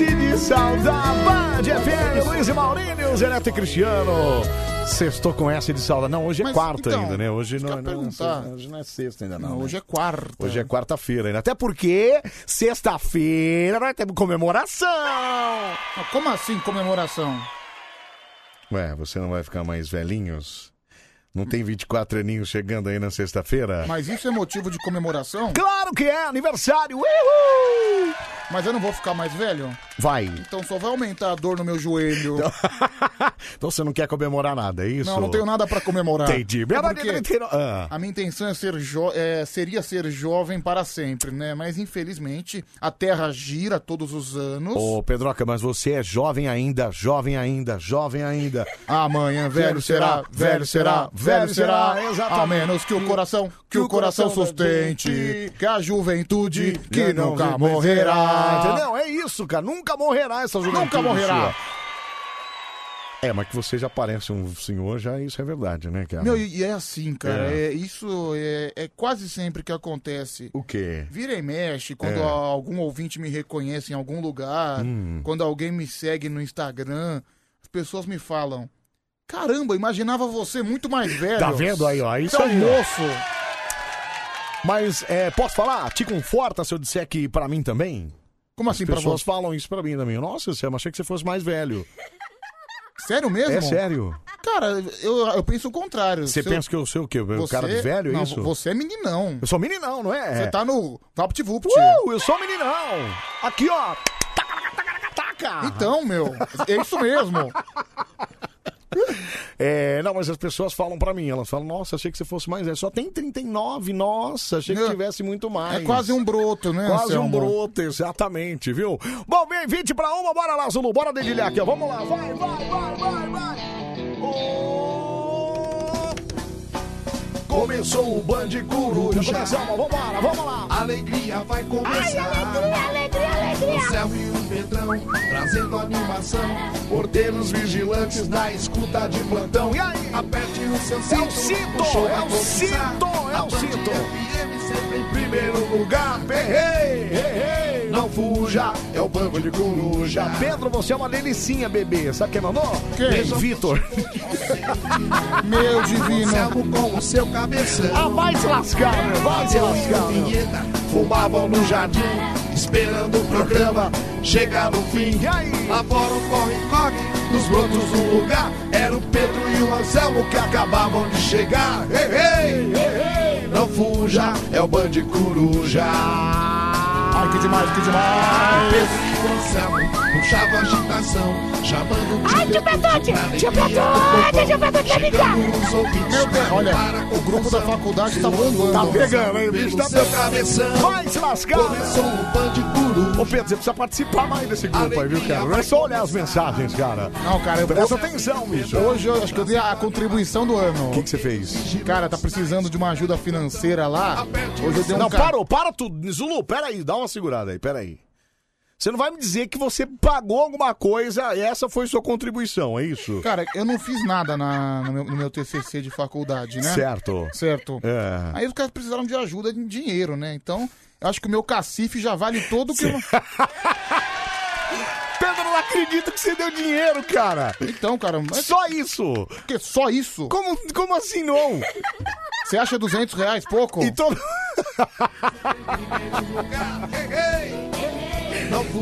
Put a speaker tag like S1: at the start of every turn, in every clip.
S1: especial da Band FM, É Luiz e Maurílio, Zeneto e Cristiano. Sextou com S de salda. Não, hoje é
S2: Mas,
S1: quarta
S2: então,
S1: ainda, né? Hoje
S2: isso
S1: não,
S2: que eu ia
S1: não,
S2: perguntar.
S1: hoje não é sexta ainda, não.
S2: Não,
S1: né?
S2: hoje é quarta.
S1: Hoje é quarta-feira ainda. Até porque sexta-feira é nós temos comemoração.
S2: Como assim comemoração?
S1: Ué, você não vai ficar mais velhinhos? Não tem 24 aninhos chegando aí na sexta-feira?
S2: Mas isso é motivo de comemoração?
S1: Claro que é, aniversário! Uhul!
S2: Mas eu não vou ficar mais velho?
S1: Vai.
S2: Então só vai aumentar a dor no meu joelho.
S1: Então você não quer comemorar nada, é isso?
S2: Não, não tenho nada pra comemorar.
S1: Entendi.
S2: É
S1: Verdade,
S2: porque
S1: 39. Ah.
S2: a minha intenção é ser jo- é, seria ser jovem para sempre, né? Mas infelizmente a Terra gira todos os anos.
S1: Ô, Pedroca, mas você é jovem ainda, jovem ainda, jovem ainda.
S2: Amanhã, velho será, velho será, velho será. A
S1: Exatamente.
S2: menos que o coração, que o coração sustente, que a juventude que nunca morrerá.
S1: Entendeu? É isso, cara. Nunca morrerá Ah, essa juventude.
S2: Nunca morrerá.
S1: sua. É, mas que você já parece um senhor, já isso é verdade, né, cara?
S2: Meu, e e é assim, cara.
S1: É.
S2: é- isso é, é quase sempre que acontece.
S1: O quê?
S2: Vira e mexe, quando
S1: É.
S2: algum ouvinte me reconhece em algum lugar,
S1: Hum.
S2: quando alguém me segue no Instagram, as pessoas me falam: Caramba, imaginava você muito mais velho. É
S1: Tá vendo aí, ó? Isso
S2: Tão
S1: aí, ó.
S2: moço.
S1: Mas, é, posso falar? Te conforta se eu disser que pra mim também?
S2: Como assim
S1: As
S2: pra
S1: pessoas
S2: você?
S1: falam isso pra mim também. Nossa, Sam, achei que você fosse mais velho.
S2: Sério mesmo?
S1: É sério.
S2: Cara, eu, eu penso o contrário.
S1: Você
S2: Se eu-
S1: pensa que eu sou o quê? O cara de velho, é
S2: não,
S1: isso?
S2: Você é meninão.
S1: Eu sou meninão, não é?
S2: Você tá no VaptVupt.
S1: Uh, eu sou meninão. Aqui, ó. Taca!
S2: Então, meu, é isso mesmo.
S1: É, não, mas as pessoas falam pra mim, elas falam, nossa, achei que você fosse mais velho. Só tem 39, nossa, achei que
S2: Não.
S1: tivesse muito mais.
S2: É quase um broto, né,
S1: Quase um
S2: Anselmo?
S1: broto, exatamente, viu? Bom, vem 20 pra uma, bora lá, Zulu, bora dedilhar aqui, ó. Vamos lá, vai, vai, vai, vai, vai. Oh, Ô, Começou o Band Coruja. Selma, Vambora, vamos lá.
S3: Alegria vai
S4: Ai,
S3: começar.
S4: alegria, alegria,
S3: O
S4: alegria!
S3: céu e o pedrão, trazendo animação. Porteiros vigilantes na escuta de plantão.
S1: E aí?
S3: Aperte o seu
S1: É
S3: cinto.
S1: o cinto,
S3: show
S1: é
S3: vai
S1: o
S3: começar.
S1: cinto, é
S3: A
S1: o
S3: Band
S1: cinto.
S3: FM sempre em primeiro lugar.
S1: Ei, ei, ei.
S3: Não fuja, é o bando de coruja.
S1: Pedro, você é uma delicinha, bebê. Sabe quem mandou?
S2: Quem?
S1: Beijo, Vitor.
S2: Meu divino.
S3: Anselmo com o seu cabeção.
S1: Ah, vai se lascar, meu. Vai se lascar,
S3: Seu e
S1: meu.
S3: vinheta fumavam no jardim, esperando o programa chegar no fim.
S1: E aí?
S3: Lá fora o corre-corre, nos brotos do lugar. Era o Pedro e o Anselmo que acabavam de chegar. Ei, ei, ei, ei, não fuja, é o Band Coruja.
S2: Ai, que demais, que demais.
S3: O Pedro e o Anselmo puxavam agitação, chamando o
S4: Ai, tio Betote, tio Betote, tio Betote, quer ligar?
S2: Meu Deus, olha, o grupo da faculdade tá bombando.
S1: Tá pegando, hein? O bicho
S3: Pelo
S1: tá
S3: seu
S1: pegando.
S3: cabeção,
S1: Vai se lascar,
S3: começou
S1: meu.
S3: o Band Coruja.
S1: Ô, Pedro, você precisa participar mais desse grupo aí, viu, cara? Não é só olhar as mensagens, cara.
S2: Não, cara, eu,
S1: Presta atenção, bicho. O
S2: hoje eu acho que eu dei a contribuição do ano.
S1: que, que você fez?
S2: Cara, tá precisando de uma ajuda financeira lá. Hoje eu dei um
S1: Não,
S2: ca-
S1: parou, para tudo. Zulu, peraí, dá uma segurada aí, peraí. Você não vai me dizer que você pagou alguma coisa e essa foi sua contribuição, é isso?
S2: Cara, eu não fiz nada na, no, meu, no meu TCC de faculdade, né?
S1: Certo.
S2: Certo.
S1: É.
S2: Aí os caras precisaram de ajuda em dinheiro, né? Então, eu acho que o meu cacife já vale todo o que eu...
S1: Pedro, não acredito que você deu dinheiro, cara.
S2: Então, cara, mas
S1: Só isso.
S2: por que só isso?
S1: Como, como assim não?
S2: Você acha 200 reais pouco?
S1: Então,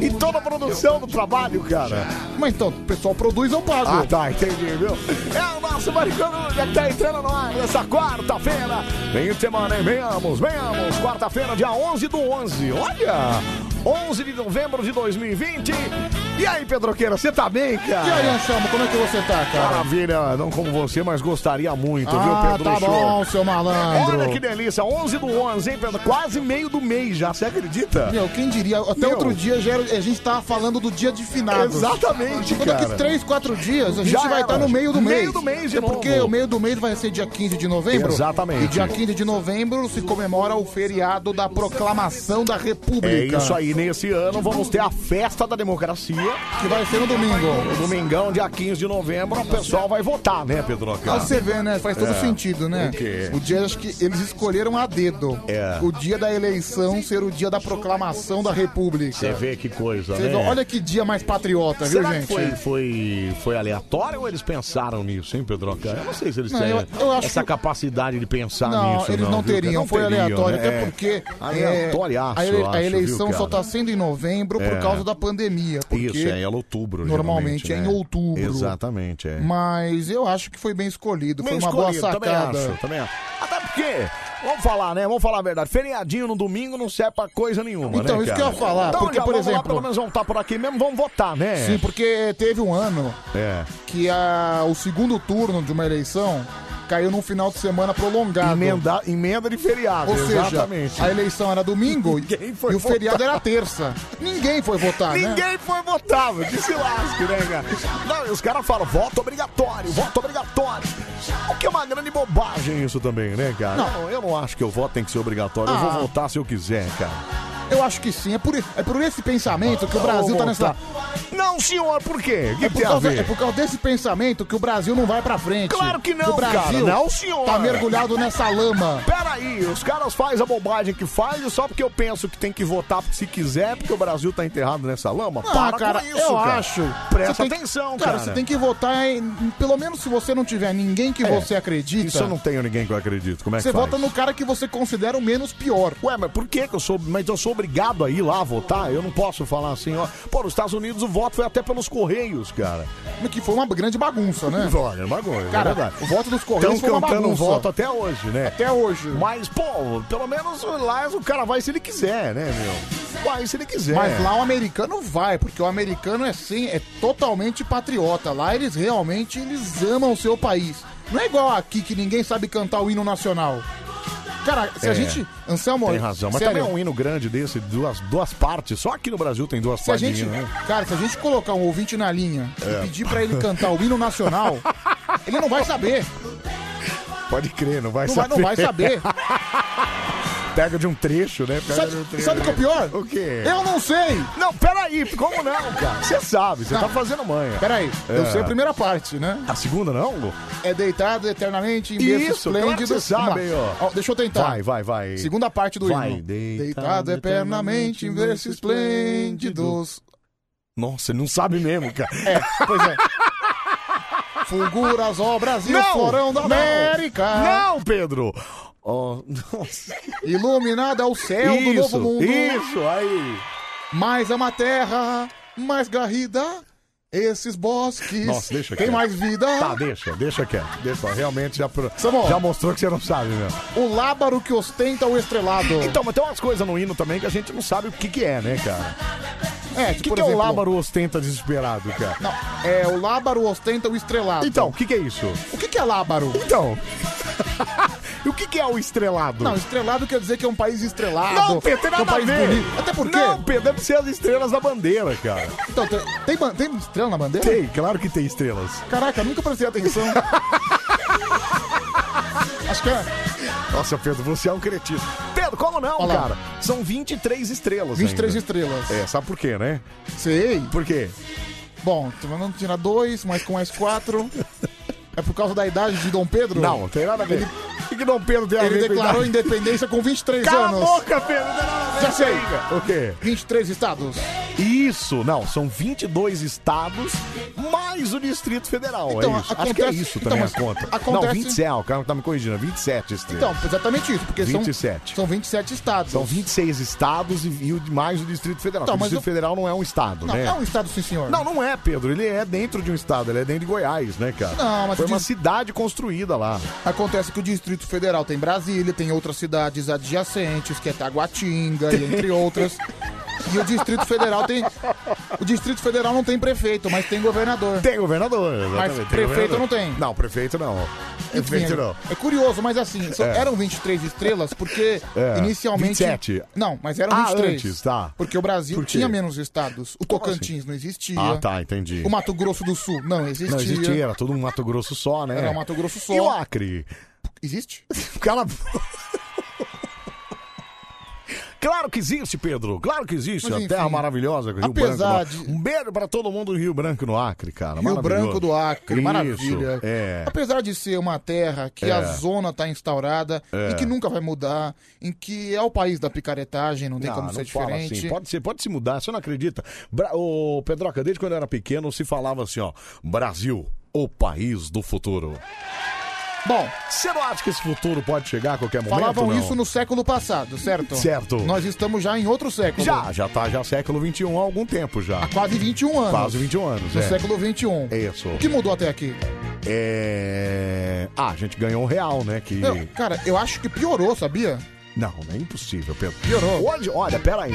S1: e toda a Então, produção do trabalho, cara.
S2: Mas então, o pessoal produz, eu pago.
S1: Ah, tá, entendi, viu? É o nosso Maricoruja que tá entrando no ar nessa quarta-feira. Vem semana, hein? Venhamos, venhamos. Quarta-feira, dia 11 do 11. Olha! 11 de novembro de 2020. E aí, Pedroqueira, você tá bem, cara?
S2: E aí, Anselmo, como é que você tá, cara?
S1: Maravilha, não como você, mas gostaria muito, então, viu, Pedro?
S2: tá
S1: Show?
S2: bom, seu
S1: Olha
S2: malandro.
S1: que delícia, 11 do 11, hein, Pedro? Quase meio do mês já, você acredita?
S2: Meu, quem diria? Até
S1: Meu.
S2: outro dia já era- a gente tava falando do dia de finados.
S1: Exatamente,
S2: Quando
S1: cara.
S2: daqui 3, 4 dias, a gente
S1: Já
S2: vai
S1: era.
S2: estar no meio do mês.
S1: Meio do mês de
S2: É porque
S1: novo.
S2: o meio do mês vai ser dia 15 de novembro.
S1: Exatamente.
S2: E dia 15 de novembro se comemora o feriado da proclamação da República.
S1: É isso aí, nesse ano vamos ter a festa da democracia
S2: Que vai ser no domingo.
S1: No Domingão, dia 15 de novembro, o pessoal vai votar, né, Pedro?
S2: Aí você vê, né? Faz todo
S1: É.
S2: sentido, né?
S1: O quê?
S2: O dia, acho que eles escolheram a dedo.
S1: É.
S2: O dia da eleição ser o dia da proclamação da República.
S1: Você vê que coisa,
S2: Você
S1: né?
S2: vê, Olha que dia mais patriota, viu,
S1: Será
S2: gente?
S1: que foi, foi, foi aleatório ou eles pensaram nisso, hein, Pedro? Eu não sei se eles
S2: Não,
S1: têm
S2: eu- eu acho
S1: essa capacidade de pensar
S2: Não,
S1: nisso.
S2: eles não,
S1: viu, cara?
S2: teriam, foi
S1: teriam,
S2: aleatório,
S1: né?
S2: até
S1: É.
S2: porque
S1: Aleatoriaço,
S2: é, a, ele-
S1: eu
S2: a
S1: acho,
S2: eleição
S1: viu,
S2: só
S1: cara?
S2: tá sendo em novembro por
S1: É.
S2: causa da pandemia. Porque
S1: Isso, é, é outubro.
S2: Normalmente
S1: geralmente,
S2: é em
S1: né?
S2: outubro.
S1: Exatamente, é.
S2: Mas eu acho que foi bem escolhido,
S1: Bem
S2: foi uma boa
S1: escolhido, também
S2: sacada.
S1: acho, também acho. Até porque, vamos falar, né? Vamos falar a verdade. Feriadinho no domingo não serve pra coisa nenhuma,
S2: Então,
S1: né,
S2: isso que
S1: cara?
S2: eu ia falar,
S1: Então,
S2: porque,
S1: já
S2: por
S1: vamos lá,
S2: exemplo-
S1: pelo menos vão estar por aqui mesmo, vamos votar, né?
S2: Sim, porque teve um ano
S1: É.
S2: que a, o segundo turno de uma eleição caiu num final de semana prolongado.
S1: Emenda, emenda de feriado,
S2: Ou seja,
S1: exatamente.
S2: a eleição era domingo e
S1: Ninguém foi
S2: e o
S1: votar.
S2: feriado era terça. Ninguém foi votar, né?
S1: Ninguém foi votar, meu. Que se lasque, né, cara? Não, e os caras falam, voto obrigatório, voto obrigatório. O que é uma grande bobagem isso também, né, cara?
S2: Não.
S1: eu não acho que o voto tem que ser obrigatório. Eu
S2: Ah.
S1: vou votar se eu quiser, cara.
S2: Eu acho que sim. É por, é por esse pensamento que o Brasil tá nessa.
S1: Não, senhor, por quê? O que
S2: É por,
S1: tem a
S2: causa,
S1: ver?
S2: é por causa desse pensamento que o Brasil não vai pra frente.
S1: Claro que não,
S2: o Brasil
S1: cara. Não, senhor.
S2: Tá mergulhado nessa lama.
S1: Peraí, os caras fazem a bobagem que fazem só porque eu penso que tem que votar se quiser, porque o Brasil tá enterrado nessa lama?
S2: Ah,
S1: Para
S2: cara,
S1: com isso,
S2: eu
S1: cara.
S2: acho. Você
S1: Presta
S2: tem que-
S1: atenção,
S2: cara.
S1: cara.
S2: você tem que votar em. Pelo menos se você não tiver ninguém que
S1: É,
S2: você acredita.
S1: Isso eu não tenho ninguém que eu acredito. Como é que
S2: Você
S1: faz?
S2: vota no cara que você considera o menos pior.
S1: Ué, mas por que que eu sou... Mas eu sou obrigado a ir lá votar? Eu não posso falar assim, ó... Pô, nos Estados Unidos o voto foi até pelos Correios, cara.
S2: Que foi uma grande bagunça, né?
S1: Olha, bagulho,
S2: Cara,
S1: é verdade.
S2: o voto dos Correios
S1: Tão
S2: foi uma
S1: cantando
S2: bagunça.
S1: voto até hoje, né?
S2: Até hoje.
S1: Mas, pô, pelo menos lá o cara vai se ele quiser, né, meu? Vai se ele quiser.
S2: Mas lá o americano vai, porque o americano é sim, é totalmente patriota. Lá eles realmente eles amam o seu país. Não é igual aqui que ninguém sabe cantar o hino nacional. Cara, se a
S1: É.
S2: gente. Anselmo,
S1: Tem razão, mas
S2: sério,
S1: também é um hino grande desse, duas, duas partes. Só aqui no Brasil tem duas
S2: se a
S1: partes.
S2: gente.
S1: né?
S2: Cara, se a gente colocar um ouvinte na linha
S1: É.
S2: e pedir pra ele cantar o hino nacional, ele não vai saber.
S1: Pode crer, não vai
S2: Não vai,
S1: saber.
S2: não vai saber.
S1: Pega de um trecho, né? Pega
S2: Sabe-
S1: de um trecho.
S2: sabe o que é o pior?
S1: O quê?
S2: Eu não sei!
S1: Não, peraí, como não, cara? Você sabe, você
S2: Não.
S1: tá fazendo manha.
S2: Peraí, eu
S1: É.
S2: sei a primeira parte, né?
S1: A segunda não? Lu?
S2: É deitado eternamente em berço
S1: Isso, claro que
S2: esplêndido.
S1: você sabe,
S2: Vamos lá.
S1: hein, ó.
S2: Deixa eu tentar.
S1: Vai, vai, vai.
S2: Segunda parte do
S1: Vai,
S2: hino.
S1: deitado
S2: Deitado eternamente em berços esplêndidos.
S1: Nossa, ele não sabe mesmo, cara.
S2: É, pois é. Fulguras, ó Brasil,
S1: Não!
S2: florão da
S1: Não!
S2: América.
S1: Não, Pedro! Ó, nossa.
S2: Iluminada ao céu do novo
S1: isso,
S2: mundo.
S1: isso, aí.
S2: Mais é uma terra, mais garrida. Esses bosques.
S1: Nossa, deixa
S2: Tem
S1: quieto.
S2: mais vida. Tá
S1: Tá, deixa, deixa quieto. Deixa, realmente já, pro-
S2: Samuel.
S1: já mostrou que você não sabe mesmo.
S2: O lábaro que ostenta o estrelado.
S1: Então, mas tem umas coisas no hino também que a gente não sabe o que que é, né, cara?
S2: é,
S1: O
S2: tipo,
S1: que,
S2: por
S1: que é o
S2: exemplo,
S1: lábaro ostenta desesperado, cara?
S2: Não, é o lábaro ostenta o estrelado.
S1: Então, o que que é isso?
S2: o que, que é lábaro?
S1: Então... e o que que é o estrelado?
S2: Não, estrelado quer dizer que é um país estrelado.
S1: Não, Pedro, tem
S2: que é um
S1: nada a
S2: país
S1: ver.
S2: bonito. Até porque.
S1: Não, Pedro, deve ser as estrelas da bandeira, cara.
S2: Então, tem- tem, ban- tem estrela na bandeira?
S1: Tem, claro que tem estrelas.
S2: Caraca, nunca prestei atenção. Acho que é
S1: Nossa, Pedro, você é um cretino. Pedro, como não,
S2: Olha lá.
S1: cara? São 23 estrelas
S2: 23
S1: ainda.
S2: estrelas.
S1: É, sabe por quê, né?
S2: Sei.
S1: Por quê?
S2: Bom, então vamos tirar dois, mais com mais quatro. É por causa da idade de Dom Pedro?
S1: Não, tem nada a ver.
S2: Ele-
S1: O que que Dom Pedro tem a ver
S2: Ele
S1: com
S2: declarou
S1: idade?
S2: independência com 23
S1: Cala
S2: anos.
S1: a boca, Pedro, não tem nada a ver
S2: Já
S1: com
S2: sei.
S1: isso. O quê?
S2: 23 estados.
S1: Isso, não, são 22 estados mais o Distrito Federal,
S2: Então,
S1: é isso. Acho
S2: acontece-
S1: que é isso
S2: então,
S1: também
S2: mas
S1: a conta. Não,
S2: acontece-
S1: 27, o cara tá me corrigindo, 27 estrelas.
S2: Então, exatamente isso, porque são-
S1: 27.
S2: são 27 estados.
S1: São 26 estados e, e o de- mais o Distrito Federal.
S2: Então,
S1: o
S2: mas
S1: Distrito
S2: o-
S1: Federal não é um estado,
S2: Não,
S1: né?
S2: é um estado, sim, senhor.
S1: Não, não é, Pedro. Ele é dentro de um estado, ele é dentro de Goiás, né, cara?
S2: Não, mas
S1: Foi
S2: diz-
S1: uma cidade construída lá.
S2: Acontece que o Distrito Federal tem Brasília, tem outras cidades adjacentes, que é Taguatinga, e entre outras. E o Distrito Federal tem. O Distrito Federal não tem prefeito, mas tem governador.
S1: Tem governador, exatamente.
S2: Mas
S1: tem
S2: prefeito
S1: governador.
S2: não tem.
S1: Não, prefeito não.
S2: Enfim,
S1: Prefeito não.
S2: é, é curioso, mas assim, são-
S1: É.
S2: eram 23 estrelas porque
S1: É,
S2: inicialmente.
S1: 27.
S2: Não, mas eram
S1: Ah,
S2: 23.
S1: antes, tá.
S2: Porque o Brasil
S1: Por quê?
S2: tinha menos estados. O
S1: Como assim?
S2: Tocantins não existia.
S1: Ah, tá, entendi.
S2: O Mato Grosso do Sul não existia.
S1: Não existia, era todo um Mato Grosso só, né?
S2: Era um Mato Grosso só.
S1: E o Acre?
S2: Existe?
S1: Cala a boca. Claro que existe, Pedro. Claro que existe.
S2: Mas,
S1: a terra
S2: enfim,
S1: maravilhosa, Rio
S2: apesar
S1: Branco. no- Um beijo pra todo mundo do Rio Branco no Acre, cara.
S2: Rio
S1: Maravilhoso.
S2: Branco do Acre,
S1: Isso,
S2: maravilha.
S1: É.
S2: Apesar de ser uma terra que
S1: É.
S2: a zona está instaurada
S1: É.
S2: e que nunca vai mudar, em que é o país da picaretagem, não tem
S1: Não,
S2: como
S1: Ah, não
S2: ser
S1: fala
S2: diferente.
S1: assim. Pode, ser, pode se mudar, você não acredita. Bra Ô, Pedroca, desde quando eu era pequeno, se falava assim, ó. Brasil, o país do futuro.
S2: Bom,
S1: você não acha que esse futuro pode chegar a qualquer momento?
S2: Falavam
S1: não?
S2: isso no século passado, certo?
S1: Certo.
S2: Nós estamos já em outro século.
S1: Já, já tá, já século XXI há algum tempo já.
S2: Quase 21 anos.
S1: Quase 21 anos,
S2: No
S1: é.
S2: século XXI.
S1: Isso.
S2: O que mudou até aqui?
S1: É... Ah, a gente ganhou um real, né? Que...
S2: Eu- cara, eu acho que piorou, sabia?
S1: Não, não é impossível, Pedro.
S2: Piorou.
S1: Hoje, olha, peraí.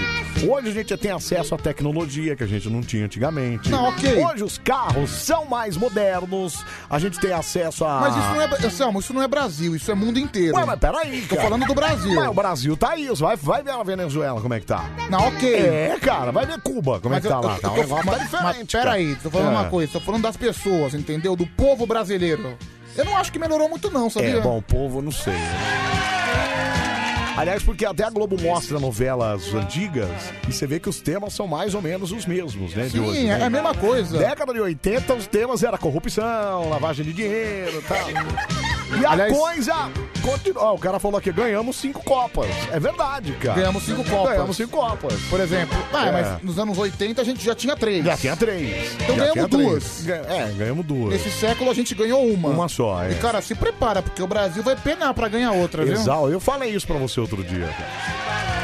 S1: Hoje a gente tem acesso à tecnologia que a gente não tinha antigamente.
S2: Não, ok.
S1: Hoje os carros são mais modernos, a gente tem acesso a.
S2: Mas isso não é. Selma, isso não é Brasil, isso é mundo inteiro.
S1: Ué, mas peraí,
S2: Tô
S1: cara.
S2: falando do Brasil.
S1: Ué, o Brasil tá isso. Vai, vai ver a Venezuela como é que tá.
S2: Não, ok.
S1: É, cara, vai ver Cuba como é que tá lá. Tá um negócio
S2: mas,
S1: tá
S2: mas
S1: diferente. cara.
S2: peraí, tô falando
S1: É.
S2: uma coisa, tô falando das pessoas, entendeu? Do povo brasileiro. Eu não acho que melhorou muito, não, sabia?
S1: É, bom, o povo, eu não sei. Aliás, porque até a Globo mostra novelas antigas e você vê que os temas são mais ou menos os mesmos, né? de
S2: Sim,
S1: hoje,
S2: é
S1: né?
S2: a mesma coisa.
S1: Década de 80, os temas eram corrupção, lavagem de dinheiro e tal. E a
S2: Aliás-
S1: coisa continua. Ó, o cara falou aqui, ganhamos cinco copas. É verdade, cara.
S2: Ganhamos cinco copas.
S1: Ganhamos cinco copas.
S2: Por exemplo. Ah,
S1: É.
S2: mas nos anos 80 a gente já tinha três.
S1: Já tinha três.
S2: Então
S1: Já tinha
S2: ganhamos
S1: três.
S2: duas.
S1: Gan- É, ganhamos duas.
S2: Nesse século a gente ganhou uma.
S1: Uma só, é.
S2: E cara, se prepara, porque o Brasil vai penar pra ganhar outra, viu?
S1: Exato. Eu falei isso pra você outro dia.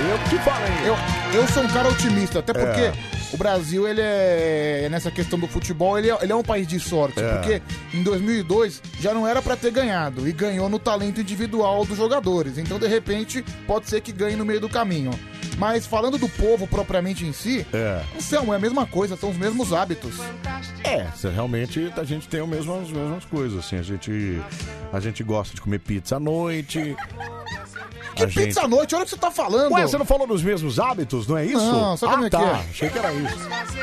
S1: Eu que falei.
S2: Eu, eu sou um cara otimista, até porque
S1: É.
S2: o Brasil, ele é. Nessa questão do futebol, ele é, ele é um país de sorte.
S1: É.
S2: Porque em 2002 já não era pra ter ganhado. E ganhou no talento individual dos jogadores. Então, de repente, pode ser que ganhe no meio do caminho. Mas falando do povo propriamente em si,
S1: É.
S2: não sei, é a mesma coisa, são os mesmos hábitos.
S1: É, cê- realmente a gente tem o mesmo- as mesmas coisas, assim. A gente, a gente gosta de comer pizza à noite.
S2: Que
S1: A
S2: pizza
S1: gente-
S2: à noite, olha o que você tá falando.
S1: Ué, você não falou dos mesmos hábitos, não é isso?
S2: Não, sabe
S1: ah,
S2: como é que
S1: tá.
S2: é?
S1: Achei que era isso.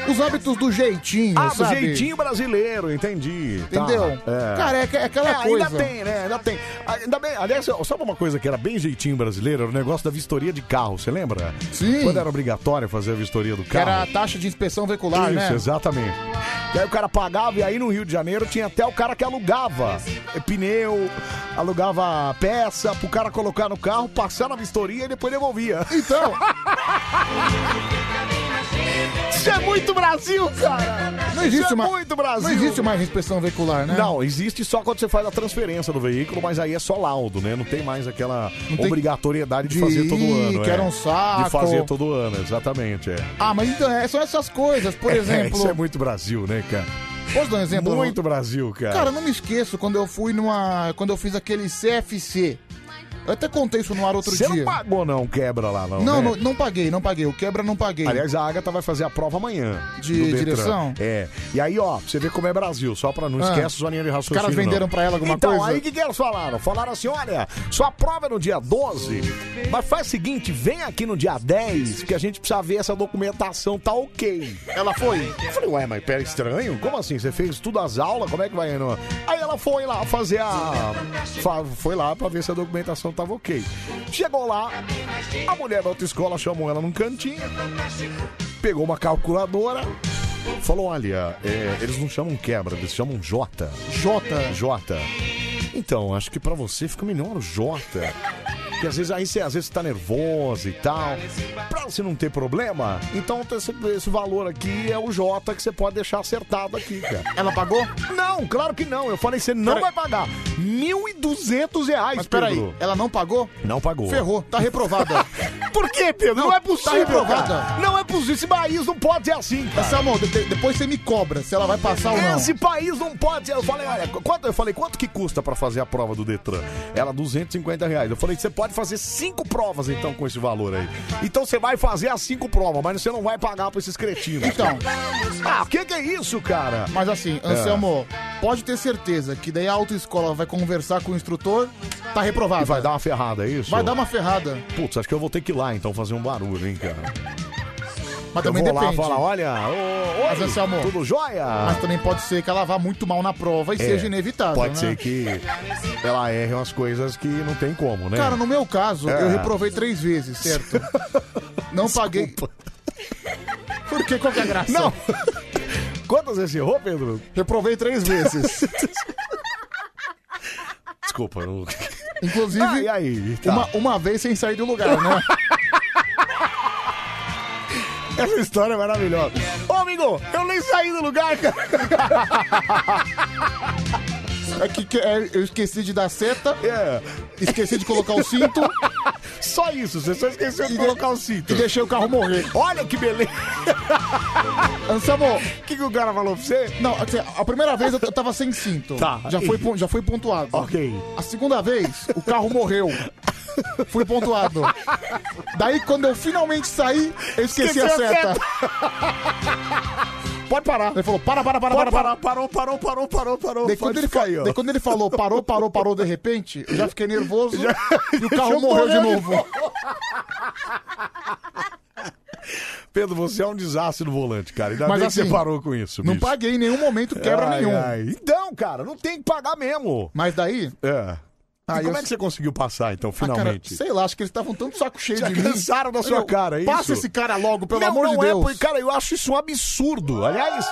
S2: Os hábitos do jeitinho,
S1: Ah, do
S2: sabe?
S1: jeitinho brasileiro, entendi. Tá,
S2: Entendeu?
S1: é.
S2: Cara, é, é aquela
S1: É,
S2: coisa.
S1: ainda tem, né? Ainda tem. Ainda bem, aliás, sabe uma coisa que era bem jeitinho brasileiro? Era o negócio da vistoria de carro, você lembra?
S2: Sim.
S1: Quando era obrigatório fazer a vistoria do
S2: Que
S1: carro.
S2: era a taxa de inspeção veicular,
S1: Isso,
S2: né?
S1: exatamente. E aí o cara pagava, e aí no Rio de Janeiro tinha até o cara que alugava eh, pneu, alugava peça pro cara colocar no carro, passar na vistoria e depois devolvia.
S2: Então,
S1: Isso é muito Brasil, cara!
S2: não existe
S1: Isso é
S2: mais.
S1: muito Brasil!
S2: Não existe mais inspeção veicular, né?
S1: Não, existe só quando você faz a transferência do veículo, mas aí é só laudo, né? Não tem mais aquela
S2: tem-
S1: obrigatoriedade de,
S2: De
S1: fazer todo
S2: ir,
S1: ano.
S2: que
S1: é.
S2: era um saco.
S1: De fazer todo ano, exatamente. É.
S2: Ah, mas então, é, são essas coisas, por exemplo.
S1: Isso é muito Brasil, né, cara?
S2: Posso dar um exemplo?
S1: Muito Brasil, cara.
S2: Cara, eu não me esqueço quando eu fui numa. Quando eu fiz aquele CFC. Eu até contei isso no ar outro
S1: Você
S2: dia.
S1: não pagou, não, quebra lá, não.
S2: não,
S1: né?
S2: não, não paguei, não paguei. O quebra não paguei.
S1: Aliás, a Agatha vai fazer a prova amanhã.
S2: De
S1: do Detran.
S2: direção?
S1: É. E aí, ó, pra você vê como é Brasil, só pra não
S2: Ah.
S1: esquecer os linha de raciocínio.
S2: Os caras venderam
S1: não.
S2: pra ela alguma
S1: então,
S2: coisa?
S1: aí o que, que eles falaram? Falaram assim: olha, sua prova é no dia 12, mas faz o seguinte, vem aqui no dia 10, que a gente precisa ver essa documentação tá ok. Ela foi. Eu falei, ué, mas pera, estranho? Como assim? Você fez tudo as aulas? Como é que vai? Renan? Aí ela foi lá fazer a. fa- Foi lá pra ver se a documentação tava ok. Chegou lá, a mulher da autoescola chamou ela num cantinho, pegou uma calculadora, falou: olha, é, eles não chamam quebra, eles chamam Jota.
S2: Jota.
S1: Jota. Então, acho que pra você fica melhor o Jota. Porque às vezes aí você às vezes tá nervoso e tal. Pra você não ter problema, então tem esse, esse valor aqui é o Jota que você pode deixar acertado aqui, cara.
S2: Ela pagou?
S1: Não, claro que não. Eu falei, você não
S2: Peraí.
S1: vai pagar. R$ 1.200 reais,
S2: Mas peraí,
S1: é Pedro.
S2: ela não pagou?
S1: Não pagou.
S2: Ferrou, tá reprovada.
S1: Por quê, Pedro? Não,
S2: Não, tá
S1: é possível,
S2: reprovada.
S1: cara. Não é possível. Esse país não pode ser assim, cara.
S2: Mas, Samuel, de- de- depois você me cobra se ela vai passar ou não.
S1: Esse país não pode. Eu falei, olha, quanto, eu falei, quanto que custa pra fazer a prova do Detran? Era 250 reais. Eu falei, você pode fazer cinco provas então com esse valor aí. Então você vai fazer as cinco provas, mas você não vai pagar pra esses cretinos.
S2: Então,
S1: Ah, o que, que é isso, cara? É.
S2: mas assim, Anselmo, pode ter certeza que daí a autoescola vai conversar com o instrutor, tá reprovado.
S1: E vai dar uma ferrada, é isso?
S2: Vai dar uma ferrada.
S1: Putz, acho que eu vou ter que ir lá então fazer um barulho, hein, cara.
S2: Mas
S1: Eu
S2: também
S1: vou lá
S2: depende.
S1: falar, olha, ô, oi,
S2: Mas, Anselmo,
S1: tudo jóia?
S2: Mas também pode ser que ela vá muito mal na prova e
S1: É,
S2: seja inevitável.
S1: Pode
S2: né?
S1: ser que ela erre umas coisas que não tem como, né?
S2: Cara, no meu caso,
S1: É.
S2: eu reprovei três vezes, certo? Não paguei. Por que? Qual que é a graça?
S1: Não. Quantas vezes você errou, Pedro?
S2: Reprovei três vezes.
S1: Desculpa, eu não...
S2: Inclusive,
S1: Ah, e aí? Tá.
S2: uma, uma vez sem sair do lugar, né?
S1: Essa história é maravilhosa. Ô, amigo, eu nem saí do lugar, cara.
S2: É que, que- é, eu esqueci de dar seta,
S1: É.
S2: esqueci de colocar o cinto
S1: Só isso, você só esqueceu de
S2: E de-
S1: colocar o
S2: e
S1: cinto.
S2: deixei o carro morrer.
S1: Olha que beleza.
S2: Anselmo,
S1: O que, que o cara falou pra você?
S2: não, assim, a primeira vez eu, eu tava sem cinto.
S1: Tá.
S2: Já foi, pon- já foi pontuado.
S1: Ok.
S2: A segunda vez, o carro morreu. Fui pontuado. Daí, quando eu finalmente saí, eu esqueci
S1: Esqueceu
S2: a
S1: a
S2: seta.
S1: Pode parar.
S2: Ele falou, para, para, para,
S1: Pode
S2: para, para.
S1: parar. Parou, parou, parou, parou, parou.
S2: Daí
S1: Pode
S2: quando, ele
S1: ficar
S2: fa-
S1: aí, ó.
S2: daí quando ele falou parou, parou, parou de repente, eu já fiquei nervoso e o carro
S1: Deixou
S2: morreu de
S1: morrer de
S2: novo.
S1: Pedro, você é um desastre no volante, cara. Ainda
S2: Mas
S1: bem que
S2: assim,
S1: você parou com isso,
S2: Não
S1: bicho.
S2: paguei em nenhum momento quebra
S1: Ai,
S2: nenhum.
S1: ai. Então, cara, não tem que pagar mesmo.
S2: Mas daí,
S1: É.
S2: Ah,
S1: e como
S2: eu-
S1: é que você conseguiu passar, então,
S2: ah, cara,
S1: finalmente?
S2: sei lá, acho que eles estavam tão de saco cheio
S1: Já
S2: de mim.
S1: cansaram da sua
S2: Eu-
S1: cara, é isso?
S2: Passa esse cara logo, pelo
S1: não,
S2: amor
S1: não
S2: de Deus.
S1: É, porque, cara, eu acho isso um absurdo. Aliás,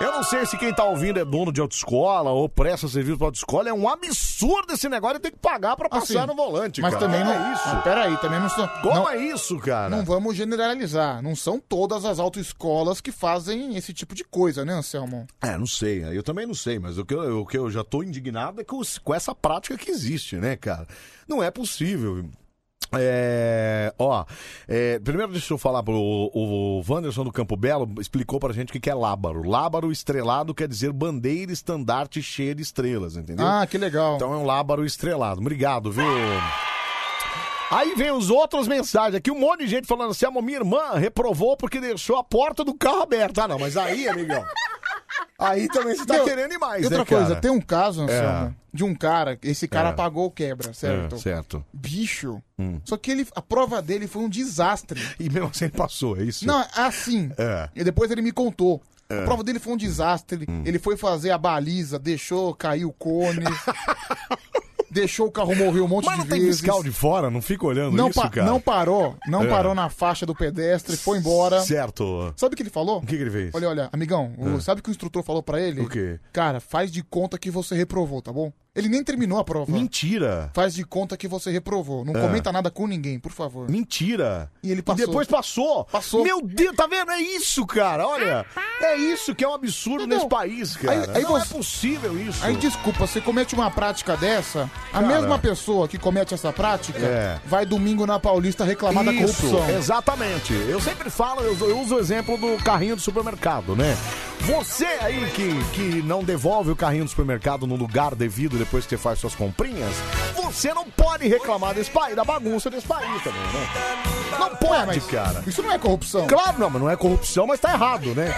S1: eu não sei se quem tá ouvindo é dono de autoescola ou presta serviço pra autoescola. É um absurdo esse negócio de ter que pagar pra passar
S2: Assim,
S1: no volante,
S2: Mas
S1: cara.
S2: também não.
S1: é isso.
S2: Ah, peraí, também não são.
S1: Como
S2: não,
S1: é isso, cara?
S2: não vamos generalizar. Não são todas as autoescolas que fazem esse tipo de coisa, né, Anselmo?
S1: É, não sei. Eu também não sei, mas o que eu, o que eu já tô indignado é com, os- com essa prática que existe, né, cara? Não é possível. É, ó, é, primeiro deixa eu falar pro o, Wanderson do Campo Belo explicou pra gente o que, que é lábaro. Lábaro estrelado quer dizer bandeira, estandarte cheia de estrelas, entendeu?
S2: Ah, que legal.
S1: Então é um lábaro estrelado. Obrigado, viu? Aí vem os outros mensagens aqui, um monte de gente falando assim, "Ah, minha irmã reprovou porque deixou a porta do carro aberta. Ah, não, mas aí, amigão, aí também você tá
S2: Meu,
S1: querendo ir mais,
S2: E outra
S1: né,
S2: coisa,
S1: cara?
S2: tem um caso, Anselmo, de um cara, esse cara pagou o quebra, certo?
S1: É, certo. Hum.
S2: Bicho. Só que ele, a prova dele foi um desastre.
S1: E mesmo assim ele passou, é isso?
S2: Não, é assim.
S1: É. Hum.
S2: E depois ele me contou. A prova dele foi um desastre. Ele foi fazer a baliza, deixou cair o cone. deixou o carro morrer um monte
S1: Mas
S2: de
S1: não tem
S2: vezes.
S1: fiscal de fora? Não fica olhando
S2: não,
S1: isso,
S2: pa-
S1: cara?
S2: não parou, não
S1: É.
S2: parou na faixa do pedestre, foi embora.
S1: Certo.
S2: Sabe o que ele falou?
S1: O que, que ele fez?
S2: Olha, olha, amigão, o- sabe o que o instrutor falou pra ele?
S1: Ah. O quê?
S2: Cara, faz de conta que você reprovou, tá bom? Ele nem terminou a prova.
S1: Mentira.
S2: Faz de conta que você reprovou.
S1: Ah.
S2: Não comenta nada com ninguém, por favor.
S1: Mentira.
S2: E ele passou.
S1: depois passou.
S2: Passou.
S1: Meu Deus, tá vendo? É isso, cara. Olha. É isso que é um absurdo
S2: Entendeu?
S1: nesse país, cara.
S2: Aí- aí
S1: não
S2: você-
S1: é possível isso.
S2: Aí desculpa, você comete uma prática dessa, a
S1: Cara.
S2: mesma pessoa que comete essa prática
S1: É.
S2: vai domingo na Paulista reclamar da
S1: Isso,
S2: corrupção.
S1: Exatamente. Eu sempre falo, eu, eu uso o exemplo do carrinho do supermercado, né? Você aí que, que não devolve o carrinho do supermercado no lugar devido depois que você faz suas comprinhas, você não pode reclamar desse país, da bagunça desse país também, né? Não
S2: Ué,
S1: pode,
S2: mas
S1: cara.
S2: Isso não é corrupção.
S1: Claro, não, mas não é corrupção, mas tá errado, né?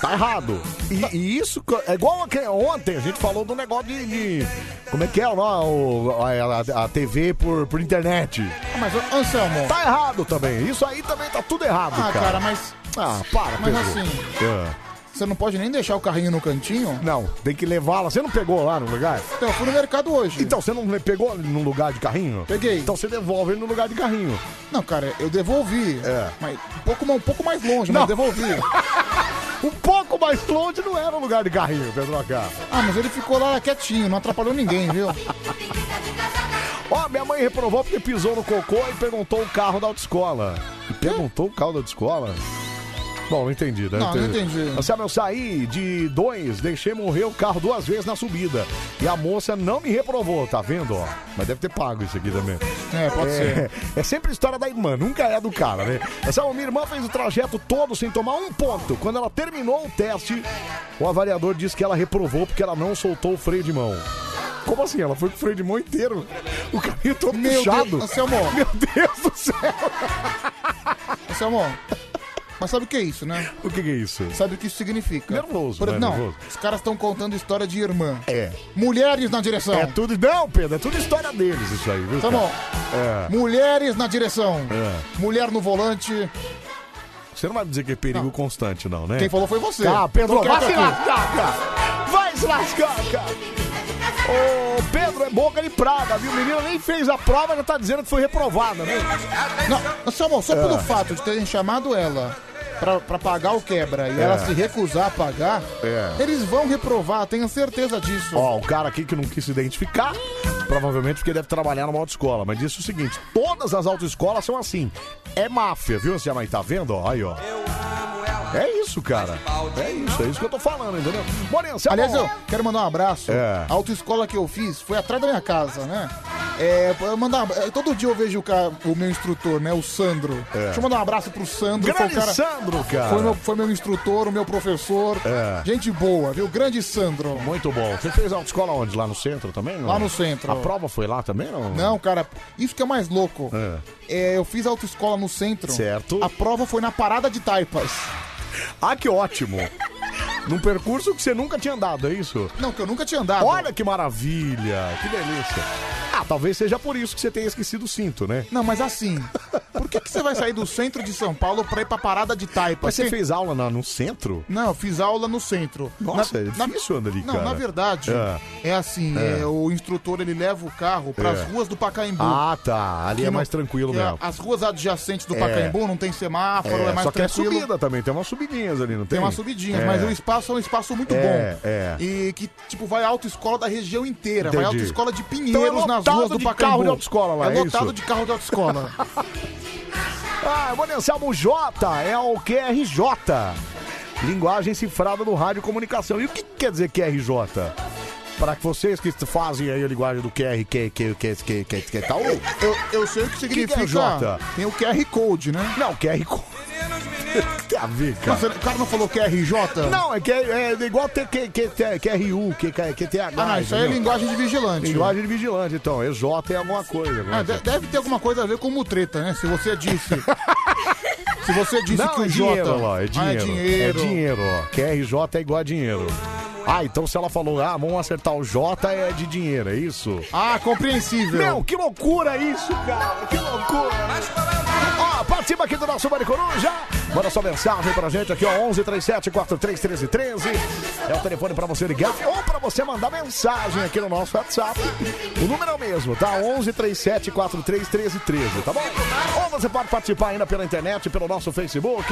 S1: Tá errado. E, e isso co- é igual a que ontem a gente falou do negócio de. de- como é que é lá, o, a, a- a TV por, por internet?
S2: Mas, ô, Anselmo,
S1: Tá errado também. Isso aí também tá tudo errado,
S2: ah,
S1: cara.
S2: cara, mas
S1: Ah, para,
S2: Mas
S1: Pedro.
S2: assim-
S1: É.
S2: você não pode nem deixar o carrinho no cantinho?
S1: Não, tem que levá-la. Você não pegou lá no lugar?
S2: Então, eu fui no mercado hoje.
S1: Então, você não le- pegou no lugar de carrinho?
S2: Peguei.
S1: Então você devolve ele no lugar de carrinho.
S2: Não, cara, eu devolvi.
S1: É.
S2: Mas um pouco, ma- um pouco mais longe,
S1: Não.
S2: mas devolvi.
S1: Um pouco mais longe não era o lugar de carrinho, Pedro H.
S2: Ah, mas ele ficou lá quietinho, não atrapalhou ninguém, viu?
S1: Ó, minha mãe reprovou porque pisou no cocô e perguntou o carro da autoescola. E perguntou o carro da autoescola? Bom, não entendi, né?
S2: Não, não entendi.
S1: Anselmo, eu saí de dois, deixei morrer o carro duas vezes na subida. E a moça não me reprovou, tá vendo, ó? Mas deve ter pago isso aqui também.
S2: É, pode ser.
S1: É, é sempre a história da irmã, nunca é a do cara, né? Essa minha irmã fez o trajeto todo sem tomar um ponto. Quando ela terminou o teste, o avaliador disse que ela reprovou porque ela não soltou o freio de mão. Como assim? Ela foi com o freio de mão inteiro. O caminho todo
S2: Meu
S1: puxado.
S2: Deus, Anselmo,
S1: Meu Deus do céu!
S2: Anselmo. é Mas sabe o que é isso, né?
S1: O que, que é isso?
S2: Sabe o que isso significa?
S1: Nervoso, né?
S2: Não,
S1: Nervoso.
S2: os caras estão contando história de irmã.
S1: É.
S2: Mulheres na direção.
S1: É tudo. Não, Pedro, é tudo história deles isso aí, viu?
S2: Tá bom.
S1: cara? É.
S2: Mulheres na direção.
S1: É.
S2: Mulher no volante.
S1: Você não vai dizer que é perigo constante, não, né?
S2: Quem falou foi você.
S1: Ah, Pedro,
S2: Não quero
S1: vai se
S2: tá aqui.
S1: lascar, cara! Vai se lascar, cara! Ô, Pedro, é boca de praga, viu? O menino nem fez a prova, já tá dizendo que foi reprovada, viu?
S2: Não, Samuel, só
S1: É.
S2: pelo fato de terem chamado ela pra, pra pagar o quebra e
S1: É.
S2: ela se recusar a pagar,
S1: É.
S2: eles vão reprovar, tenha certeza disso.
S1: Ó, o cara aqui que não quis se identificar, provavelmente porque deve trabalhar numa autoescola, mas disse o seguinte: todas as autoescolas são assim. É máfia, viu? Você mãe tá vendo? ó? Aí, ó. É isso, cara. É isso, é isso que eu tô falando, entendeu? Moreno, você é
S2: Aliás,
S1: bom.
S2: eu quero mandar um abraço.
S1: É.
S2: A autoescola que eu fiz foi atrás da minha casa, né? É, eu mandar, é, todo dia eu vejo o, ca- o meu instrutor, né? O Sandro. Deixa eu mandar um abraço pro Sandro.
S1: É. Grande
S2: foi o cara-
S1: Sandro, cara.
S2: Foi meu, foi meu instrutor, o meu professor.
S1: É.
S2: Gente boa, viu? Grande Sandro.
S1: Muito bom. Você fez autoescola onde? Lá no centro também? não?
S2: Lá no centro.
S1: A prova foi lá também? Não.
S2: Não, cara, isso que é mais louco.
S1: É.
S2: É, eu fiz autoescola no centro.
S1: Certo.
S2: A prova foi na parada de taipas.
S1: Ah, que ótimo. Num percurso que você nunca tinha andado, é isso?
S2: Não, que eu nunca tinha andado.
S1: Olha que maravilha, que delícia. Ah, talvez seja por isso que você tenha esquecido o cinto, né?
S2: Não, mas assim, por que, que você vai sair do centro de São Paulo pra ir pra parada de taipas?
S1: Mas você
S2: Tem-
S1: fez aula na- no centro?
S2: Não, eu fiz aula no centro.
S1: Nossa,
S2: na,
S1: é difícil andar ali,
S2: Não,
S1: cara.
S2: na verdade,
S1: É.
S2: é, assim,
S1: É.
S2: é, o instrutor ele leva o carro pras
S1: É.
S2: ruas do Pacaembu.
S1: Ah, tá. Ali
S2: Que
S1: é
S2: não-
S1: mais tranquilo
S2: que
S1: mesmo.
S2: a- As ruas adjacentes do
S1: É.
S2: Pacaembu não tem semáforo, é,
S1: É,
S2: mais
S1: só que é
S2: tranquilo.
S1: subida também, tem umas subidinhas ali, não
S2: Tem
S1: tem?
S2: umas subidinhas,
S1: É.
S2: mas o espaço é um espaço muito
S1: É,
S2: bom.
S1: é.
S2: E que, tipo, vai autoescola da região inteira. Vai
S1: Entendi.
S2: autoescola de
S1: Então é
S2: Pinheiros nas
S1: lotado
S2: ruas do
S1: de
S2: Pacaembu.
S1: carro de autoescola lá, é
S2: é lotado
S1: isso?
S2: de carro de autoescola.
S1: Ah, eu vou lançar o J, é o QRJ. Linguagem cifrada do rádio e comunicação. E o que que quer dizer QRJ? Para vocês que fazem aí a linguagem do QR, que, que, que, que, que, que tal.
S2: eu, eu sei o É que
S1: que que é
S2: significa.
S1: Jota?
S2: tem o QR Code, né?
S1: Não, QR Code. Tem a ver,
S2: Mas
S1: cara.
S2: você- o cara não falou QRJ?
S1: Não, é, que, é igual ter que, que, que, QRU, que, que, QTH.
S2: Ah, isso aí é
S1: entendeu?
S2: linguagem de vigilante.
S1: Linguagem de vigilante, então. EJ é alguma coisa. alguma
S2: Ah, de-
S1: coisa.
S2: deve ter alguma coisa a ver com mutreta, né? Se você disse. se você disse
S1: Não,
S2: que
S1: é
S2: o Jota.
S1: dinheiro, ó, é dinheiro.
S2: Ah, é dinheiro.
S1: É dinheiro, ó. QRJ é igual a dinheiro. Ah, então se ela falou, ah, vamos acertar o J é de dinheiro, é isso?
S2: Ah, compreensível.
S1: Meu, que loucura isso, cara! Que loucura! Ó, participa aqui do nosso Maricoruja! Manda sua mensagem pra gente aqui, ó, 11 37 431313. É o telefone pra você ligar ou pra você mandar mensagem aqui no nosso WhatsApp. O número é o mesmo, tá? 11 37 431313, tá bom? Ou você pode participar ainda pela internet, pelo nosso Facebook,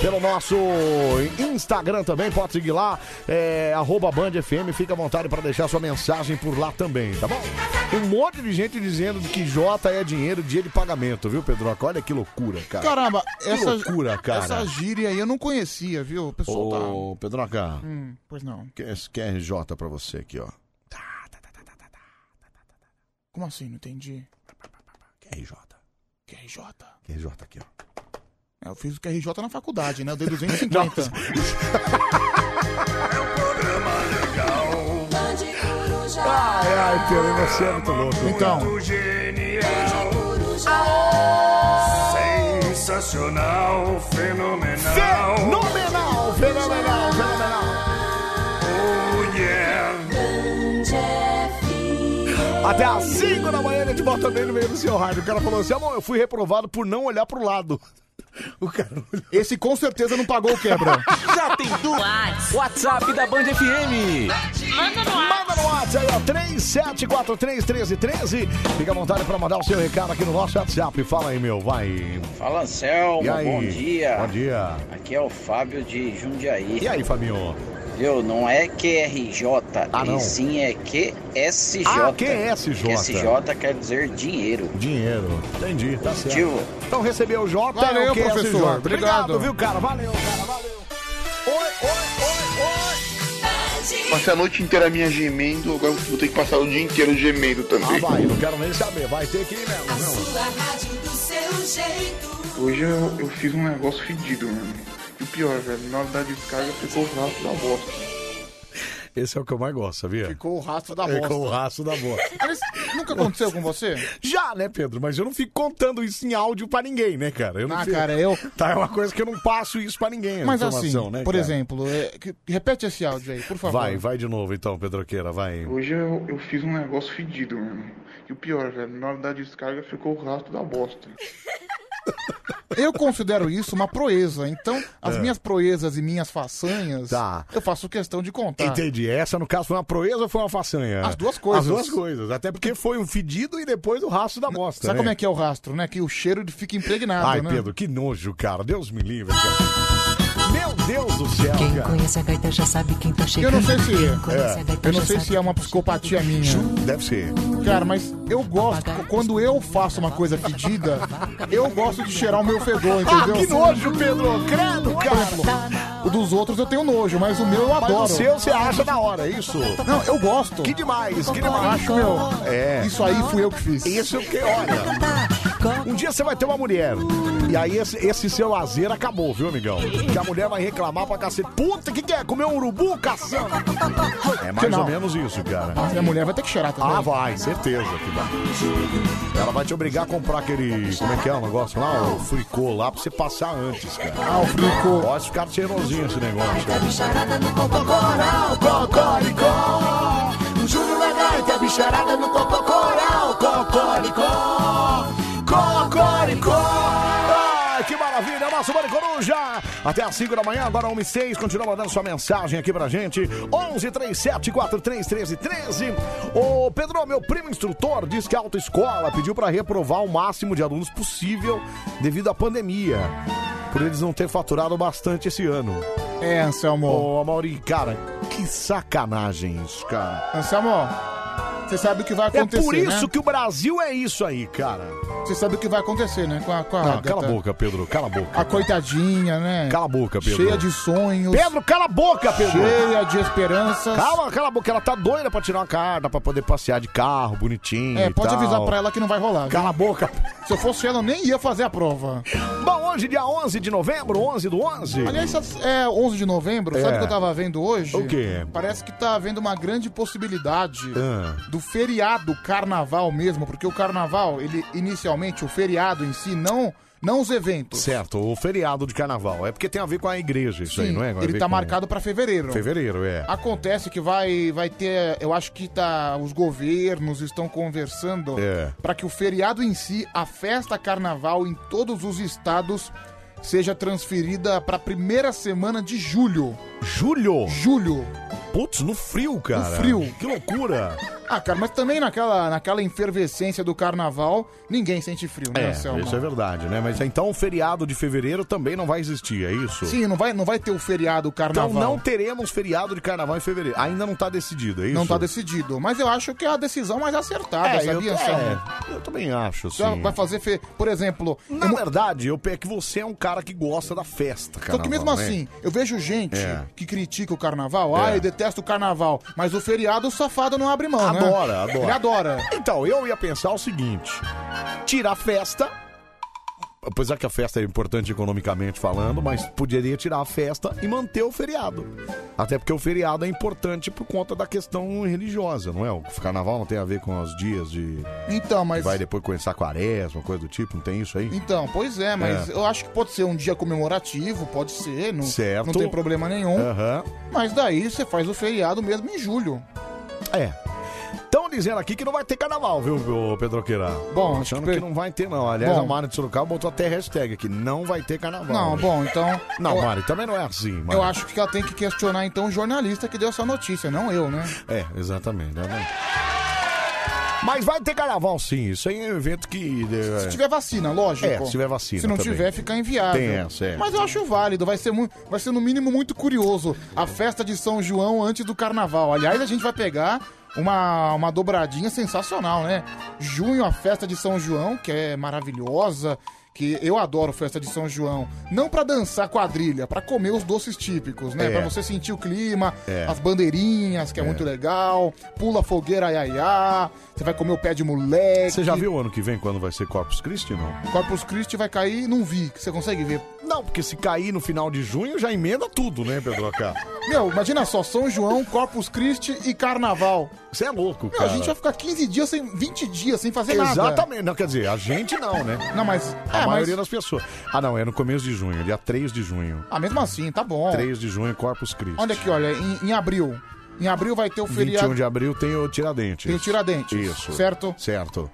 S1: pelo nosso Instagram também, pode seguir lá, é, arroba Band FM, fica à vontade pra deixar sua mensagem por lá também, tá bom? Um monte de gente dizendo que J é dinheiro, dia de pagamento, viu, Pedro? Olha que loucura, cara.
S2: Caramba,
S1: Que
S2: essa,
S1: loucura, cara.
S2: essa gíria aí eu não conhecia, viu? O pessoal tá.
S1: Ô, Pedroca,
S2: Hum, pois não.
S1: que- é QRJ pra você aqui, ó.
S2: Como assim? Não entendi.
S1: QRJ.
S2: QRJ.
S1: QRJ aqui, ó.
S2: É, Eu fiz o QRJ na faculdade, né? Eu dei 250.
S1: Ai, ai, Pedro, você é muito louco.
S2: então,
S5: Sensacional, fenomenal.
S1: Fenomenal, fenomenal, fenomenal.
S5: Oh yeah.
S1: Até às 5 da manhã a gente bota bem no meio do seu rádio. O cara falou assim, amor, eu fui reprovado por não olhar pro lado. O cara não olhou.
S2: esse com certeza não pagou o quebra.
S6: Já tem do WhatsApp da Band FM.
S1: Manda no WhatsApp aí, ó, 37431313. Fica à vontade pra mandar o seu recado aqui no nosso WhatsApp. Fala aí, meu, vai.
S7: Fala Anselmo,
S1: E aí?
S7: bom dia.
S1: Bom dia.
S7: Aqui é o Fábio de Jundiaí.
S1: E aí, Fabinho?
S7: Viu? Não é QRJ,
S1: Ah, não.
S7: e sim é QSJ.
S1: Ah, QSJ.
S7: QSJ quer dizer dinheiro.
S1: Dinheiro. Entendi, tá certo.
S7: Tio,
S1: Então recebeu o Jota
S2: Valeu,
S1: é o QSJ.
S2: professor.
S1: Obrigado,
S2: Obrigado.
S1: viu, cara? Valeu, cara, valeu. Oi, oi,
S8: Passei a noite inteira minha gemendo, agora vou ter que passar o dia inteiro gemendo
S1: oi, oi. Ah,
S8: também.
S1: vai, não quero nem saber. Vai ter que ir mesmo.
S4: A
S1: viu?
S4: sua rádio do seu jeito.
S8: Hoje eu, eu fiz um negócio fedido, mano. E o pior, velho, na hora da descarga ficou o rastro da bosta.
S1: Esse é o que eu mais gosto, sabia?
S2: Ficou o rastro da
S1: É,
S2: bosta.
S1: o raço da bosta.
S2: Aliás, nunca aconteceu com você?
S1: Já, né, Pedro? Mas eu não fico contando isso em áudio pra ninguém, né, cara? Eu não
S2: Ah,
S1: fico-
S2: cara, eu.
S1: Tá, é uma coisa que eu não passo isso pra ninguém. a
S2: Mas assim,
S1: informação, né,
S2: por
S1: cara?
S2: exemplo, é, que- repete esse áudio aí, por favor.
S1: Vai, vai de novo então, Pedroqueira, vai.
S8: Hoje eu, eu fiz um negócio fedido, mano. E o pior, velho, na hora da descarga ficou o rastro da bosta.
S2: Eu considero isso uma proeza. Então, as
S1: É.
S2: minhas proezas e minhas façanhas,
S1: Tá.
S2: eu faço questão de contar.
S1: Entendi. Essa, no caso, foi uma proeza ou foi uma façanha?
S2: Tá. As duas coisas.
S1: As duas coisas. Até porque foi um fedido e depois o rastro da bosta.
S2: Sabe
S1: né?
S2: como é que é o rastro, né? Que o cheiro ele fica impregnado,
S1: Ai,
S2: né?
S1: Pedro, que nojo, cara. Deus me livre, cara. Meu Deus do céu,
S9: Quem
S1: cara.
S9: conhece a gaita já sabe
S1: Então
S9: quem tá
S2: Eu
S9: chegando.
S2: não sei se
S1: conhece
S9: a
S2: é.
S9: gaita
S2: Eu não
S9: já
S2: sei
S9: sabe
S2: se é uma psicopatia minha.
S1: Deve ser.
S2: Cara, mas eu gosto. Quando eu faço uma coisa pedida, eu gosto de cheirar o meu fedor, entendeu?
S1: Ah, que nojo, Pedro! Credo,
S2: cara! O dos outros eu tenho nojo, mas o meu eu
S1: Mas
S2: adoro.
S1: o seu você acha da hora, é isso?
S2: Não, eu gosto.
S1: Que demais, que
S2: Eu
S1: demais.
S2: acho, meu.
S1: É.
S2: Isso aí fui eu que fiz.
S1: Isso que, olha. Um dia você vai ter uma mulher. E aí esse, esse seu lazer acabou, viu, amigão? Que a mulher vai reclamar pra cacete. Puta, que que é? Comeu um urubu, caçamba? É mais
S2: Não.
S1: ou menos isso, cara.
S2: Minha mulher vai ter que cheirar também.
S1: Ah, vai, certeza que vai. Ela vai te obrigar a comprar aquele. Como é que é o negócio lá? O fricô lá pra você passar antes, cara.
S2: Ah, o fricô.
S1: Pode ficar cheirosinho esse negócio.
S4: Gaita bicharada no cococoral, cocoricó. O Júlio da Gaita bicharada no cococoral, cocoricó. Cocoricó.
S1: Ah, que maravilha, nosso Bande Coruja! Até às 5 da manhã, agora 1 e 6, continua mandando sua mensagem aqui pra gente. 11 37 43 13 13. Ô Pedro, meu primo instrutor, diz que a autoescola pediu pra reprovar o máximo de alunos possível devido à pandemia. Por eles não ter faturado bastante esse ano.
S2: É, Anselmo.
S1: Ô, Mauri, cara, que sacanagem isso, cara.
S2: Anselmo, você sabe o que vai
S1: É
S2: acontecer,
S1: por isso
S2: né?
S1: que o Brasil é isso aí, cara.
S2: Você sabe o que vai acontecer, né? Com a, com a
S1: Ah,
S2: Agatha.
S1: cala a boca, Pedro, cala a boca.
S2: A coitadinha, né?
S1: Cala a boca, Pedro.
S2: Cheia de sonhos.
S1: Pedro, cala a boca, Pedro!
S2: Cheia de esperanças.
S1: Calma, cala a boca, ela tá doida pra tirar uma carta, pra poder passear de carro, bonitinho.
S2: É,
S1: e
S2: pode
S1: tal.
S2: avisar pra ela que não vai rolar.
S1: Cala a boca.
S2: Se eu fosse ela, eu nem ia fazer a prova.
S1: Bom, hoje, dia 11 de novembro, 11 do 11.
S2: Aliás, sabe- é 11 de novembro, sabe
S1: É.
S2: o que eu tava vendo hoje?
S1: O quê?
S2: Parece que tá havendo uma grande possibilidade
S1: Ah.
S2: do feriado carnaval mesmo, porque o carnaval, ele inicialmente, o feriado em si, não, não os eventos.
S1: Certo, o feriado de carnaval. É porque tem a ver com a igreja isso aí,
S2: Sim,
S1: não é? Tem a
S2: ele
S1: ver
S2: tá
S1: com-
S2: marcado pra fevereiro. Ah,
S1: Fevereiro, é.
S2: Acontece que vai, vai ter, eu acho que tá, os governos estão conversando
S1: É.
S2: pra que o feriado em si, a festa carnaval em todos os estados, seja transferida pra primeira semana de julho.
S1: Julho.
S2: Julho.
S1: Putz, no frio, cara.
S2: No frio.
S1: Que loucura.
S2: Ah, cara, mas também naquela, naquela efervescência do carnaval, ninguém sente frio, né,
S1: É,
S2: Anselmo?
S1: isso é verdade, né? Mas então o feriado de fevereiro também não vai existir, é isso?
S2: Sim, não vai, não vai ter o feriado
S1: Então
S2: carnaval.
S1: não teremos feriado de carnaval em fevereiro. Ainda não tá decidido, é isso?
S2: Não tá decidido. Mas eu acho que é a decisão mais acertada,
S1: É, eu,
S2: sabia, Anselmo?
S1: é, eu também acho,
S2: Você
S1: sim.
S2: Então, Vai fazer, fe... por exemplo,
S1: Na verdade, eu pe- é que você é um cara que gosta da festa, né? cara.
S2: Só que mesmo assim, eu vejo gente
S1: É.
S2: que critica o carnaval,
S1: É.
S2: ah, eu detesto o carnaval, mas o feriado o safado não abre mão, né?
S1: Adora, adora.
S2: Ele adora.
S1: Então, eu ia pensar o seguinte: tirar a festa. Apesar que a festa é importante economicamente falando, mas poderia tirar a festa e manter o feriado. Até porque o feriado é importante por conta da questão religiosa, não é? O carnaval não tem a ver com os dias de.
S2: Então, mas...
S1: Vai depois começar a quaresma, coisa do tipo, não tem isso aí?
S2: Então, pois é, mas
S1: É.
S2: eu acho que pode ser um dia comemorativo, pode ser, não,
S1: Certo.
S2: não tem problema nenhum.
S1: Aham.
S2: Mas daí você faz o feriado mesmo em julho.
S1: É. Estão dizendo aqui que não vai ter carnaval, viu, ô, Pedroqueira?
S2: Bom, acho
S1: achando
S2: que-
S1: que... não vai ter, não. Aliás,
S2: Bom.
S1: a Mari de Sorocaba botou até hashtag aqui, não vai ter carnaval.
S2: Não, bom, então.
S1: Não,
S2: eu,
S1: Mari, também não é assim, Mari.
S2: eu acho que ela tem que questionar então o jornalista que deu essa notícia, não eu, né?
S1: É, exatamente. né? Mas vai ter carnaval, sim. Isso aí é um evento que... é,
S2: Se tiver vacina, lógico.
S1: É, se tiver vacina
S2: Se não
S1: também.
S2: tiver, fica inviável.
S1: Tem essa, é.
S2: Mas eu acho válido, vai ser, muito, vai ser no mínimo muito curioso. A festa de São João antes do carnaval. Aliás, a gente vai pegar uma, uma dobradinha sensacional, né? Junho, a festa de São João, que é maravilhosa. Que eu adoro festa de São João. Não pra dançar quadrilha, pra comer os doces típicos, né?
S1: É.
S2: Pra você sentir o clima,
S1: É.
S2: as bandeirinha, que é, muito legal. Pula a fogueira, ai, ai, ai. Você vai comer o pé de moleque.
S1: Você já viu o ano que vem quando vai ser Corpus Christi, não?
S2: Corpus Christi vai cair, não vi. Você consegue ver?
S1: Não, porque se cair no final de junho, já emenda tudo, né, Pedroca?
S2: Meu, imagina só, São João, Corpus Christi e Carnaval.
S1: Você é louco,
S2: Meu,
S1: cara.
S2: a gente vai ficar 15 dias, sem, 20 dias sem fazer nada.
S1: Exatamente. Não, quer dizer, a gente não, né?
S2: Não, mas...
S1: A
S2: é,
S1: maioria
S2: mas...
S1: das pessoas. Ah, não, é no começo de junho, dia 3 de junho.
S2: Ah, mesmo assim, tá bom.
S1: 3 de junho, Corpus Christi.
S2: Olha aqui, olha, em, em abril. Em abril vai ter é o
S1: 21
S2: feriado...
S1: de abril tem o Tiradentes.
S2: Tem o Tiradentes.
S1: Isso.
S2: Certo?
S1: Certo.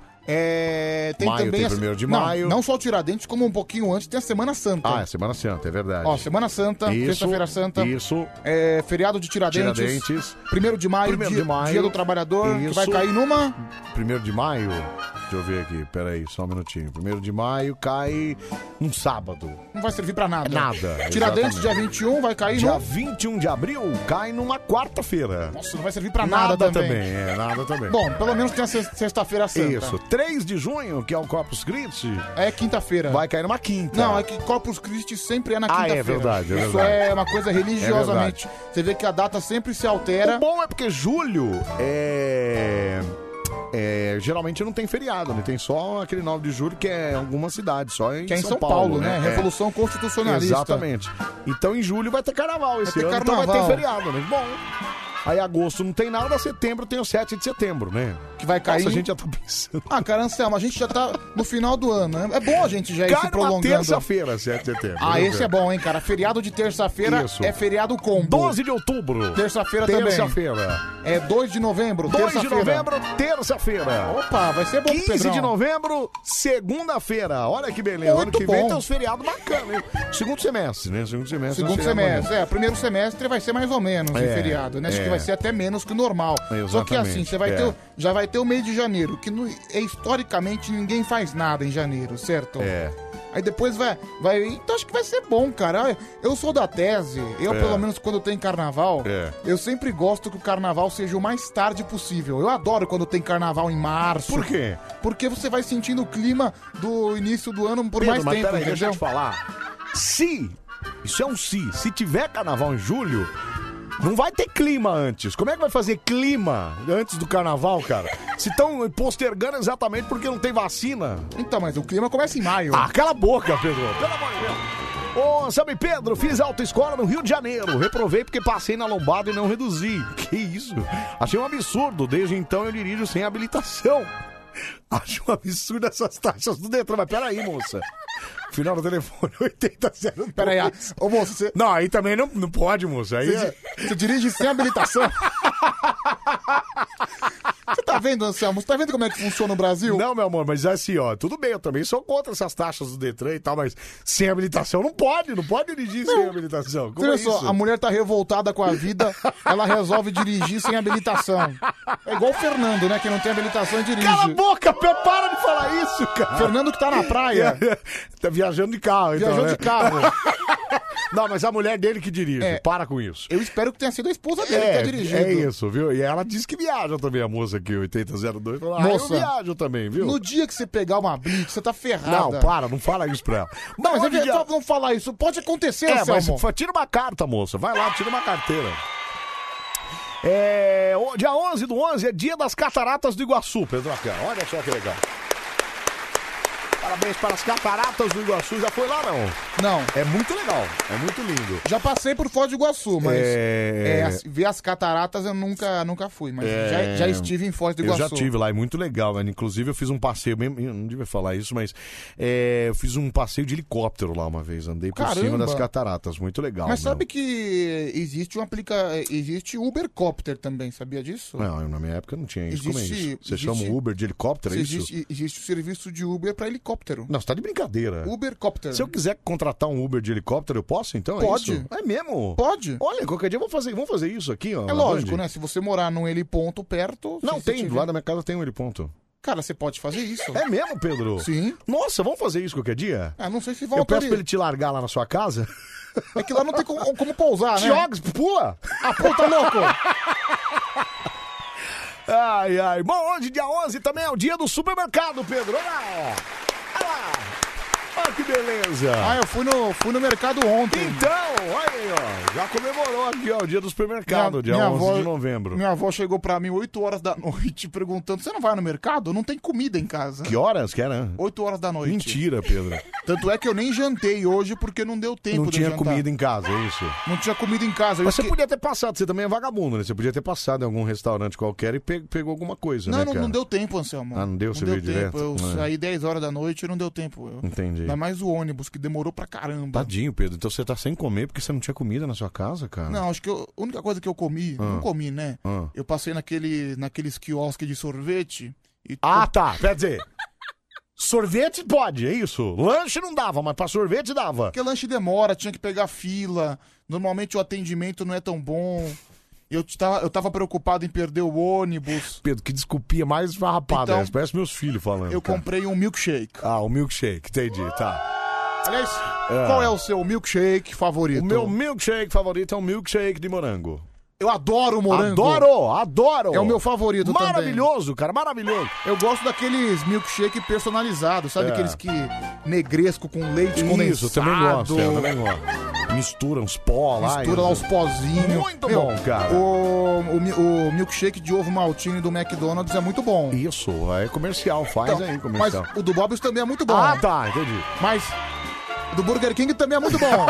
S2: É, tem
S1: Maio
S2: também
S1: tem
S2: a se-
S1: primeiro de
S2: não,
S1: maio.
S2: Não só o Tiradentes, como um pouquinho antes tem a Semana Santa.
S1: Ah, é Semana Santa, é verdade.
S2: Então- Ó, Semana Santa,
S1: Isso,
S2: Sexta-feira Santa.
S1: Isso.
S2: É, feriado de Tiradentes.
S1: Tiradentes.
S2: Primeiro de maio,
S1: Primeiro
S2: dia,
S1: de maio.
S2: dia do trabalhador, que vai
S1: Isso.
S2: cair numa.
S1: Primeiro de maio, deixa eu ver aqui, peraí, só um minutinho. Primeiro de maio cai num sábado.
S2: Não vai servir pra nada.
S1: Nada,
S2: Tiradentes,
S1: exatamente.
S2: dia 21, vai cair
S1: Dia
S2: num-
S1: 21 de abril cai numa quarta-feira.
S2: Nossa, não vai servir pra nada, também.
S1: é, nada também.
S2: Bom, pelo menos tem a se- sexta-feira santa.
S1: Isso, 3 de junho, que é o Corpus Christi,
S2: É quinta-feira.
S1: vai cair numa quinta.
S2: Não, é que Corpus Christi sempre é na
S1: Ah,
S2: quinta-feira.
S1: é verdade, é
S2: Isso
S1: verdade.
S2: é uma coisa religiosamente. Você vê que a data sempre se altera.
S1: O bom é porque julho é... é, Geralmente não tem feriado, né? Tem só aquele 9 de julho que é em alguma cidade, só em,
S2: Que é em
S1: São,
S2: São Paulo, né? Revolução Constitucionalista.
S1: Exatamente. Então em julho vai ter carnaval esse
S2: Vai ter
S1: ano, então vai
S2: carnaval.
S1: ter feriado, né? Bom. Aí agosto não tem nada, setembro tem o 7 de setembro, né?
S2: Que vai cair.
S1: Nossa, a gente já tá pensando.
S2: Ah, cara, Anselmo, a gente já tá no final do ano, né? É bom a gente já ir se
S1: Cai numa
S2: prolongando.
S1: terça-feira, 7 de setembro.
S2: Ah,
S1: né,
S2: esse é
S1: cara?
S2: bom, hein, cara? Feriado de terça-feira
S1: Isso.
S2: é feriado combo.
S1: 12 de outubro.
S2: Terça-feira também.
S1: Terça-feira.
S2: É 2 de novembro,
S1: 2 de
S2: terça-feira.
S1: novembro, terça-feira.
S2: Opa, vai ser bom pro
S1: 15 de
S2: Pedrão.
S1: novembro, segunda-feira. Olha que beleza. ano
S2: Muito
S1: que vem
S2: bom.
S1: tem uns feriados bacanas, hein? Segundo semestre, né? Segundo semestre. é um
S2: Segundo
S1: feriado
S2: semestre, é. Primeiro semestre vai ser mais ou menos em
S1: É,
S2: feriado, né? Acho
S1: é.
S2: que vai ser até menos que o normal. Só que
S1: Exatamente,
S2: assim, você vai
S1: é.
S2: ter, o- já vai ter o mês de janeiro, que no- é, historicamente ninguém faz nada em janeiro, certo?
S1: É.
S2: Aí depois vai, vai. Então acho que vai ser bom, cara. Eu sou da tese. Eu,
S1: É.
S2: pelo menos, quando tem carnaval,
S1: É.
S2: eu sempre gosto que o carnaval seja o mais tarde possível. Eu adoro quando tem carnaval em março.
S1: Por quê?
S2: Porque você vai sentindo o clima do início do ano por
S1: Pedro,
S2: mais
S1: mas
S2: tempo,
S1: peraí, deixa eu
S2: entendeu?
S1: te falar. Se, isso é um se, se tiver carnaval em julho, não vai ter clima antes. Como é que vai fazer clima antes do carnaval, cara? Se estão postergando exatamente porque não tem vacina.
S2: Então, mas o clima começa em maio.
S1: Ah, cala a boca, Pedro. Pelo amor de Deus. Ô, sabe, Pedro, fiz autoescola no Rio de Janeiro. Reprovei porque passei na lombada e não reduzi. Que isso? Achei um absurdo. Desde então eu dirijo sem habilitação. Acho um absurdo essas taxas do Detran. Mas peraí, moça. Final do telefone 8002.
S2: Peraí, ah, ô moço, você,
S1: Não, aí também não, não pode, moça. Aí é-
S2: você, di- você dirige sem habilitação? você tá vendo, Anselmo? Você tá vendo como é que funciona o Brasil?
S1: Não, meu amor, mas assim, ó, tudo bem, eu também sou contra essas taxas do Detran e tal, mas sem habilitação não pode, não pode dirigir sem habilitação. Como
S2: Olha
S1: é
S2: só,
S1: isso?
S2: a mulher tá revoltada com a vida, ela resolve dirigir sem habilitação. É igual o Fernando, né? Que não tem habilitação e dirige.
S1: Cala a boca, Pé, para de falar isso, cara.
S2: Fernando que tá na praia,
S1: tá viajando de carro, então.
S2: viajou
S1: né?
S2: de carro.
S1: Não, mas a mulher dele que dirige,
S2: É.
S1: para com isso.
S2: Eu espero que tenha sido a esposa dele
S1: É,
S2: que tá tenha dirigido.
S1: é isso, viu? E ela diz que viaja também, a moça aqui, 8002. Fala, ah, eu
S2: Moça,
S1: viajo também, viu?
S2: No dia que você pegar uma blitz, você tá
S1: Não,
S2: ferrado.
S1: para, não fala isso pra ela.
S2: Não, mas
S1: Onde
S2: é
S1: dia-
S2: só não falar isso. Pode acontecer,
S1: É, mas
S2: Anselmo.
S1: fa- tira uma carta, moça. Vai lá, tira uma carteira. É, o- dia 11 do 11 é dia das cataratas do Iguaçu, Pedro Acá. Olha só que legal. Parabéns para as cataratas do Iguaçu. Já foi lá, não?
S2: Não.
S1: É muito legal. É muito lindo.
S2: Já passei por Foz do Iguaçu, mas
S1: É.
S2: é, as- ver as cataratas eu nunca, nunca fui, mas
S1: É.
S2: já, já estive em Foz do
S1: Eu
S2: Iguaçu.
S1: já tive lá, é muito legal. né? Inclusive, eu fiz um passeio, mesmo, eu não devia falar isso, mas é, eu fiz um passeio de helicóptero lá uma vez. Andei por cima
S2: Caramba.
S1: das cataratas, muito legal.
S2: Mas
S1: meu.
S2: sabe que existe um aplica... existe Ubercopter também, sabia disso?
S1: Não, eu, na minha época não tinha isso. Como é isso?
S2: Existe-
S1: Você
S2: existe-
S1: chama o Uber de helicóptero, é isso?
S2: existe, existe o serviço de Uber pra helicóptero.
S1: Não, você tá de brincadeira.
S2: Ubercopter.
S1: Se eu quiser contratar um Uber de helicóptero, eu posso então?
S2: Pode.
S1: É, isso? é mesmo?
S2: Pode.
S1: Olha, qualquer dia eu vou fazer, vamos fazer isso aqui, ó.
S2: É lógico, né? Se você morar num heliponto perto...
S1: Ah, Não,
S2: se você
S1: tem,
S2: tiver-
S1: lá na minha casa tem um heliponto.
S2: Cara, você pode fazer isso.
S1: É mesmo, Pedro?
S2: Sim.
S1: Nossa, vamos fazer isso qualquer dia?
S2: Ah, não sei se vão
S1: Eu peço pra
S2: autorizar.
S1: ele te largar lá na sua casa.
S2: É que lá não tem como, como pousar, né?
S1: Jogos, pula!
S2: Ah, puta louco!
S1: Ai, ai. Bom, hoje, dia 11, também é o dia do supermercado, Pedro. Olha lá! Olha lá! Olha que beleza!
S2: Ah, eu fui no, fui no mercado ontem.
S1: Então, olha aí, ó. Já comemorou aqui, ó, o dia do supermercado, dia 11 de novembro.
S2: Minha avó chegou pra mim 8 horas da noite perguntando: Você não vai no mercado? Não tem comida em casa.
S1: Que horas que era?
S2: 8 horas da noite.
S1: Mentira, Pedro.
S2: Tanto é que eu nem jantei hoje porque não deu tempo
S1: Não
S2: de
S1: tinha
S2: eu jantar.
S1: comida em casa, é isso?
S2: Não tinha comida em casa. Eu
S1: Mas você
S2: esque-
S1: podia ter passado, você também é vagabundo, né? Você podia ter passado em algum restaurante qualquer e pe- pegou alguma coisa,
S2: Não,
S1: né,
S2: não,
S1: cara?
S2: não deu tempo, Anselmo.
S1: Ah, não deu? Você
S2: Não deu
S1: veio
S2: tempo.
S1: direto?
S2: Eu
S1: É.
S2: saí 10 horas da noite e não deu tempo. Eu...
S1: Entendi.
S2: Ainda mais o ônibus, que demorou pra caramba.
S1: Tadinho, Pedro. Então você tá sem comer porque você não tinha comida na sua casa, cara?
S2: Não, acho que eu- a única coisa que eu comi, não comi, né?
S1: Ah.
S2: Eu passei naquele, naqueles quiosques de sorvete e
S1: Ah, tá. Quer dizer, Sorvete pode, é isso. Lanche não dava, mas pra sorvete dava.
S2: Porque lanche demora, tinha que pegar fila. Normalmente o atendimento não é tão bom. Eu tava, eu tava preocupado em perder o ônibus.
S1: Pedro, que desculpinha mais farrapada.
S2: Então-
S1: né? Parece meus filhos falando.
S2: Eu
S1: cara.
S2: comprei um milkshake.
S1: Ah, o milkshake, entendi, tá.
S2: Aliás,
S1: É.
S2: qual é o seu milkshake favorito?
S1: O meu milkshake favorito é o milkshake de morango.
S2: Eu adoro morango.
S1: Adoro, adoro.
S2: É o meu favorito também.
S1: Maravilhoso, cara, maravilhoso.
S2: Eu gosto daqueles milkshake personalizados, sabe?
S1: É.
S2: Aqueles que negresco com leite condensado.
S1: Isso, também gosto, eu também gosto. Mistura uns pó lá.
S2: Mistura lá os pozinhos.
S1: Muito bom, cara.
S2: O, o mi- o milkshake de ovo maltine do McDonald's é muito bom.
S1: Isso, é comercial, faz
S2: Então,
S1: aí
S2: mas
S1: comercial.
S2: o do Bob's também é muito bom.
S1: Ah, tá, entendi.
S2: Mas o do Burger King também é muito bom.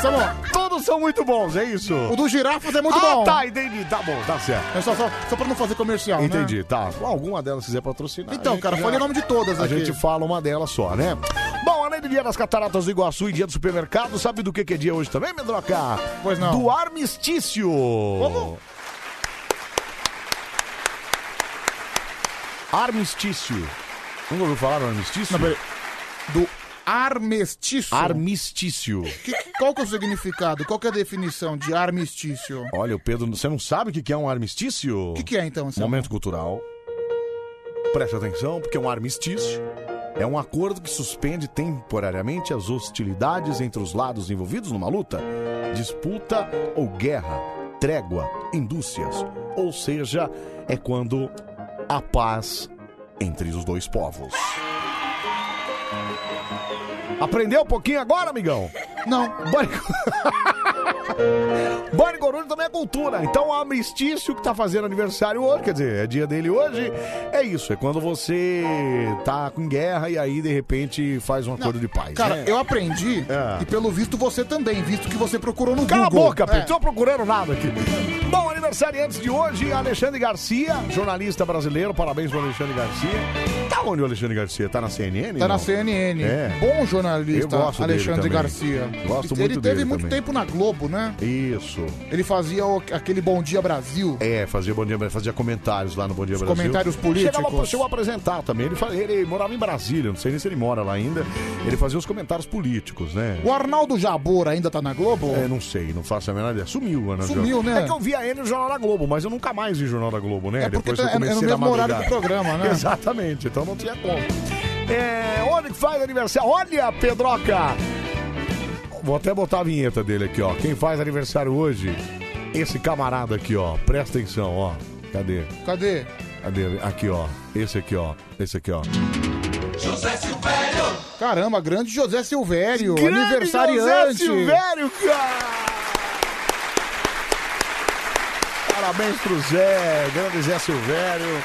S2: Samuel,
S1: Todos são muito bons, é isso?
S2: o do Girafas é muito
S1: ah,
S2: bom.
S1: tá, entendi. Tá bom, tá certo.
S2: É só, só, só pra não fazer comercial, né?
S1: Entendi, tá. Alguma delas quiser patrocinar. a
S2: Então,
S1: gente
S2: cara,
S1: já-
S2: falei o nome de todas
S1: A
S2: aqui.
S1: gente fala uma delas só, né? Bom, além do dia das cataratas do Iguaçu e dia do supermercado, sabe do que que é dia hoje também, Medroca?
S2: Pois não.
S1: Do armistício.
S2: Como?
S1: Armistício. Nunca ouviu falar do armistício?
S2: Não, peraí. Do armistício.
S1: armistício.
S2: Que- qual que é o significado? Qual que é a definição de armistício? O
S1: Olha, o Pedro, você não sabe o que que é um armistício?
S2: que, que é então, Samuel?
S1: Momento cultural. Preste atenção, porque um armistício é um acordo que suspende temporariamente as hostilidades entre os lados envolvidos numa luta, disputa ou guerra, trégua, indústrias. Ou seja, é quando há paz entre os dois povos. Aprendeu um pouquinho agora, amigão?
S2: Não.
S1: Bora Bora Coruja também é cultura. Então, o Amnistício, que tá fazendo aniversário hoje, quer dizer, é dia dele hoje, é isso. É quando você tá com guerra e aí, de repente, faz um acordo de paz.
S2: Cara,
S1: né?
S2: eu aprendi,
S1: É.
S2: e pelo visto você também, visto que você procurou no
S1: Cala
S2: Google.
S1: a boca, Pedro.
S2: É.
S1: Tô procurando nada aqui. Bom, aniversariantes de hoje, Alexandre Garcia, jornalista brasileiro. Parabéns pro Alexandre Garcia. Tá onde o Alexandre Garcia? Tá na CNN?
S2: Tá na
S1: não?
S2: CNN.
S1: É.
S2: Bom
S1: Eu
S2: jornalista,
S1: gosto dele
S2: Alexandre
S1: também.
S2: Garcia.
S1: Gosto
S2: ele
S1: muito
S2: teve
S1: dele
S2: muito
S1: também.
S2: tempo na Globo, né?
S1: Isso.
S2: Ele fazia o- aquele Bom Dia Brasil.
S1: É, fazia Bom Dia Brasil, fazia comentários lá no Bom Dia Brasil.
S2: comentários políticos.
S1: Chegava, chegou a apresentar também. Ele, fa- ele morava em Brasília, não sei nem se ele mora lá ainda. Ele fazia os comentários políticos, né?
S2: O Arnaldo Jabor ainda tá na Globo?
S1: É, não sei, não faço a menor ideia. Sumiu, Ana
S2: Sumiu,
S1: Jorge.
S2: né?
S1: É que eu via ele no Jornal da Globo, mas eu nunca mais vi Jornal da Globo, né?
S2: É porque
S1: Depois
S2: tá-
S1: eu
S2: é- é no
S1: comecei da
S2: mesmo horário
S1: madrugada.
S2: do programa, né?
S1: Exatamente, então não tinha como. É, onde que faz aniversário? Olha, Pedroca! Vou até botar a vinheta dele aqui, ó. Quem faz aniversário hoje? Esse camarada aqui, ó. Presta atenção, ó. Cadê?
S2: Cadê?
S1: Cadê? Aqui, ó. Esse aqui, ó. Esse aqui, ó.
S2: Caramba, grande José Silvério,
S1: Grande José
S2: aniversariante.
S1: Silvério, cara! Parabéns pro Zé, grande Zé Silvério.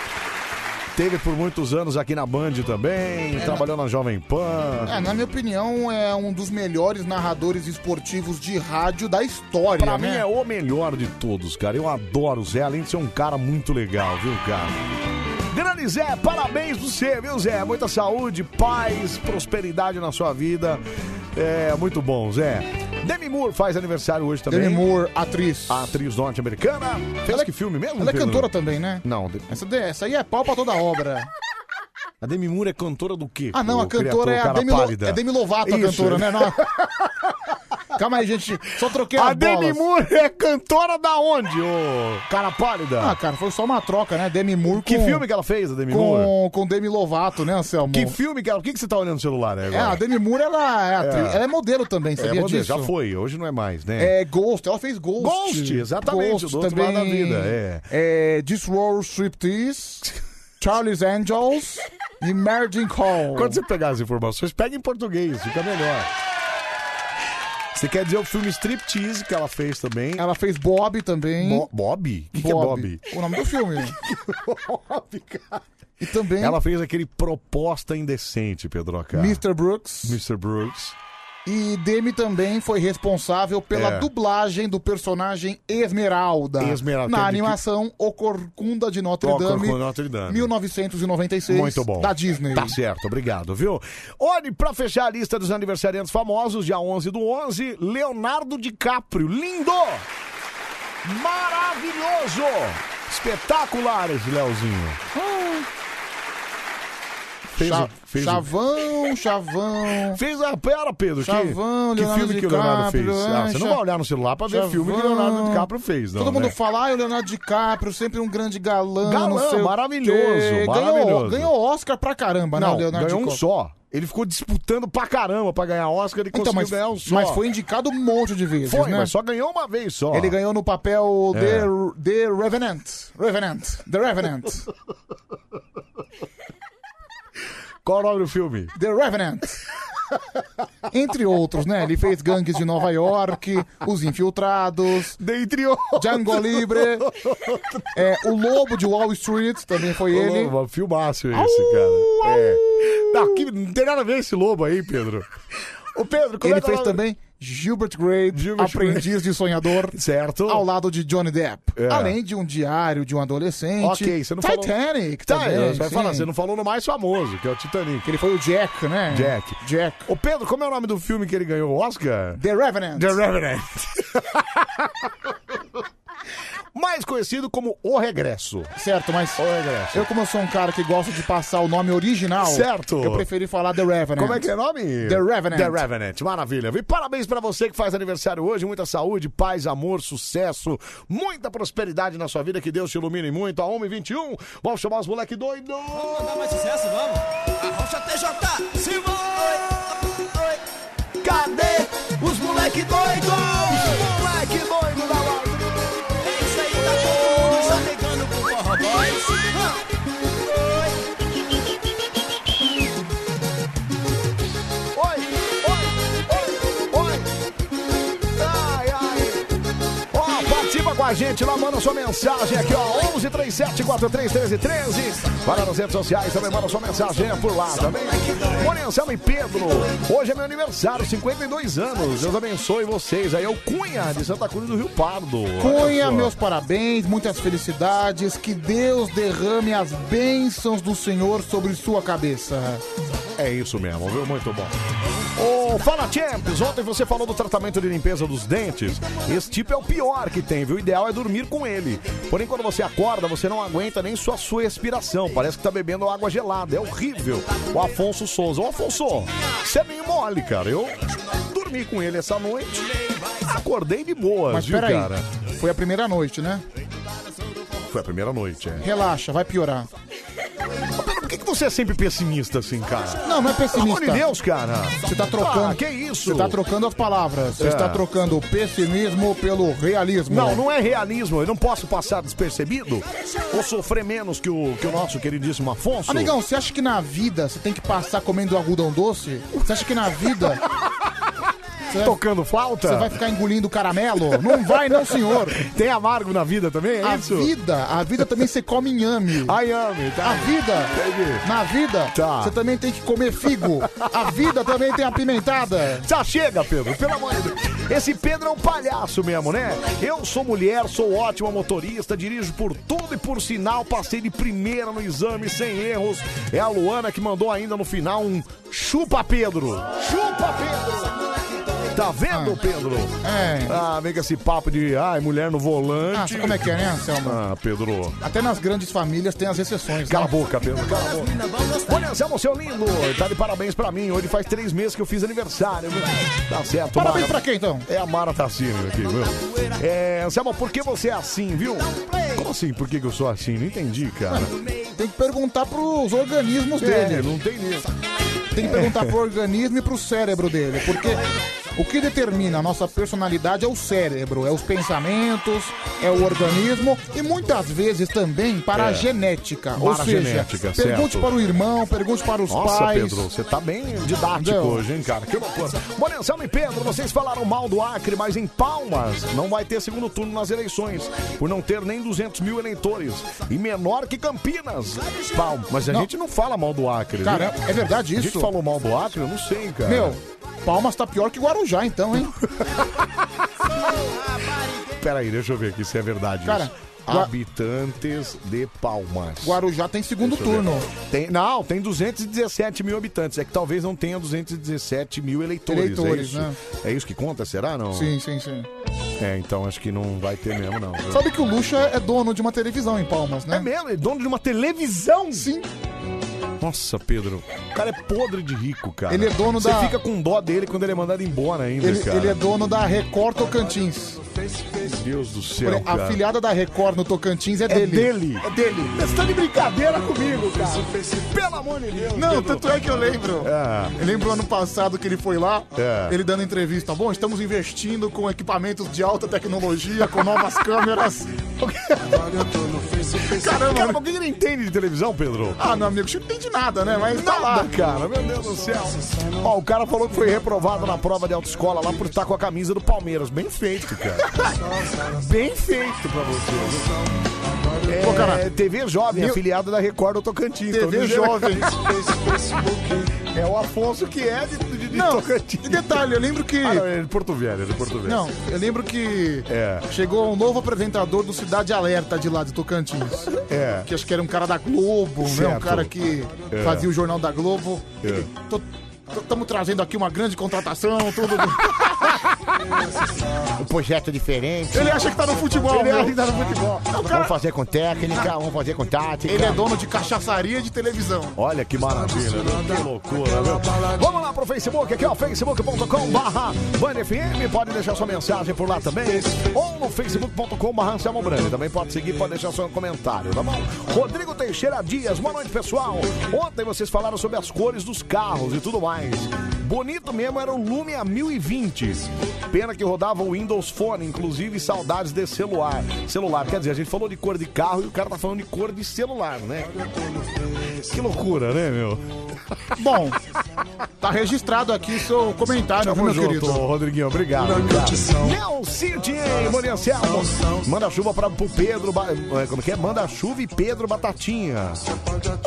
S1: Teve por muitos anos aqui na Band também, trabalhou na Jovem Pan.
S2: É, na minha opinião, é um dos melhores narradores esportivos de rádio da história,
S1: Pra
S2: né?
S1: mim é o melhor de todos, cara. Eu adoro o Zé, além de ser um cara muito legal, viu, cara? Grande Zé, parabéns pra você, viu, Zé? Muita saúde, paz, prosperidade na sua vida. É muito bom, Zé. Demi Moore faz aniversário hoje também.
S2: Demi Moore, atriz.
S1: A atriz norte-americana. Fez que filme mesmo?
S2: Ela é
S1: Pedro?
S2: cantora também, né?
S1: Não, de-
S2: Essa, de- essa aí é pau pra toda obra.
S1: a Demi Moore é cantora do quê?
S2: Ah, não, a
S1: O criador,
S2: cantora é
S1: o
S2: a
S1: cara
S2: Demi, Lo-
S1: pálida.
S2: é Demi Lovato, a
S1: Isso. é.
S2: cantora, né? Não. Calma aí, gente. Só troquei as
S1: A Demi
S2: bolas.
S1: Moore é cantora da onde, ô cara pálida?
S2: Ah, cara, foi só uma troca, né? Demi Moore com...
S1: que filme que ela fez, a Demi Moore?
S2: com, com Demi Lovato, né, Anselmo?
S1: Que filme que ela... Por que, que você tá olhando no celular né,
S2: É, a
S1: agora?
S2: Demi Moore, ela é, atriz,
S1: É.
S2: ela é modelo também, sabia
S1: é, vou dizer,
S2: disso?
S1: já foi, hoje não é mais, né?
S2: É Ghost, ela fez Ghost.
S1: Ghost, exatamente, do outro lado da vida, é.
S2: é This World Striptease, Charlie's Angels e Merging Call.
S1: Quando você pegar as informações, pega em português, fica melhor. Você quer dizer o filme Striptease que ela fez também?
S2: Ela fez Bob também.
S1: Bo- Bob? O que, que é Bob?
S2: O nome do filme.
S1: Bob, cara.
S2: E também
S1: Ela fez aquele proposta indecente, Pedro K.
S2: Mr. Brooks.
S1: Mr. Brooks.
S2: E Demi também foi responsável pela
S1: É.
S2: dublagem do personagem Esmeralda.
S1: Esmeralda,
S2: Na
S1: entendi que-
S2: animação O Corcunda de Notre
S1: O
S2: Dame.
S1: Corcunda de Notre Dame.
S2: 1996.
S1: Muito bom.
S2: Da Disney.
S1: Tá certo, obrigado, viu? Olhe, pra fechar a lista dos aniversariantes famosos, dia 11 do 11, Leonardo DiCaprio. Lindo! Maravilhoso! Espetacular esse Leozinho. Fez o-
S2: Ah. Cha-
S1: fez o-
S2: Chavão, chavão.
S1: Fez a pera, Pedro.
S2: Chavão,
S1: que, que
S2: Leonardo
S1: filme que o Leonardo fez?
S2: DiCaprio, é,
S1: Ah, você não
S2: Cha-
S1: vai olhar no celular pra ver
S2: Chavão.
S1: filme que o Leonardo DiCaprio fez, não.
S2: Todo mundo
S1: né?
S2: fala, ah, o Leonardo DiCaprio, sempre um grande galã.
S1: Galã,
S2: não sei o
S1: maravilhoso,
S2: quê.
S1: maravilhoso.
S2: Ganhou, ganhou Oscar pra caramba, né,
S1: Não,
S2: o Leonardo
S1: ganhou um
S2: DiCaprio?
S1: só. Ele ficou disputando pra caramba pra ganhar Oscar, ele
S2: Então,
S1: conseguiu
S2: mas,
S1: ganhar um só.
S2: mas foi indicado um monte de vezes,
S1: Foi,
S2: né?
S1: mas só ganhou uma vez um só.
S2: Ele ganhou no papel
S1: É.
S2: The, The Revenant. Revenant. The Revenant.
S1: Qual o nome do filme?
S2: The Revenant. Entre outros, né? Ele fez Gangues de Nova York, Os Infiltrados,
S1: Dentre outros.
S2: Django Libre, é, O Lobo de Wall Street, também foi ele.
S1: Lobo, filmaço esse, cara. É. Não, que- não tem nada a ver esse lobo aí, Pedro. Ô, Pedro, como
S2: Ele
S1: é que é o
S2: fez
S1: nome-
S2: também Gilbert Grape,
S1: Gilbert
S2: Aprendiz de Sonhador,
S1: Certo.
S2: ao lado de Johnny Depp.
S1: É.
S2: Além de um diário de um adolescente.
S1: Ok, você não falou-
S2: Titanic
S1: Tá,
S2: também,
S1: você vai
S2: sim.
S1: falar, você não falou no mais famoso, que é o Titanic.
S2: Que ele foi o Jack, né?
S1: Jack.
S2: Jack.
S1: Ô, Pedro, como é o nome do filme que ele ganhou o Oscar?
S2: The Revenant.
S1: The Revenant. mais conhecido como O Regresso.
S2: Certo, mas
S1: O Regresso.
S2: eu, como eu sou um cara que gosta de passar o nome original,
S1: Certo.
S2: eu preferi falar The Revenant.
S1: Como é que é o nome?
S2: The Revenant.
S1: The Revenant, maravilha. E parabéns pra você que faz aniversário hoje. Muita saúde, paz, amor, sucesso, muita prosperidade na sua vida. Que Deus te ilumine muito. A 1 e 21 Vamos chamar os moleque doido.
S6: Dá mais sucesso, vamos? A Rocha TJ, Simão!
S1: Cadê os moleque doido? Moleque doido da live.
S6: É isso aí, tá todo mundo escorregando com Forró Boys.
S1: Oi, oi, oi, oi. Ai, ai. Ó, participa com a gente lá, manda sua mensagem aqui, ó. 11 37 Vai lá nas redes sociais também, manda sua mensagem é por lá também. Mone Anselmo e Pedro, hoje é meu aniversário, 52 anos. Deus abençoe vocês. Aí é o Cunha, de Santa Cruz do Rio Pardo. Olha
S2: Cunha,
S1: só.
S2: meus parabéns, muitas felicidades, que Deus derrame as bênçãos do Senhor sobre sua cabeça.
S1: É isso mesmo, viu? Muito bom. Ô, Fala Champs, ontem você falou do tratamento de limpeza dos dentes. Esse tipo é o pior que tem, viu? O ideal é dormir com ele. Porém, quando você acorda, você não aguenta nem só a sua respiração. Parece que tá bebendo água gelada. É horrível. O Afonso Souza. Ô, Afonso, você é meio mole, cara. Eu dormi com ele essa noite. Acordei de boas,
S2: Mas
S1: viu,
S2: peraí,
S1: cara?
S2: foi a primeira noite, né?
S1: Foi a primeira noite, é.
S2: Relaxa, vai piorar.
S1: Mas Por que que você é sempre pessimista assim, cara?
S2: Não, não é
S1: Pelo amor de
S2: pessimista.
S1: Deus, cara.
S2: Você tá trocando.
S1: Ah, que isso?
S2: Você tá trocando as palavras. Você tá
S1: É.
S2: está trocando o pessimismo pelo realismo.
S1: Não, não é realismo. Eu não posso passar despercebido ou sofrer menos que o, que o nosso queridíssimo Afonso.
S2: Amigão, você acha que na vida você tem que passar comendo algodão doce? Você acha que na vida né?
S1: tocando flauta.
S2: você vai ficar engolindo caramelo? Não vai, não, senhor.
S1: Tem amargo na vida também, é
S2: A
S1: isso?
S2: vida, a vida também você come inhame.
S1: Ai, ame,
S2: A
S1: tá?
S2: vida,
S1: Entendi.
S2: na vida,
S1: Tá.
S2: você também tem que comer figo. A vida também tem a pimentada.
S1: Já chega, Pedro, pelo amor de Deus. Esse Pedro é um palhaço mesmo, né? Eu sou mulher, sou ótima motorista, dirijo por tudo e por sinal, passei de primeira no exame, sem erros. É a Luana que mandou ainda no final um chupa, Pedro! Chupa, Pedro! Tá vendo, Pedro?
S2: Ah. É.
S1: Ah, vem com esse papo de ai, mulher no
S2: Ah,
S1: volante.
S2: sabe como é que é, né, Anselmo?
S1: Ah, Pedro.
S2: Até nas grandes famílias tem as exceções.
S1: Cala a
S2: Né?
S1: boca, Pedro. Cala a boca. Olha, Anselmo, seu lindo. Tá de parabéns pra mim. Hoje faz três meses que eu fiz aniversário. viu? Tá certo,
S2: Parabéns pra
S1: Mara.
S2: quem, então?
S1: É a Mara Tassini aqui, viu?
S2: um
S1: É, Anselmo, por que você é assim, viu? Como assim? Por que, que eu sou assim? Não entendi, cara.
S2: Tem que perguntar pros organismos dele.
S1: É, não tem nisso.
S2: Tem que perguntar pro organismo e pro cérebro dele, porque o que determina a nossa personalidade é o cérebro, é os pensamentos, é o organismo e muitas vezes também para a
S1: É.
S2: genética.
S1: Para
S2: Ou
S1: a
S2: seja,
S1: genética,
S2: pergunte
S1: certo.
S2: para o irmão, pergunte para os
S1: Nossa,
S2: pais.
S1: Pedro, você tá bem didático
S2: Não.
S1: hoje, hein, cara? Que loucura. Bom, Anselmo e Pedro, vocês falaram mal do Acre, mas em Palmas não vai ter segundo turno nas eleições, por não ter nem 200 mil eleitores. E menor que Campinas. Palmas. Mas a
S2: Não.
S1: gente não fala mal do Acre,
S2: Cara,
S1: né?
S2: é verdade
S1: A gente
S2: isso?
S1: falou mal do Acre? Eu não sei, cara.
S2: Meu, Palmas tá pior que Guarujá então, hein?
S1: Peraí, deixa eu ver aqui se é verdade
S2: Cara,
S1: isso.
S2: Gua-
S1: Habitantes de Palmas.
S2: Guarujá tem segundo
S1: Deixa eu ver.
S2: turno.
S1: Tem, não, tem 217 mil habitantes. É que talvez não tenha 217 mil eleitores. é
S2: Eleitores,
S1: isso?
S2: né?
S1: É isso que conta, será? Não?
S2: Sim, sim, sim.
S1: É, então acho que não vai ter mesmo, não. viu?
S2: Sabe que o Lucha é dono de uma televisão em Palmas,
S1: É
S2: né?
S1: mesmo? É dono de uma televisão? Sim. Nossa, Pedro. O cara é podre de rico, cara.
S2: Ele é dono
S1: Você
S2: da-
S1: fica com dó dele quando ele é mandado embora ainda,
S2: Ele,
S1: cara.
S2: ele é dono da Record Tocantins.
S1: Meu Deus do céu,
S2: Por-
S1: é cara.
S2: A filhada da Record no Tocantins é dele.
S1: dele.
S2: É dele.
S1: Você tá de brincadeira comigo, cara. Pelo amor de Deus.
S2: Não, tanto é que eu lembro.
S1: Ah.
S2: Eu lembro ano passado que ele foi lá,
S1: É.
S2: ele dando entrevista. Bom, estamos investindo com equipamentos de alta tecnologia, com novas câmeras.
S1: Caramba, cara, alguém não entende de televisão, Pedro?
S2: Ah, meu amigo, Chico não entende nada, né? Mas tá lá.
S1: Nada, cara, meu Deus do céu. Ó, o cara falou que foi reprovado na prova de autoescola lá por estar com a camisa do Palmeiras. Bem feito, cara. Bem feito pra você. viu? É,
S2: Pô, cara,
S1: TV Jovem,
S2: mil-
S1: afiliado da Record do Tocantins. Tô
S2: TV
S1: dizendo.
S2: jovem.
S1: É o Afonso que é de, de, de
S2: Não,
S1: Tocantins.
S2: e detalhe, eu lembro que...
S1: Ah, não, é de Porto Velho, é de Porto Velho.
S2: Não, eu lembro que
S1: É.
S2: chegou um novo apresentador do Cidade Alerta de lá de Tocantins.
S1: É.
S2: Que acho que era um cara da Globo, né? Um
S1: Certo.
S2: cara que
S1: É.
S2: fazia o jornal da Globo.
S1: É.
S2: Estamos trazendo aqui uma grande contratação, tudo.
S4: Um projeto diferente.
S2: Ele acha que tá no futebol,
S1: Ele
S2: meu.
S1: acha que tá no futebol.
S4: Vamos fazer com técnica, vamos fazer com tática.
S2: Ele é dono é de cachaçaria de televisão.
S1: Olha que maravilha, né? Tá viu? que loucura, viu? Vamos lá pro Facebook, aqui ó, facebook.com barra BandFM, pode deixar sua mensagem por lá também, ou no facebook.com barra Anselmo Brandi, também pode seguir, pode deixar seu comentário, tá bom? Rodrigo Teixeira Dias, boa noite pessoal, ontem vocês falaram sobre as cores dos carros e tudo mais, bonito mesmo era o Lumia 1020, pena que rodava o Windows Phone, inclusive saudades desse celular, celular, quer dizer, a gente falou de cor de carro e o cara tá falando de cor de celular, né? Que loucura, né, meu?
S2: Bom, tá registrado aqui seu comentário, viu,
S1: Tamo
S2: meu
S1: junto,
S2: Tá querido?
S1: Rodriguinho. Obrigado. Léo Cid, Mônia Anselmo. Manda chuva pra, pro Pedro. Ba- é, Como que é? Manda chuva e Pedro Batatinha.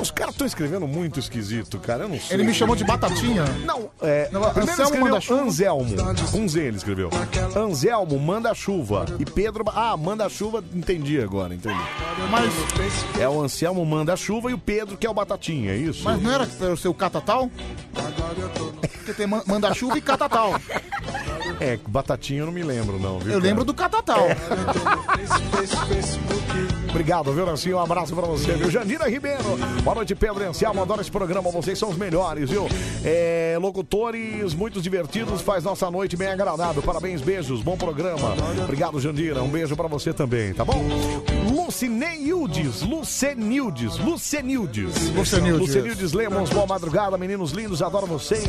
S1: Os caras estão escrevendo muito esquisito, cara. Eu não sei.
S2: Ele me chamou de batatinha.
S1: Não, é.
S2: Não,
S1: primeiro
S2: Anselmo
S1: escreveu
S2: manda chuva.
S1: Anselmo. Com Z ele escreveu. Anselmo manda chuva. E Pedro. Ba- Ah, manda chuva. Entendi agora, entendi.
S2: Mas,
S1: É o Anselmo manda chuva e o Pedro que é o Batatinha, é isso?
S2: mas não era pra o seu catatal? Porque tem man- manda-chuva e catatal.
S1: É, Batatinha eu não me lembro, não, viu?
S2: Eu
S1: cara?
S2: lembro do catatal.
S1: Obrigado, viu, Nancinho? Um abraço pra você, viu? Jandira Ribeiro. Boa noite, Pedro e Anselmo. Adoro esse programa. Vocês são os melhores, viu? É, locutores muito divertidos. Faz nossa noite bem agradável. Parabéns, beijos. Bom programa. Obrigado, Jandira. Um beijo pra você também, tá bom? Lucineildes. Lucenildes. Lucenildes.
S2: Lucenildes.
S1: Lucenildes Lemos. Boa madrugada, meninos lindos. Adoro vocês.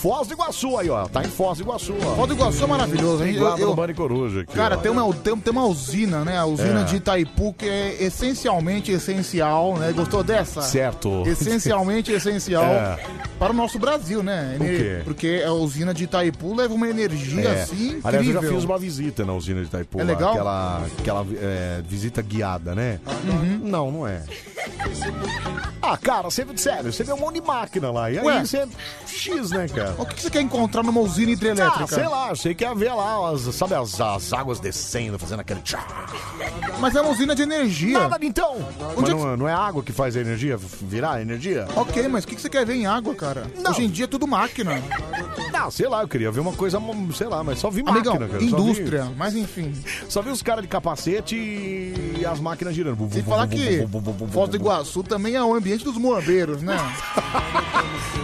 S1: Foz do Iguaçu aí, ó. Tá em Foz do Iguaçu, ó.
S2: Foz do Iguaçu é maravilhoso, hein? Eu-
S1: Guarda do
S2: eu-
S1: Bani Coruja aqui,
S2: Cara,
S1: ó.
S2: tem uma, tem, tem uma usina, né? A usina
S1: É.
S2: de Itaipu que é essencialmente essencial, né? Gostou dessa?
S1: Certo.
S2: Essencialmente essencial
S1: É.
S2: para o nosso Brasil, né?
S1: Por quê?
S2: Porque a usina de Itaipu leva uma energia
S1: É.
S2: assim incrível.
S1: Aliás, eu já fiz uma visita na usina de Itaipu.
S2: É
S1: lá,
S2: legal?
S1: Aquela, aquela é, visita guiada, né?
S2: Uhum.
S1: Não, não é. Ah, cara, você, sério, você vê um monte de máquina lá. E aí
S2: Ué?
S1: você. é X, né, cara?
S2: O que que você quer encontrar numa usina
S1: Ah,
S2: hidrelétrica?
S1: sei lá, achei que ia ver lá, as, sabe, as, as águas descendo, fazendo aquele tchá.
S2: Mas é uma usina de energia.
S1: Nada, então! Mas
S2: é
S1: não, não é a água que faz a energia virar a energia?
S2: Ok, mas o que que você quer ver em água, cara?
S1: Não.
S2: Hoje em dia é tudo máquina.
S1: Não, Ah, sei lá, eu queria ver uma coisa, sei lá, mas só vi máquina,
S2: Amigão,
S1: cara. só vi-
S2: indústria, mas enfim.
S1: Só vi os caras de capacete e as máquinas girando.
S2: Sem falar que Foz do Iguaçu também é o ambiente dos muambeiros, né?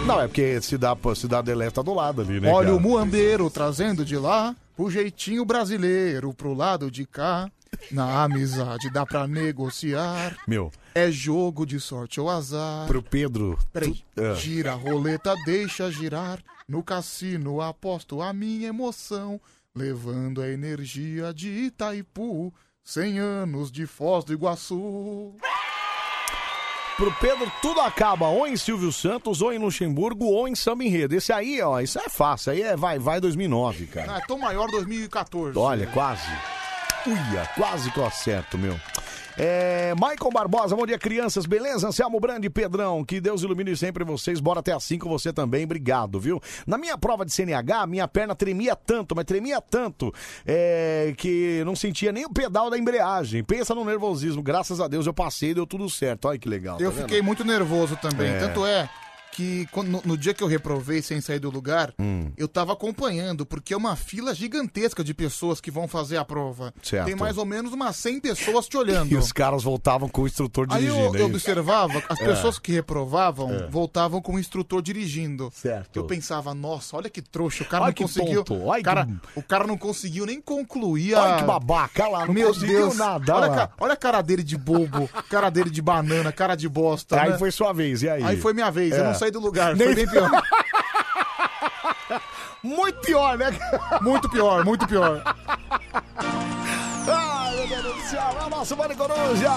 S1: Não, é porque Cidade, cidade Leste tá do lado ali, né?
S2: Olha
S1: cara?
S2: o muambeiro trazendo de lá o jeitinho brasileiro pro lado de cá. Na amizade dá pra negociar.
S1: Meu,
S2: É jogo de sorte ou azar.
S1: pro Pedro.
S2: Peraí.
S1: tu- ah,
S2: Gira a roleta, deixa girar. No cassino aposto a minha emoção. Levando a energia de Itaipu. 100 anos de Foz do Iguaçu.
S1: pro Pedro tudo acaba ou em Silvio Santos, ou em Luxemburgo, ou em Samba Enredo. Esse aí, ó, isso é fácil. Aí é vai, vai 2009, cara.
S2: Ah, é tão maior 2014.
S1: Olha, quase. Uia, quase que eu acerto, meu. É, Michael Barbosa, bom dia, crianças. Beleza? Anselmo Brandi, Pedrão, que Deus ilumine sempre vocês. Bora até assim com você também. Obrigado, viu? Na minha prova de CNH, minha perna tremia tanto, mas tremia tanto é, que não sentia nem o pedal da embreagem. Pensa no nervosismo. Graças a Deus eu passei, deu tudo certo. Olha que legal.
S2: Eu
S1: tá vendo?
S2: fiquei muito nervoso também.
S1: É.
S2: Tanto é que quando- no, no dia que eu reprovei sem sair do lugar,
S1: Hum.
S2: eu tava acompanhando, porque é uma fila gigantesca de pessoas que vão fazer a prova.
S1: Certo.
S2: Tem mais ou menos umas 100 pessoas te
S1: E
S2: olhando.
S1: os caras voltavam com o instrutor
S2: Aí eu,
S1: dirigindo.
S2: eu
S1: é isso?
S2: observava, as
S1: É.
S2: pessoas que reprovavam
S1: É.
S2: voltavam com o instrutor dirigindo.
S1: Certo.
S2: Eu pensava, nossa, olha que trouxa, o cara
S1: Olha
S2: não
S1: que
S2: conseguiu.
S1: tonto, olha
S2: o, cara,
S1: que-
S2: o cara não conseguiu nem concluir a.
S1: Olha que babaca, olha lá, não
S2: Meu
S1: conseguiu
S2: Deus,
S1: nada.
S2: olha,
S1: lá.
S2: a ca- olha a cara dele de bobo, cara dele de banana, cara de bosta.
S1: Aí
S2: né?
S1: foi sua vez, e aí?
S2: Aí foi minha vez, eu
S1: É.
S2: não saí do lugar,
S1: Nem-
S2: foi bem pior.
S1: Muito pior, né?
S2: Muito pior, muito pior.
S1: Ai, meu Deus do céu, é o nosso Vale Coruja.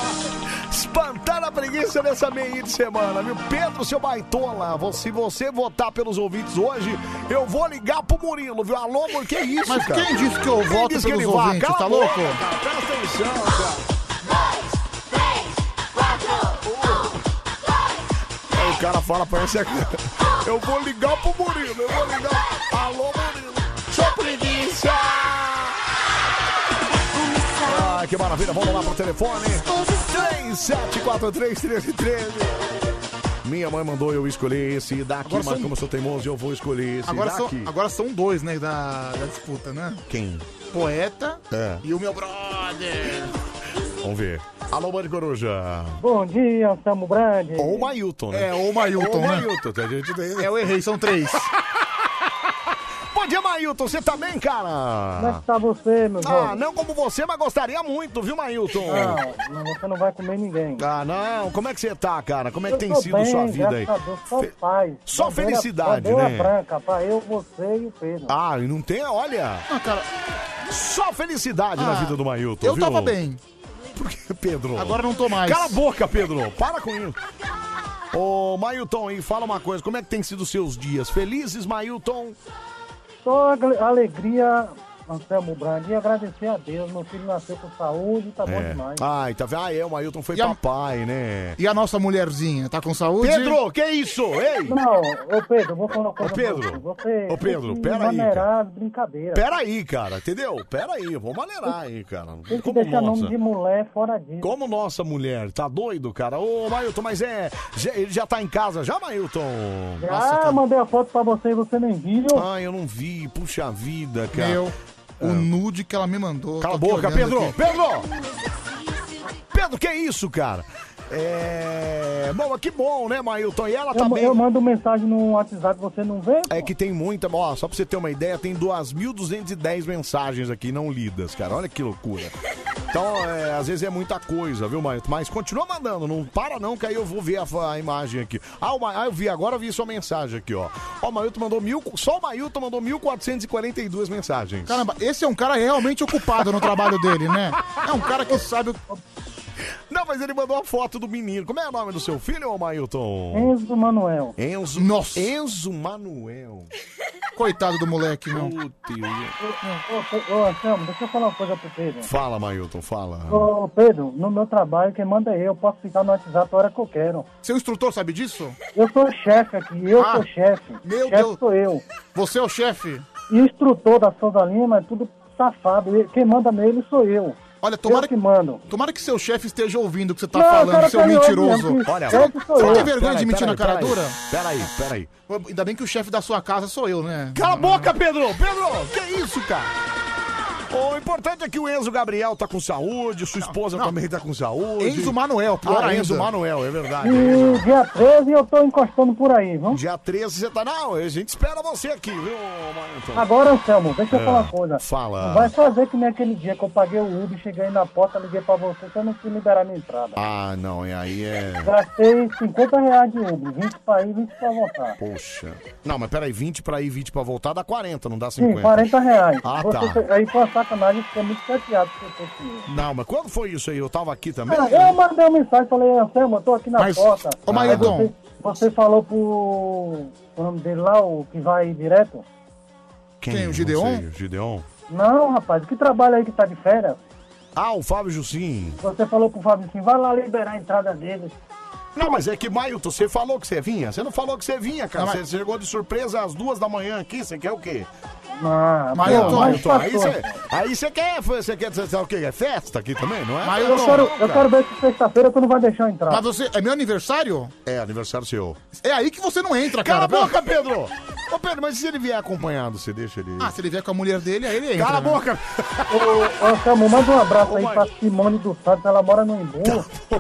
S1: Espantar a preguiça nessa meia de semana, viu? Pedro, seu baitola, vo- se você votar pelos ouvintes hoje, eu vou ligar pro Murilo, viu? Alô, Mur- que isso,
S2: Mas
S1: cara?
S2: quem disse que eu voto
S1: disse
S2: pelos
S1: ele vai?
S2: ouvintes,
S1: Cala
S2: tá
S1: a boca,
S2: louco?
S1: cara, Presta atenção, cara. Aí o cara fala, parece aqui. Eu vou ligar pro Murilo, eu vou ligar. Alô, Murilo. Sua preguiça! Ah, que maravilha, vamos lá pro telefone. 37431313. Minha mãe mandou eu escolher esse daqui,
S2: Agora
S1: mas
S2: são-
S1: como eu sou teimoso, eu vou escolher esse
S2: Agora são,
S1: daqui.
S2: agora são dois, né, da, da disputa, né?
S1: Quem?
S2: Poeta
S1: É.
S2: e o meu brother.
S1: Vamos ver. Alô, Mãe Coruja.
S9: Bom dia, Anselmo Brandi.
S1: Ou o Mailton, né?
S2: É, ou o Mailton,
S1: Ou o
S2: né?
S1: Mailton. A gente tem-
S2: É, eu errei, são três.
S1: Bom dia, Mailton. Você tá bem,
S9: Como é
S1: cara?
S9: que tá você, meu
S1: Ah,
S9: jovem?
S1: não como você, mas gostaria muito, viu, Mailton?
S9: Não, você não vai comer ninguém.
S1: Ah, não. Como é que você tá, cara? Como é que
S9: Eu
S1: tem
S9: tô
S1: sido
S9: bem,
S1: sua vida aí?
S9: graças a Deus, só
S1: Fe-
S9: paz.
S1: só
S9: Bandeira-
S1: felicidade,
S9: bandeira
S1: né?
S9: é branca pra eu, você e o Pedro.
S1: Ah, e não tem, olha,
S2: Ah, cara,
S1: só felicidade na
S2: Ah,
S1: vida do Mailton,
S2: eu
S1: viu?
S2: tava bem,
S1: Por que, Pedro?
S2: agora não tô mais.
S1: Cala a boca, Pedro. Para com isso. Ô, Mailton, e fala uma coisa. Como é que tem sido os seus dias? Felizes, Mailton?
S9: Só agle- alegria, Anselmo Brandi, e agradecer a Deus. Meu filho nasceu com saúde, tá bom demais.
S1: Ai, tá vendo? Ah, é, o Mailton foi
S2: E a-
S1: papai, né?
S2: E a nossa mulherzinha, tá com saúde?
S1: Pedro, que isso? Ei!
S9: Não, ô Pedro, vou falar uma coisa pra
S1: Pedro,
S9: você. Você
S1: ô Pedro,
S9: tem que
S1: pera aí, cara.
S9: maneirar as brincadeiras.
S1: Pera aí, cara, entendeu? Pera aí, eu vou maneirar aí, cara.
S9: Tem que
S1: Como
S9: deixar
S1: nossa.
S9: nome de mulher fora disso.
S1: Como nossa mulher, tá doido, cara? Ô, Mailton, mas é. já- ele já tá em casa já, Mailton?
S2: Nossa,
S9: ah,
S2: cara.
S9: mandei a foto pra você e você nem viu.
S1: Ah, eu não vi, puxa vida, cara. Ah.
S2: Meu, o nude que ela me mandou.
S1: Cala a
S2: tô aqui
S1: boca,
S2: olhando
S1: Pedro!
S2: aqui.
S1: Pedro! Pedro, que isso, cara? É. Bom, mas que bom, né, Mailton? E ela
S9: eu,
S1: tá bem.
S9: eu mando mensagem no WhatsApp, você não vê?
S1: É que tem muita. Ó, só pra você ter uma ideia, tem 2.210 mensagens aqui não lidas, cara. Olha que loucura. Então, é, às vezes é muita coisa, viu, Mailton? Mas continua mandando, não para não, que aí eu vou ver a, fa- a imagem aqui. Ah, o Ma- ah, eu vi, agora eu vi sua mensagem aqui, ó. Ó, o Mailton mandou mil. Só o Mailton mandou 1.442 mensagens.
S2: Caramba, esse é um cara realmente ocupado no trabalho dele, né? É um cara que sabe. o-
S1: Não, mas ele mandou a foto do menino. Como é o nome do seu filho, ô Mailton?
S9: Enzo Manuel.
S1: Enzo.
S2: Nossa.
S1: Enzo Manuel.
S2: Coitado do moleque, meu.
S9: Ô, ô, ô, Anselmo, deixa eu falar uma coisa pro Pedro.
S1: Fala, Mailton, fala.
S9: Ô, Pedro, no meu trabalho, quem manda é eu. Posso ficar no WhatsApp a hora que eu quero.
S2: Seu instrutor sabe disso?
S9: Eu sou o chefe aqui, eu
S2: Ah,
S9: sou chefe.
S2: meu
S9: chefe
S2: Deus.
S9: sou eu.
S2: Você é o chefe?
S9: E instrutor da Souza Lima é tudo safado. E Quem manda nele sou eu.
S2: Olha, tomara
S9: eu que
S2: que.
S9: mando.
S2: Tomara que seu chefe esteja ouvindo o que você tá
S9: Não,
S2: falando,
S9: cara,
S2: seu
S9: cara, eu-
S2: mentiroso.
S9: eu-
S1: Olha,
S9: eu que sou
S2: Você
S9: eu.
S2: tem vergonha de mentir na cara
S1: peraí.
S2: dura?
S1: Peraí, peraí.
S2: Ainda bem que o chefe da sua casa sou eu, né?
S1: Cala a boca, Pedro! Pedro,
S2: é
S1: que isso, cara? O importante é que o Enzo Gabriel tá com saúde, sua esposa também tá com saúde.
S2: Enzo Manuel, pior
S1: Ah,
S2: ainda.
S1: Enzo Manuel, é verdade.
S9: E dia 13 eu tô encostando por aí, vamos?
S1: Dia 13 você tá. Não, a gente espera você aqui, viu, Mailton? É,
S9: Agora, Anselmo, deixa eu falar uma coisa.
S1: Fala.
S9: Não vai fazer que nem aquele dia que eu paguei o Uber, cheguei na porta, liguei pra você, você não quis liberar minha entrada.
S1: Ah, não, e aí é.
S9: Gastei 50 reais de Uber, 20 pra ir, 20 pra voltar.
S1: Poxa. Não, mas peraí, 20 pra ir, 20 pra voltar, dá 40, não dá
S9: Sim,
S1: 50.
S9: 40 reais.
S1: Ah,
S9: Você-
S1: tá.
S9: Aí foi uma sacanagem, fiquei muito chateado com você. filho.
S1: Não, mas quando foi isso aí? Eu tava aqui também?
S9: Cara, eu mandei uma mensagem, falei, Anselmo, eu tô aqui na
S2: Mas,
S9: porta.
S2: ô,
S9: Aí
S2: Maidon.
S9: você, você falou pro... O nome dele lá, o que vai direto?
S2: Quem, o
S1: Não
S2: Gideon?
S1: sei, o Gideon?
S9: Não, rapaz, que trabalho aí que tá de férias?
S1: Ah, o Fábio Jussim.
S9: Você falou pro Fábio assim, vai lá liberar a entrada dele.
S1: Não, mas é que, Mailton, você falou que você vinha? Você não falou que você vinha, cara.
S2: Não, mas-
S1: Você chegou de surpresa às duas da manhã aqui, você quer o quê?
S2: Ah,
S9: Não,
S1: Mas
S9: pô,
S1: eu tô,
S9: mas
S1: eu tô. Aí
S9: passou.
S1: você aí você quer, você quer dizer o quê? É festa aqui também, não é?
S9: eu, quero, eu quero ver se sexta-feira tu não vai deixar eu entrar.
S2: Mas você. É meu aniversário?
S1: É, aniversário seu.
S2: É aí que você não entra,
S1: Cala
S2: cara.
S1: a boca, Pedro! Ô, Pedro, mas se ele vier acompanhado, você deixa ele.
S2: Ah, se ele vier com a mulher dele, aí ele entra.
S1: Cala a
S2: né?
S1: boca!
S9: Ô, ô, Anselmo, manda um abraço aí pra Simone dos Santos, ela mora no Embu
S1: Tá.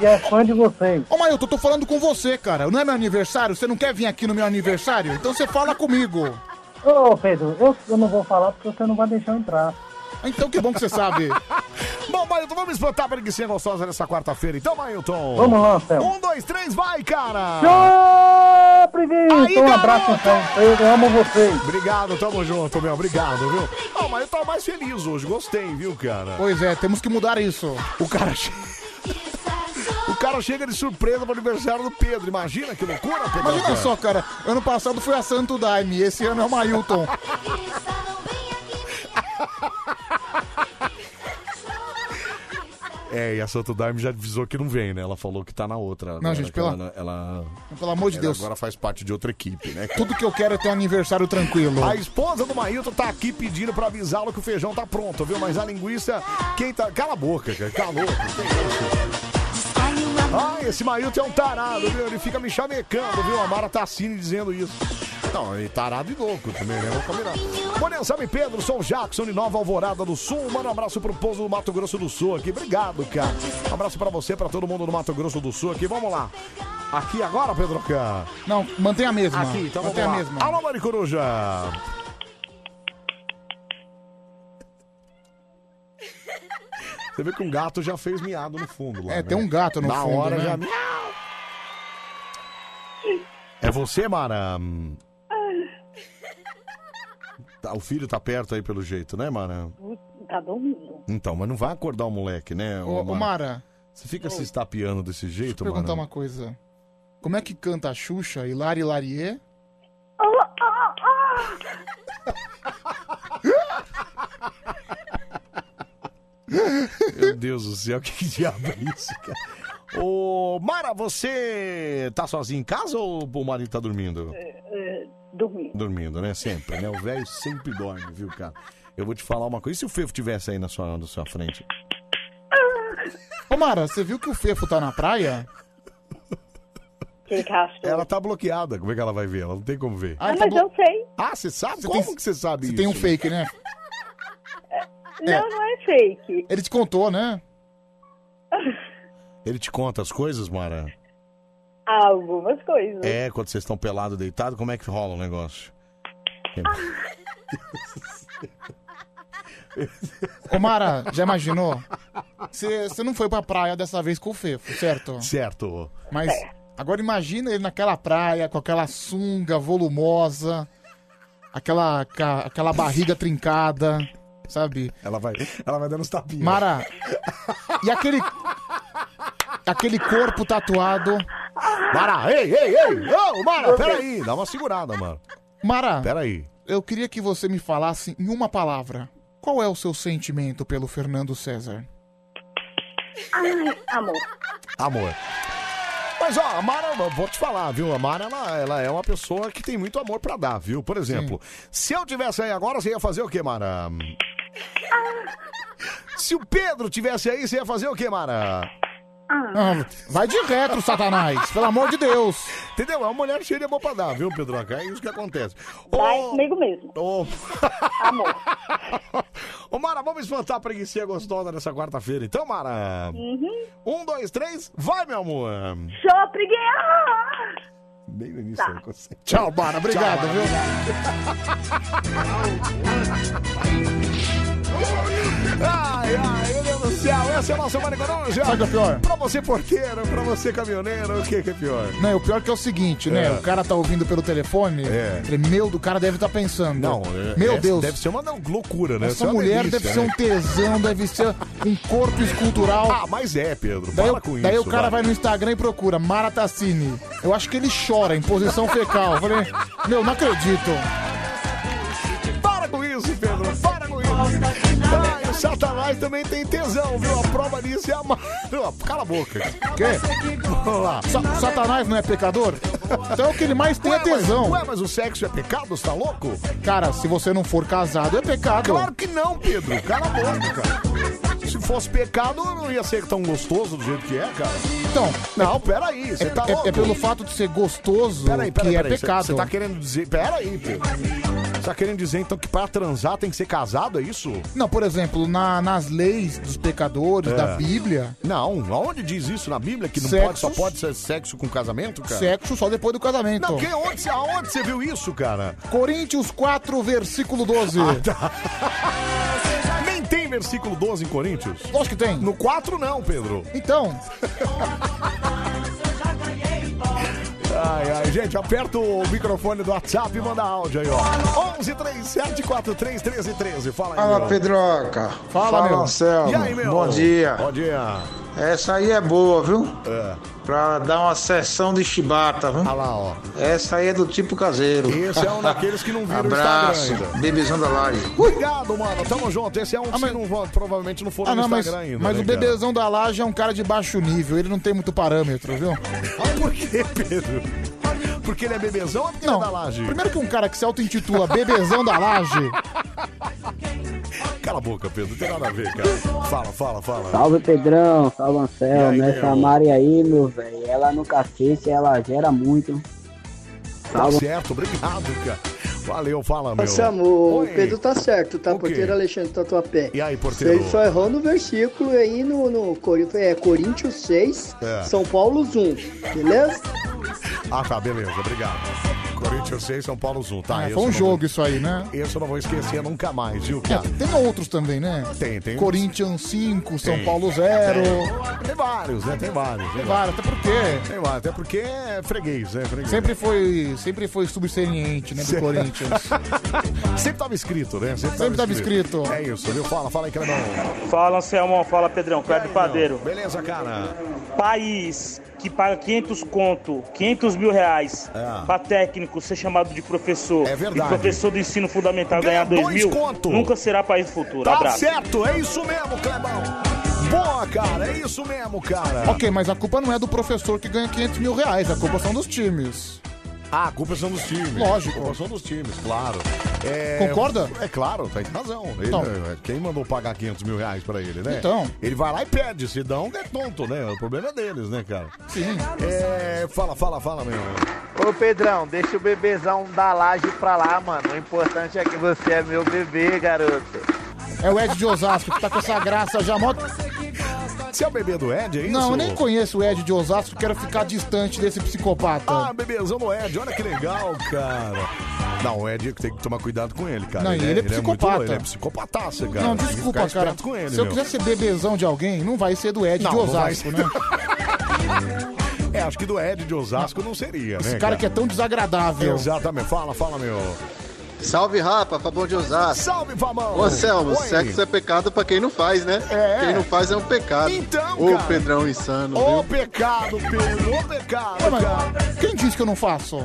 S9: e é fã de vocês.
S2: Ô, Mailton, eu tô falando com você, cara. Não é meu aniversário? Você não quer vir aqui no meu aniversário? Então você fala comigo.
S9: Ô, Pedro, eu, eu não vou falar porque você não vai deixar eu entrar.
S2: Então que bom que você sabe.
S1: Bom, Mailton, vamos espantar a preguiça gostosa nessa quarta-feira, então, Mailton.
S9: Vamos lá, Anselmo.
S1: Um, dois, três, vai, cara!
S9: Ô, Privinho, um
S1: garoto!
S9: abraço, Anselmo, eu amo vocês.
S1: Obrigado, tamo junto, meu. Obrigado, viu? Ó, mas eu tava mais feliz hoje, gostei, viu, cara?
S2: pois é, temos que mudar isso.
S1: O cara, che- o cara chega de surpresa pro aniversário do Pedro. Imagina que loucura, Pedro.
S2: Imagina só, cara. Ano passado foi a Santo Daime, esse ano é o Mailton.
S1: É, e a Santo Daime já avisou que não vem, né? Ela falou que tá na outra. agora,
S2: gente,
S1: que
S2: pelo-
S1: Ela, ela,
S2: Pelo amor de
S1: ela
S2: Deus.
S1: agora faz parte de outra equipe, né?
S2: Tudo que eu quero é ter um aniversário tranquilo.
S1: A esposa do Mailton tá aqui pedindo pra avisá-lo que o feijão tá pronto, viu? Mas a linguiça, quem tá. Cala a boca, cara. Calor. Ah, esse Mailton é um tarado, viu? Ele fica me chavecando, viu? A Mara Tassini dizendo isso. Não, ele é tarado e louco também, né? Vou combinar. Bom, Nelson e Pedro, sou o Jackson de Nova Alvorada do Sul. Manda um abraço pro povo do Mato Grosso do Sul aqui. Obrigado, cara. Um abraço pra você, pra todo mundo do Mato Grosso do Sul aqui. Vamos lá. Aqui agora, Pedro Can.
S2: Não, mantém a mesma.
S1: Aqui, então vamos
S2: mantém
S1: lá.
S2: a mesma.
S1: Alô, Maricoruja. Você vê que um gato já fez miado no fundo lá,
S2: É,
S1: né?
S2: tem um gato no
S1: Na
S2: fundo,
S1: hora
S2: né?
S1: já... É você, Mara?
S10: Ah,
S1: Tá, o filho tá perto aí pelo jeito, né, Mara?
S10: Tá dormindo.
S1: Então, mas não vai acordar o moleque, né?
S2: Ô, ô, Mara,
S1: Você fica se estapeando desse
S2: deixa
S1: jeito,
S2: eu perguntar
S1: Mara?
S2: uma coisa. Como é que canta a Xuxa e Lari Larier?
S1: Meu Deus do céu, que diabo é isso, cara? Ô, Mara, você tá sozinho em casa ou o marido tá dormindo?
S10: é, Dormindo.
S1: Dormindo, né? Sempre, né? O velho sempre dorme, viu, cara? Eu vou te falar uma coisa. E se o Fefo tivesse aí na sua, na sua frente?
S2: Ô, Mara, você viu que o Fefo tá na praia?
S10: Aquele castro.
S1: Ela tá bloqueada. Como é que ela vai ver? Ela não tem como ver.
S10: Ah,
S2: ele tá
S10: mas
S2: blo-
S10: eu sei.
S1: Ah, você sabe?
S2: Você
S1: como
S2: tem-
S1: que você sabe
S2: Você
S1: isso?
S2: tem um fake, né?
S10: Não, não é fake.
S2: Ele te contou, né?
S1: Ele te conta as coisas, Mara?
S10: Algumas coisas.
S1: É, quando vocês estão pelado, deitado, como é que rola o negócio? Ah.
S2: Ô, Mara, já imaginou? Você você não foi pra praia dessa vez com o Fefo, certo?
S1: Certo.
S2: Mas agora imagina ele naquela praia, com aquela sunga volumosa, aquela, ca- aquela barriga trincada, sabe?
S1: Ela vai, ela vai dando uns tapinhas.
S2: Mara, e aquele. Aquele corpo tatuado.
S1: Mara, ei, ei, ei! Ô, Mara, peraí! Dá uma segurada, Mara.
S2: Mara,
S1: Peraí.
S2: eu queria que você me falasse em uma palavra. Qual é o seu sentimento pelo Fernando César?
S10: Ai, amor.
S1: Amor. Mas ó, a Mara, eu vou te falar, viu? A Mara, ela, ela é uma pessoa que tem muito amor pra dar, viu? Por exemplo, se eu tivesse aí agora, você ia fazer o quê, Mara? Se o Pedro tivesse aí, você ia fazer o quê, Mara?
S2: Ah, vai de retro, Satanás, pelo amor de Deus.
S1: Entendeu? É uma mulher cheia de amor pra dar, viu, Pedro? É isso que acontece.
S10: Vai
S1: Ô,
S10: comigo mesmo.
S1: ô,
S10: Amor.
S1: ô, Mara, vamos espantar a preguiça gostosa nessa quarta-feira, então, Mara? Um, dois, três, vai, meu amor!
S10: Uhum. Show, preguiça!
S1: Bem no início, eu consigo.
S2: Tchau, Mara, obrigado, viu?
S1: Ai, ai, meu Deus do céu, esse é o nosso Maricoruja.
S2: Sabe o que é pior?
S1: Pra você porteiro, pra você caminhoneiro, o que que é pior?
S2: Não, o pior que é o seguinte, né?
S1: É.
S2: O cara tá ouvindo pelo telefone.
S1: É.
S2: Ele, meu, do cara deve estar pensando. Meu Deus.
S1: Deve ser uma não, loucura, né? Isso
S2: Essa
S1: é uma
S2: mulher
S1: delícia,
S2: deve ser um
S1: né?
S2: tesão, deve ser um corpo escultural.
S1: Ah, mas é, Pedro.
S2: daí
S1: Fala
S2: o-
S1: com isso.
S2: daí o cara vai. no Instagram e procura Mara Tassini. Eu acho que ele chora em posição fecal. Eu falei, meu, não acredito.
S1: Para com isso, Pedro. Para com isso. Ai, Ah, o Satanás também tem tesão, viu? A prova disso é a mar... Não, Cala a boca. Quê? Vamos lá.
S2: Sa- Satanás não é pecador? Então o que ele mais tem é tesão.
S1: Ué, mas o sexo é pecado? Você tá louco?
S2: Cara, se você não for casado, é pecado.
S1: Claro que não, Pedro. Cala a boca, cara. Se fosse pecado, não ia ser tão gostoso do jeito que é, cara.
S2: Então,
S1: não, peraí, você
S2: é,
S1: tá
S2: é-
S1: louco.
S2: é pelo fato de ser gostoso
S1: Peraí, peraí,
S2: que é
S1: peraí. Você-
S2: pecado.
S1: Você tá querendo dizer. Peraí, Pedro. Você tá querendo dizer então que pra transar tem que ser casado, é isso?
S2: Não, por exemplo, na- nas leis dos pecadores,
S1: É.
S2: da Bíblia,
S1: Não, aonde diz isso na Bíblia que não
S2: Sexos.
S1: pode, só pode ser sexo com casamento, cara?
S2: sexo só depois do casamento.
S1: Não, que, onde, você- aonde você viu isso, cara? Ah, tá.
S2: Coríntios 4, versículo 12.
S1: Nem tem versículo 12 em Coríntios.
S2: Lógico que tem.
S1: No 4 não, Pedro.
S2: Então,
S1: Ai, ai, gente, aperta o microfone do WhatsApp e manda áudio aí, ó. 11 37 43 13 13. Fala aí,
S11: Fala,
S1: meu.
S11: Pedroca.
S1: Fala, meu.
S11: Anselmo.
S1: E aí, meu?
S11: Bom dia.
S1: Bom dia.
S11: Essa aí é boa, viu?
S1: É.
S11: Pra dar uma sessão de chibata, viu? Olha
S1: lá, ó.
S11: Essa aí é do tipo caseiro.
S1: Esse é um daqueles que não viram o
S11: Abraço.
S1: Instagram ainda.
S11: Bebezão da live.
S1: Obrigado, mano. Tamo junto. Esse é um que não vão- provavelmente não foram
S2: ah, não,
S1: no
S2: mas,
S1: Instagram ainda.
S2: mas
S1: né,
S2: o
S1: cara?
S2: bebezão da laje é um cara de baixo nível, ele não tem muito parâmetro, viu?
S1: Ah, por quê, Pedro? Porque ele é bebezão ou porque ele é da laje?
S2: Primeiro que um cara que se auto-intitula bebezão da laje,
S1: Cala a boca, Pedro. Não tem nada a ver, cara. Fala, fala, fala.
S12: Salve Pedrão, salve Anselmo,
S1: E aí,
S12: essa
S1: meu?
S12: Mari aí, meu velho, ela no cacete, ela gera muito.
S1: Tá
S12: Salve.
S1: certo, obrigado, cara. Valeu, fala, meu.
S10: é
S13: Samu, o
S1: Oi.
S13: Pedro tá certo, tá?
S1: O quê?
S13: Porteiro Alexandre Tatuapé.
S1: E aí,
S10: é
S1: porteiro?
S13: Ele só errou no versículo aí no, no Cori- é, Coríntios 6,
S1: É.
S13: São Paulo 1, beleza?
S1: Ah, tá, beleza, obrigado. Corinthians 6, São Paulo 1, tá?
S2: Ah,
S1: esse
S2: foi um
S1: eu não-
S2: jogo isso aí, né?
S1: Esse eu não vou esquecer nunca mais, viu,
S2: É,
S1: cara?
S2: tem outros também, né?
S1: Tem, um tem.
S2: Corinthians 5, São
S1: Tem.
S2: Paulo 0.
S1: Tem. Tem vários, né? Tem vários. Tem
S2: vários, até porque.
S1: Tem vários, até porque é freguês, né? Freguês.
S2: Sempre foi, sempre foi subseriente, né, do Corinthians.
S1: Sempre tava escrito, né?
S2: Sempre tava escrito.
S1: É isso, viu? Fala, fala aí, Clemão.
S14: Fala, Anselmão. Fala, Pedrão. Cléber Padeiro.
S1: Beleza, cara?
S14: País que paga 500 conto, 500 mil reais pra técnico ser chamado de professor. É
S1: É. verdade.
S14: E professor do ensino fundamental ganhar
S1: Ganha
S14: 2
S1: dois
S14: mil.
S1: conto.
S14: Nunca será país futuro.
S1: Tá
S14: Abraço.
S1: certo, é isso mesmo, Clemão. Boa, cara, é isso mesmo, cara.
S2: Ok, mas a culpa não é do professor que ganha 500 mil reais, a culpa são dos times.
S1: Ah, a culpa são dos times.
S2: Lógico.
S1: A culpa são É dos times, claro. É,
S2: Concorda?
S1: É claro, tá em razão. Ele-
S2: Então.
S1: Quem mandou pagar 500 mil reais pra ele, né?
S2: Então.
S1: Ele vai lá e pede, se dão, é tonto, né? O problema é deles, né, cara?
S2: Sim.
S1: É, fala, fala, fala, meu.
S15: Ô Pedrão, deixa o bebezão da laje pra lá, mano. O importante é que você é meu bebê, garoto.
S2: É o Ed de Osasco que tá com essa graça já mó...
S1: Você é o bebê do Ed, é isso?
S2: Não, eu nem conheço o Ed de Osasco, quero ficar distante desse psicopata.
S1: Ah, bebezão do Ed, olha que legal, cara. Não, o Ed tem que tomar cuidado com ele, cara.
S2: Não, e ele é
S1: muito
S2: psicopata.
S1: louco, ele é psicopataça, cara.
S2: não,
S1: Tem que
S2: desculpa,
S1: ficar
S2: cara.
S1: esperto com ele,
S2: Se eu
S1: meu.
S2: quiser ser bebezão de alguém, não vai ser do Ed
S1: Não,
S2: de
S1: não vai
S2: Osasco,
S1: ser.
S2: né?
S1: É, acho que do Ed de Osasco não seria,
S2: Esse
S1: né?
S2: cara que é tão desagradável.
S1: Exatamente, fala, fala, meu.
S16: Salve, rapa, Fabão de Osasco.
S1: Salve, Fabão.
S16: Ô, Selmo,
S1: Oi.
S16: sexo é pecado pra quem não faz, né?
S1: É.
S16: Quem não faz é um pecado.
S1: Então,
S16: Ô,
S1: cara.
S16: Pedrão insano,
S1: Ô,
S16: viu?
S1: pecado, Pedro, ô, pecado,
S2: Ô, mas
S1: É cara.
S2: Quem disse que eu não faço?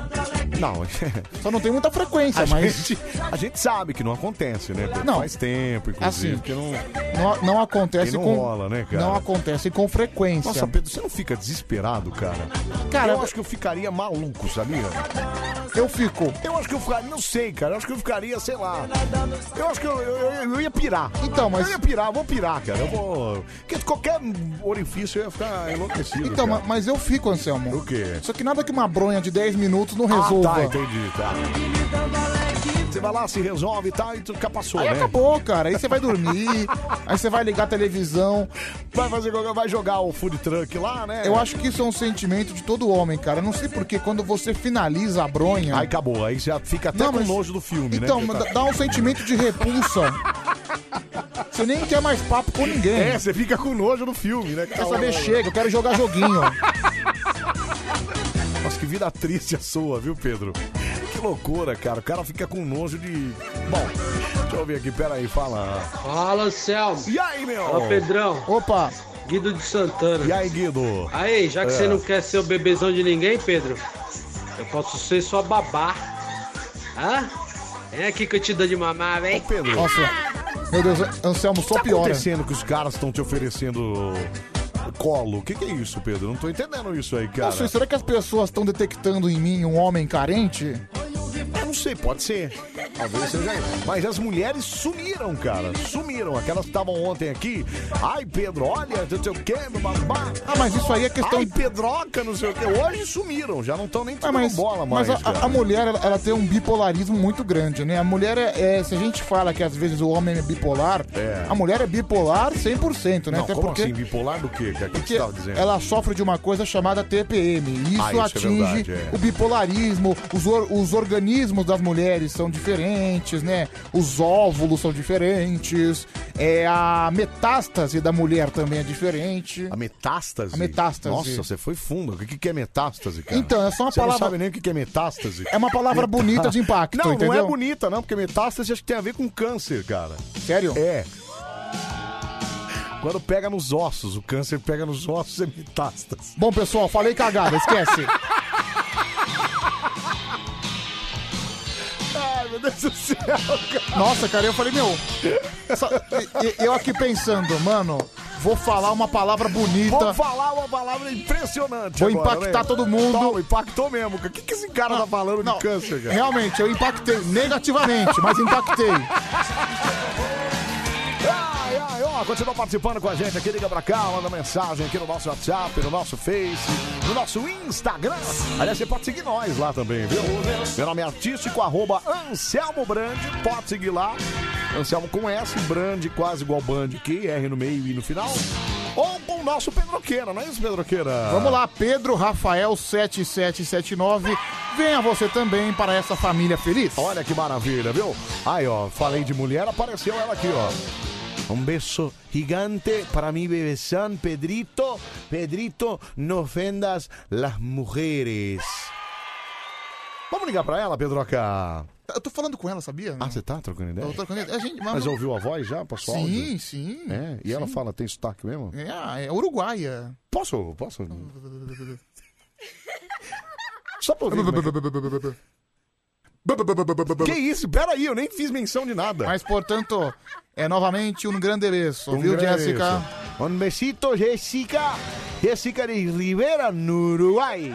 S1: Não,
S2: Só não tem muita frequência,
S1: a,
S2: mas.
S1: gente, a gente sabe que não acontece, né? Pedro?
S2: Não.
S1: Faz tempo, inclusive,
S2: Assim,
S1: que não...
S2: não, não acontece
S1: E não
S2: com.
S1: rola, né, cara?
S2: Não acontece com frequência.
S1: Nossa, Pedro, você não fica desesperado, cara?
S2: Cara,
S1: eu acho que eu ficaria maluco, sabia?
S2: Eu fico.
S1: Eu acho que eu ficaria, não sei, cara. Eu acho que eu ficaria, sei lá. Eu acho que eu, eu, eu- eu ia pirar.
S2: Então, mas-
S1: Eu ia pirar, eu vou pirar, cara. Eu vou. Porque qualquer orifício eu ia ficar enlouquecido.
S2: Então, ma-
S1: cara.
S2: mas, eu fico, Anselmo.
S1: O quê?
S2: Só que nada que uma bronha de 10 minutos não
S1: Ah,
S2: resolva.
S1: tá, entendi, tá. Você vai lá, se resolve e tal, e tu já passou,
S2: Aí
S1: né?
S2: acabou, cara. Aí você vai dormir, aí você vai ligar a televisão.
S1: Vai fazer qualquer- vai jogar o food truck lá, né?
S2: Eu acho que isso é um sentimento de todo homem, cara. Eu Não sei porque quando você finaliza a bronha.
S1: Aí acabou, aí já fica até com nojo do filme,
S2: então,
S1: né?
S2: dá- dá um sentimento de repulsa. Você nem quer mais papo com ninguém.
S1: É, você fica com nojo no filme, né?
S2: Quer saber, chega, eu quero jogar joguinho.
S1: Nossa, que vida triste a sua, viu, Pedro? Que loucura, cara. O cara fica com nojo de. Bom, deixa eu ver aqui, peraí, fala.
S17: Fala, Anselmo.
S1: E aí, meu?
S17: Fala, Pedrão.
S2: Opa.
S17: Guido de Santana.
S1: E aí, Guido?
S17: Aí, já que
S1: É.
S17: você não quer ser o bebezão de ninguém, Pedro, eu posso ser só babá. Hã? Vem aqui que eu te dou de mamar, vem.
S1: Pedro.
S2: Nossa. Meu Deus, Anselmo, só
S1: tá
S2: piora.
S1: acontecendo que os caras estão te oferecendo colo? O que, que é isso, Pedro? Não tô entendendo isso aí, cara.
S2: Não sei, será que as pessoas estão detectando em mim um homem carente?
S1: Eu não sei, pode ser. Talvez seja isso. Mas as mulheres sumiram, cara. Sumiram. Aquelas que estavam ontem aqui. Ai, Pedro, olha, não sei o quê, babá.
S2: Ah, mas isso aí é questão-
S1: Ai, Pedroca, não sei o quê. Hoje sumiram, já não estão nem
S2: Ah,
S1: tomando
S2: mas,
S1: bola mais.
S2: mas a- a,
S1: cara.
S2: a mulher, ela, ela tem um bipolarismo muito grande, né? A mulher é, é- Se a gente fala que às vezes o homem é bipolar,
S1: É.
S2: a mulher é bipolar 100%, né?
S1: Não,
S2: Até
S1: como
S2: porque
S1: assim? Bipolar do quê? cara? O que, que você tava dizendo?
S2: ela sofre de uma coisa chamada TPM. E isso,
S1: Ah, isso é
S2: atinge
S1: verdade, é.
S2: o bipolarismo, os, or- os organismos das mulheres são diferentes, né? Os óvulos são diferentes, é, a metástase da mulher também é diferente.
S1: A metástase?
S2: A metástase.
S1: Nossa, você foi fundo. O que, que é metástase, cara?
S2: Então, é só uma
S1: você
S2: palavra-
S1: não sabe nem o que que é metástase.
S2: É uma palavra bonita de impacto,
S1: Não, não é
S2: entendeu?
S1: bonita, não, porque metástase acho que tem a ver com câncer, cara.
S2: Sério?
S1: É. Quando pega nos ossos, o câncer pega nos ossos é metástase.
S2: Bom, pessoal, falei cagada, esquece.
S1: Ai, meu Deus do céu, cara.
S2: Nossa, cara, eu falei, meu. essa- e- e- eu aqui pensando, mano, vou falar uma palavra bonita.
S1: Vou falar uma palavra impressionante.
S2: Vou
S1: agora,
S2: impactar
S1: né?
S2: todo mundo.
S1: Não, impactou mesmo. cara. O que, que esse cara tá falando de câncer, cara?
S2: Realmente, eu impactei negativamente, mas impactei.
S1: Ai, ai, ó, continua participando com a gente aqui, liga pra cá, manda mensagem aqui no nosso WhatsApp, no nosso Face, no nosso Instagram. Aliás, você pode seguir nós lá também, viu? Meu nome é artístico, arroba Anselmo Brandi, pode seguir lá. Anselmo com S, Brandi, quase igual Band aqui, R no meio e no final. Ou com o nosso Pedroqueira, não é isso, Pedroqueira?
S2: Vamos lá, Pedro Rafael 7779. Venha você também para essa família feliz.
S1: Olha que maravilha, viu? Aí, ó, falei de mulher, apareceu ela aqui, ó. Um beijo gigante para mi bebé San Pedrito. Pedrito, no ofendas las mujeres. Vamos ligar pra ela, Pedroca?
S2: Eu tô falando com ela, sabia?
S1: Ah, você tá trocando ideia?
S2: Eu tô trocando ideia. A gente- mas-
S1: Mas ouviu a voz já, passou
S2: Sim,
S1: áudio?
S2: sim.
S1: É? E ela
S2: Sim.
S1: fala, tem sotaque mesmo?
S2: É, ah, é uruguaia.
S1: Posso? Posso? Só pra ouvir. como é que- é. Que isso? Peraí, eu nem fiz menção de nada.
S2: Mas, portanto, é novamente um grande abraço,
S1: Um
S2: viu,
S1: grande
S2: Jéssica?
S1: abraço. Um besito, Jéssica. Jéssica de Rivera, no Uruguai.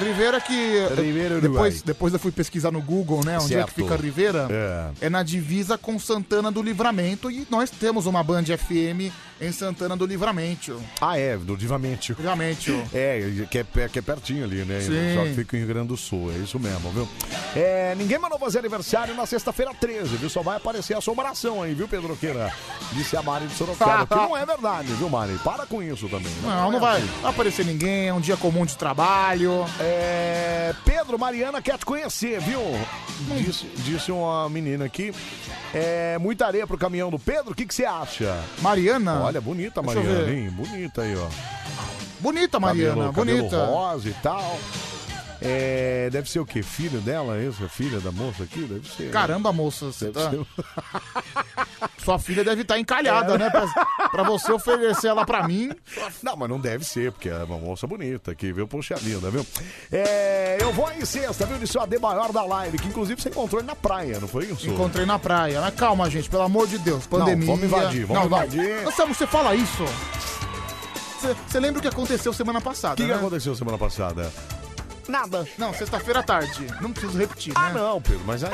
S2: Rivera que.
S1: Rivera, Uruguai.
S2: depois, depois eu fui pesquisar no Google, né? Onde é que
S1: Certo.
S2: fica Rivera?
S1: É.
S2: É. na divisa com Santana do Livramento. E nós temos uma Band FM em Santana do Livramento.
S1: Ah, é, do Divamente.
S2: Divamente.
S1: É, que é, pe- que é pertinho ali, né?
S2: Sim.
S1: Só que fica em Rio Grande do Sul, é isso mesmo, viu? É, ninguém mandou fazer aniversário na sexta-feira 13, viu? Só vai aparecer assombração aí, viu, Pedroqueira? Disse a Mari de Sorocaba, que não é verdade, viu, Mari? Para com isso também. né?
S2: Não, não
S1: é
S2: vai,
S1: assim.
S2: não vai aparecer ninguém, é um dia comum de trabalho.
S1: É, Pedro, Mariana quer te conhecer, viu? Disse, disse uma menina aqui. É, muita areia pro caminhão do Pedro, o que que você acha?
S2: Mariana?
S1: Olha, bonita a
S2: Deixa eu
S1: Mariana,
S2: ver.
S1: hein? Bonita aí, ó.
S2: Bonita, Mariana,
S1: Cabelo- cabelo
S2: bonita.
S1: rosa e tal. É, deve ser o quê? Filho dela, isso? É Filha da moça aqui? Deve ser. né?
S2: Caramba, moça, você
S1: Deve
S2: tá...
S1: ser- um-
S2: Sua filha deve estar encalhada,
S1: É.
S2: né? Pra, pra você oferecer ela pra mim.
S1: Não, mas não deve ser, porque é uma moça bonita aqui, viu? Poxa vida, viu? É, eu vou em sexta, viu? Disse o AD maior da live, que inclusive você encontrou ele na praia, não foi isso?
S2: Encontrei na praia. Mas calma, gente, pelo amor de Deus. Pandemia.
S1: vamos invadir, vamos
S2: não, não.
S1: invadir.
S2: Anselmo, você fala isso. Você- Você lembra o que aconteceu semana passada?
S1: O que, que
S2: né?
S1: aconteceu semana passada?
S2: Nada. Não, sexta-feira à tarde. Não preciso repetir,
S1: Ah,
S2: né?
S1: não, Pedro, mas aí.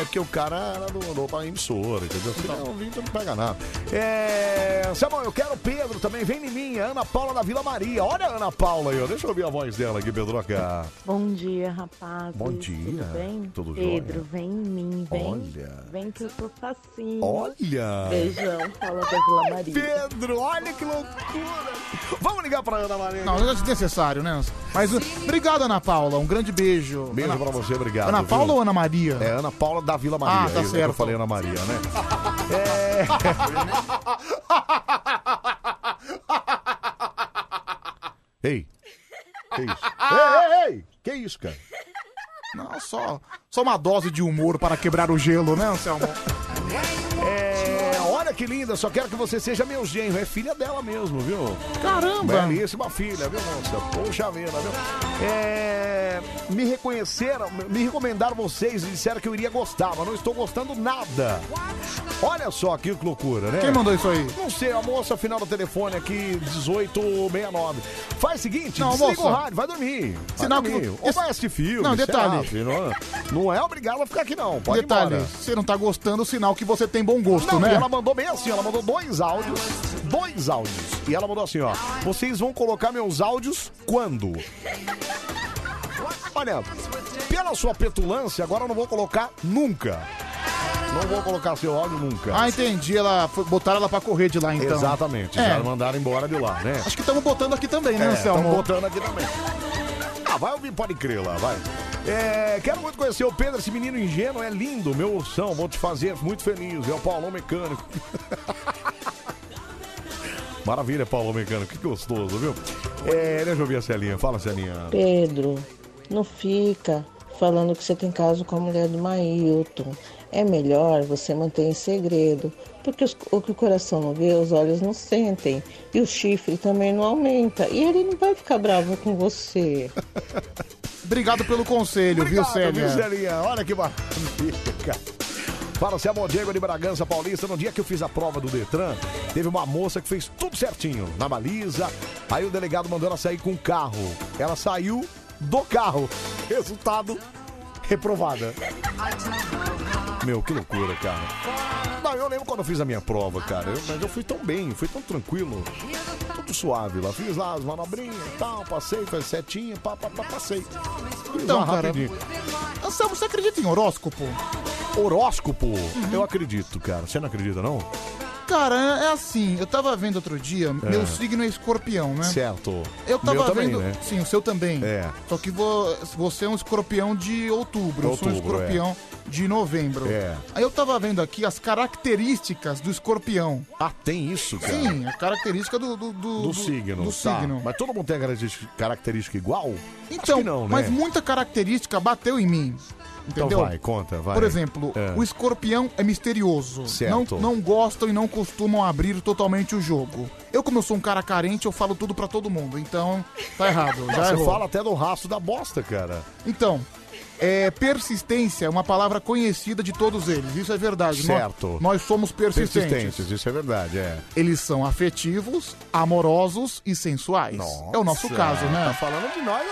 S1: É porque o cara era do, do da emissora, entendeu? Então, não, vim, então não paga nada. É. Samuel, eu quero o Pedro também, vem em mim, a Ana Paula da Vila Maria. Olha a Ana Paula aí, ó. Deixa eu ouvir a voz dela aqui, Pedroca.
S18: Bom dia, rapaz.
S1: Bom dia.
S18: Tudo bem?
S1: Tudo jóia?
S18: Pedro, vem em mim, vem.
S1: Olha.
S18: Vem que eu tô facinho.
S1: Olha.
S18: Beijão, fala da Vila Maria.
S1: Pedro, olha que loucura. Vamos ligar pra Ana Maria.
S2: Não, não é desnecessário, né? Mas uh, obrigado, Ana Paula. Um grande beijo.
S1: Beijo
S2: Ana...
S1: pra você, obrigado.
S2: Ana
S1: viu?
S2: Paula ou Ana Maria?
S1: É Ana Paula da Vila Maria.
S2: Ah, tá
S1: eu- Eu
S2: certo.
S1: falei Ana Maria, né? É. Ei. Que isso? Ei, ei, ei! Que isso, cara?
S2: Não, só, só uma dose de humor para quebrar o gelo, né, Anselmo?
S1: É, olha que linda, só quero que você seja meu genro. É filha dela mesmo, viu?
S2: Caramba!
S1: Belíssima filha, viu, moça? Poxa vida, viu? É, é, me reconheceram, me recomendaram vocês e disseram que eu iria gostar, mas não estou gostando nada. né? Olha só que loucura, né?
S2: Quem mandou isso aí?
S1: Não sei, a moça final do telefone aqui, 1869. Faz o seguinte,
S2: Não,
S1: desliga
S2: moça.
S1: o rádio, vai dormir. Vai
S2: Sinal que-
S1: dormir. Ou vai assistir filme,
S2: Não,
S1: sei
S2: detalhe.
S1: lá, filho, não, não é obrigado a ficar aqui não, pode ir
S2: Detalhe,
S1: embora.
S2: você não tá gostando, sinal que você tem bom gosto,
S1: Não,
S2: né?
S1: e ela mandou bem assim, ela mandou dois áudios, dois áudios. E ela mandou assim, ó, vocês vão colocar meus áudios quando? Olha, pela sua petulância, agora eu não vou colocar nunca. Não vou colocar seu áudio nunca.
S2: Ah, entendi. Ela foi- botaram ela pra correr de lá, então.
S1: Exatamente,
S2: É.
S1: já mandaram embora de lá, né?
S2: Acho que estamos botando aqui também, né,
S1: É,
S2: Anselmo?
S1: tamo botando aqui também. Ah, vai ouvir, pode crer lá, vai. É, quero muito conhecer o Pedro, esse menino ingênuo é lindo, meu ursão, vou te fazer muito feliz, é o Paulão Mecânico. Maravilha, Paulão Mecânico, que gostoso, viu? É, deixa eu ouvir a Celinha, fala Celinha.
S19: Pedro, não fica falando que você tem caso com a mulher do Mailton. É melhor você manter em segredo, porque os- o que o coração não vê, os olhos não sentem. E o chifre também não aumenta. E ele não vai ficar bravo com você.
S2: Obrigado pelo conselho, viu, Célia?
S1: viu, Celinha? Olha que maravilha, cara. Fala, se é Diego de Bragança Paulista, no dia que eu fiz a prova do Detran, teve uma moça que fez tudo certinho, na baliza. Aí o delegado mandou ela sair com o carro. Ela saiu do carro. Resultado, reprovada. Meu, que loucura, cara. Não, eu lembro quando eu fiz a minha prova, cara. Eu- mas eu fui tão bem, fui tão tranquilo. Tudo suave lá. Fiz lá as manobrinhas e tal, passei, faz setinha, pá, pá, pá, passei. Fiz
S2: Então,
S1: lá
S2: cara,
S1: rapidinho.
S2: Anselmo, você acredita em horóscopo?
S1: Horóscopo? Eu acredito, cara. Você não acredita, não?
S2: Cara, é- é assim, eu tava vendo outro dia,
S1: É.
S2: meu signo é escorpião, né?
S1: Certo.
S2: Eu tava
S1: Meu também,
S2: vendo.
S1: né?
S2: Sim, o seu também.
S1: É.
S2: Só que vo- você é um escorpião de outubro, eu sou um
S1: Outubro,
S2: escorpião de novembro.
S1: É.
S2: Aí eu tava vendo aqui as características do escorpião.
S1: Ah, tem isso, cara?
S2: Sim, a característica do. Do, do-
S1: Do
S2: do-
S1: signo.
S2: do
S1: tá.
S2: signo.
S1: Mas todo mundo tem a característica- característica igual? Acho
S2: Então,
S1: que não, né?
S2: mas muita característica bateu em mim. Entendeu?
S1: Então vai, conta, vai.
S2: Por exemplo,
S1: É.
S2: o escorpião é misterioso.
S1: Certo.
S2: Não, não gostam e não costumam abrir totalmente o jogo. Eu, como eu sou um cara carente, eu falo tudo pra todo mundo. Então, tá errado.
S1: Nossa,
S2: Já
S1: você
S2: errou.
S1: fala até do rastro da bosta, cara.
S2: Então, é, persistência é uma palavra conhecida de todos eles. Isso é verdade. Nós-
S1: Certo.
S2: Nós, somos persistentes.
S1: Persistentes, isso é verdade, é.
S2: Eles são afetivos, amorosos e sensuais. É o nosso
S1: Nossa,
S2: caso, né?
S1: Tá falando de nós.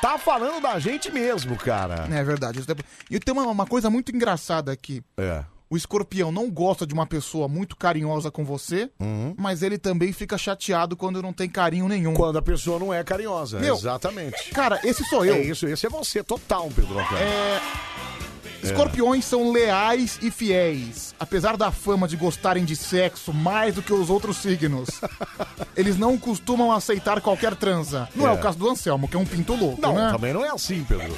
S1: Tá falando da gente mesmo, cara.
S2: É verdade. Isso é- E tem uma, uma coisa muito engraçada aqui.
S1: É.
S2: O escorpião não gosta de uma pessoa muito carinhosa com você,
S1: Uhum.
S2: mas ele também fica chateado quando não tem carinho nenhum.
S1: Quando a pessoa não é carinhosa,
S2: Meu,
S1: exatamente.
S2: Cara, esse sou eu.
S1: É isso, esse é você, total, Pedro. Cara.
S2: É, Escorpiões são leais e fiéis. Apesar da fama de gostarem de sexo mais do que os outros signos, eles não costumam aceitar qualquer transa. Não é,
S1: É.
S2: o caso do Anselmo, que é um pinto louco,
S1: Não,
S2: né?
S1: também não é assim, Pedro.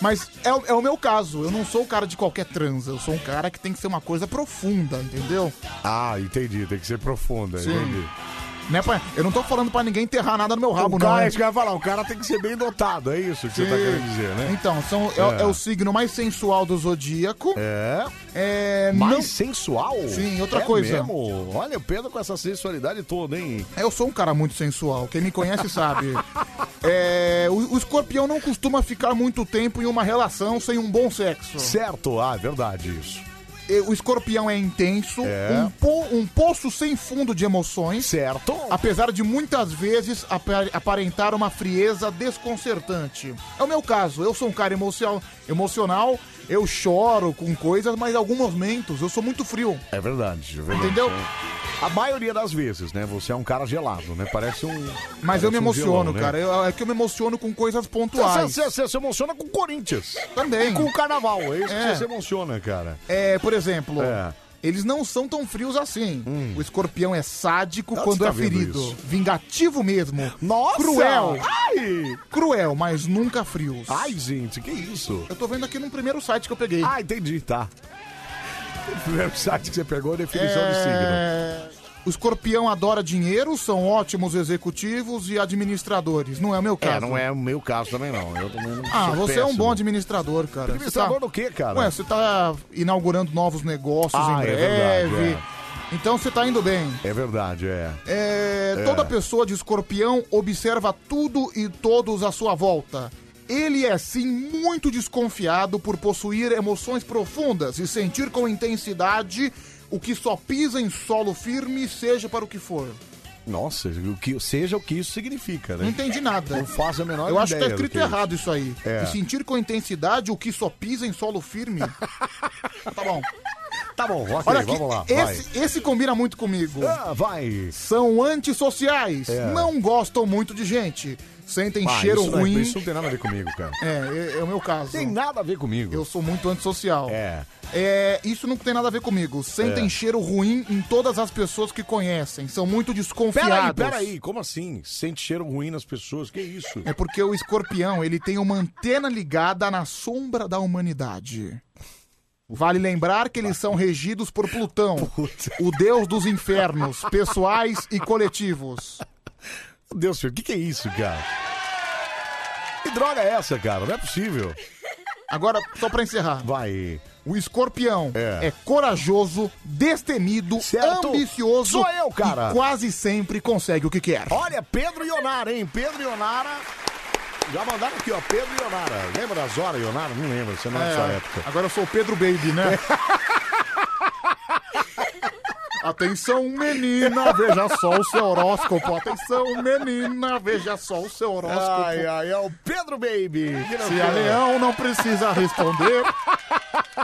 S2: Mas é, o- é o meu caso. Eu não sou o cara de qualquer transa. Eu sou um cara que tem que ser uma coisa profunda, entendeu?
S1: Ah, entendi, tem que ser profunda,
S2: Sim.
S1: entendi.
S2: Né, pai? Eu não tô falando pra ninguém enterrar nada no meu rabo,
S1: o
S2: não.
S1: cara, é
S2: hein?
S1: isso que eu ia falar, o cara tem que ser bem dotado, é isso que você tá
S2: Sim.
S1: querendo dizer, né?
S2: Então, são, é,
S1: É.
S2: é o signo mais sensual do zodíaco.
S1: É.
S2: É.
S1: Mais
S2: não-
S1: sensual?
S2: Sim, outra
S1: É
S2: coisa.
S1: mesmo? Olha, o Pedro com essa sensualidade toda, hein?
S2: Eu sou um cara muito sensual, quem me conhece sabe. É, o, o escorpião não costuma ficar muito tempo em uma relação sem um bom sexo.
S1: Certo, ah, é verdade isso.
S2: E O escorpião é intenso,
S1: É.
S2: Um, po- um poço sem fundo de emoções.
S1: Certo.
S2: Apesar de muitas vezes apa- aparentar uma frieza desconcertante. É o meu caso, eu sou um cara emocional, emocional eu choro com coisas, mas em alguns momentos eu sou muito frio.
S1: É verdade, é verdade.
S2: Entendeu?
S1: A maioria das vezes, né? Você é um cara gelado, né? Parece um.
S2: Mas
S1: parece
S2: eu me
S1: um
S2: emociono,
S1: gelão, né?
S2: cara. Eu- é que eu me emociono com coisas pontuais.
S1: Você, você- você se emociona com o Corinthians.
S2: Também.
S1: E com o carnaval. É isso
S2: É.
S1: que você se emociona, cara.
S2: É, por exemplo,
S1: É.
S2: eles não são tão frios assim. O escorpião é sádico
S1: Onde
S2: quando
S1: você tá
S2: é ferido.
S1: vendo isso?
S2: Vingativo mesmo.
S1: Nossa!
S2: Cruel.
S1: Ai!
S2: Cruel, mas nunca frios.
S1: Ai, gente, que isso?
S2: Eu tô vendo aqui no primeiro site que eu peguei.
S1: Ah, entendi, tá. O primeiro site que você pegou a definição de signo.
S2: É, O escorpião adora dinheiro, são ótimos executivos e administradores. Não é o meu caso.
S1: É, não é o meu caso também, não. Eu também não
S2: Ah,
S1: sou
S2: você é um
S1: péssimo.
S2: bom administrador, cara.
S1: Administrador
S2: Você tá-
S1: do quê, cara?
S2: Ué, você tá inaugurando novos negócios
S1: Ah,
S2: em
S1: é
S2: breve.
S1: verdade,
S2: Então você tá indo bem.
S1: É verdade, é.
S2: É,
S1: É.
S2: Toda pessoa de escorpião observa tudo e todos à sua volta. Ele é sim muito desconfiado por possuir emoções profundas e sentir com intensidade o que só pisa em solo firme, seja para o que for.
S1: Nossa, o que, seja o que isso significa, né?
S2: Não entendi nada.
S1: Não faço a menor
S2: Eu acho que
S1: ideia
S2: tá
S1: do
S2: escrito
S1: é
S2: errado isso aí.
S1: É.
S2: E sentir com intensidade o que só pisa em solo firme. tá bom.
S1: Tá bom, ok,
S2: Olha aqui,
S1: vamos lá. vai.
S2: Esse, esse combina muito comigo.
S1: Ah, vai.
S2: São antissociais,
S1: É.
S2: não gostam muito de gente, sentem
S1: Ah,
S2: cheiro
S1: isso não é-
S2: ruim.
S1: isso não tem nada a ver comigo, cara.
S2: É, é, é o meu caso. Tem
S1: nada a ver comigo.
S2: Eu sou muito antissocial.
S1: É.
S2: isso não tem nada a ver comigo. Sentem
S1: É.
S2: cheiro ruim em todas as pessoas que conhecem. São muito
S1: Peraí,
S2: desconfiados.
S1: peraí, como assim? Sente cheiro ruim nas pessoas? Que isso?
S2: É porque o escorpião, ele tem uma antena ligada na sombra da humanidade. Vale lembrar que eles são regidos por Plutão, o deus dos infernos, pessoais e coletivos.
S1: Meu Deus, senhor, o que, que é isso, cara? Que droga é essa, cara? Não é possível.
S2: Agora, só pra encerrar.
S1: Vai.
S2: O escorpião é, corajoso, destemido, ambicioso
S1: Sou eu, cara.
S2: e quase sempre consegue o que quer.
S1: Olha, Pedro Ionara, hein? Pedro Ionara. Já mandaram aqui, ó, Pedro Ionara. Lembra da Zora Ionara? Não lembro, você não é,
S2: É,
S1: da sua época.
S2: Agora eu sou o Pedro Baby, né? Atenção, menina, veja só o seu horóscopo. Atenção, menina, veja só o seu horóscopo.
S1: Ai, ai, é o Pedro Baby. Que
S2: Se a
S1: loucura.
S2: leão não precisa responder,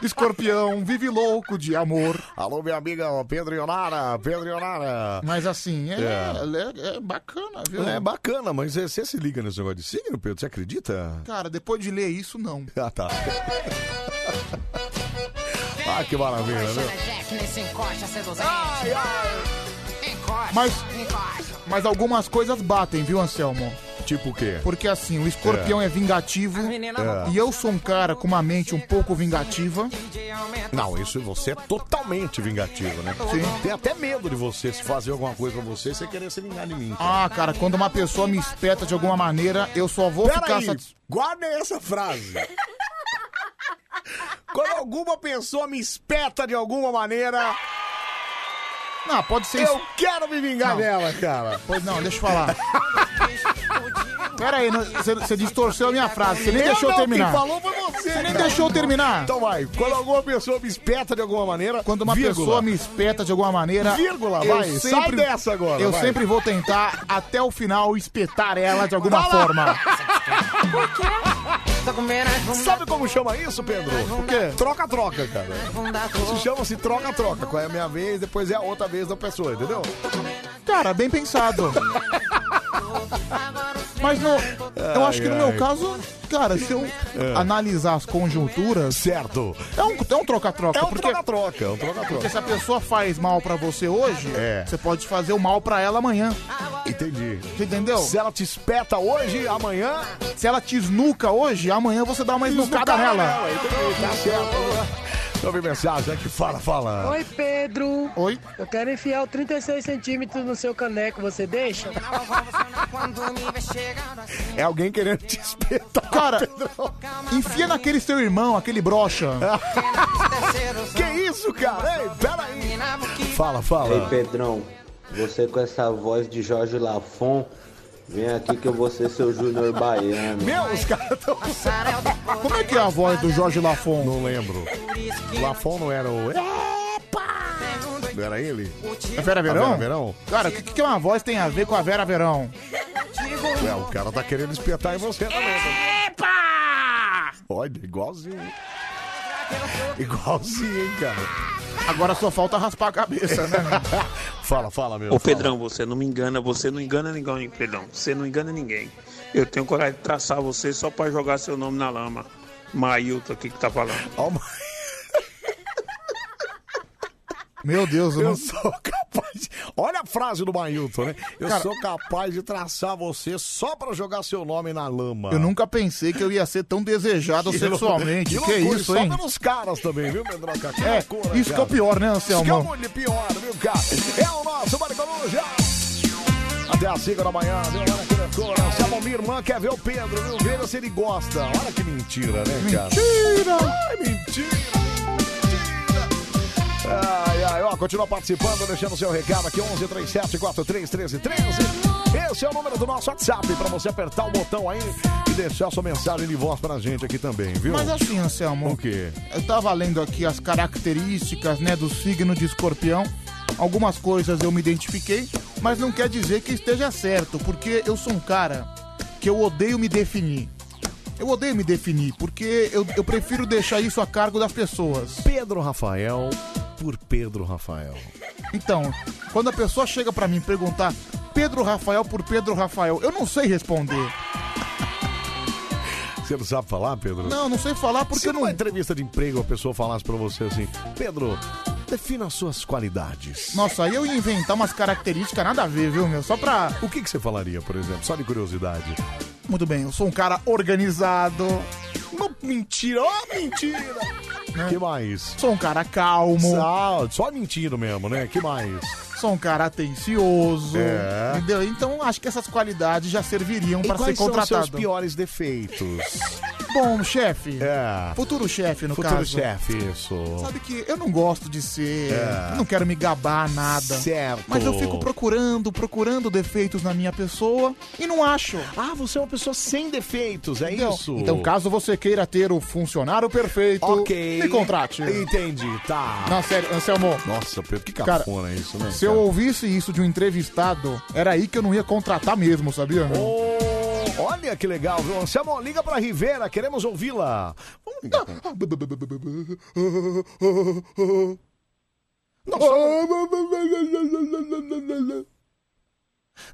S2: escorpião vive louco de amor.
S1: Alô, minha amiga, ó, Pedro Ionara, Pedro Ionara.
S2: Mas assim, é, é- é bacana, viu?
S1: É bacana, mas você você se liga nesse negócio de signo, Pedro? Você acredita?
S2: Cara, depois de ler isso, não.
S1: Ah, tá. ah, que maravilha, né?
S4: Ai, ai.
S2: Mas, mas algumas coisas batem, viu, Anselmo?
S1: Tipo o quê?
S2: Porque assim, o escorpião é, vingativo
S1: É.
S2: e eu sou um cara com uma mente um pouco vingativa.
S1: Não, isso você é totalmente vingativo, né?
S2: Sim.
S1: Tem até medo de você se fazer alguma coisa pra você e você querer se vingar de mim.
S2: Ah, cara, quando uma pessoa me espeta de alguma maneira, eu só vou ficar
S1: Peraí,
S2: satisfeito.
S1: guardem essa frase. Quando alguma pessoa me espeta de alguma maneira.
S2: Não, pode ser
S1: Eu quero me vingar dela, cara.
S2: Pois não, deixa eu falar. Pera aí, não- você você distorceu a minha frase, você nem deixou eu
S1: não,
S2: terminar.
S1: Quem falou foi você.
S2: Você nem
S1: cara.
S2: deixou eu terminar.
S1: Então vai, quando alguma pessoa me espeta de alguma maneira.
S2: Quando uma
S1: vírgula.
S2: pessoa me espeta de alguma maneira.
S1: Vírgula,
S2: eu
S1: vai, sai dessa agora,
S2: Eu
S1: vai.
S2: sempre vou tentar, até o final, espetar ela de alguma
S1: Vai lá.
S2: forma.
S1: Sabe como chama isso, Pedro? O quê? Troca-troca, cara. Isso chama-se troca-troca. Qual é a minha vez, depois é a outra vez da pessoa, entendeu?
S2: Cara, bem pensado. Mas não, eu acho que no meu
S1: ai. É.
S2: caso, cara, se eu analisar as conjunturas.
S1: Certo.
S2: É um é um troca-troca.
S1: É um
S2: porque-
S1: troca-troca, é um
S2: Porque se
S1: troca-troca.
S2: a pessoa faz mal pra você hoje,
S1: É.
S2: você pode fazer o mal pra ela amanhã.
S1: Entendi.
S2: Você entendeu?
S1: Se ela te espeta hoje, amanhã.
S2: Se ela te esnuca hoje, amanhã você dá uma esnucada
S1: esnucada
S2: nela.
S1: nela, entendi, tá certo. Deixa eu ver Então mensagem aqui. Fala, fala.
S20: Oi, Pedro.
S2: Oi.
S20: Eu quero enfiar o 36 centímetros no seu caneco, você deixa?
S1: É alguém querendo te espetar.
S2: Cara, enfia naquele seu irmão, aquele brocha.
S1: que isso, cara? Ei, peraí. Fala, fala.
S21: Ei, Pedrão, você com essa voz de Jorge Lafon, vem aqui que eu vou ser seu Júnior Baiano.
S1: Meus caras tão...
S2: Como é que é a voz do Jorge Lafon?
S1: Não lembro. Lafon não era o... Não era ele?
S2: É Vera Verão?
S1: A Vera Verão?
S2: Cara, o que, que uma voz tem a ver com a Vera Verão?
S1: Ué, o cara tá querendo espetar em você também. né? Olha, igualzinho. hein? Igualzinho, hein, cara.
S2: Agora só falta raspar a cabeça, né?
S1: Fala, fala, meu.
S22: Ô
S1: fala.
S22: Pedrão, você não me engana, você não engana ninguém, Pedrão. Você não engana ninguém. Eu tenho coragem de traçar você só pra jogar seu nome na lama. Mailton aqui que tá falando.
S1: Ó, Ma-
S2: Meu Deus, eu
S1: Eu
S2: não...
S1: sou capaz. de- Olha a frase do Mailton, né? Eu
S2: Cara-
S1: sou capaz de traçar você só pra jogar seu nome na lama.
S2: eu nunca pensei que eu ia ser tão desejado
S1: Que lou-
S2: sexualmente. Que,
S1: loucura,
S2: isso,
S1: só
S2: hein?
S1: pelos caras também, viu, Pedroca? Que
S2: É,
S1: loucura,
S2: isso que é o
S1: cara.
S2: pior, né,
S1: Isso que é
S2: Anselmo?
S1: muito pior, viu, cara? É o nosso Maricoruja! Até às 5 da manhã, viu? Olha que loucura. Anselmo, minha irmã quer ver o Pedro, viu? Veja se ele gosta. Olha que mentira, né, cara?
S2: Mentira!
S1: Ai, mentira! Ai, ai, ó, continua participando, deixando seu recado aqui, 1137-431313. Esse é o número do nosso WhatsApp pra você apertar o botão aí e deixar sua mensagem de voz pra gente aqui também, viu?
S2: Mas assim, Anselmo.
S1: O quê?
S2: Eu tava lendo aqui as características, né, do signo de escorpião. Algumas coisas eu me identifiquei, mas não quer dizer que esteja certo, porque eu sou um cara que eu odeio me definir. Eu odeio me definir, porque eu, eu prefiro deixar isso a cargo das pessoas.
S1: Pedro Rafael por Pedro Rafael.
S2: Então, quando a pessoa chega pra mim perguntar Pedro Rafael por Pedro Rafael, eu não sei responder.
S1: Você não sabe falar, Pedro?
S2: Não, não sei falar porque
S1: Se numa entrevista de emprego a pessoa falasse pra você assim, Pedro, defina as suas qualidades.
S2: Nossa, aí eu ia inventar umas características nada a ver, viu, meu? Só pra.
S1: O que, que você falaria, por exemplo? Só de curiosidade.
S2: Muito bem, eu sou um cara organizado. Não, mentira, ó, mentira!
S1: O que mais?
S2: Sou um cara calmo.
S1: Só, só mentindo mesmo, né? que mais?
S2: Sou um cara atencioso.
S1: É.
S2: Entendeu? Então acho que essas qualidades já serviriam
S1: E
S2: um pra ser
S1: quais são os
S2: contratado.
S1: seus piores defeitos?
S2: Bom, chefe.
S1: É.
S2: Futuro chefe, no
S1: Futuro
S2: caso.
S1: chefe, isso.
S2: Sabe que eu não gosto de ser.
S1: É.
S2: eu Não quero me gabar nada.
S1: Certo.
S2: Mas eu fico procurando, procurando defeitos na minha pessoa e não acho.
S1: Ah, você é uma pessoa sem defeitos, é isso?
S2: Então, caso você queira ter o funcionário perfeito,
S1: Ok.
S2: me contrate.
S1: Entendi, tá.
S2: Não, sério, Anselmo.
S1: Nossa, Pedro, que
S2: Cara,
S1: cafona isso, né?
S2: Se eu ouvisse isso de um entrevistado, era aí que eu não ia contratar mesmo, sabia? meu?
S1: Oh, Olha que legal, viu? Anselmo, liga pra Rivera, queremos ouvi-la. Vamos ligar pra- Não, só...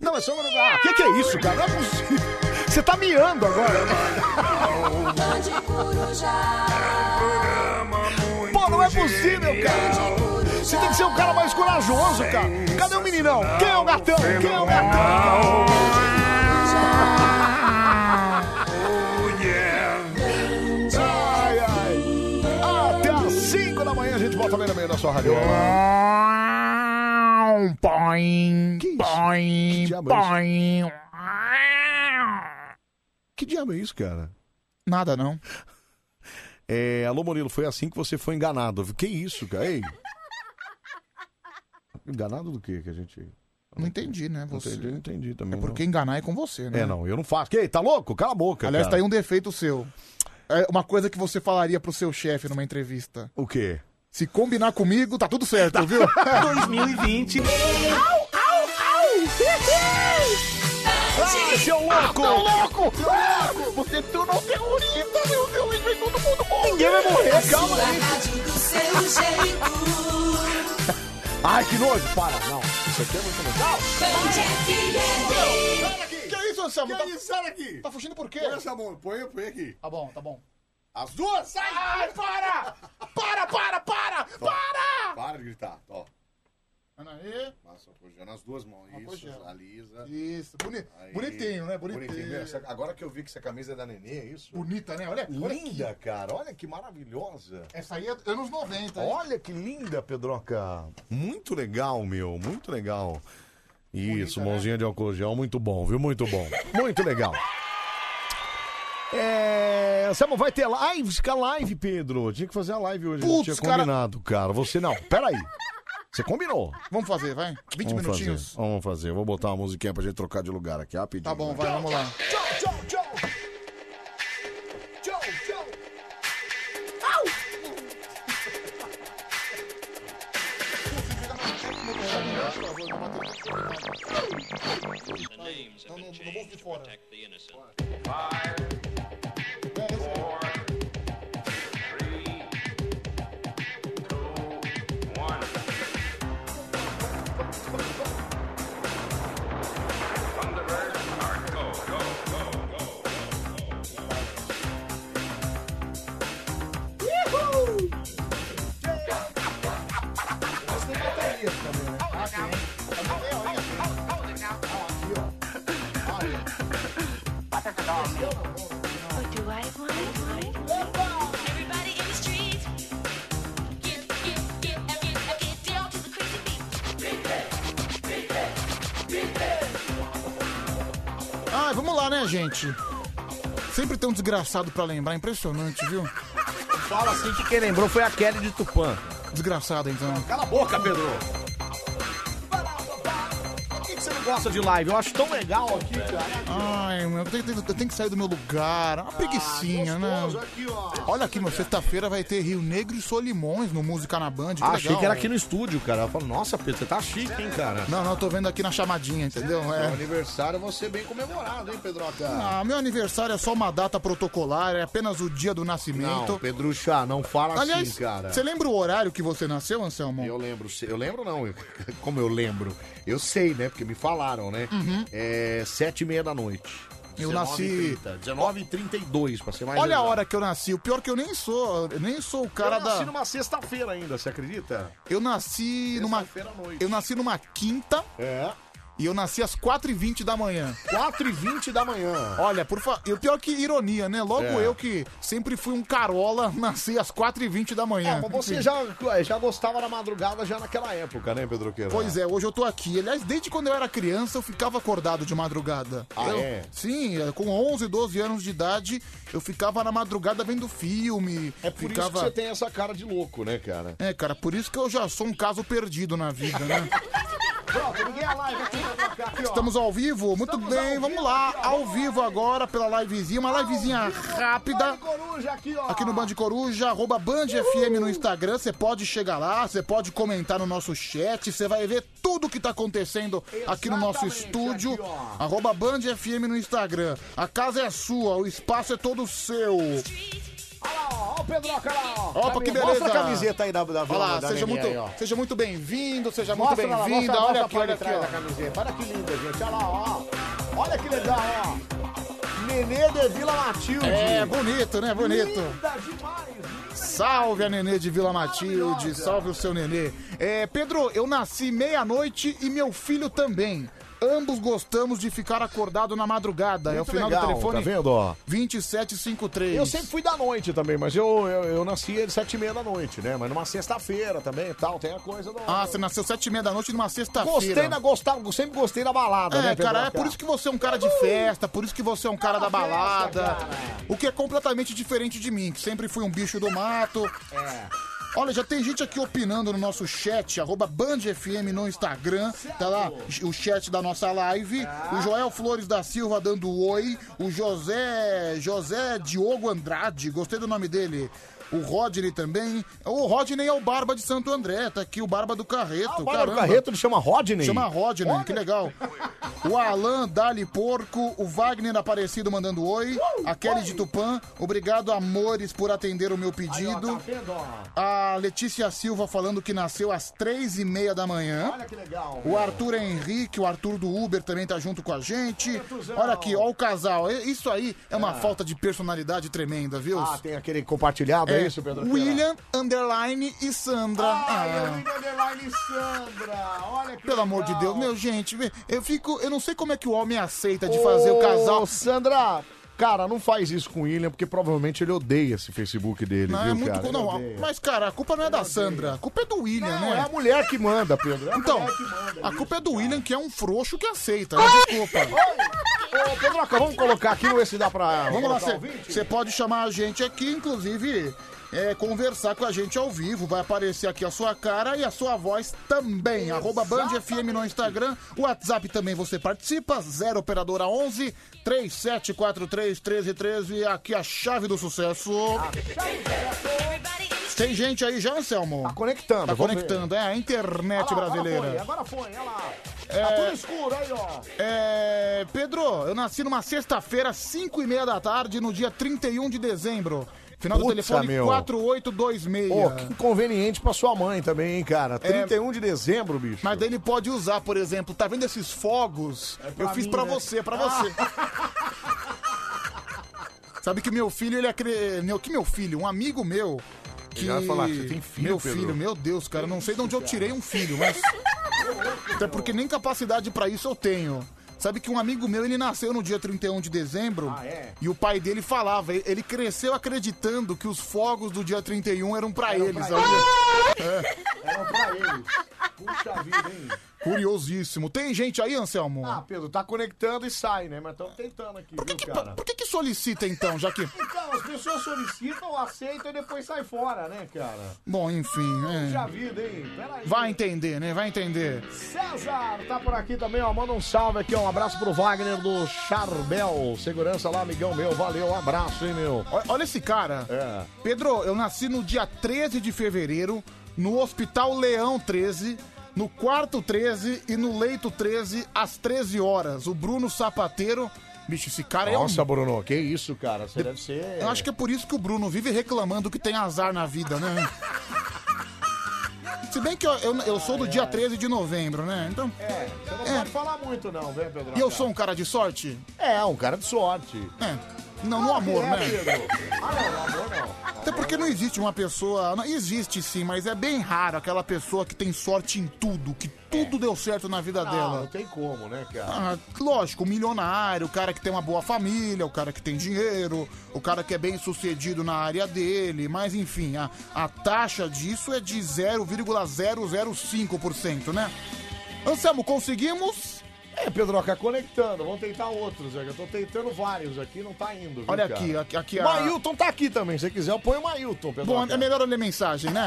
S1: Não, é só... Ah, que que é isso, cara? Não é possível. Você tá miando agora, Pô, não é possível, cara. Você tem que ser um cara mais corajoso, cara. Cadê o meninão? Quem é o gatão? Quem é o gatão? Ai, ai. Até às 5 da manhã a gente volta bem no meio da sua rádio.
S2: Põe, põe,
S1: é
S2: põe.
S1: Que diabo é isso, cara?
S2: Nada, não.
S1: É, alô, Murilo, foi assim que você foi enganado. Que isso, cara? Ei. Enganado do que que a gente...
S2: Não entendi, né?
S1: Não
S2: Você.
S1: entendi, não entendi também.
S2: É porque
S1: não.
S2: enganar é com você, né?
S1: Uhum. É, não, eu não faço. Que, tá louco? Cala a boca,
S2: Aliás, tá
S1: cara.
S2: aí um defeito seu. É uma coisa que você falaria pro seu chefe numa entrevista.
S1: O quê?
S2: Se combinar comigo, tá tudo certo, viu?
S4: 2020. Au, au, au!
S1: Ai, seu louco!
S4: Ah, seu louco! Seu louco! Você tornou terrorista, meu Deus! Vem todo mundo morrer!
S1: Ninguém vai morrer, calma aí. Ai, que nojo! Para, não. Isso aqui é muito legal.
S2: Que isso, Anselmo? Tá...
S1: Sai daqui!
S2: tá fugindo por quê?
S1: Samu, põe, põe aqui.
S2: Tá bom, tá bom.
S1: As duas, sai!
S2: Ai, para! Para, para, para! Para!
S1: Para de gritar, ó.
S2: Ana aí.
S1: Passa apoiando as duas mãos.
S2: apoiando.
S1: alisa.
S2: Isso, boni...
S1: Aí.
S2: bonitinho, né? Bonitinho.
S1: mesmo. Essa- Agora que eu vi que essa camisa é da Nenê, é isso?
S2: Bonita, né? Olha, olha aqui.
S1: Linda, cara. Olha que maravilhosa.
S2: Essa aí é anos 90. hein?
S1: Olha que linda, Pedroca. Muito legal, meu. Muito legal. Isso, mãozinha de álcool gel. Muito bom, viu? Muito bom. Muito legal. É, Samu, vai ter live, fica live, Pedro. Tinha que fazer a live hoje, não
S2: Putz,
S1: tinha
S2: cara.
S1: combinado, cara. Você não, peraí. Você combinou.
S2: Vamos fazer, vai. 20
S1: Vamos
S2: minutinhos.
S1: Fazer. Vamos fazer. Eu Vou botar uma musiquinha pra gente trocar de lugar aqui rapidinho.
S2: Tá bom, vai, vamos lá.
S4: Tchau, tchau!
S2: Não, não, não vou de fora. Ah, vamos lá, né, gente? Sempre tem um desgraçado pra lembrar, impressionante, viu?
S15: Fala assim que quem lembrou foi a Kelly de Tupã.
S2: Desgraçado, então.
S1: Cala a boca, Pedro. Por que que você não gosta de live? Eu acho tão legal aqui, cara.
S2: Ai, meu, eu tenho, tenho- eu tenho que sair do meu lugar. Uma preguiçinha, né?
S1: Ah, gostoso aqui, ó.
S2: Olha aqui, meu, sexta-feira vai ter Rio Negro e Solimões no Música na Band. Que
S1: Ah, achei
S2: legal.
S1: que era aqui no estúdio, cara. Eu falo, nossa, Pedro, você tá chique, hein, cara?
S2: Não, não, eu tô vendo aqui na chamadinha, entendeu? É.
S1: Seu aniversário você bem comemorado, hein, Pedroca?
S2: Ah, meu aniversário é só uma data protocolar, é apenas o dia do nascimento.
S1: Não, Pedrucha, não fala
S2: Aliás,
S1: assim, cara.
S2: Você lembra o horário que você nasceu, Anselmo?
S1: Eu lembro, eu lembro não, eu- como eu lembro. Eu sei, né, porque me falaram, né?
S2: Uhum.
S1: É sete e meia da noite.
S2: Eu nasci-
S1: 19h32, pra ser mais
S2: Olha a
S1: exato.
S2: hora que eu nasci. O pior é que eu nem sou, eu nem sou o cara
S1: eu nasci
S2: da.
S1: numa sexta-feira ainda, você acredita?
S2: Eu nasci numa.
S1: Sexta-feira à noite.
S2: Eu nasci numa quinta.
S1: É.
S2: E eu nasci às 4h20 da manhã.
S1: 4h20 da manhã.
S2: Olha, por favor. E o pior que ironia, né? Logo
S1: É.
S2: eu que sempre fui um carola, nasci às 4h20 da manhã.
S1: É, mas você já, já gostava da madrugada já naquela época, né, Pedro Queira?
S2: Pois é, hoje eu tô aqui. Aliás, desde quando eu era criança, eu ficava acordado de madrugada.
S1: Ah,
S2: Eu-
S1: é?
S2: Sim, eh, com 11, 12 anos de idade, eu ficava na madrugada vendo filme. É
S1: Por isso que você tem essa cara de louco, né, cara?
S2: É, cara, por isso que eu já sou um caso perdido na vida, né?
S1: Pronto, liguei a live aqui, né, Pedroca. Aqui, ó.
S2: Estamos ao vivo? Muito bem, vamos lá. ao vivo agora pela livezinha, uma livezinha rápida.
S1: Coruja aqui, ó.
S2: Aqui no Band Coruja, arroba Band FM no Instagram. Você pode chegar lá, você pode comentar no nosso chat, você vai ver tudo que tá acontecendo aqui no nosso estúdio. arroba Band FM no Instagram. A casa é sua, o espaço é todo seu.
S1: Ó, o Pedroca lá, ó.
S2: Opa, que beleza.
S1: Mostra a camiseta aí da, da
S2: Olha lá,
S1: da
S2: seja,
S1: NBA,
S2: muito,
S1: ó.
S2: seja muito bem-vindo, seja
S1: Mostra
S2: Tá muito
S1: lá,
S2: bem-vinda.
S1: mostra-
S2: Olha
S1: mostra
S2: aqui,
S1: a
S2: olha
S1: parte de
S2: aqui,
S1: trás da
S2: ó.
S1: camiseta. Olha que linda, gente. Olha lá, ó. Olha que legal, ó. Nenê de Vila Matilde.
S2: É, bonito, né? Bonito.
S1: Linda demais.
S2: Salve a Nenê de Vila Matilde, salve o seu Nenê. É, Pedro, eu nasci meia-noite e meu filho também. Ambos gostamos de ficar acordado na madrugada. é o
S1: Muito
S2: final do
S1: legal,
S2: telefone.
S1: tá vendo, ó?
S2: 2753.
S1: Eu sempre fui da noite também, mas eu, eu, eu nasci de sete e meia da noite, né? Mas numa sexta-feira também e tal, tem a coisa do...
S2: Ah, você nasceu sete e meia da noite numa sexta-feira.
S1: Gostei da gostava, sempre gostei da balada, né,
S2: É,
S1: Pedro? Uh!
S2: cara, é por isso que você é um cara de festa, por isso que você é um cara da balada. O que é completamente diferente de mim, que sempre fui um bicho do mato. Olha, já tem gente aqui opinando no nosso chat, arroba BandFM no Instagram, tá lá o chat da nossa live. O Joel Flores da Silva dando oi. O José. José Diogo Andrade, gostei do nome dele. O Rodney também. O Rodney é o Barba de Santo André, tá aqui o Barba do Carreto.
S1: Ah, O cara do
S2: caramba.
S1: Carreto ele chama Rodney?
S2: Chama Rodney,
S1: Olha.
S2: Hum, que legal. O Alan Dali Porco, o Wagner Aparecido mandando oi,
S1: Uh,
S2: a Kelly de Tupã, obrigado amores por atender o meu
S1: tá
S2: pedido. A Letícia Silva falando que nasceu às três e meia da manhã.
S1: Olha que legal.
S2: O Arthur Henrique, o Arthur do Uber também tá junto com a gente. Olha aqui, ó o casal. E- Isso aí é uma falta de personalidade tremenda, viu?
S1: Ah, tem aquele compartilhado, é, isso, Pedro?
S2: William, Underline e Sandra. Ah.
S1: Underline Sandra, olha que
S2: Pelo amor de Deus, meu gente, eu fico, eu não sei como é que o homem aceita de fazer o casal.
S1: Sandra, cara, não faz isso com o William, porque provavelmente ele odeia esse Facebook dele,
S2: Não,
S1: viu,
S2: é muito,
S1: cara? Ele
S2: não,
S1: odeia.
S2: mas cara, a culpa não é da Sandra, a culpa é do William,
S1: Não,
S2: né?
S1: é a mulher que manda, Pedro. É a
S2: então,
S1: mulher que
S2: a culpa é do William que é um frouxo que aceita. né? Desculpa.
S1: Ô, Pedroca, vamos colocar aqui, vamos ver se dá pra.
S2: Vamos lá,
S1: colocar o vídeo?
S2: você pode chamar a gente aqui, inclusive é, conversar com a gente ao vivo. Vai aparecer aqui a sua cara e a sua voz também. Arroba Band FM no Instagram. O WhatsApp também você participa. 0 Operadora 11 3743 1313. Aqui a chave do sucesso. Tem gente aí já, Anselmo? Tá
S1: conectando.
S2: Tá
S1: vamos Ah,
S2: conectando, é a internet brasileira.
S1: Agora foi, olha lá.
S2: É.
S1: Tá tudo escuro aí, ó.
S2: É, Pedro, eu nasci numa sexta-feira, 5 e meia da tarde, no dia 31 de dezembro. Final do
S1: Puta,
S2: telefone
S1: meu.
S2: 4826.
S1: Pô, que inconveniente pra sua mãe também, hein, cara?
S2: É.
S1: 31 de dezembro, bicho.
S2: Mas daí ele pode usar, por exemplo, tá vendo esses fogos?
S1: pra
S2: eu fiz
S1: mim,
S2: pra
S1: né?
S2: você, pra
S1: Ah.
S2: você. Sabe que meu filho, ele é... Cre... meu- Que meu filho? Um amigo meu... Que...
S1: já ia falar, você tem filho,
S2: Meu
S1: Pedro?
S2: filho, meu Deus, cara, eu não sei de onde eu tirei um filho, mas... Até porque nem capacidade pra isso eu tenho. Sabe que um amigo meu, ele nasceu no dia 31 de dezembro
S1: Ah, é?
S2: e o pai dele falava, e- ele cresceu acreditando um que os fogos do dia 31 eram pra eles.
S1: pra
S2: sabia?
S1: Era É. um pra ele. Puxa vida, hein?
S2: Curiosíssimo. Tem gente aí, Anselmo?
S1: Ah, Pedro, tá conectando e sai, né? Mas estamos tentando aqui, viu, cara?
S2: Por que que solicita então, já que...
S1: Então, as pessoas solicitam, aceitam e depois saem fora, né, cara?
S2: Bom, enfim,
S1: Puxa
S2: é.
S1: vida, hein? Peraí.
S2: Vai entender, né? Vai entender.
S1: César tá por aqui também, ó. Manda um salve aqui, ó. Um abraço pro Wagner do Charbel. Segurança lá, amigão meu. Valeu, um abraço, hein, meu.
S2: Ó- Olha esse cara. Pedro, eu nasci no dia 13 de fevereiro, no Hospital Leão 13, no quarto 13 e no leito 13, às 13 horas. O Bruno Sapateiro. Bicho, esse cara
S1: Nossa,
S2: é um.
S1: Bruno, que isso, cara? Você deve ser.
S2: Eu acho que é por isso que o Bruno vive reclamando que tem azar na vida, né? Se bem que eu, eu- eu sou do dia 13 de novembro, né? Então.
S1: É, você não pode falar muito, não, velho, Pedro?
S2: E eu sou um cara de sorte?
S1: É, um cara de sorte.
S2: É. Não, no amor,
S1: é,
S2: né?
S1: Pedro.
S2: Até porque não existe uma pessoa. não- existe sim, mas é bem raro aquela pessoa que tem sorte em tudo, que tudo deu certo na vida
S1: É. Não, não
S2: dela.
S1: tem como, né, cara?
S2: Tá Ah, lógico, o milionário, o cara que tem uma boa família, o cara que tem dinheiro, o cara que é bem sucedido na área dele, mas enfim, a, a taxa disso é de 0,005%, né? Anselmo, conseguimos?
S1: É, Pedroca, conectando. Vamos tentar outros, velho. Eu tô tentando vários aqui, não tá indo. Viu,
S2: Olha
S1: cara?
S2: aqui, aqui, aqui
S1: O Mailton tá aqui também. Se você quiser, eu ponho o Mailton, Pedro.
S2: Bom, é melhor eu ler mensagem, né?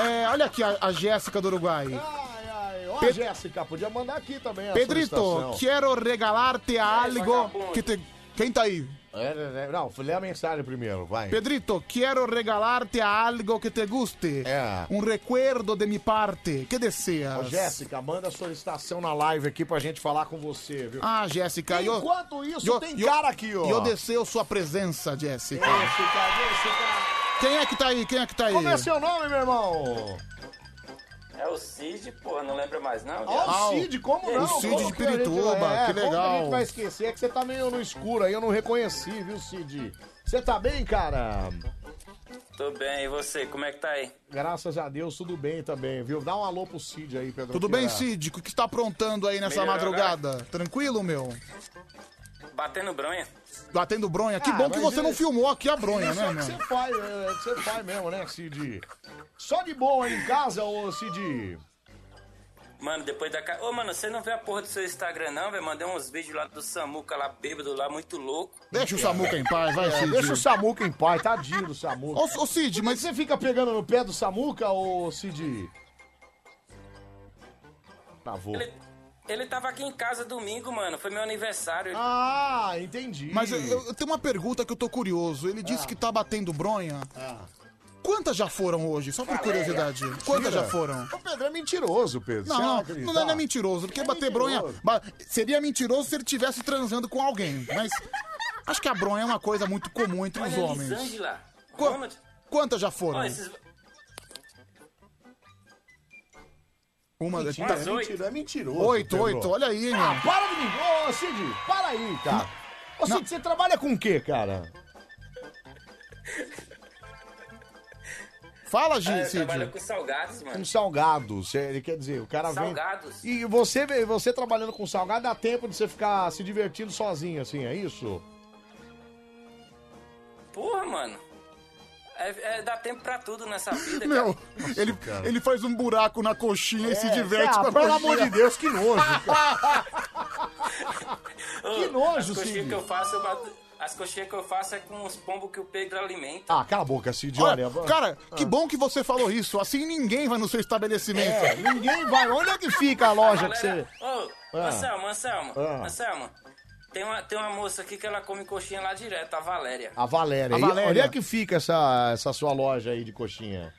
S2: É, olha aqui a, a Jéssica do Uruguai.
S1: Ó,
S2: Ped-
S1: Jéssica, podia mandar aqui também. Ah, é a
S2: Pedrito, é-
S1: solicitação. É,
S2: quero regalarte algo
S1: vagabundo.
S2: é que te... Quem tá aí?
S1: É, é, é, Não, lê a mensagem primeiro, vai.
S2: Pedrito, quero regalarte algo que te guste.
S1: É.
S2: Um recuerdo de mi parte. Que deseas?
S1: Ô, Jéssica, manda a solicitação na live aqui pra gente falar com você, viu?
S2: Ah, Jéssica, eu...
S1: Enquanto isso,
S2: eu-
S1: tem
S2: eu-
S1: cara aqui, ó.
S2: Eu desceu sua presença, Jéssica.
S1: Jéssica, Jéssica.
S2: Quem é que tá aí? Quem é que tá aí?
S1: Como é seu nome, meu irmão?
S19: É o Cid, porra, não lembra mais não?
S1: Ó, o Cid, como não?
S2: Ah, o Cid
S1: Como
S2: de
S1: que a gente-
S2: Pirituba,
S1: é,
S2: que
S1: Como a gente
S2: legal.
S1: vai esquecer? É que você tá meio no escuro aí, eu não reconheci, viu, Cid? Você tá bem, cara?
S19: Tô bem, e você, como é que tá aí?
S1: Graças a Deus, tudo bem também, viu? Dá um alô pro Cid aí, Pedro.
S2: Tudo
S1: que é-
S2: bem, Cid? O que você tá aprontando aí nessa
S19: Melhorou,
S2: madrugada? Tranquilo, meu?
S19: Batendo bronha?
S2: Batendo bronha. Que
S1: Ah,
S2: bom que
S1: mas
S2: você não
S1: isso-
S2: filmou aqui a bronha,
S1: isso
S2: né,
S1: é que
S2: meu?
S1: você faz, é, é que você faz mesmo, né, Cid? Só de boa aí em casa, ô Cid?
S19: Mano, depois da ca... Ô, mano, você não vê a porra do seu Instagram não, velho? Mandei uns vídeos lá do Samuca lá, bêbado lá, muito louco.
S2: Deixa o Samuca em paz, vai,
S1: É,
S2: Cid.
S1: Deixa o Samuca em paz, tadinho do Samuca.
S2: Ô, ô, Cid,
S1: mas você fica pegando no pé do Samuca, ô Cid? Travou.
S19: Ele... ele tava aqui em casa domingo, mano, foi meu aniversário. Ele-
S1: Ah, entendi.
S2: Mas eu, eu- eu tenho uma pergunta que eu tô curioso. Ele disse que tá batendo bronha. Quantas já foram hoje? Só por curiosidade. Quantas já foram?
S1: Ah. O Pedro é mentiroso, Pedro.
S2: Não,
S1: Você
S2: não,
S1: acredita?
S2: não, é- não é mentiroso, porque bater bronha. ba- seria mentiroso se ele estivesse transando com alguém, mas. Acho que a bronha é uma coisa muito comum entre os
S19: Olha a
S2: homens.
S19: Elisângela.
S2: Qua-
S19: Ronald.
S2: Quantas já foram?
S19: Ó, esses...
S2: Uma
S1: Mentira,
S2: tá-
S1: é mentira, é mentiroso.
S2: Oito,
S1: Pedro.
S2: oito, olha aí, meu.
S1: Ah, para de mim. Ô, Cid, para aí, cara. Ô, Cid, você trabalha com o quê, cara?
S2: Fala,
S19: Ah,
S2: Gi,
S19: eu
S2: Cid.
S19: trabalho com salgados, mano.
S1: Com salgados. Ele quer dizer, o cara vem.
S19: Salgados.
S1: E você, vê- você trabalhando com salgado, dá tempo de você ficar se divertindo sozinho, assim, é isso?
S19: Porra, mano. É, é- dá tempo pra tudo nessa vida,
S2: Meu,
S19: cara.
S2: ele, ele faz um buraco na coxinha e se diverte
S1: ah,
S2: com a
S1: pelo
S2: coxinha.
S1: amor de Deus, que nojo,
S19: que
S1: nojo,
S19: As coxinhas
S1: Cid.
S19: que eu faço, eu bato- As coxinhas que eu faço é com os pombos que o Pedro alimenta.
S1: Ah, cala a boca, Cid, olha.
S2: Olha, cara,
S1: Ah.
S2: que bom que você falou isso. Assim ninguém vai no seu estabelecimento.
S1: É, ninguém vai. Onde é que fica a loja que você.
S19: Galera, ô,
S1: Ah.
S19: Anselmo, Anselmo,
S1: Ah.
S19: Anselmo. Tem uma, tem uma moça aqui que ela come coxinha lá direto, a Valéria.
S1: A Valéria.
S2: A
S1: E
S2: Valéria.
S1: Onde é que fica essa, essa sua loja aí de coxinha?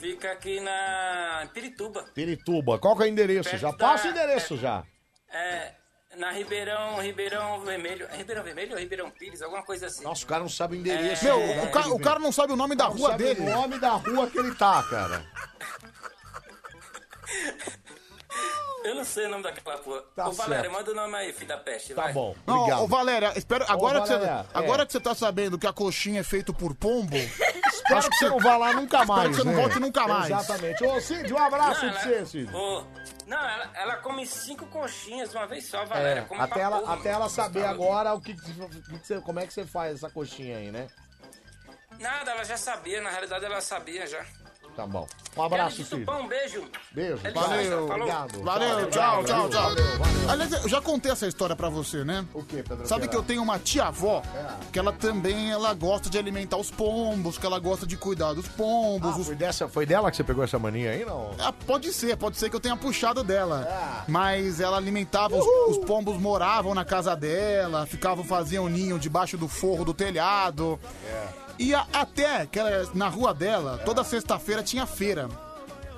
S19: Fica aqui na Pirituba.
S1: Pirituba. Qual que é o endereço?
S19: Perto
S1: já
S19: da-
S1: passa o endereço já.
S19: É, na Ribeirão, Ribeirão Vermelho. É Ribeirão Vermelho ou Ribeirão Pires? Alguma coisa assim.
S1: Nossa, o cara não sabe o
S2: É.
S1: endereço.
S2: Meu,
S1: do lugar
S2: o, ca-
S1: que
S2: o
S1: ele
S2: cara não sabe o nome da
S1: Não
S2: rua
S1: sabe
S2: dele.
S1: o nome da rua que ele tá, cara.
S19: Eu não sei o nome daquela porra.
S1: Tá
S19: Ô, Valéria,
S1: certo.
S19: manda o nome aí, filho da peste.
S1: Tá
S19: vai.
S1: bom.
S2: Não,
S1: Obrigado.
S2: ô, Valéria, espero, agora,
S1: Valéria,
S2: que
S1: é.
S2: você, agora que você tá sabendo que a coxinha é feita por pombo,
S1: Espero que você não vá lá nunca
S2: Espero
S1: mais.
S2: que você não
S1: né?
S2: volte nunca mais.
S1: Exatamente. Ô, Cid, um abraço
S19: Não,
S1: pra
S19: ela-
S1: você, Cid.
S19: Ô, não, ela, ela come cinco coxinhas de uma vez só, Valéria.
S1: É,
S19: Come
S1: até,
S19: pra
S1: ela,
S19: porra,
S1: até
S19: mano.
S1: ela saber agora o que, que você- o que que você- como é que você faz essa coxinha aí, né?
S19: Nada, ela já sabia, na realidade ela sabia já.
S1: Tá bom. Um abraço,
S3: Quero de
S1: filho.
S3: Tupã, um beijo.
S1: Beijo.
S3: Ele
S2: Valeu,
S3: falou.
S2: obrigado. Valeu, tchau, tchau, tchau. Aliás, eu já contei essa história pra você, né? O quê, Pedro? Sabe que eu tenho uma tia-avó
S1: É.
S2: que ela também ela gosta de alimentar os pombos, que ela gosta de cuidar dos pombos. os...
S1: Ah, Foi, dessa, foi dela que você pegou essa mania aí, não? É.
S2: Ah, pode ser, pode ser que eu tenha puxado dela. Mas ela alimentava, os, os pombos moravam na casa dela, ficavam, faziam ninho debaixo do forro do telhado.
S1: É.
S2: E a- até que ela- na rua dela, toda sexta-feira tinha feira.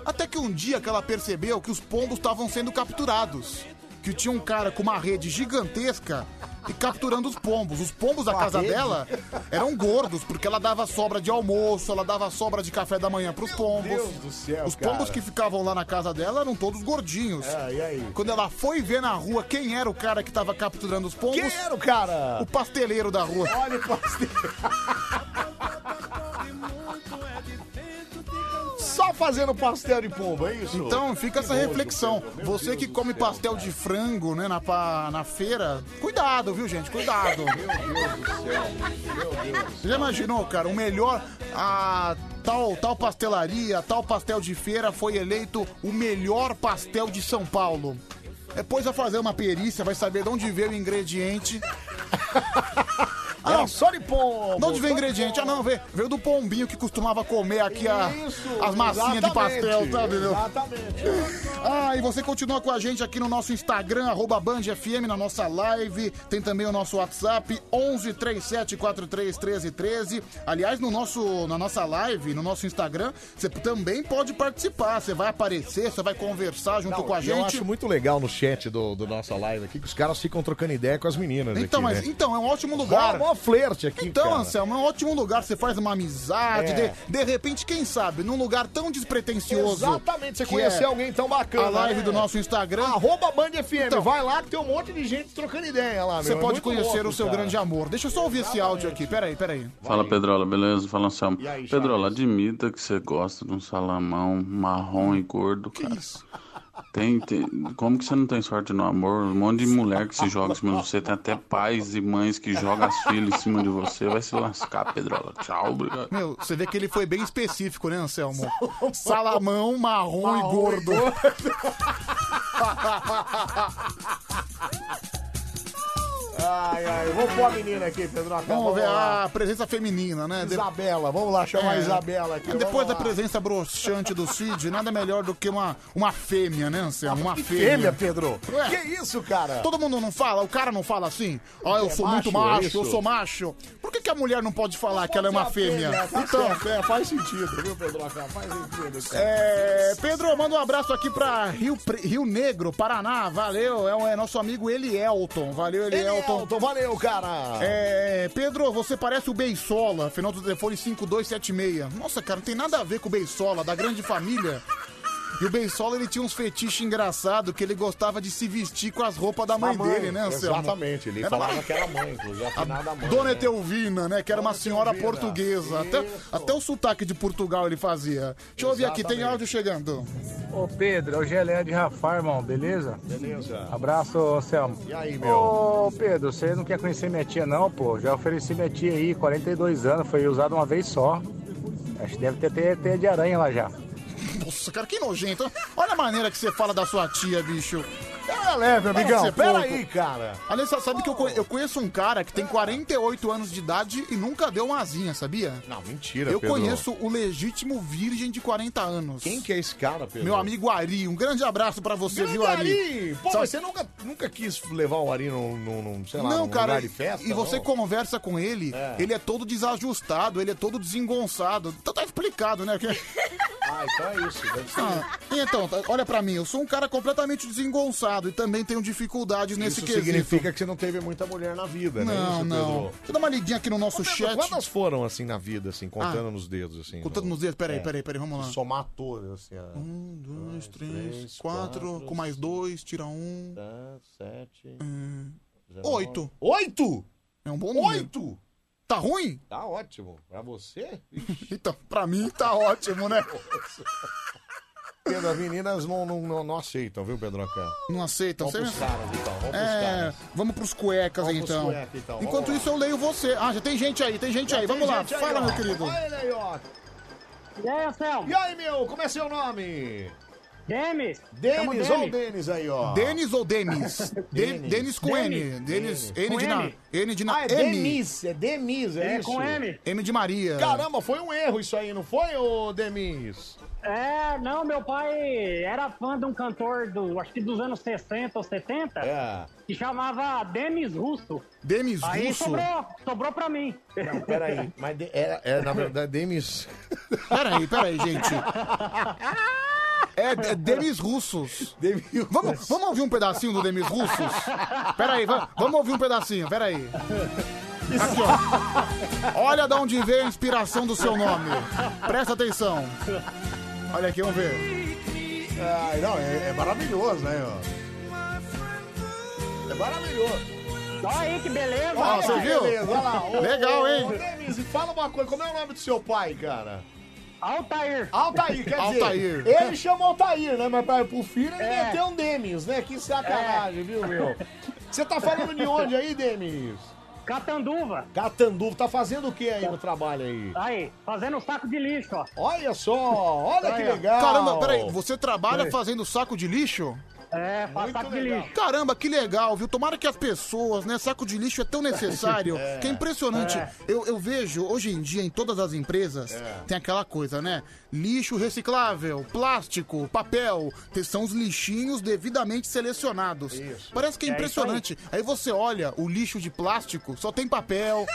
S2: Até que um dia que ela percebeu que os pombos estavam sendo capturados. Que tinha um cara com uma rede gigantesca e capturando os pombos. Os pombos da
S1: Uma
S2: casa
S1: rede?
S2: dela eram gordos, porque ela dava sobra de almoço, ela dava sobra de café da manhã pros pombos.
S1: Deus do céu,
S2: Os pombos
S1: É, cara.
S2: que ficavam lá na casa dela eram todos gordinhos.
S1: É, e aí?
S2: Quando ela foi ver na rua quem era o cara que tava capturando os pombos...
S1: Quem era o cara?
S2: O pasteleiro da rua.
S1: Olha o pasteleiro. Só fazendo pastel de pombo, é isso?
S2: Então fica essa
S1: nojo,
S2: reflexão.
S1: Pedro, meu
S2: Você
S1: Deus
S2: que
S1: do
S2: come
S1: céu,
S2: pastel de frango, né, na, pa- na feira, cuidado, viu, gente? Cuidado. Você já imaginou, cara, o melhor. A tal, tal pastelaria, tal pastel de feira foi eleito o melhor pastel de São Paulo. Depois vai fazer uma perícia, vai saber de onde veio o ingrediente. Ah, não, só de pombo. De onde veio o ingrediente? Ah, não, veio, veio do pombinho que costumava comer aqui a- as massinhas de pastel, tá, sabe? meu? Ah, e você continua com a gente aqui no nosso Instagram, arroba Band FM, na nossa live. Tem também o nosso WhatsApp, 11 37 43 13 13. Aliás, no nosso, na nossa live, no nosso Instagram, você também pode participar. Você vai aparecer, você vai conversar junto
S1: Não,
S2: com a
S1: e é um Eu
S2: gente.
S1: acho muito legal no chat do, do nossa live aqui que os caras ficam trocando ideia com as meninas.
S2: Então,
S1: aqui,
S2: mas,
S1: né?
S2: então, é um ótimo lugar.
S1: Mó- mó flerte aqui,
S2: Então,
S1: cara.
S2: Anselmo, é um ótimo lugar. Você faz uma amizade,
S1: É.
S2: de, de repente, quem sabe, num lugar tão despretensioso.
S1: Exatamente, você
S2: que
S1: conhecer
S2: é
S1: alguém tão bacana.
S2: A live
S1: né?
S2: do nosso Instagram.
S1: Arroba Band FM.
S2: Então.
S1: vai lá que tem um monte de gente trocando ideia lá, meu.
S2: Você
S1: É
S2: pode
S1: muito
S2: conhecer
S1: louco,
S2: o seu
S1: cara.
S2: grande amor. Deixa eu só ouvir esse áudio aqui. Peraí, peraí.
S5: Fala Pedrola, beleza? Fala Anselmo.
S2: E aí,
S5: Pedrola, admita que você gosta de um salamão marrom e gordo, cara. Tem, tem- como que você não tem sorte no amor? Um monte de mulher que se joga em cima de você, tem até pais e mães que jogam as filhas em cima de você. Vai se lascar, Pedrola. Tchau, obrigado.
S2: Meu, você vê que ele foi bem específico, né, Anselmo?
S1: um
S2: Salamão, marrom, e gordo.
S1: Ai, ai, vamos pôr a menina aqui, Pedro.
S2: Vamos ver ah,
S1: lá.
S2: a presença feminina, né? De-
S1: Isabela, vamos lá chamar
S2: É.
S1: a Isabela aqui.
S2: Depois
S1: vamos
S2: da
S1: lá.
S2: presença broxante do Cid, nada melhor do que uma, uma fêmea, né, Anselmo? Uma
S1: Que
S2: fêmea.
S1: fêmea, Pedro?
S2: Ué.
S1: Que isso, cara?
S2: Todo mundo não fala, o cara não fala assim. Ó, eu
S1: É
S2: sou muito
S1: macho,
S2: macho,
S1: isso?
S2: eu sou macho. Por que, que a mulher não pode falar que ela é uma fêmea?
S1: Então,
S2: Então,
S1: é, faz sentido, viu, Pedro? Faz sentido, cara.
S2: é, Pedro, manda um abraço aqui pra Rio, Pre- Rio Negro, Paraná. Valeu, é, um- é nosso amigo Elielton. Valeu, Elielton.
S1: Elielton, valeu, cara.
S2: É, Pedro, você parece o Beisola, final do telefone 5276. Nossa, cara, não tem nada a ver com o Beisola, da grande família. E o Beisola, ele tinha uns fetiches engraçados que ele gostava de se vestir com as roupas da mãe, dele, né, Anselmo?
S1: Exatamente, ele
S2: Era uma-
S1: falava que era mãe, inclusive, afinada a mãe.
S2: Dona
S1: né?
S2: Etelvina, né? Que era uma senhora
S1: Etelvina.
S2: portuguesa. Até, até o sotaque de Portugal ele fazia. Deixa eu ouvir aqui, tem
S7: Exatamente.
S2: áudio chegando.
S7: Ô Pedro, hoje é o Leandro de Rafa, irmão, beleza?
S1: Beleza.
S7: Abraço,
S1: é um
S7: Anselmo. E
S1: aí,
S7: meu? Ô Pedro, você não quer conhecer minha tia não, pô? Já ofereci minha tia aí, 42 anos, foi usada uma vez só. Acho que deve ter ter teia de aranha lá já.
S2: Nossa, cara, que nojento. Olha a maneira que você fala da sua tia, bicho.
S1: Pera É
S2: É,
S1: leve, amigão, pera aí, cara.
S2: Aliás, você sabe que eu, conhe- eu conheço um cara que tem 48 anos de idade e nunca deu uma asinha, sabia?
S1: Não, mentira,
S2: Eu
S1: Pedro.
S2: conheço o legítimo virgem de 40 anos.
S1: Quem que é esse cara, Pedro?
S2: Meu amigo Ari. Um grande abraço pra você,
S1: Grande
S2: viu, Ari?
S1: Ari! Pô,
S2: Sabe-
S1: mas você nunca, nunca quis levar o Ari num, num, num, sei lá,
S2: não,
S1: num
S2: cara,
S1: lugar de festa?
S2: e você
S1: não?
S2: conversa com ele,
S1: É.
S2: ele é todo desajustado, ele é todo desengonçado. Então tá explicado, né? Que-
S1: Ah, então é isso. Deve ser isso.
S2: Ah, então, tá- olha pra mim, eu sou um cara completamente desengonçado e também tenho dificuldades nesse
S1: Isso
S2: quesito.
S1: significa que você não teve muita mulher na vida, né?
S2: Não,
S1: Isso,
S2: não.
S1: Pedro?
S2: Deixa eu dar uma lidinha aqui no nosso chat.
S1: Quantas foram, assim, na vida, assim, contando nos dedos, assim?
S2: Contando
S1: no-
S2: nos dedos, peraí,
S1: É.
S2: peraí, peraí, vamos lá.
S1: Somar todas, assim, ó.
S2: Um, dois, três,
S1: três,
S2: quatro,
S1: quatro,
S2: com mais dois, tira um.
S1: sete...
S2: hum,
S1: dezenove.
S2: Oito.
S1: Oito?
S2: É um bom número.
S1: Oito?
S2: Tá ruim?
S1: Tá ótimo. Pra você?
S2: Então, pra mim tá ótimo, né?
S1: Pedro, as meninas não, não, não, não aceitam, viu, Pedro?
S2: Não aceitam,
S1: Vamos pros
S2: você-
S1: caras, então. Vamos pros
S2: É,
S1: caras.
S2: vamos pros cuecas
S1: Vamos pros
S2: então.
S1: cueca, então, vamos
S2: Enquanto
S1: lá.
S2: isso, eu leio você. Ah, já tem gente aí, tem gente
S1: Já
S2: aí.
S1: tem
S2: Vamos lá,
S1: gente aí,
S2: fala,
S1: ó.
S2: meu querido.
S1: Olha ele aí, ó. E aí, Anselmo? E aí, meu? Como é seu nome? Denis. Denis, olha o Denis aí, ó.
S2: Denis ou Demis? De- Denis com N. Denis, N de na, N de na,
S1: Ah, é
S2: M.
S1: Demis, é Demis, é, isso.
S2: M de Maria.
S1: Caramba, foi um erro isso aí, não foi, ô Demis?
S6: É, não, meu pai era fã de um cantor do, acho que dos anos 60 ou 70, que chamava Demis Russo.
S2: É. Demis
S6: Aí
S1: Russo?
S6: sobrou, sobrou pra mim.
S1: Não, peraí, mas de- era, era, É, na verdade Demis.
S2: Peraí, peraí, gente. É, é Demis Russos. Vamos, vamos ouvir um pedacinho do Demis Russos? Peraí, va- vamos ouvir um pedacinho, peraí. Aqui, ó. Olha de onde veio a inspiração do seu nome. Presta atenção. Olha aqui, vamos ver.
S1: Ai, não, é, é maravilhoso, né, ó. É maravilhoso.
S6: Olha aí que beleza.
S1: Ó,
S6: rapaz.
S1: você viu? Olha lá. Ô,
S6: Legal,
S1: ô,
S6: hein?
S1: ô, Denise, fala uma coisa, como é o nome do seu pai, cara?
S6: Altair.
S1: Altair, quer
S4: Altair.
S1: dizer, ele chamou Altair, né? Mas pra- pro filho ele
S4: É.
S1: meteu um Demis, né? Que sacanagem,
S6: É.
S1: viu, meu? Você tá falando de onde aí, Demis?
S6: Catanduva.
S1: Catanduva, tá fazendo o que aí no trabalho aí?
S6: Aí, fazendo um saco de lixo, ó.
S1: Olha só, olha que
S2: Aí, ó.
S1: legal.
S2: Caramba, peraí, você trabalha
S1: Oi.
S2: fazendo saco de lixo?
S6: É,
S2: faz
S1: saco de legal. lixo.
S2: Caramba, que legal, viu? Tomara que as pessoas, né? Saco de lixo é tão necessário,
S1: É.
S2: que é impressionante.
S1: É.
S2: Eu, eu vejo, hoje em dia, em todas as empresas, tem aquela coisa, né? Lixo reciclável, plástico, papel, que são os lixinhos devidamente selecionados. Parece que é
S4: É isso
S2: impressionante. aí. você olha o lixo de plástico, só tem papel.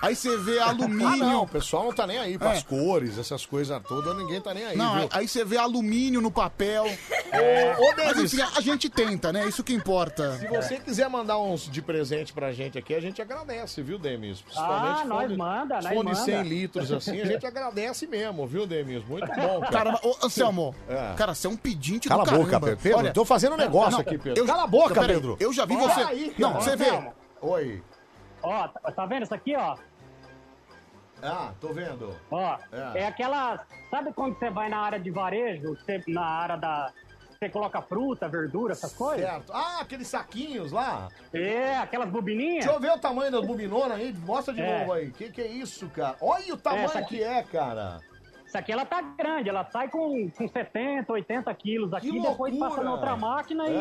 S2: Aí você vê alumínio.
S1: Ah, não, o pessoal não tá nem aí pras
S2: É.
S1: cores, essas coisas todas, ninguém tá nem aí,
S2: Não, é
S1: viu?
S2: aí você vê alumínio no papel.
S1: É. Ô,
S2: Mas
S1: Denis.
S2: enfim, a gente tenta, né? Isso que importa.
S1: Se você quiser mandar uns de presente pra gente aqui, a gente agradece, viu, Demis? Principalmente
S6: Ah, nós
S1: se for de-
S6: manda,
S1: se
S6: nós
S1: for de
S6: manda.
S1: 100 litros assim, a gente agradece mesmo, viu, Demis? Muito bom, cara.
S2: Caramba, ô, Anselmo,
S1: É.
S2: cara, você é um pedinte
S1: Cala a
S2: do caramba.
S1: boca, Pedro. Pedro, tô fazendo um negócio aqui, Pedro. Cala a boca,
S2: Peraí,
S1: Pedro.
S2: Eu já vi
S1: Olha
S2: você...
S1: aí, cara.
S2: não, você vê...
S1: Calma. Oi.
S6: Ó, tá tá vendo isso aqui, ó?
S1: Ah, tô vendo.
S6: Ó,
S1: É.
S6: é. aquela. Sabe quando você vai na área de varejo? Você, na área da. Você coloca fruta, verdura, essas coisas?
S1: Certo. Ah, aqueles saquinhos lá.
S6: É, aquelas bobininhas.
S1: Deixa eu ver o tamanho das bobinonas aí. Mostra de
S6: É.
S1: novo aí. Que que é isso, cara? Olha o tamanho
S6: Essa aqui.
S1: que é, cara.
S6: Essa aqui ela tá grande, ela sai com, com 70, 80 quilos aqui, depois passa na outra máquina
S1: É.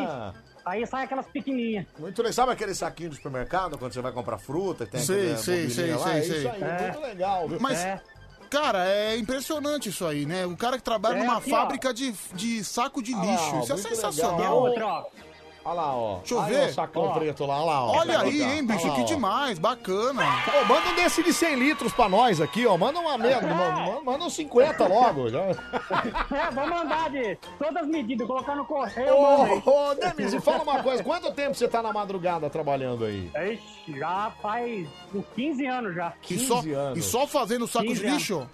S6: e. Aí sai aquelas pequenininhas.
S1: Muito legal. Sabe aquele saquinho do supermercado quando você vai comprar fruta? e Tem
S2: Sei,
S1: aquele,
S2: sei, sei,
S1: lá?
S2: sei,
S1: É isso
S2: sei.
S1: aí,
S2: É.
S1: muito legal. Viu?
S2: Mas,
S1: É.
S2: cara, é impressionante isso aí, né? O cara que trabalha
S1: É
S2: numa
S1: aqui, ó.
S2: fábrica de, de saco de
S1: Olha Ah lá,
S2: lixo.
S1: ó,
S2: isso é
S1: muito
S2: sensacional.
S1: legal. E a outra, ó? Olha lá, ó.
S2: Deixa eu
S1: Aí,
S2: ver.
S1: ó, o sacão
S2: Ó.
S1: preto lá, olha lá, ó.
S2: Olha aí,
S1: Olha lá,
S2: hein, bicho,
S1: ó.
S2: que demais, bacana.
S1: Ô, manda um desse de 100 litros pra nós aqui, ó. Manda uma
S2: Ah.
S1: meia, manda, manda uns 50 logo. Já.
S6: É, vou mandar de todas as medidas, colocar no correio.
S1: Ô, ô, Demis, e fala uma coisa. Quanto tempo você tá na madrugada trabalhando aí?
S6: Ixi, já faz uns 15 anos já.
S2: E só, e só fazendo saco de
S6: 15 anos.
S2: lixo?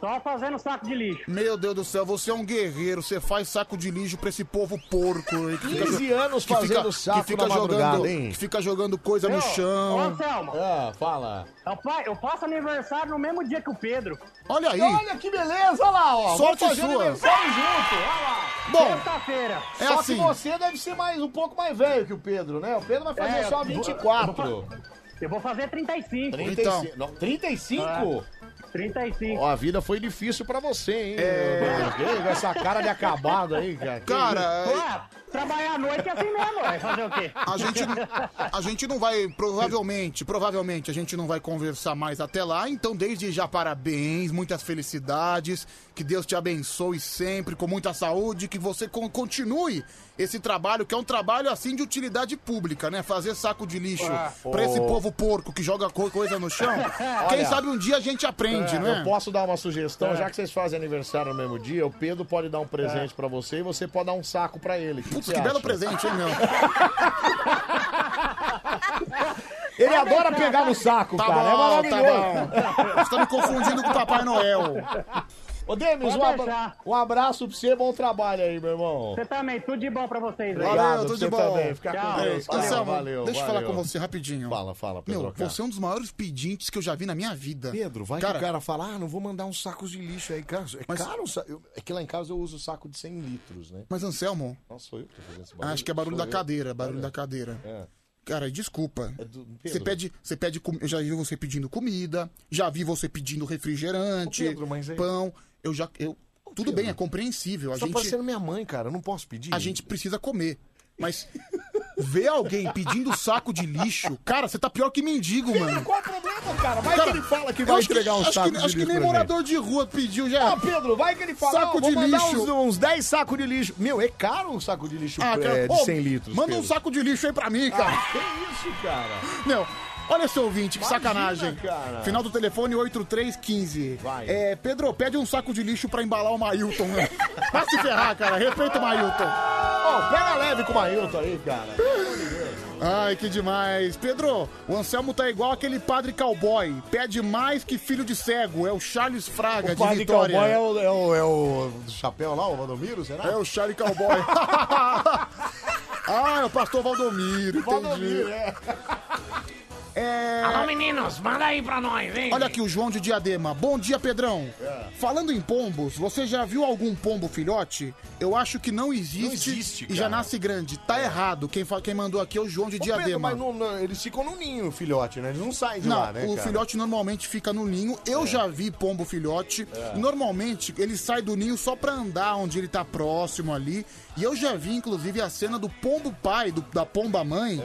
S6: Só fazendo saco de lixo.
S2: Meu Deus do céu, você é um guerreiro, você faz saco de lixo pra esse povo porco aí. Que
S1: 15 anos fazendo saco na madrugada,
S2: jogando,
S1: hein?
S2: Que fica jogando coisa no
S6: Ô,
S2: chão.
S6: Anselmo,
S1: Ah, fala.
S6: eu, fa- eu faço aniversário no mesmo dia que o Pedro.
S2: Olha aí.
S1: Olha que beleza, olha lá, ó.
S2: Sorte
S1: Vamos fazer
S2: sua.
S1: aniversário junto, olha lá.
S2: Bom, assim.
S6: Sexta-feira.
S1: É Só que você deve ser mais, um pouco mais velho que o Pedro, né? O Pedro vai fazer
S6: É,
S1: só
S6: eu vou-
S1: 24.
S6: eu vou fa- Eu vou fazer 35.
S1: 35? Não, 35?
S6: É, 35.
S1: Então. Ó, a vida foi difícil pra você, hein? meu Deus, É. essa cara de acabado aí, cara. é, Que isso?
S6: Ué, trabalhar à noite é assim mesmo, vai fazer o quê?
S2: é- A gente, a gente não vai, provavelmente, provavelmente a gente não vai conversar mais até lá. Então, desde já, parabéns, muitas felicidades, que Deus te abençoe sempre, com muita saúde, que você con- continue esse trabalho, que é um trabalho assim de utilidade pública, né? Fazer saco de lixo
S1: Ah,
S2: pra esse
S1: pô.
S2: povo porco que joga co- coisa no chão. Quem
S1: Olha.
S2: sabe um dia a gente aprende,
S1: É,
S2: né?
S1: Eu posso dar uma sugestão,
S2: É.
S1: já que vocês fazem aniversário no mesmo dia, o Pedro pode dar um
S6: É.
S1: presente pra você e você pode dar um saco pra ele.
S2: Putz,
S1: você
S2: que belo
S1: acha?
S2: presente, hein, meu?
S1: Ele adora pegar no saco,
S2: Tá
S1: cara.
S2: bom,
S1: é
S2: tá
S1: maravilhoso.
S2: bom. Você tá me confundindo com o Papai Noel.
S1: Ô,
S6: Pode
S1: Demis, um, abra-
S6: deixar.
S1: um abraço pra você, bom trabalho aí, meu irmão.
S6: Você também, tudo de bom pra vocês aí.
S1: Obrigado, tudo de bom. Também. Fica
S6: Tchau.
S1: com Deus.
S2: Ô, Anselmo,
S1: valeu,
S2: deixa eu
S1: valeu.
S2: falar com você rapidinho.
S1: Fala, fala, Pedro.
S2: Meu,
S1: cara.
S2: você é um dos maiores pedintes que eu já vi na minha vida.
S1: Pedro, vai
S2: cara,
S1: que o cara fala, ah, não vou mandar uns sacos de lixo aí, cara. É
S2: Mas-
S1: caro um sa- eu- É que lá em casa eu uso saco de 100 litros, né?
S2: Mas, Anselmo,
S1: Nossa, sou eu que tô fazendo esse barulho.
S2: acho que é barulho
S1: Sou
S2: da
S1: eu.
S2: cadeira, barulho
S1: Olha.
S2: da cadeira.
S1: É.
S2: Cara, desculpa. Você
S1: Pedro.
S2: pede, você pede, com- eu já vi você pedindo comida, já vi você pedindo refrigerante,
S1: Ô, Pedro, mas é- aí-
S2: pão. Eu já, eu, tudo bem, é compreensível. A
S1: Você tá
S2: gente
S1: parecendo minha mãe, cara. Eu não posso pedir.
S2: a gente precisa comer. Mas ver alguém pedindo saco de lixo, cara, você tá pior que mendigo, mano.
S1: Qual o problema, cara? Vai
S2: Cara,
S1: que ele fala que
S2: eu
S1: vai
S2: acho que-
S1: entregar um
S2: acho que-
S1: saco de
S2: acho que
S1: lixo
S2: nem
S1: pra
S2: morador de rua pediu já.
S1: Ah, Pedro, vai que ele fala.
S2: Saco
S1: ó, vou
S2: de
S1: mandar
S2: lixo.
S1: Uns, uns 10 sacos de lixo. Meu, é caro um saco de lixo
S2: Ah, cara,
S1: é, de
S2: ô,
S1: 100 litros.
S2: Manda um
S1: Pedro.
S2: saco de lixo aí pra mim, cara.
S1: Ah, que isso, cara?
S2: Meu, olha seu ouvinte, que
S1: Imagina,
S2: sacanagem.
S1: cara.
S2: Final do telefone 8315. Vai. É, Pedro, pede um saco de lixo pra embalar o Mailton, né? Vai se ferrar, cara. Respeita o Mailton.
S1: Ó, pega leve com o Mailton aí, cara.
S2: Ai, que demais. Pedro, o Anselmo tá igual aquele padre cowboy. Pede mais que filho de cego. É o Charles Fraga
S1: O
S2: de
S1: padre
S2: Vitória.
S1: cowboy é o, é, o, é o do chapéu lá, o Valdomiro, será?
S2: É o Charlie Cowboy. ah, é o pastor Valdomiro, entendi.
S1: Valdomiro,
S2: é. É...
S4: Alô, meninos, manda aí pra nós, hein?
S2: Olha aqui o João de Diadema. Bom dia, Pedrão.
S4: É.
S2: Falando em pombos, você já viu algum pombo filhote? Eu acho que não existe,
S1: Não existe,
S2: e já
S1: cara. É.
S2: nasce grande. Tá errado. Quem, fa- quem mandou aqui é o João de
S1: Ô, Pedro,
S2: Diadema.
S1: mas não- não- eles ficam no ninho, o filhote, né? Eles não saem de
S2: Não,
S1: lá, né,
S2: o
S1: cara?
S2: filhote normalmente fica no ninho. Eu já vi pombo filhote.
S1: É.
S2: Normalmente ele sai do ninho só pra andar onde ele tá próximo ali. E eu já vi, inclusive, a cena do pombo pai, do- da pomba mãe,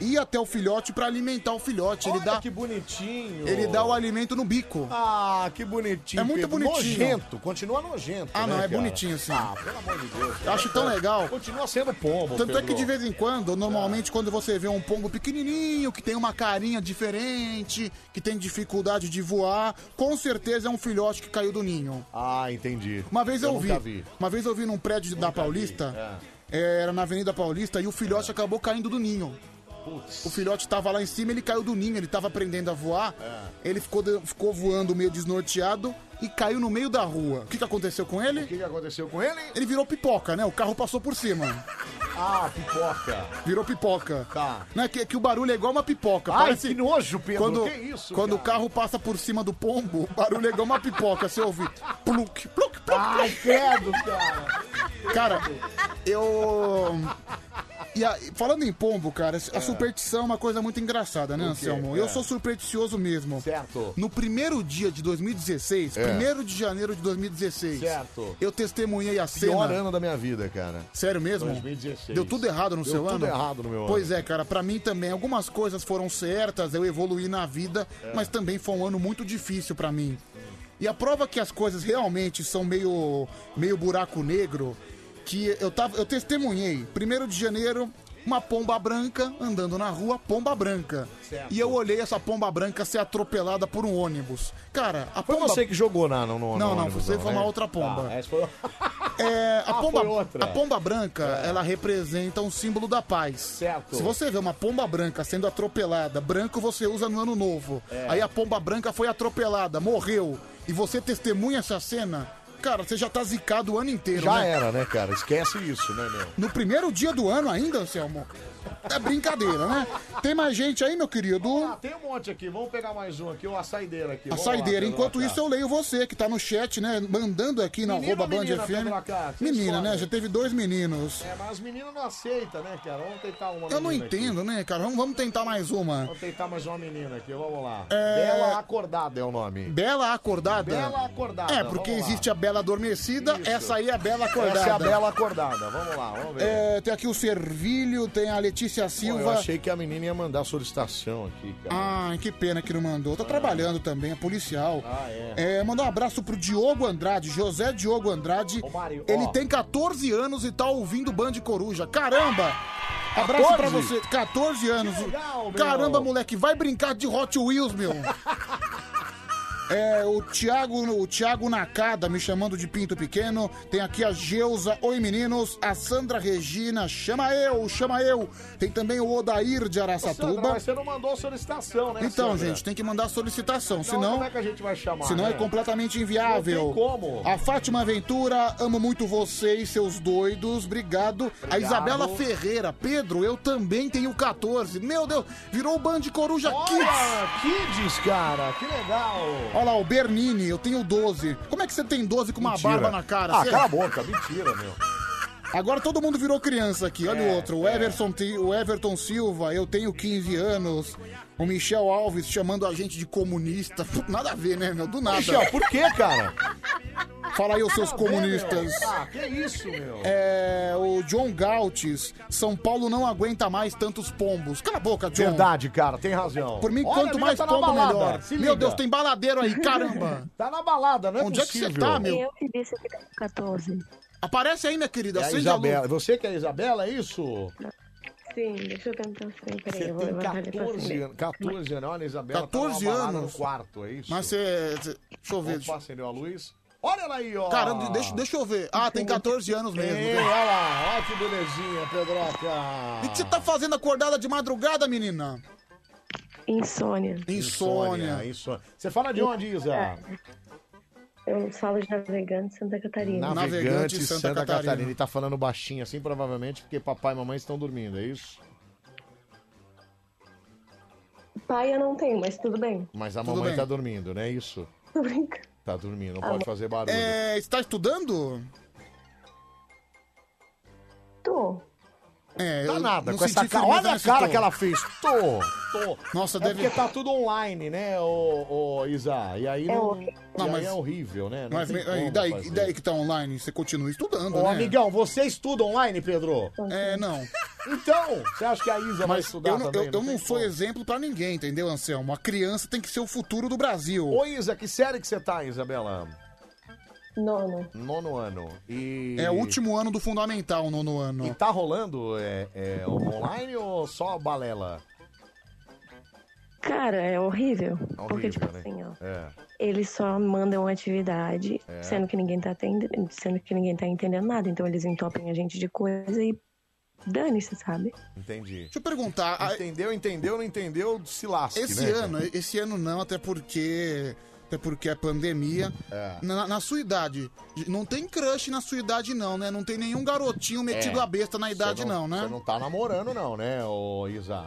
S2: ir até o filhote pra alimentar o filhote. ele dá,
S1: É. que bonitinho.
S2: ele dá o alimento no bico.
S1: Ah, que bonitinho.
S2: É muito
S1: Pedro.
S2: bonitinho.
S1: Nojento, continua nojento.
S2: Ah, não,
S1: né,
S2: é
S1: cara?
S2: bonitinho sim.
S1: Ah, pelo amor de Deus.
S2: Eu acho tão legal.
S1: Continua sendo pombo.
S2: Tanto é que
S1: Pedro.
S2: de vez em quando, normalmente quando você vê um pombo pequenininho, que tem uma carinha diferente, que tem dificuldade de voar, com certeza é um filhote que caiu do ninho.
S1: Ah, entendi.
S2: Uma vez eu, vi,
S1: nunca vi. é.
S2: Uma vez eu vi num prédio da Paulista. eh, Era na Avenida Paulista e o filhote acabou caindo do ninho. O filhote tava lá em cima, ele caiu do ninho, ele tava aprendendo a voar. Ele ficou, de- ficou voando meio desnorteado e caiu no meio da rua. O que, que aconteceu com ele? O
S1: que, aconteceu com ele?
S2: Ele virou pipoca, né? O carro passou por cima.
S1: Ah, pipoca.
S2: Virou pipoca.
S1: Tá.
S2: Não é que, que o barulho é igual uma pipoca.
S1: Ai, que nojo, Pedro,
S2: Quando,
S1: que isso,
S2: quando o
S1: cara?
S2: carro passa por cima do pombo, o barulho é igual uma pipoca. Você ouve. Pluk, pluk, pluk.
S1: Ai,
S2: pluk.
S1: credo, cara.
S2: Cara, eu. E a- falando em pombo, cara, a superstição é uma coisa muito engraçada, né,
S1: Ah. O quê?
S2: Anselmo?
S1: É.
S2: Eu sou supersticioso mesmo.
S1: Certo.
S2: No primeiro dia de 2016,
S1: É.
S2: 1 de janeiro de 2016,
S1: Certo.
S2: eu testemunhei a cena.
S1: Pior ano da minha vida, cara.
S2: Sério mesmo?
S1: 2016.
S2: Deu tudo errado no
S1: Deu
S2: seu ano?
S1: tudo errado no meu
S2: Pois
S1: ano.
S2: é, cara, pra mim também. Algumas coisas foram certas, eu evoluí na vida,
S1: É.
S2: mas também foi um ano muito difícil pra mim. E a prova que as coisas realmente são meio, meio buraco negro, que eu, tava, eu testemunhei, 1 de janeiro, uma pomba branca andando na rua, pomba branca.
S1: Certo.
S2: E eu olhei essa pomba branca ser atropelada por um ônibus. Cara, a
S1: Foi
S2: pomba...
S1: você que jogou na, no,
S2: Não,
S1: no, no
S2: não, É.
S1: ônibus,
S2: você foi
S1: né?
S2: uma outra pomba.
S1: Ah, essa foi...
S2: É, a,
S1: Ah,
S2: pomba,
S1: foi outra. É.
S2: a pomba branca, ela representa um símbolo da paz. Certo. Se você vê uma pomba branca sendo atropelada, branco você usa no ano novo.
S1: É.
S2: Aí a pomba branca foi atropelada, morreu, e você testemunha essa cena, cara, você já tá zicado o ano inteiro,
S1: Já
S2: né?
S1: era, né, cara? Esquece isso, né, meu?
S2: No primeiro dia do ano ainda, Anselmo? É brincadeira, né? Tem mais gente aí, meu querido?
S1: Ah, tem um monte aqui. Vamos pegar mais um aqui, ou a saideira aqui.
S2: A saideira. Enquanto isso, eu leio você que tá no chat, né? Mandando aqui na
S1: Menino
S2: arroba
S1: ou
S2: Band
S1: menina, Pedro Lacato?
S2: FM.
S1: Que
S2: Menina, né?
S1: história.
S2: Já teve dois meninos.
S1: É, mas as meninas não aceitam, né, cara? Vamos tentar uma
S2: Eu não
S1: menina aqui.
S2: entendo, né, cara? Vamos, vamos tentar mais uma.
S1: Vamos tentar mais uma menina aqui, vamos lá.
S2: É.
S1: Bela Acordada é o nome.
S2: Bela acordada?
S1: Bela acordada,
S2: É, porque
S1: vamos lá.
S2: existe a bela adormecida,
S1: Isso.
S2: essa aí é a bela acordada.
S1: Essa é a Bela Acordada. Vamos lá, vamos ver.
S2: É, tem aqui o Servilho, tem a Letícia
S1: Pô,
S2: Silva.
S1: eu achei que a menina ia mandar solicitação aqui, cara.
S2: Ai, que pena que não mandou. Tá trabalhando também, é policial.
S1: Ah, é.
S2: É, mandar um abraço pro Diogo Andrade, José Diogo Andrade.
S1: Mário, ó.
S2: Ele tem 14 anos e tá ouvindo Band Coruja. Caramba! Abraço pra
S1: 14?
S2: você. 14 anos.
S1: legal, meu.
S2: Caramba, moleque, vai brincar de Hot Wheels, meu. É, o Thiago, o Thiago Nakada me chamando de Pinto Pequeno. Tem aqui a Geusa, oi meninos. A Sandra Regina, chama eu, chama eu. Tem também o Odair de
S1: Ô,
S2: Araçatuba.
S1: Sandra, mas você não mandou solicitação, né,
S2: Tá, Então,
S1: Sandra?
S2: gente, tem que mandar solicitação,
S1: Então,
S2: senão,
S1: Como é que a gente vai chamar?
S2: senão
S1: né?
S2: é completamente inviável.
S1: Não tem como.
S2: A Fátima Ventura, amo muito vocês, seus doidos, obrigado. A
S1: Obrigado.
S2: Isabela Ferreira, Pedro, eu também tenho 14. Meu Deus, virou o Band Coruja
S1: Olha, Kids. Kids, cara, que legal.
S2: Olha lá, o Bernini, eu tenho 12. Como é que você tem 12 com uma
S1: Mentira.
S2: barba na cara?
S1: Ah,
S2: Você- é
S1: cala a boca, mentira, meu.
S2: Agora todo mundo virou criança aqui. Olha
S1: É,
S2: o outro. O Everton, Ti- o Everton Silva, eu tenho 15 anos. O Michel Alves chamando a gente de comunista. Nada a ver, né, meu? Do nada.
S1: Michel, por quê, cara?
S2: Fala aí, os seus
S1: Nada a ver,
S2: comunistas.
S1: Tá meu. Ah, que isso, meu?
S2: É, o John Galtes. São Paulo não aguenta mais tantos pombos. Cala a boca, John.
S1: Verdade, cara, tem razão.
S2: Por mim,
S1: Olha,
S2: quanto
S1: amiga,
S2: mais
S1: tá na
S2: pombo,
S1: balada.
S2: melhor.
S1: Se liga.
S2: Meu Deus, tem baladeiro aí, caramba.
S1: Tá na balada, não é
S2: Onde é que você
S1: possível.
S2: tá, meu?
S1: Eu
S2: que disse que tem 14. Aparece aí, minha querida.
S1: É a
S2: acende a luz.
S1: Isabela. Você que é a Isabela, é isso?
S18: Sim, deixa eu tentar acender. Peraí,
S1: Você
S18: eu vou
S1: tem
S18: levantar ele pra
S1: 14
S18: acender.
S1: anos. 14 anos, olha, a Isabela.
S2: 14
S1: tá numa balada
S2: anos?
S1: No quarto, é isso?
S2: Mas você. Deixa eu ver.
S1: Opa, acendeu a luz. Olha ela aí, ó.
S2: Caramba, deixa, deixa eu ver. Ah, tem 14 anos mesmo. né?
S1: Ei, olha lá, olha que belezinha,
S2: O
S1: Pedroca.
S2: que você tá fazendo acordada de madrugada, menina?
S18: Insônia.
S1: Insônia. insônia. Você fala de onde,
S18: Ah,
S1: Isa?
S18: Eu falo de Navegante Santa Catarina.
S1: Navegante Santa, Catarina.
S18: Catarina.
S1: Ele tá falando baixinho assim, provavelmente, porque papai e mamãe estão dormindo, é isso?
S18: Pai eu não tenho, mas tudo bem.
S1: Mas a
S18: Tudo
S1: mamãe
S18: bem.
S1: tá dormindo, não é isso?
S18: Tô brincando.
S1: Tá dormindo, não
S18: Ah, mas-
S1: pode fazer barulho.
S2: É, está estudando?
S18: Tô.
S2: É,
S1: Tá
S2: eu
S1: nada,
S2: não
S1: com essa
S2: senti
S1: cara.
S2: firmeza
S1: Olha a
S2: nesse
S1: cara
S2: tom.
S1: que ela fez. Tô, tô.
S2: Nossa,
S1: é
S2: deve-
S1: Porque tá tudo online, né, ô, ô, Isa? E aí
S2: É
S1: não.
S2: horrível.
S1: e
S2: Não,
S1: aí
S2: mas-
S1: é horrível, né? Não
S2: Mas
S1: tem
S2: me-
S1: como
S2: e daí,
S1: fazer.
S2: e daí que tá online? Você continua estudando,
S1: Ô,
S2: né?
S1: amigão, você estuda online, Pedro?
S2: É, não.
S1: Então, você acha que a Isa vai
S2: Mas
S1: estudar
S2: eu não,
S1: também?
S2: eu- eu não sou exemplo pra ninguém, entendeu, Anselmo? A criança tem que ser o futuro do Brasil.
S1: Ô, Isa, que série que você tá, Isabela?
S18: Nono.
S1: Nono ano. E...
S2: É o último ano do fundamental, nono ano.
S1: E tá rolando é, é, online ou só balela?
S18: Cara, é horrível. porque,
S1: Horrível,
S18: tipo
S1: né?
S18: assim, ó.
S1: É.
S18: Eles só mandam atividade,
S1: É.
S18: sendo que ninguém tá atendendo, sendo que ninguém tá entendendo nada. Então eles entopem a gente de coisa e dane-se, sabe?
S1: Entendi. Deixa
S2: eu perguntar. a-
S1: Entendeu, entendeu, não entendeu, se lasque,
S2: Esse
S1: né?
S2: ano, esse ano não, até porque. Até porque é pandemia.
S1: É.
S2: É. Na, na sua idade. Não tem crush na sua idade, não, né? Não tem nenhum garotinho metido
S1: É.
S2: a besta na
S1: Você
S2: idade, não,
S1: Você
S2: né?
S1: não tá namorando, não, né, ô Isa?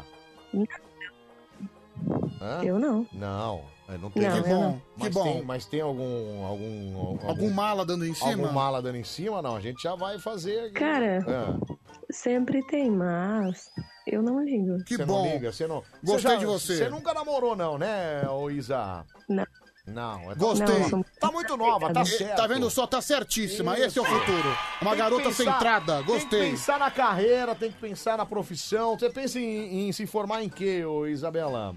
S1: Hã?
S18: Eu não.
S1: Não, é, não tem.
S2: Não, Que eu bom, não.
S1: Mas
S2: que bom.
S1: Tem, mas tem algum, algum. Algum,
S2: mala dando em cima?
S1: Algum mala dando em cima, não. A gente já vai fazer.
S18: Cara.
S1: É.
S18: Sempre tem, mas eu não ligo.
S1: Você Não liga, você não...
S18: Gostei
S1: já-
S18: de você.
S1: Você nunca namorou, não, né, ô Isa?
S18: Não.
S1: Não, é
S2: Gostei.
S1: Não, Tá muito nova, tá certo.
S2: Tá vendo só? Tá certíssima. Esse é o
S1: Isso.
S2: futuro. Uma
S1: Tem que
S2: garota
S1: pensar-
S2: centrada.
S1: Tem que
S2: Gostei.
S1: pensar na carreira, tem que pensar na profissão. Você pensa em, em se formar em quê, ô Isabela?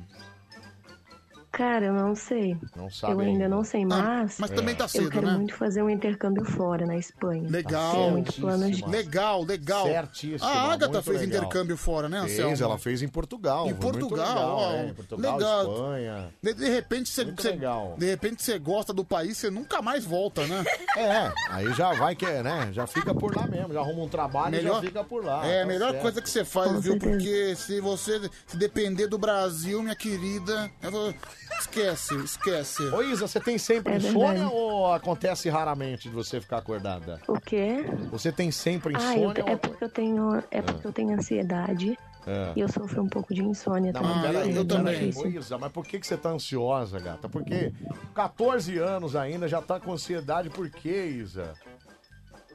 S18: Cara, eu não sei.
S1: Não sabe
S18: Eu ainda não sei, mas.
S1: Ah, mas também tá cedo,
S18: Eu quero
S1: né?
S18: muito fazer um intercâmbio fora, na Espanha. Tenho
S2: Legal.
S18: muitos planos de.
S2: Legal, legal.
S1: Certíssima,
S2: A Agatha
S1: muito
S2: fez
S1: legal.
S2: intercâmbio fora, né,
S1: Fez,
S2: Anselmo?
S1: ela fez em Portugal.
S2: Em
S1: foi muito
S2: Portugal,
S1: legal,
S2: ó.
S1: né? Em Portugal,
S2: Legal.
S1: Espanha.
S2: De, de repente você você- de repente você gosta do país, você nunca mais volta, né?
S1: É, aí já vai que, é, né? Já fica por lá mesmo, já arruma um trabalho e já fica por lá.
S2: É,
S1: tá
S2: a melhor
S1: certo.
S2: coisa que você faz, viu? Porque se você se depender do Brasil, minha querida, eu vou- esquece, esquece.
S1: Ô Isa, você tem sempre um
S2: É
S1: insônia
S2: verdade.
S1: ou acontece raramente de você ficar acordada?
S18: O quê?
S1: Você tem sempre
S18: Ah, eu,
S1: insônia
S18: te- é porque eu tenho. É porque eu tenho ansiedade.
S1: ou... É.
S18: E eu sofro um pouco de insônia
S1: Não,
S18: também.
S1: mas
S2: Ah,
S1: peraí,
S18: é
S1: eu também.
S18: difícil.
S1: Ô, Isa, mas por que, que você tá ansiosa, gata? Porque 14 anos ainda, já tá com ansiedade, por quê, Isa?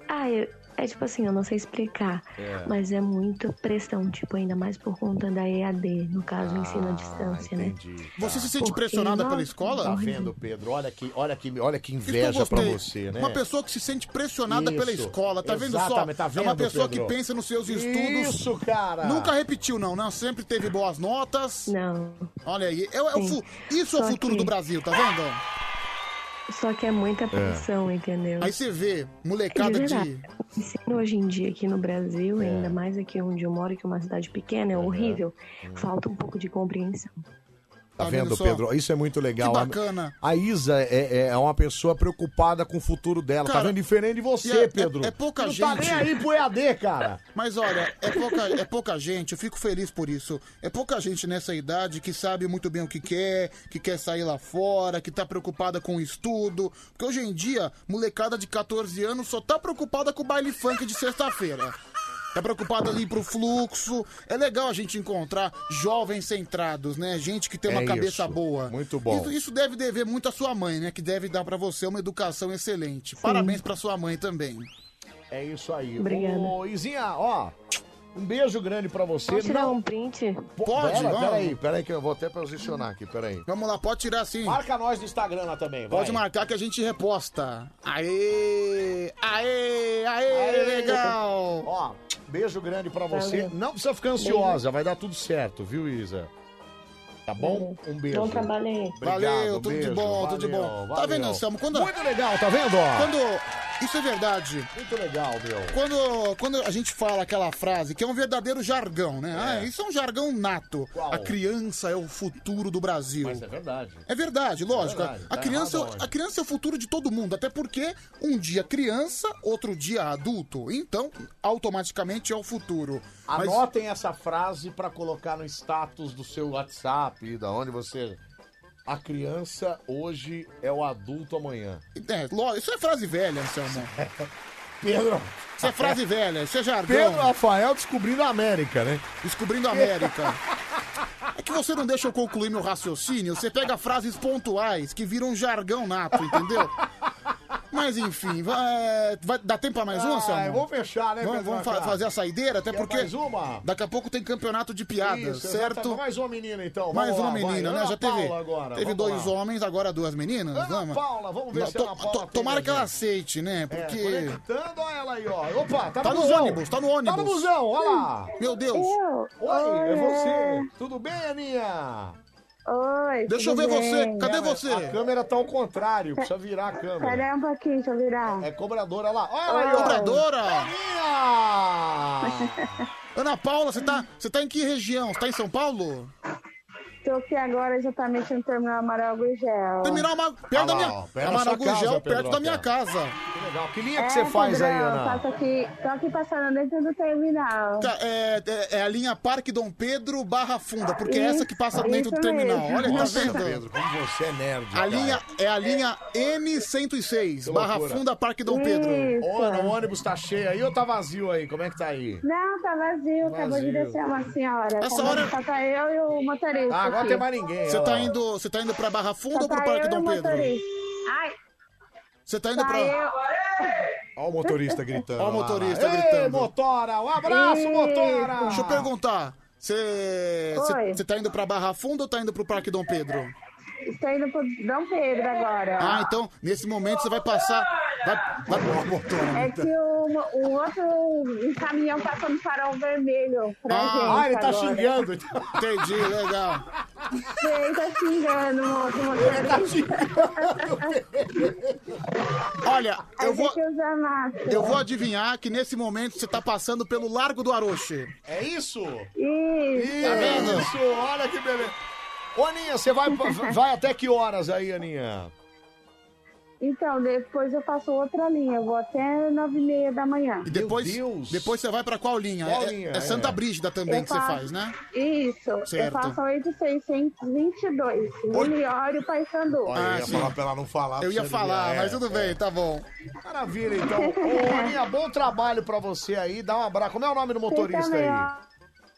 S18: Ah, eu- é tipo assim, eu não sei explicar.
S1: É.
S18: Mas é muita pressão, tipo, ainda mais por conta da EAD, no caso, ensino à distância, né?
S1: Ah, entendi.
S2: Você se sente
S18: Porque,
S2: pressionada
S18: nossa,
S2: pela escola?
S1: Tá vendo, Pedro? Olha que, olha que, olha que
S2: Isso que eu
S1: inveja pra
S2: Então gostei.
S1: você, né?
S2: Uma pessoa que se sente pressionada pela
S1: Isso.
S2: escola, tá vendo só?
S1: Exatamente, tá
S2: é uma
S1: vendo,
S2: pessoa
S1: Pedro?
S2: que pensa nos seus estudos.
S1: Isso, cara!
S2: Nunca repetiu, não, não. Sempre teve boas notas.
S18: Não.
S2: Olha aí, é, é o
S18: Sim.
S2: fu- isso é o
S18: Só
S2: futuro
S18: que-
S2: do Brasil, tá vendo?
S18: Só que é muita pressão, entendeu?
S2: Aí você vê,
S18: É
S2: molecada
S18: de
S2: de.
S18: verdade. O ensino hoje em dia aqui no Brasil,
S2: É.
S18: ainda mais aqui onde eu moro, que é uma cidade pequena, é horrível. Falta um pouco de compreensão.
S1: Tá
S2: Tá
S1: vendo,
S2: vendo só?
S1: Pedro? Isso é muito legal.
S2: Que bacana.
S1: A Isa é, é uma pessoa preocupada com o futuro dela. tá
S2: Cara,
S1: vendo? Diferente de
S2: e
S1: você,
S2: é- é-
S1: Pedro.
S2: é pouca
S1: não Não tá
S2: gente.
S1: nem aí pro EAD, cara.
S2: Mas olha, é pouca, é pouca gente, eu fico feliz por isso. É pouca gente nessa idade que sabe muito bem o que quer, que quer sair lá fora, que tá preocupada com o estudo. Porque hoje em dia, molecada de 14 anos só tá preocupada com o baile funk de sexta-feira. Tá preocupada ali pro fluxo. É legal a gente encontrar jovens centrados, né? Gente que tem uma
S1: É
S2: cabeça
S1: isso.
S2: boa.
S1: Muito bom.
S2: Isso, isso deve dever muito à sua mãe, né? Que deve dar pra você uma educação excelente. Parabéns pra sua mãe também.
S1: É isso aí.
S18: Obrigada.
S1: Ô, Izinha, ó. Um beijo grande pra você.
S18: Posso tirar um print?
S1: Pode,
S2: vamos.
S1: peraí, peraí, que eu vou até posicionar aqui, peraí.
S2: Vamos lá, pode tirar sim.
S1: Marca nós no Instagram lá também, vai.
S2: Pode marcar que a gente reposta. Aê! Aê! Aê! legal!
S1: Ó, beijo grande pra você.
S2: Valeu.
S1: Não precisa ficar ansiosa, vai dar tudo certo, viu, Isa? Tá bom? Um beijo.
S2: Bom trabalho
S18: aí.
S2: Valeu, tudo de bom, tudo de bom. Tá vendo, Anselmo? Quando...
S1: Muito legal, tá vendo? ó?
S2: Quando... Isso é verdade.
S1: Muito legal, meu.
S2: Quando, quando a gente fala aquela frase, que é um verdadeiro jargão, né? Ah, isso é um jargão nato. A criança é o futuro do Brasil.
S1: Mas é verdade.
S2: É verdade, lógico.
S1: É verdade,
S2: a,
S1: tá
S2: criança,
S1: errado onde?
S2: a criança é o futuro de todo mundo, até porque um dia criança, outro dia adulto. Então, automaticamente é o futuro. Mas-
S1: Anotem essa frase pra colocar no status do seu WhatsApp, da onde você. é. A criança hoje é o adulto amanhã.
S2: É, lógico, isso é frase velha, Anselmo.
S1: Pedro.
S2: Isso é frase velha, isso é jargão.
S1: Pedro Rafael descobrindo a América, né?
S2: Descobrindo a América. É que você não deixa eu concluir meu raciocínio, você pega frases pontuais que viram jargão nato, entendeu? Mas enfim, vai, vai- dá tempo pra mais
S1: Ah,
S2: uma, Selma?
S1: vamos fechar, né,
S2: Vamos,
S1: Pedro
S2: vamos fa-
S1: Acá?
S2: fazer a saideira, até
S1: Quer
S2: porque
S1: mais uma?
S2: daqui a pouco tem campeonato de piadas,
S1: Isso,
S2: certo?
S1: exatamente. Mais uma menina, então.
S2: Mais
S1: Vamos
S2: uma
S1: lá, vai.
S2: menina, né?
S1: Ana
S2: Já teve,
S1: Paula agora,
S2: teve
S1: vamos
S2: dois
S1: lá.
S2: homens, agora duas meninas.
S1: Ana
S2: vamos
S1: Paula, vamos ver se a Ana Paula
S2: Tomara
S1: tem
S2: que ela
S1: agenda.
S2: aceite, né? Porque...
S1: É, conectando, olha ela aí, ó. Opa, tá,
S2: Tá
S1: no
S2: nos
S1: busão.
S2: ônibus, tá no ônibus.
S1: Tá no busão, olha lá.
S2: Meu Deus. Eu?
S1: Oi, é
S2: Olha.
S1: você. Tudo bem, Aninha?
S8: Oi.
S1: Deixa
S8: tudo
S1: eu ver você.
S8: bem?
S1: Cadê você? A câmera tá ao contrário, precisa virar a
S8: Sai
S1: câmera.
S8: daí um pouquinho, deixa eu virar.
S1: É cobradora lá. Olha ela aí, ó.
S2: Cobradora.
S1: Aninha!
S2: Ana Paula, você tá, você tá em que região? Você tá em São Paulo?
S8: Tô aqui agora exatamente no Terminal Amaral Gurgel.
S2: Terminal Amaral... Perto
S1: Ah
S2: da
S1: lá,
S2: minha...
S1: ó, perto da
S2: Amaral
S1: sua casa,
S2: Gurgel,
S1: Pedro
S2: perto da minha
S1: Alcântara.
S2: casa.
S1: Que legal. Que linha que você faz aí,
S8: É, Pedrão,
S1: Ana?
S8: Faço aqui, tô aqui passando dentro do terminal.
S2: Tá, É, é- é a linha Parque Dom Pedro barra funda, porque é essa que passa
S8: Isso,
S2: dentro do
S8: isso
S2: terminal.
S8: mesmo.
S2: Olha, tá
S1: Nossa,
S2: vendo?
S1: Pedro, como você é nerd.
S2: A linha, é a linha M106, barra funda Parque Dom Pedro.
S1: Olha, o ônibus tá cheio aí ou tá vazio aí? Como é que tá aí?
S8: Não, tá vazio, acabou de
S1: Vazio.
S8: descer uma senhora.
S1: Essa
S8: Acabou de-
S1: hora-
S8: Só tá eu e o motorista.
S1: Ah, agora
S8: aqui.
S1: tem mais ninguém.
S2: Você
S1: olha
S2: tá
S1: lá.
S2: indo, você tá indo para Barra Funda
S8: Só
S2: ou pro
S8: tá
S2: Parque
S8: eu e
S2: Dom
S8: o
S2: Pedro?
S8: motorista. Ai,
S2: Você tá indo
S8: tá
S2: pra
S8: eu.
S1: Olha o motorista gritando.
S2: Olha o
S1: lá, lá.
S2: motorista
S1: Ei,
S2: gritando.
S1: motora, um abraço,
S8: Eita.
S1: motora!
S2: Deixa eu perguntar. Você
S8: Oi.
S2: você tá indo pra Barra Funda ou tá indo pro Parque Dom Pedro?
S8: Estou Tá indo pro Dom Pedro agora.
S2: Ah, então nesse momento você vai passar. Vai, vai, Ó, motora.
S8: É que o, o outro caminhão passou no farol vermelho pra gente.
S1: Ah, ele tá
S8: agora.
S1: xingando.
S2: Entendi, legal.
S8: Ele tá xingando o outro
S1: Ele tá
S8: motorista.
S1: xingando.
S2: Olha, eu vou,
S8: que usar máscara.
S2: eu vou adivinhar que nesse momento você tá passando pelo Largo do Aroche.
S1: É isso?
S8: Isso.
S2: Tá vendo?
S1: Isso, olha que beleza. Ô, Aninha, você vai, vai até que horas aí, Aninha?
S8: Então, depois eu faço outra linha. Eu vou até nove e meia da manhã.
S2: E depois, depois você vai pra qual linha?
S1: Qual
S2: É-
S1: linha?
S2: É, Santa
S1: É.
S2: Brígida também
S8: Eu
S2: que você
S8: faço-
S2: faz, né?
S8: Isso.
S2: Certo.
S8: Eu faço um 8622. Miliório Paysandu.
S4: Ah,
S1: eu ia falar pra ela não falar.
S2: Ah, Eu
S1: pra
S2: ia
S1: você
S2: falar,
S1: adivinhar,
S2: mas
S1: é.
S2: tudo bem, tá bom.
S1: Maravilha, então. Ô, Aninha, bom trabalho pra você aí. Dá um abraço. Como é o nome do motorista
S8: também,
S1: aí?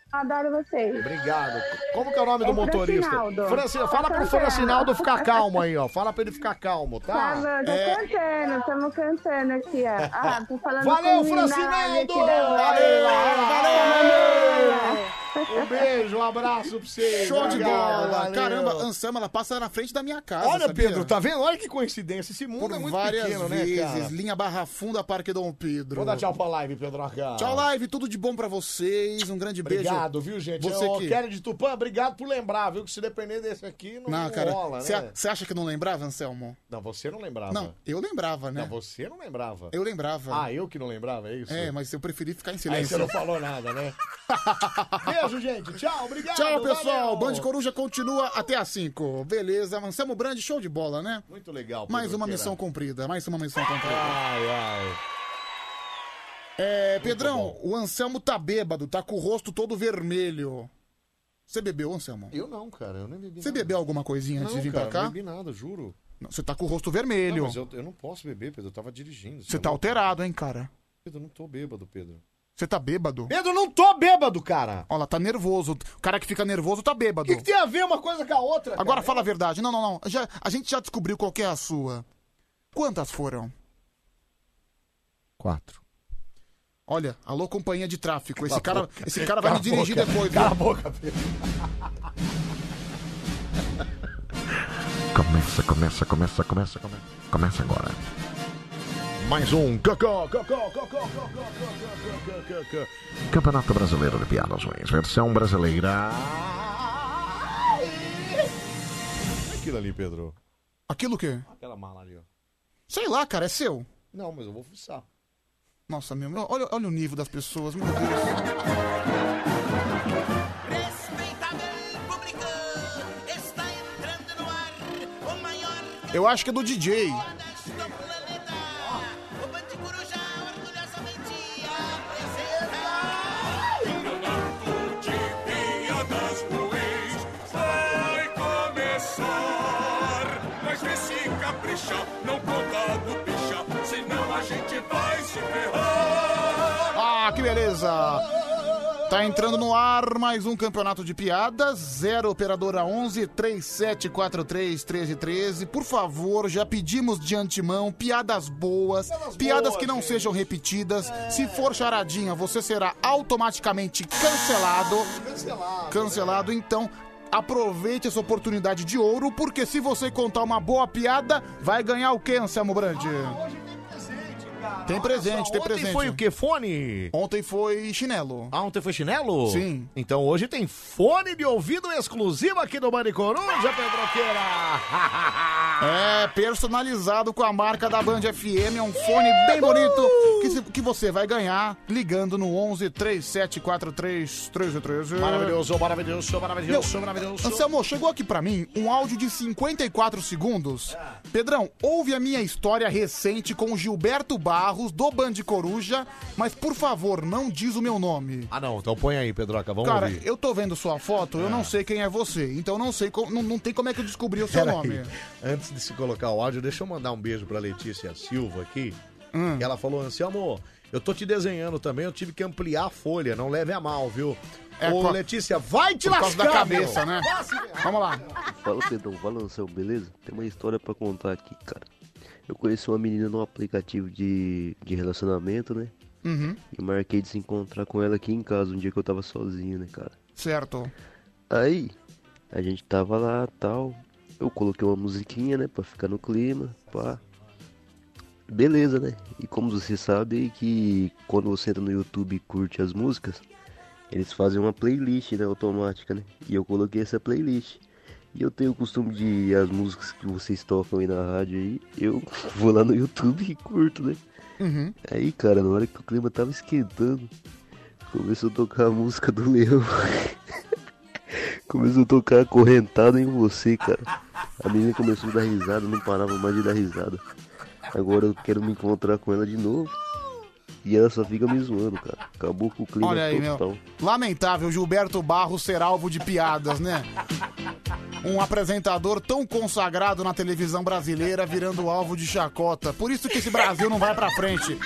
S8: Adoro vocês.
S1: Obrigado. Como que é o nome do
S8: É
S1: motorista?
S8: Francinaldo. é?
S1: Franci- fala pro Francinaldo ficar calmo aí, ó. Fala pra ele ficar calmo,
S8: Tá,
S1: tá?
S8: bom, tô
S1: É.
S8: cantando, estamos cantando aqui, ó. Ah, tô falando
S1: Valeu,
S8: com o Minardi
S1: Francinaldo!
S8: aqui da-
S1: Valeu, valeu! Um beijo, um abraço pra você.
S2: Show de
S1: Obrigado,
S2: bola!
S1: valeu.
S2: Caramba, Ansama, ela passa na frente da minha casa.
S1: Olha,
S2: sabia?
S1: Pedro, tá vendo? Olha que coincidência. Esse mundo
S2: Por
S1: é muito
S2: várias
S1: pequeno,
S2: vezes,
S1: né, cara?
S2: linha Barra Funda, Parque Dom Pedro.
S1: Vou dar tchau pra live, Pedro Arca.
S2: Tchau, live, tudo de bom pra vocês, um grande beijo.
S1: Obrigado, viu, gente?
S2: Você
S1: Ô,
S2: que...
S1: Kelly de Tupã, obrigado por lembrar, viu? Que se depender desse aqui, não,
S2: Não, cara,
S1: rola,
S2: você é
S1: né?
S2: você acha que eu não lembrava, Anselmo?
S1: Não, você não lembrava.
S2: Não, eu lembrava, né?
S1: Não, você não lembrava.
S2: Eu lembrava.
S1: Ah, eu que não lembrava, é isso?
S2: É, mas eu preferi ficar em silêncio.
S1: Aí você não falou nada, né? Beijo, gente. Tchau, obrigado.
S2: Tchau, pessoal.
S1: valeu.
S2: Band Coruja continua até às 5. Beleza, Anselmo Brand, show de bola, né?
S1: Muito legal. Pedro
S2: Mais uma
S1: Queira.
S2: missão cumprida, mais uma missão cumprida.
S1: Ai, ai.
S2: É, Pedrão, o Anselmo tá bêbado, tá com o rosto todo vermelho. Você bebeu, Anselmo?
S1: Eu não, cara, eu nem bebi
S2: Você
S1: nada.
S2: bebeu alguma coisinha antes
S1: não,
S2: de vir
S1: cara,
S2: pra cá?
S1: Não bebi nada, juro.
S2: Não, Você tá com o rosto vermelho.
S1: Não, mas eu, eu não posso beber, Pedro. Eu tava dirigindo.
S2: Você tá alterado, hein, cara?
S1: Pedro, eu não tô bêbado, Pedro.
S2: Você tá bêbado?
S1: Pedro, eu não tô bêbado, cara!
S2: Olha, lá, tá nervoso. O cara que fica nervoso tá bêbado.
S1: O que tem a ver uma coisa com a outra? cara?
S2: Agora fala a verdade. Não, não, não. Já, a gente já descobriu qual que é a sua. Quantas foram?
S1: Quatro.
S2: Olha, alô companhia de tráfico. Esse
S1: Cala a
S2: cara,
S1: boca.
S2: esse cara vai me
S1: Cala a
S2: dirigir
S1: boca.
S2: depois.
S1: Cala a
S2: boca,
S1: Começa, começa, começa, começa, começa. Começa agora. Mais um Cocó, Cocó, Cocó, Cocó, Cocó, Cocó. Campeonato Brasileiro de Piadas Ruins, versão brasileira.
S9: Aquilo ali, Pedro.
S2: Aquilo o quê?
S9: Aquela mala ali, ó.
S2: Sei lá, cara, é seu.
S9: Não, mas eu vou fuçar.
S2: Nossa, meu, olha, olha o nível das pessoas, meu Deus. Eu acho que é do DJ.
S4: Piadas ruins vai começar. Mas vê se capricha, não conta do picha, senão a gente vai se ferrar.
S2: Ah, que beleza! Tá entrando no ar mais um campeonato de piadas, 0 operadora 11 3743 1313. Por favor, já pedimos de antemão piadas boas, piadas que não sejam repetidas. Se for charadinha, você será automaticamente cancelado. Cancelado. então aproveite essa oportunidade de ouro, porque se você contar uma boa piada, vai ganhar o quê, Anselmo Brandi? Tem presente, tem
S9: ontem
S2: presente.
S9: foi o
S1: que? Fone?
S2: Ontem foi chinelo.
S9: Ah, ontem foi chinelo?
S2: Sim.
S1: Então hoje tem fone de ouvido exclusivo aqui no Bande Coruja, Pedroqueira.
S2: É, personalizado com a marca da Band FM, é um fone bem bonito que, se- que você vai ganhar ligando no 11 3743 1313.
S1: Maravilhoso, maravilhoso, maravilhoso,
S2: Meu,
S1: maravilhoso.
S2: Anselmo, chegou aqui pra mim um áudio de 54 segundos. Pedrão, ouve a minha história recente com o Gilberto Barros, do Band Coruja, mas por favor, não diz o meu nome.
S9: Ah, não. Então põe aí, Pedroca. Vamos
S2: Cara,
S9: ouvir.
S2: eu tô vendo sua foto, eu não sei quem é você, então não sei como, não, não tem como é que eu descobri o seu
S9: Pera
S2: nome.
S9: aí. Antes de se colocar o áudio, deixa eu mandar um beijo pra Letícia Silva aqui.
S2: Hum.
S9: Que ela falou,
S1: assim,
S9: Anselmo, eu tô te desenhando também, eu tive que ampliar a folha, não leve a mal, viu?
S2: É,
S9: Ô,
S2: co-
S9: Letícia, vai te
S2: por
S9: lascar,
S2: causa da cabeça,
S9: meu.
S2: né? Vamos lá.
S10: Fala Pedrão, fala Anselmo, beleza? Tem uma história pra contar aqui, cara. Eu conheci uma menina num aplicativo de, de relacionamento, né?
S2: Uhum.
S10: E marquei de se encontrar com ela aqui em casa um dia que eu tava sozinho, né, cara?
S2: Certo.
S10: Aí, a gente tava lá tal. Eu coloquei uma musiquinha, né, pra ficar no clima, pá. Beleza, né? E como você sabe que quando você entra no YouTube e curte as músicas, eles fazem uma playlist, né, automática, né? E eu coloquei essa playlist. E eu tenho o costume de as músicas que vocês tocam aí na rádio aí, eu vou lá no YouTube e curto, né?
S4: Uhum.
S10: Aí, cara, na hora que o clima tava esquentando, começou a tocar a música do leão. começou a tocar acorrentado em você, cara. A menina começou a dar risada, não parava mais de dar risada. Agora eu quero me encontrar com ela de novo. E ela só fica me zoando, cara. Acabou com o clima
S2: Olha aí,
S10: total.
S2: meu. Lamentável Gilberto Barros ser alvo de piadas, né? Um apresentador tão consagrado na televisão brasileira virando alvo de chacota. Por isso que esse Brasil não vai pra frente.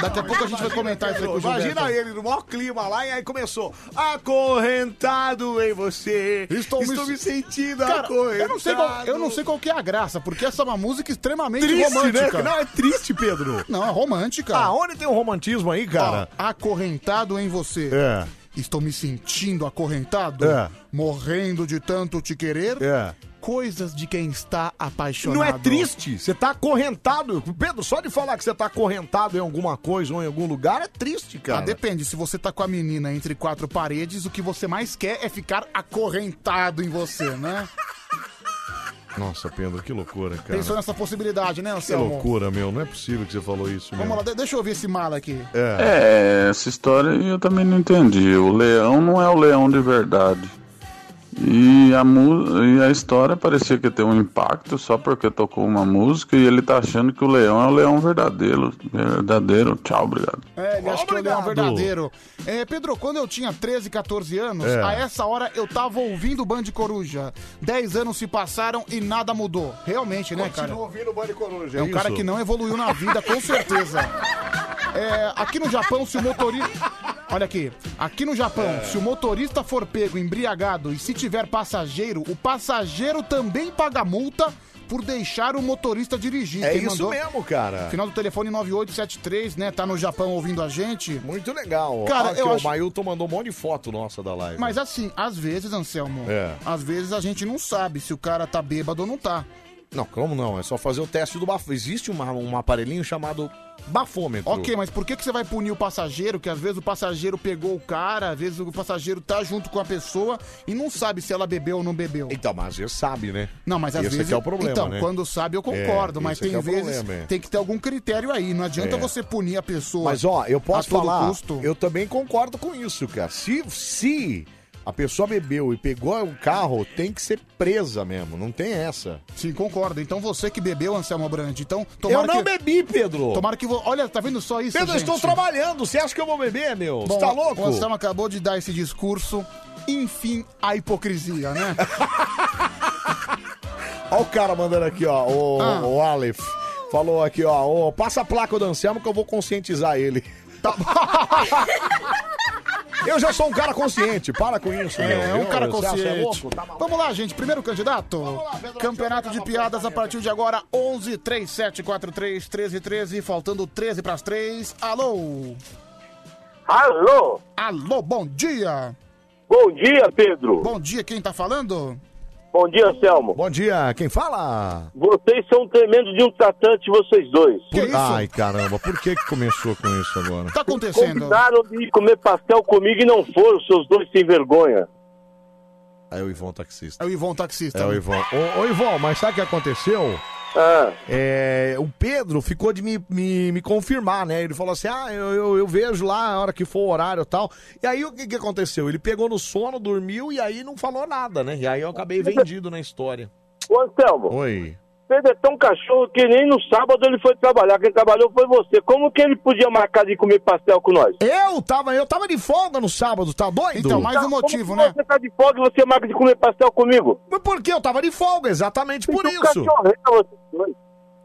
S2: Daqui a pouco a gente vai comentar isso aí com o Gilberto.
S1: Imagina ele no maior clima lá e aí começou acorrentado em você. Estou, me... sentindo
S2: Cara,
S1: acorrentado.
S2: eu não, sei qual, eu não sei qual que é a graça, porque essa é uma música extremamente
S1: Triste,
S2: romântica.
S1: né? Não, é triste, Pedro.
S2: Não, é romântica.
S1: Aonde tem um romantismo aí, cara?
S2: Ó, acorrentado em você.
S1: É.
S2: Estou me sentindo acorrentado?
S1: É.
S2: Morrendo de tanto te querer?
S1: É.
S2: Coisas de quem está apaixonado.
S1: Não é triste, você tá acorrentado. Pedro, só de falar que você tá acorrentado em alguma coisa ou em algum lugar é triste,
S2: Ah,
S1: cara.
S2: depende, se você tá com a menina entre quatro paredes, o que você mais quer é ficar acorrentado em você, né?
S9: Nossa, Pedro, que loucura, cara.
S2: Pensou nessa possibilidade, né,
S9: Que
S2: Anselmo?
S9: loucura, meu. Não é possível que você falou
S1: né?
S9: isso, meu.
S2: Vamos lá, de- deixa eu ouvir esse mala aqui.
S5: É, essa história eu também não entendi. O leão não é o leão de verdade. E a, mu- e a história parecia que tem um impacto só porque tocou uma música e ele tá achando que o leão é o leão verdadeiro. Verdadeiro. Tchau, obrigado.
S2: É, ele acha que ele é um verdadeiro. É, Pedro, quando eu tinha 13, 14 anos,
S5: É.
S2: a essa hora eu tava ouvindo o Band Coruja. 10 anos se passaram e nada mudou. Realmente, né, cara?
S1: Continua ouvindo o Bande Coruja,
S2: É um cara que não evoluiu na vida, com certeza. É, aqui no Japão, se o motorista. Olha aqui. Aqui no Japão,
S1: É.
S2: se o motorista for pego embriagado e se tiver passageiro, o passageiro também paga multa por deixar o motorista dirigir.
S1: É isso mesmo, cara.
S2: Final do telefone 9873, né? Tá no Japão ouvindo a gente.
S1: Muito legal.
S2: Cara,
S1: Olha
S2: eu
S1: aqui,
S2: acho...
S1: O Mailton mandou um monte de foto nossa da live.
S2: Mas assim, às vezes, Anselmo,
S1: É.
S2: às vezes a gente não sabe se o cara tá bêbado ou não tá.
S1: Não, como não? É só fazer o teste do bafo. Existe uma- um aparelhinho chamado bafômetro.
S2: Ok, mas por que, que você vai punir o passageiro? Que às vezes o passageiro pegou o cara, às vezes o passageiro tá junto com a pessoa e não sabe se ela bebeu ou não bebeu.
S1: Então, mas às vezes sabe, né?
S2: Não, mas às
S1: esse
S2: vezes.
S1: Esse é o problema,
S2: então,
S1: né?
S2: quando sabe, eu concordo,
S1: É,
S2: mas
S1: esse é
S2: tem
S1: que é o
S2: vezes
S1: problema, é.
S2: tem que ter algum critério aí. Não adianta
S1: É.
S2: você punir a pessoa.
S1: Mas ó, eu posso
S2: a todo
S1: falar,
S2: custo.
S1: eu também concordo com isso, cara. Se, se a pessoa bebeu e pegou um carro, tem que ser presa mesmo, não tem essa.
S2: Sim, concordo. Então você que bebeu, Anselmo Brandi. Então,
S1: Eu não bebi, Pedro.
S2: Tomara que. vo- Olha, tá vendo só isso?
S1: Pedro, eu
S2: gente?
S1: estou trabalhando, você acha que eu vou beber, meu?
S2: Bom,
S1: Você tá
S2: O
S1: louco?
S2: Anselmo acabou de dar esse discurso. Enfim, a hipocrisia, né?
S1: Ó o cara mandando aqui, ó, o,
S2: Ah.
S1: o Aleph. Falou aqui, ó, ô, passa a placa do Anselmo que eu vou conscientizar ele. Tá eu já sou um cara consciente, para com isso, meu.
S2: É, é um
S1: viu?
S2: cara
S1: Você acha que
S2: consciente.
S1: é louco? Tá maluco?
S2: Vamos lá, gente. Primeiro candidato. Campeonato de piadas a partir de agora. 11 3743 1313. Faltando 13 para as 3. Alô.
S11: Alô.
S2: Alô, bom dia.
S11: Bom dia, Pedro.
S2: Bom dia, quem tá falando?
S11: Bom dia, Anselmo.
S1: Bom dia, quem fala?
S11: Vocês são tremendos de um tratante, vocês dois.
S1: Ai, caramba, por que que começou com isso agora?
S2: Tá acontecendo.
S11: Combinaram de ir comer pastel comigo e não foram, seus dois sem vergonha.
S1: Aí o Ivon taxista.
S2: É o Ivon taxista.
S1: É o Ivon. Ô, ô, Ivon, mas sabe o que aconteceu? É, o Pedro ficou de me, me, me confirmar, né? Ele falou assim: ah, eu, eu, eu vejo lá a hora que for o horário e tal. E aí o que, que aconteceu? Ele pegou no sono, dormiu e aí não falou nada, né? E aí eu acabei vendido na história.
S11: Ô,
S4: Tá
S11: Anselmo.
S1: Oi.
S11: Pedro é tão cachorro que nem no sábado ele foi trabalhar. Quem trabalhou foi você. Como que ele podia marcar de comer pastel com nós?
S1: Eu tava, eu tava de folga no sábado, tá doido?
S11: Então, mais um motivo,
S1: né?
S11: Você tá de folga e você marca de comer pastel comigo? Então,
S1: Mas por que? Eu tava de folga, exatamente por
S11: Vocês
S1: isso.
S11: são cachorrão, vocês dois.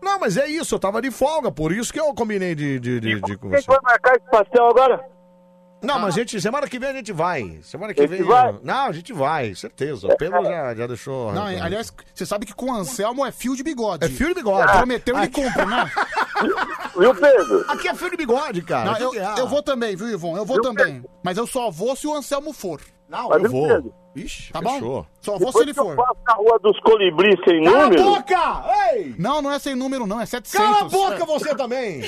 S1: Não, mas é isso, eu tava de folga, por isso que eu combinei de, de, de, de
S11: Quem vai marcar esse pastel agora?
S1: Não, mas gente, semana que vem a gente vai. Semana que
S2: A gente
S1: vem.
S2: vai?
S1: Não, a gente vai, certeza. O Pedro já, já deixou.
S2: Não, é- aliás, você sabe que com o Anselmo é fio de bigode. Ah.
S1: É fio de bigode.
S2: Prometeu ele compra, né?
S11: Viu, Pedro?
S1: Aqui é fio de bigode, cara.
S2: Não,
S1: Aqui
S2: eu,
S1: é-
S2: eu vou também, viu, Ivon? Eu vou também. Mas eu só vou se o Anselmo for.
S1: Não,
S11: Mas eu vou. beleza.
S1: Ah, Ixi,
S2: tá bom?
S1: fechou.
S2: Só vou
S11: Depois
S2: se ele
S11: que eu
S2: for.
S11: passo na rua dos colibris sem
S2: Cala a
S11: número...
S1: boca! Ei!
S2: Não, não é sem número, não. É 700.
S1: Cala a boca você também!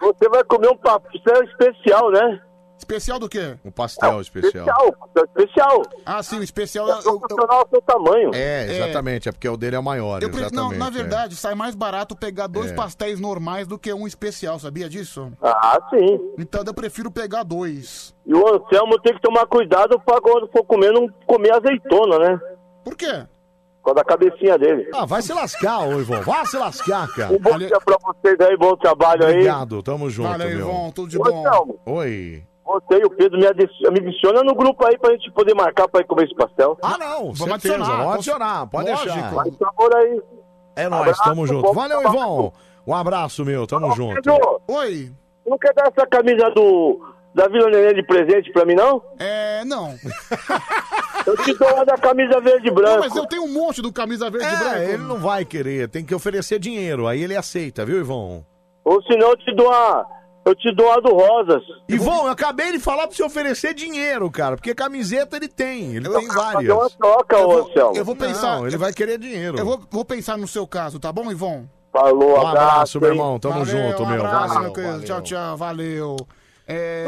S11: Você vai comer um pastel especial, né?
S2: Especial do quê?
S1: Um pastel especial.
S11: Especial, pastel especial.
S2: Ah, sim, o especial...
S11: É proporcional ao seu tamanho.
S1: É, exatamente, é. porque o dele é o maior.
S2: Eu pre-
S1: exatamente,
S2: Não, na
S1: é.
S2: verdade, sai mais barato pegar dois
S1: É.
S2: pastéis normais do que um especial, sabia disso?
S11: Ah, sim.
S2: Então eu prefiro pegar dois.
S11: E o Anselmo tem que tomar cuidado pra quando for comer, não comer azeitona, né?
S2: Por quê?
S11: Por causa da cabecinha dele.
S1: Ah, vai se lascar, ô Ivon. Vai se lascar, cara.
S11: Um bom dia pra vocês aí, bom trabalho aí.
S1: Obrigado, tamo junto,
S11: Valeu,
S1: meu.
S11: Ivon, tudo de Ô, bom. Anselmo.
S1: Oi.
S11: Você e o Pedro me, adiciona, me adiciona no grupo aí pra gente poder marcar pra ir comer esse pastel.
S1: Ah, não, certeza, vamos adicionar, pode deixar.
S11: Faz favor aí.
S1: É nóis,
S11: um Abraço,
S1: tamo junto.
S11: bom
S1: Valeu,
S11: trabalho.
S1: Ivon. Um abraço, meu, tamo junto.
S11: Pedro,
S2: Oi.
S11: não quer dar essa camisa do da Vila Neném de presente pra mim, não?
S2: É, não.
S11: Eu te dou uma da camisa verde e
S2: Não,
S11: branco.
S2: mas eu tenho um monte do camisa verde e branco.
S1: É, ele não vai querer, tem que oferecer dinheiro, aí ele aceita, viu, Ivon?
S11: Ou senão eu te dou a. Eu te dou a do Rosas.
S1: Ivon, eu acabei de falar pra você oferecer dinheiro, cara, porque camiseta ele tem, ele tem várias.
S11: fazer uma troca,
S1: eu
S11: ô,
S1: vou,
S11: Anselmo.
S1: Eu vou pensar,
S2: Não,
S1: ele vai querer dinheiro.
S2: Eu vou, vou pensar no seu caso, tá bom, Ivon?
S11: Falou,
S1: Um abraço, meu
S2: hein?
S1: irmão, tamo
S2: Valeu,
S1: junto,
S2: um
S1: meu.
S2: abraço,
S1: valeu,
S2: meu querido.
S1: valeu.
S2: Tchau, tchau, valeu. É,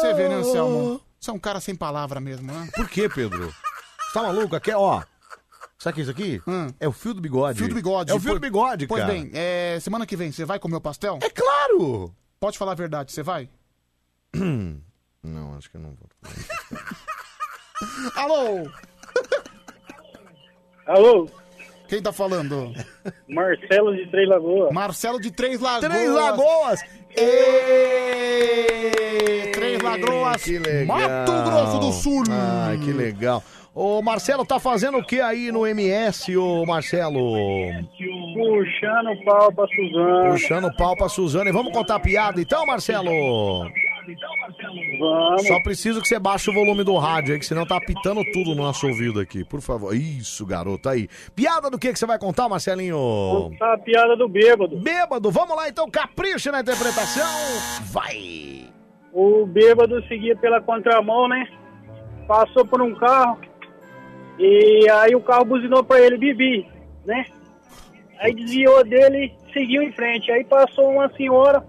S2: você vê, né, Anselmo? Você é um cara sem palavra mesmo, né?
S1: Por que, Pedro? Você tá maluco? Aqui, é, ó. Sabe o que é isso aqui? É o fio do bigode.
S2: Hum. Fio do bigode.
S1: É o fio do
S2: Pois-
S1: bigode,
S2: pois
S1: cara.
S2: bem, é, semana que vem você vai comer o pastel? É
S1: claro!
S2: Pode falar a verdade, você vai?
S1: Não, acho que eu não vou.
S2: Alô?
S12: Alô?
S2: Quem tá falando?
S12: Marcelo de Três Lagoas.
S2: Marcelo de Três Lagoas.
S1: Três Lagoas! Ê!
S2: Três Lagoas,
S1: Que legal.
S2: Mato Grosso do Sul.
S1: Ah, que legal. Ô, Marcelo, tá fazendo o que aí no MS, ô, Marcelo?
S12: Puxando o pau pra Suzano.
S1: Puxando pau pra Suzana. E vamos contar piada então, Marcelo?
S4: Vamos.
S1: Só preciso que você baixe o volume do rádio aí, que senão tá apitando tudo no nosso ouvido aqui, por favor. Isso, garoto, aí. Piada do que que você vai contar, Marcelinho?
S4: Tá A piada do bêbado.
S1: Bêbado, vamos lá então, capricha na interpretação. Vai!
S4: O bêbado seguia pela contramão, né?
S9: Passou por um carro e aí o carro buzinou pra ele, Bibi, né? Aí desviou dele, seguiu em frente. Aí passou uma senhora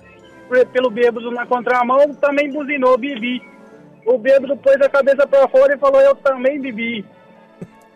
S9: pre- pelo bêbado na contramão, também buzinou, Bibi. O bêbado pôs a cabeça pra fora e falou, eu também, Bibi.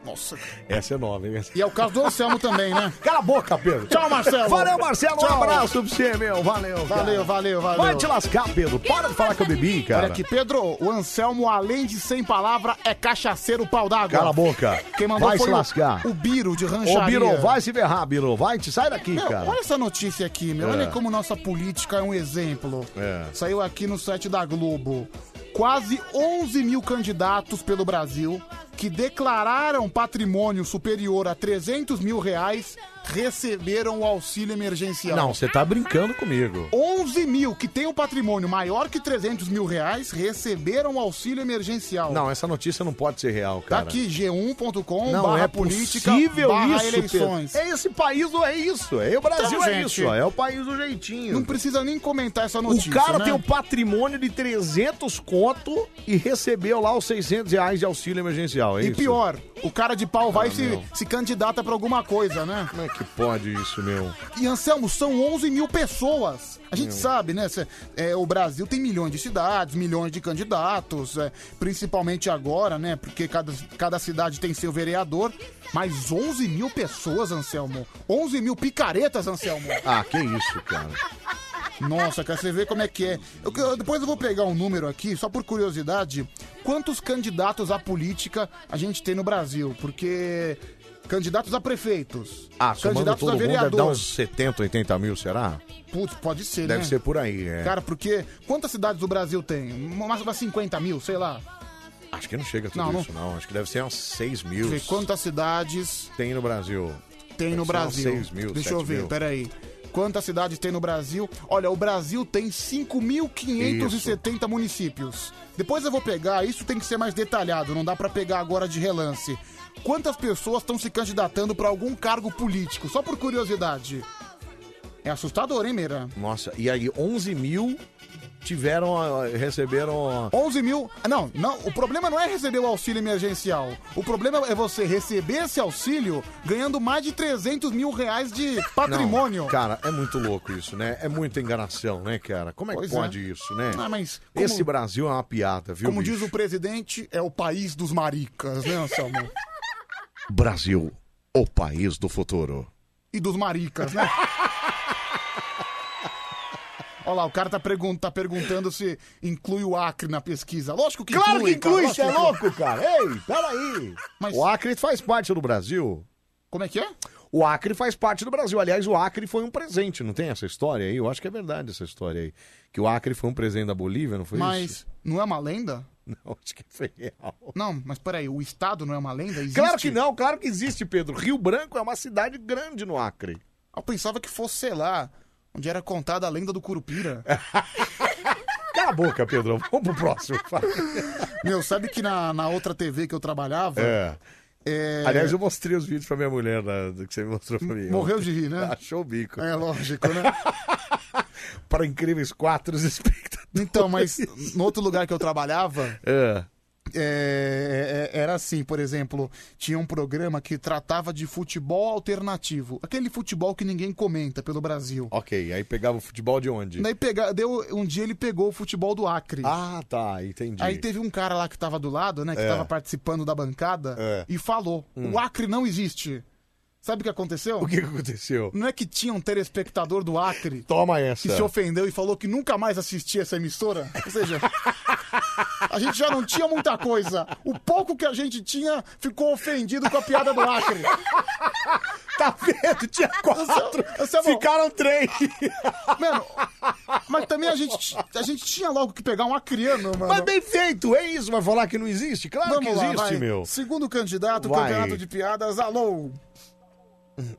S2: Nossa.
S1: Essa é nova, hein? Essa-
S2: E é o caso do Anselmo também, né?
S1: Cala a boca, Pedro.
S2: Tchau, Marcelo.
S1: Valeu, Marcelo. Um
S2: Tchau.
S1: abraço pra você, meu. Valeu. cara.
S2: Valeu, valeu, valeu.
S1: Vai te lascar, Pedro. Para de falar que eu bebi, cara.
S2: Olha aqui, Pedro, o Anselmo, além de sem palavra, é cachaceiro pau d'água.
S1: Cala a boca.
S2: Quem mandou
S1: Vai
S2: foi
S1: se
S2: o-
S1: lascar.
S2: O Biro, de rancharia.
S1: Ô, Biro, vai se ferrar, Biro. Vai, te sai daqui,
S2: Meu,
S1: cara.
S2: olha essa notícia aqui, meu.
S1: É.
S2: Olha como nossa política é um exemplo.
S1: É.
S2: Saiu aqui no site da Globo. Quase 11 mil candidatos pelo Brasil que declararam patrimônio superior a 300 mil reais receberam o auxílio emergencial.
S1: Não, você tá brincando comigo.
S2: 11 mil que tem um patrimônio maior que 300 mil reais receberam o auxílio emergencial.
S1: Não, essa notícia não pode ser real,
S2: Tá
S1: cara.
S2: aqui, g1.com
S1: Não
S2: barra
S1: é
S2: política
S1: possível
S2: barra
S1: isso,
S2: eleições.
S1: Pedro. É esse país, não é isso. É, o Brasil
S2: Então,
S1: é
S2: gente,
S1: isso. ó, É o país do jeitinho.
S2: Não precisa nem comentar essa
S1: O
S2: notícia,
S1: cara
S2: né?
S1: tem um patrimônio de 300 conto e recebeu lá os 600 reais de auxílio emergencial, é
S2: E
S1: isso?
S2: pior, o cara de pau vai
S1: Ah,
S2: e se,
S1: meu.
S2: se candidata pra alguma coisa, né?
S1: Como é que pode isso, meu?
S2: E Anselmo, são 11 mil pessoas. A gente sabe, né? cê- é, o Brasil tem milhões de cidades, milhões de candidatos, é, principalmente agora, né? Porque cada, cada cidade tem seu vereador. Mas 11 mil pessoas, Anselmo. 11 mil picaretas, Anselmo.
S1: Ah, que isso, cara.
S2: Nossa, cara, você vê como é que é. Eu- eu- depois eu vou pegar um número aqui, só por curiosidade. Quantos candidatos à política a gente tem no Brasil? Porque candidatos a prefeitos,
S1: Ah, somando
S2: candidatos
S1: todo
S2: a
S1: mundo deve dar
S2: vereador.
S1: uns 70, 80 mil, será?
S2: Putz, pode ser,
S1: Deve
S2: né?
S1: ser por aí, é.
S2: Cara, porque quantas cidades do Brasil tem? Uma máxima de 50 mil, sei lá.
S1: Acho que não chega a tudo
S2: Não, não.
S1: isso, não. Acho que deve ser uns 6 mil.
S2: Deixa eu ver quantas cidades
S1: Tem no Brasil.
S2: tem
S1: Deve
S2: no
S1: ser
S2: Brasil.
S1: Uns 6 mil,
S2: Deixa
S1: 7
S2: eu ver,
S1: mil.
S2: peraí. Quantas cidades tem no Brasil? Olha, o Brasil tem 5.570 municípios. Depois eu vou pegar, isso tem que ser mais detalhado, não dá pra pegar agora de relance. Quantas pessoas estão se candidatando pra algum cargo político? Só por curiosidade. É assustador, hein, Meira?
S1: Nossa, e aí 11 mil tiveram, a- receberam... a-
S2: 11 mil. ah, Não, não, o problema não é receber o auxílio emergencial. O problema é você receber esse auxílio ganhando mais de 300 mil reais de patrimônio.
S1: Não, cara, é muito louco isso, né? É muita enganação, né, cara? Como é que
S2: Pois é.
S1: pode isso, né?
S2: Ah, mas como-
S1: Esse Brasil é uma piada, viu,
S2: Como
S1: bicho?
S2: diz o presidente, é o país dos maricas, né, Anselmo?
S1: Brasil, o país do futuro.
S2: E dos maricas, né? Olha lá, o cara tá, pergun- tá perguntando se inclui o Acre na pesquisa. É Lógico que
S1: Claro
S2: inclui.
S1: que inclui,
S2: cara,
S1: você é
S2: lógico que
S1: louco, cara. Ei, peraí.
S2: Mas-
S1: O Acre faz parte do Brasil.
S2: Como é que é?
S1: O Acre faz parte do Brasil. Aliás, o Acre foi um presente, não tem essa história aí? Eu acho que é verdade essa história aí. Que o Acre foi um presente da Bolívia, não foi
S2: Mas
S1: isso?
S2: não é uma lenda?
S1: Não, acho que foi real.
S2: Não, mas peraí, o Estado não é uma lenda? Existe?
S1: Claro que não, claro que existe, Pedro. Rio Branco é uma cidade grande no Acre. Ah,
S2: Eu pensava que fosse, sei lá, onde era contada a lenda do Curupira.
S1: Cala a boca, Pedro. Vamos pro próximo.
S2: Meu, sabe que na, na outra TV que eu trabalhava. é,
S1: É. Aliás, eu mostrei os vídeos pra minha mulher né, do que você mostrou pra mim.
S2: Morreu de rir, né?
S1: Achou o bico.
S2: É lógico, né?
S1: Para incríveis quatro espectadores.
S2: Então, mas no outro lugar que eu trabalhava,
S1: É.
S2: é, é, era assim, por exemplo, tinha um programa que tratava de futebol alternativo. Aquele futebol que ninguém comenta pelo Brasil.
S1: Ok, aí pegava o futebol de onde?
S2: Daí pega, deu, um dia ele pegou o futebol do Acre.
S1: Ah, tá, entendi.
S2: Aí teve um cara lá que tava do lado, né? Que
S1: É.
S2: tava participando da bancada
S1: É.
S2: e falou:
S1: Hum.
S2: o Acre não existe. Sabe o que aconteceu?
S1: O que que aconteceu?
S2: Não é que tinha um telespectador do Acre
S1: Toma essa.
S2: que se ofendeu e falou que nunca mais assistia essa emissora? Ou seja, a gente já não tinha muita coisa. O pouco que a gente tinha ficou ofendido com a piada do Acre.
S1: Tá vendo? Tinha quatro.
S2: Ficaram três. Mano, mas também a gente, a gente tinha logo que pegar um acriano, mano.
S1: Mas bem feito, é isso? Vai falar que não existe? Claro
S2: Vamos
S1: que
S2: lá,
S1: existe,
S2: vai.
S1: meu.
S2: Segundo candidato,
S1: Vai.
S2: campeonato de piadas, alô.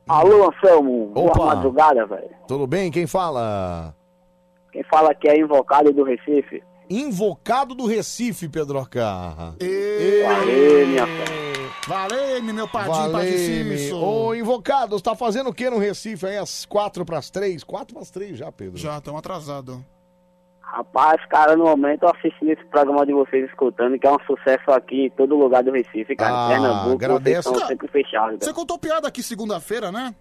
S13: Alô, Anselmo. Boa
S1: Opa.
S13: madrugada, velho.
S1: Tudo bem? Quem fala?
S13: Quem fala aqui é invocado do Recife.
S1: Invocado do Recife, Pedro Carra.
S2: Valeu, minha Valeu, meu padinho, padinho.
S1: Valeu-me.
S2: Cício.
S1: Ô, Invocados, tá fazendo o que no Recife aí? Às quatro pras três? Quatro pras três já, Pedro.
S2: Já, estão atrasados.
S13: Rapaz, cara, no momento eu assistindo esse programa de vocês escutando, que é um sucesso aqui em todo lugar do Recife, cara.
S2: Ah,
S13: Pernambuco,
S2: agradeço.
S13: vocês estão sempre fechados.
S2: Você
S13: cara.
S2: contou piada aqui segunda-feira, né?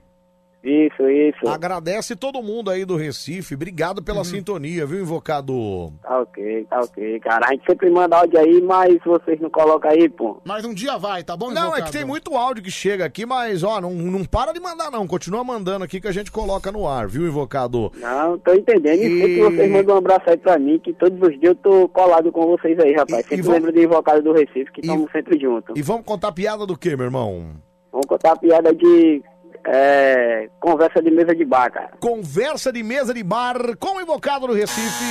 S13: Isso, isso.
S1: É. Agradece todo mundo aí do Recife. Obrigado pela
S2: Uhum.
S1: sintonia, viu, Invocado?
S13: Tá ok, tá ok, cara. A gente sempre manda áudio aí, mas vocês não colocam aí, pô.
S2: Mas um dia vai, tá bom,
S1: Não, é que tem muito áudio que chega aqui, mas, ó, não, não para de mandar, não. Continua mandando aqui que a gente coloca no ar, viu, Invocado?
S13: Não, tô entendendo. E... Sempre que vocês mandam um abraço aí pra mim, que todos os dias eu tô colado com vocês aí, rapaz. Sempre lembro de Invocado do Recife, que estamos sempre juntos.
S1: E vamos contar piada do quê, meu irmão?
S13: Vamos contar a piada de é, conversa de mesa de bar, cara.
S1: Conversa de mesa de bar com o Invocado do Recife.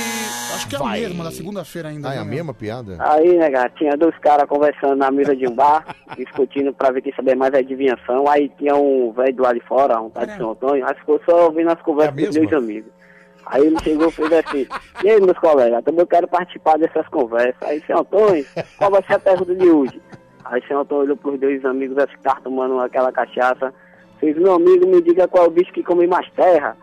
S2: Acho que é
S13: Vai.
S2: a mesma, da segunda-feira ainda.
S1: Ah, é
S2: né,
S1: a
S2: meu?
S1: mesma piada?
S13: Aí, né, cara, tinha dois caras conversando na mesa de um bar, discutindo pra ver quem sabia mais a adivinhação. Aí tinha um velho do lado de fora, um tal de São Antônio, aí ficou só ouvindo as conversas dos meus amigos. Aí ele chegou e fez assim, e aí, meus colegas, também eu quero participar dessas conversas. Aí, São Antônio, qual vai ser a pergunta de hoje? Aí, São Antônio olhou pros dois amigos, acho que estavam tomando aquela cachaça. Fez, meu amigo, me diga qual é o bicho que come mais terra.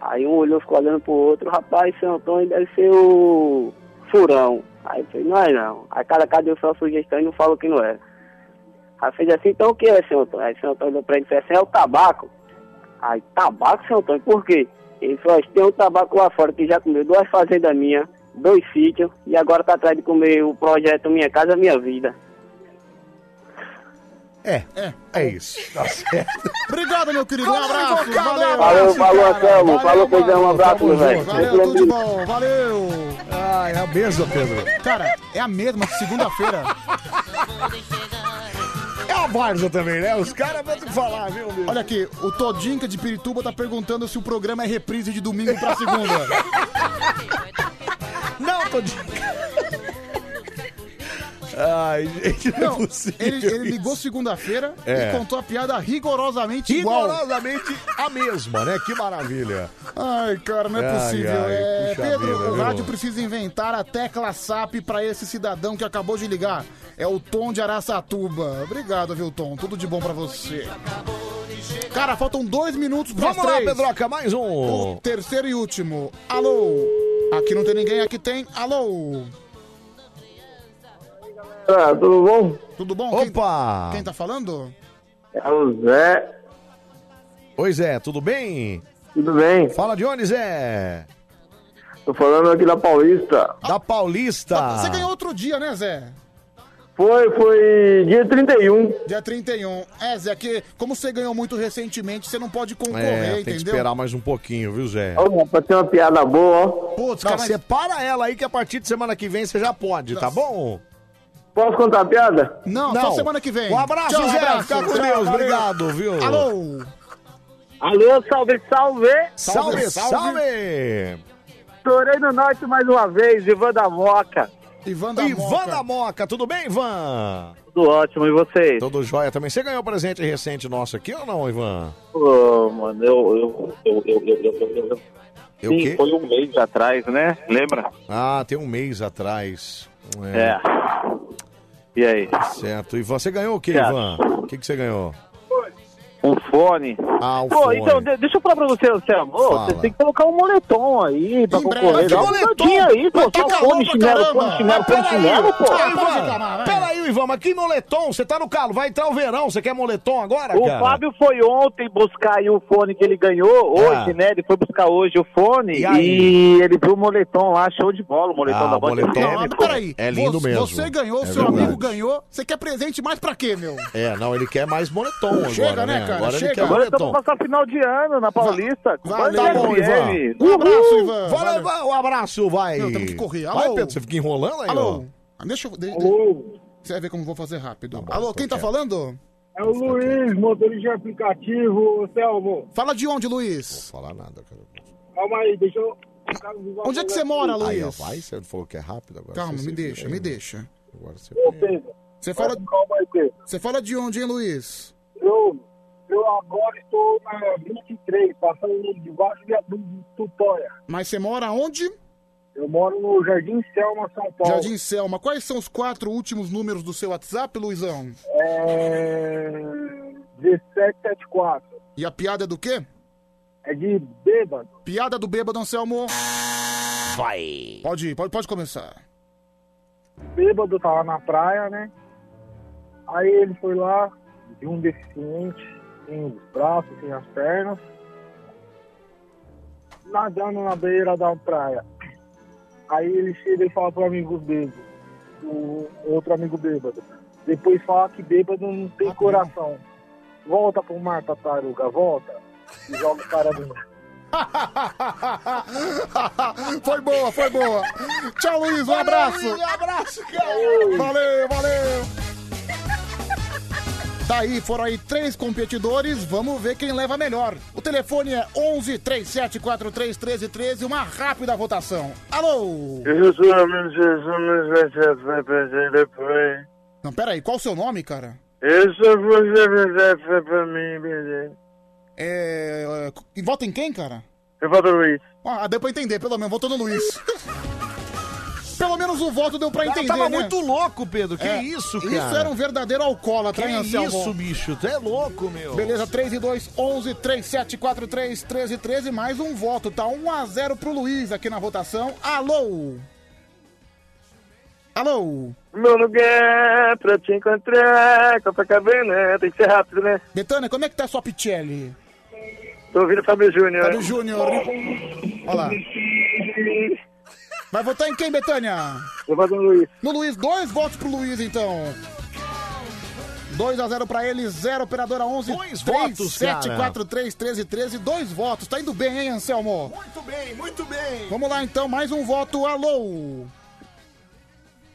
S13: Aí um olhou, ficou olhando pro outro, rapaz, São Antônio deve ser o furão. Aí eu falei, não é não. Aí cada cara deu sua sugestão e não falou que não era. Aí eu fiz assim, então o que é, seu Antônio? Aí seu Antônio olhou pra ele e disse assim, é o tabaco. Aí, tabaco, seu Antônio, por quê? Ele falou, "Ó, tem um tabaco lá fora que já comeu duas fazendas minhas, dois sítios, e agora tá atrás de comer o projeto Minha Casa Minha Vida.
S1: É, é, isso. Tá certo.
S2: Obrigado, meu querido. Um abraço.
S13: Falou,
S2: Valeu,
S13: falou, Anselmo. Falou,
S11: é,
S13: Pedrão. Um abraço,
S1: Tamo
S13: meu velho.
S1: junto.
S13: Sempre
S1: Valeu,
S13: lembre-
S2: Bom, valeu.
S1: Ah, é a mesma, Pedro.
S2: Cara, é a mesma de segunda-feira.
S1: É a Barça também, né? Os caras vão te falar, viu, meu?
S2: Olha aqui, o Todinka de Pirituba tá perguntando se o programa é reprise de domingo pra segunda.
S1: Não, Todinka. Ai, gente, não, é possível.
S2: Ele, ele ligou segunda-feira
S1: É.
S2: e contou a piada rigorosamente igual.
S1: Rigorosamente a mesma, né? Que maravilha.
S2: Ai, cara, não é
S1: Ai,
S2: possível.
S1: ai,
S2: é,
S1: puxa
S2: Pedro,
S1: vida,
S2: o
S1: viu?
S2: rádio precisa inventar a tecla SAP pra esse cidadão que acabou de ligar. É o Tom de Araçatuba. Obrigado, viu, Tom? Tudo de bom pra você. Cara, faltam dois minutos pra
S1: Vamos lá, Pedroca, mais um.
S2: O terceiro e último. Alô? Aqui não tem ninguém, aqui tem. Alô?
S4: Ah, tudo bom?
S2: Tudo bom?
S1: Opa!
S2: Quem tá falando?
S4: É o Zé.
S1: Oi, Zé, tudo bem?
S4: Tudo bem.
S1: Fala de onde, Zé?
S4: Tô falando aqui da Paulista.
S1: Da Paulista.
S2: Tá, Você ganhou outro dia, né, Zé?
S4: Foi, foi dia
S1: É,
S4: 31.
S2: Dia 31. É, Zé, que como você ganhou muito recentemente, você não pode
S1: É,
S2: concorrer,
S1: tem que
S2: entendeu?
S1: esperar mais um pouquinho, viu, Zé?
S4: Ó, rapaz, tem uma piada boa, tá ó.
S2: Putz,
S1: Não, é
S4: cara, mas-
S1: separa ela aí que a partir de semana que vem você já pode, tá bom?
S4: Posso contar a piada?
S2: Não, só semana que vem.
S1: Um abraço,
S2: Tchau,
S1: Zé.
S2: abraço.
S1: Fica com
S2: Tchau,
S1: Deus.
S2: valeu.
S1: Obrigado, viu?
S2: Alô?
S4: Alô, salve, salve!
S1: Salve, salve!
S4: Estourei no norte mais uma vez, Ivan da Moca.
S2: Ivan
S1: da Moca. tudo bem, Ivan?
S4: Tudo ótimo, e vocês?
S1: Tudo jóia também. Você ganhou presente recente nosso aqui ou não, Ivan?
S4: Pô, Ah, mano, eu. eu, eu, eu, eu, eu, eu, eu.
S1: Eu
S4: Sim,
S1: quê?
S4: foi um mês atrás, né? Lembra?
S1: Ah, tem um mês atrás.
S4: É. E aí?
S1: Certo. Ivan, você ganhou o quê,
S4: Certo.
S1: Ivan? O que, que você ganhou?
S4: Um fone.
S1: Ah, um
S4: Pô,
S1: fone.
S4: então, de- deixa eu falar pra você, Anselmo. Ô,
S1: Fala.
S4: você tem que colocar um moletom aí pra concorrer.
S1: Que
S4: Dá uma
S1: moletom?
S4: olhadinha é aí, pô.
S1: Mas tá
S4: Só um
S1: calor
S4: fone,
S1: pra
S4: chinelo,
S1: caramba.
S4: fone, chinelo,
S2: é
S1: Mas
S4: fone,
S1: peraí, Ah,
S4: chinelo, pô.
S1: Ô, Ivan, peraí, Ivan, mas que moletom? Você tá no calo, vai entrar o verão, você quer moletom agora,
S4: O
S1: cara?
S4: Fábio foi ontem buscar aí o fone que ele ganhou, hoje, né? Ele foi buscar hoje o fone
S1: Ah. E
S4: e,
S1: aí?
S4: ele viu o moletom lá, show de bola, o moletom
S1: Ah,
S4: da
S1: o
S4: Band
S1: moletom.
S4: FM,
S1: Não, mas
S4: pô.
S1: peraí. É lindo
S2: você,
S1: mesmo.
S2: Você ganhou,
S1: É
S2: seu
S1: verdade.
S2: amigo ganhou. Você quer presente mais pra quê, meu?
S1: É, não, ele quer mais moletom
S2: Chega,
S1: agora,
S2: né,
S1: né?
S2: cara?
S1: Agora ele
S2: Chega.
S1: quer
S4: Agora estamos
S1: moletom.
S4: passando final de ano na Paulista. com
S1: Valeu,
S4: Band
S1: tá bom,
S4: FM.
S1: Ivan.
S2: Um abraço, Ivan.
S1: Valeu,
S2: Valeu.
S1: Ivan, um abraço, vai.
S2: Não, temos que correr.
S1: Vai,
S2: Alô?
S1: Pedro, você fica enrolando aí, ó.
S2: Alô? Ah, Deixa eu. de- de- Você vai ver como eu vou fazer rápido. Alô, quem tá falando?
S23: É o Luiz, motorista de aplicativo, Selmo.
S2: Fala de onde, Luiz?
S1: Não vou falar nada, cara.
S23: Calma aí, deixa eu.
S2: Onde é que você mora, Luiz?
S1: Aí, ó, vai, você falou que é rápido agora.
S2: Calma,
S1: você
S2: me
S1: se
S2: deixa,
S1: vira aí,
S2: me
S1: né?
S2: deixa.
S1: Agora você...
S23: Ô, Pedro,
S2: Você fala,
S23: calma aí, Pedro.
S2: você fala de onde, hein, Luiz?
S23: Eu, eu agora estou na 23, passando debaixo da viaduto de Tutóia.
S2: Mas você mora onde?
S16: Eu moro no Jardim Selma, São Paulo.
S2: Jardim Selma, quais são os quatro últimos números do seu WhatsApp, Luizão?
S16: É... 1774.
S2: E a piada é do quê?
S16: É de bêbado.
S2: Piada do bêbado, Anselmo.
S1: Vai.
S2: Pode ir, pode, pode começar.
S16: Bêbado tava na praia, né? Aí ele foi lá, viu um deficiente, sem os braços, sem as pernas, nadando na beira da praia. Aí ele chega e fala pro amigo bêbado, o outro amigo bêbado. Depois fala que bêbado não tem coração. Volta pro mar, tartaruga, volta. E joga o cara no mar.
S2: foi boa, foi boa. Tchau, Luiz, um abraço.
S4: Um abraço,
S2: cara. Valeu, valeu. Daí foram aí três competidores, vamos ver quem leva a melhor. O telefone é 11 3743 1313, uma rápida votação. Alô?
S17: Exatamente, exatamente, vai ser, vai fazer depois.
S2: Não, peraí, qual o seu nome, cara?
S17: Isso é você vai fazer pra mim, bebê.
S2: É. é, E vota em quem, cara?
S17: Eu voto Luiz.
S2: Ah, deu pra entender, pelo menos, votou no Luiz. Pelo menos o voto deu pra
S1: Cara,
S2: entender.
S1: tava
S2: né?
S1: muito louco, Pedro. Que
S2: É,
S1: isso, cara?
S2: Isso era um verdadeiro alcoólatra,
S1: Que
S2: hein, Anselmo?
S1: isso, bicho? Tu é louco, meu.
S2: Beleza, 3 e 2, 11, 3, 7, 4, 3, 13, 13, mais um voto, tá? 1 a 0 pro Luiz aqui na votação. Alô? Alô?
S17: Meu lugar pra te encontrar, Copacabana, tem que ser rápido, né?
S2: Betânia, como é que tá a sua Pichelli?
S17: Tô ouvindo Fábio Júnior.
S2: Fábio Júnior. Olha lá. Vai votar em quem, Betânia?
S17: Eu voto no Luiz.
S2: No Luiz, dois votos pro Luiz, então. 2 a 0 pra ele, 0 operadora 11.
S1: Dois
S2: três,
S1: votos,
S2: sete,
S1: cara.
S2: quatro, três, 13, 13, dois votos. Tá indo bem, hein, Anselmo?
S1: Muito bem, muito bem.
S2: Vamos lá, então, mais um voto. Alô?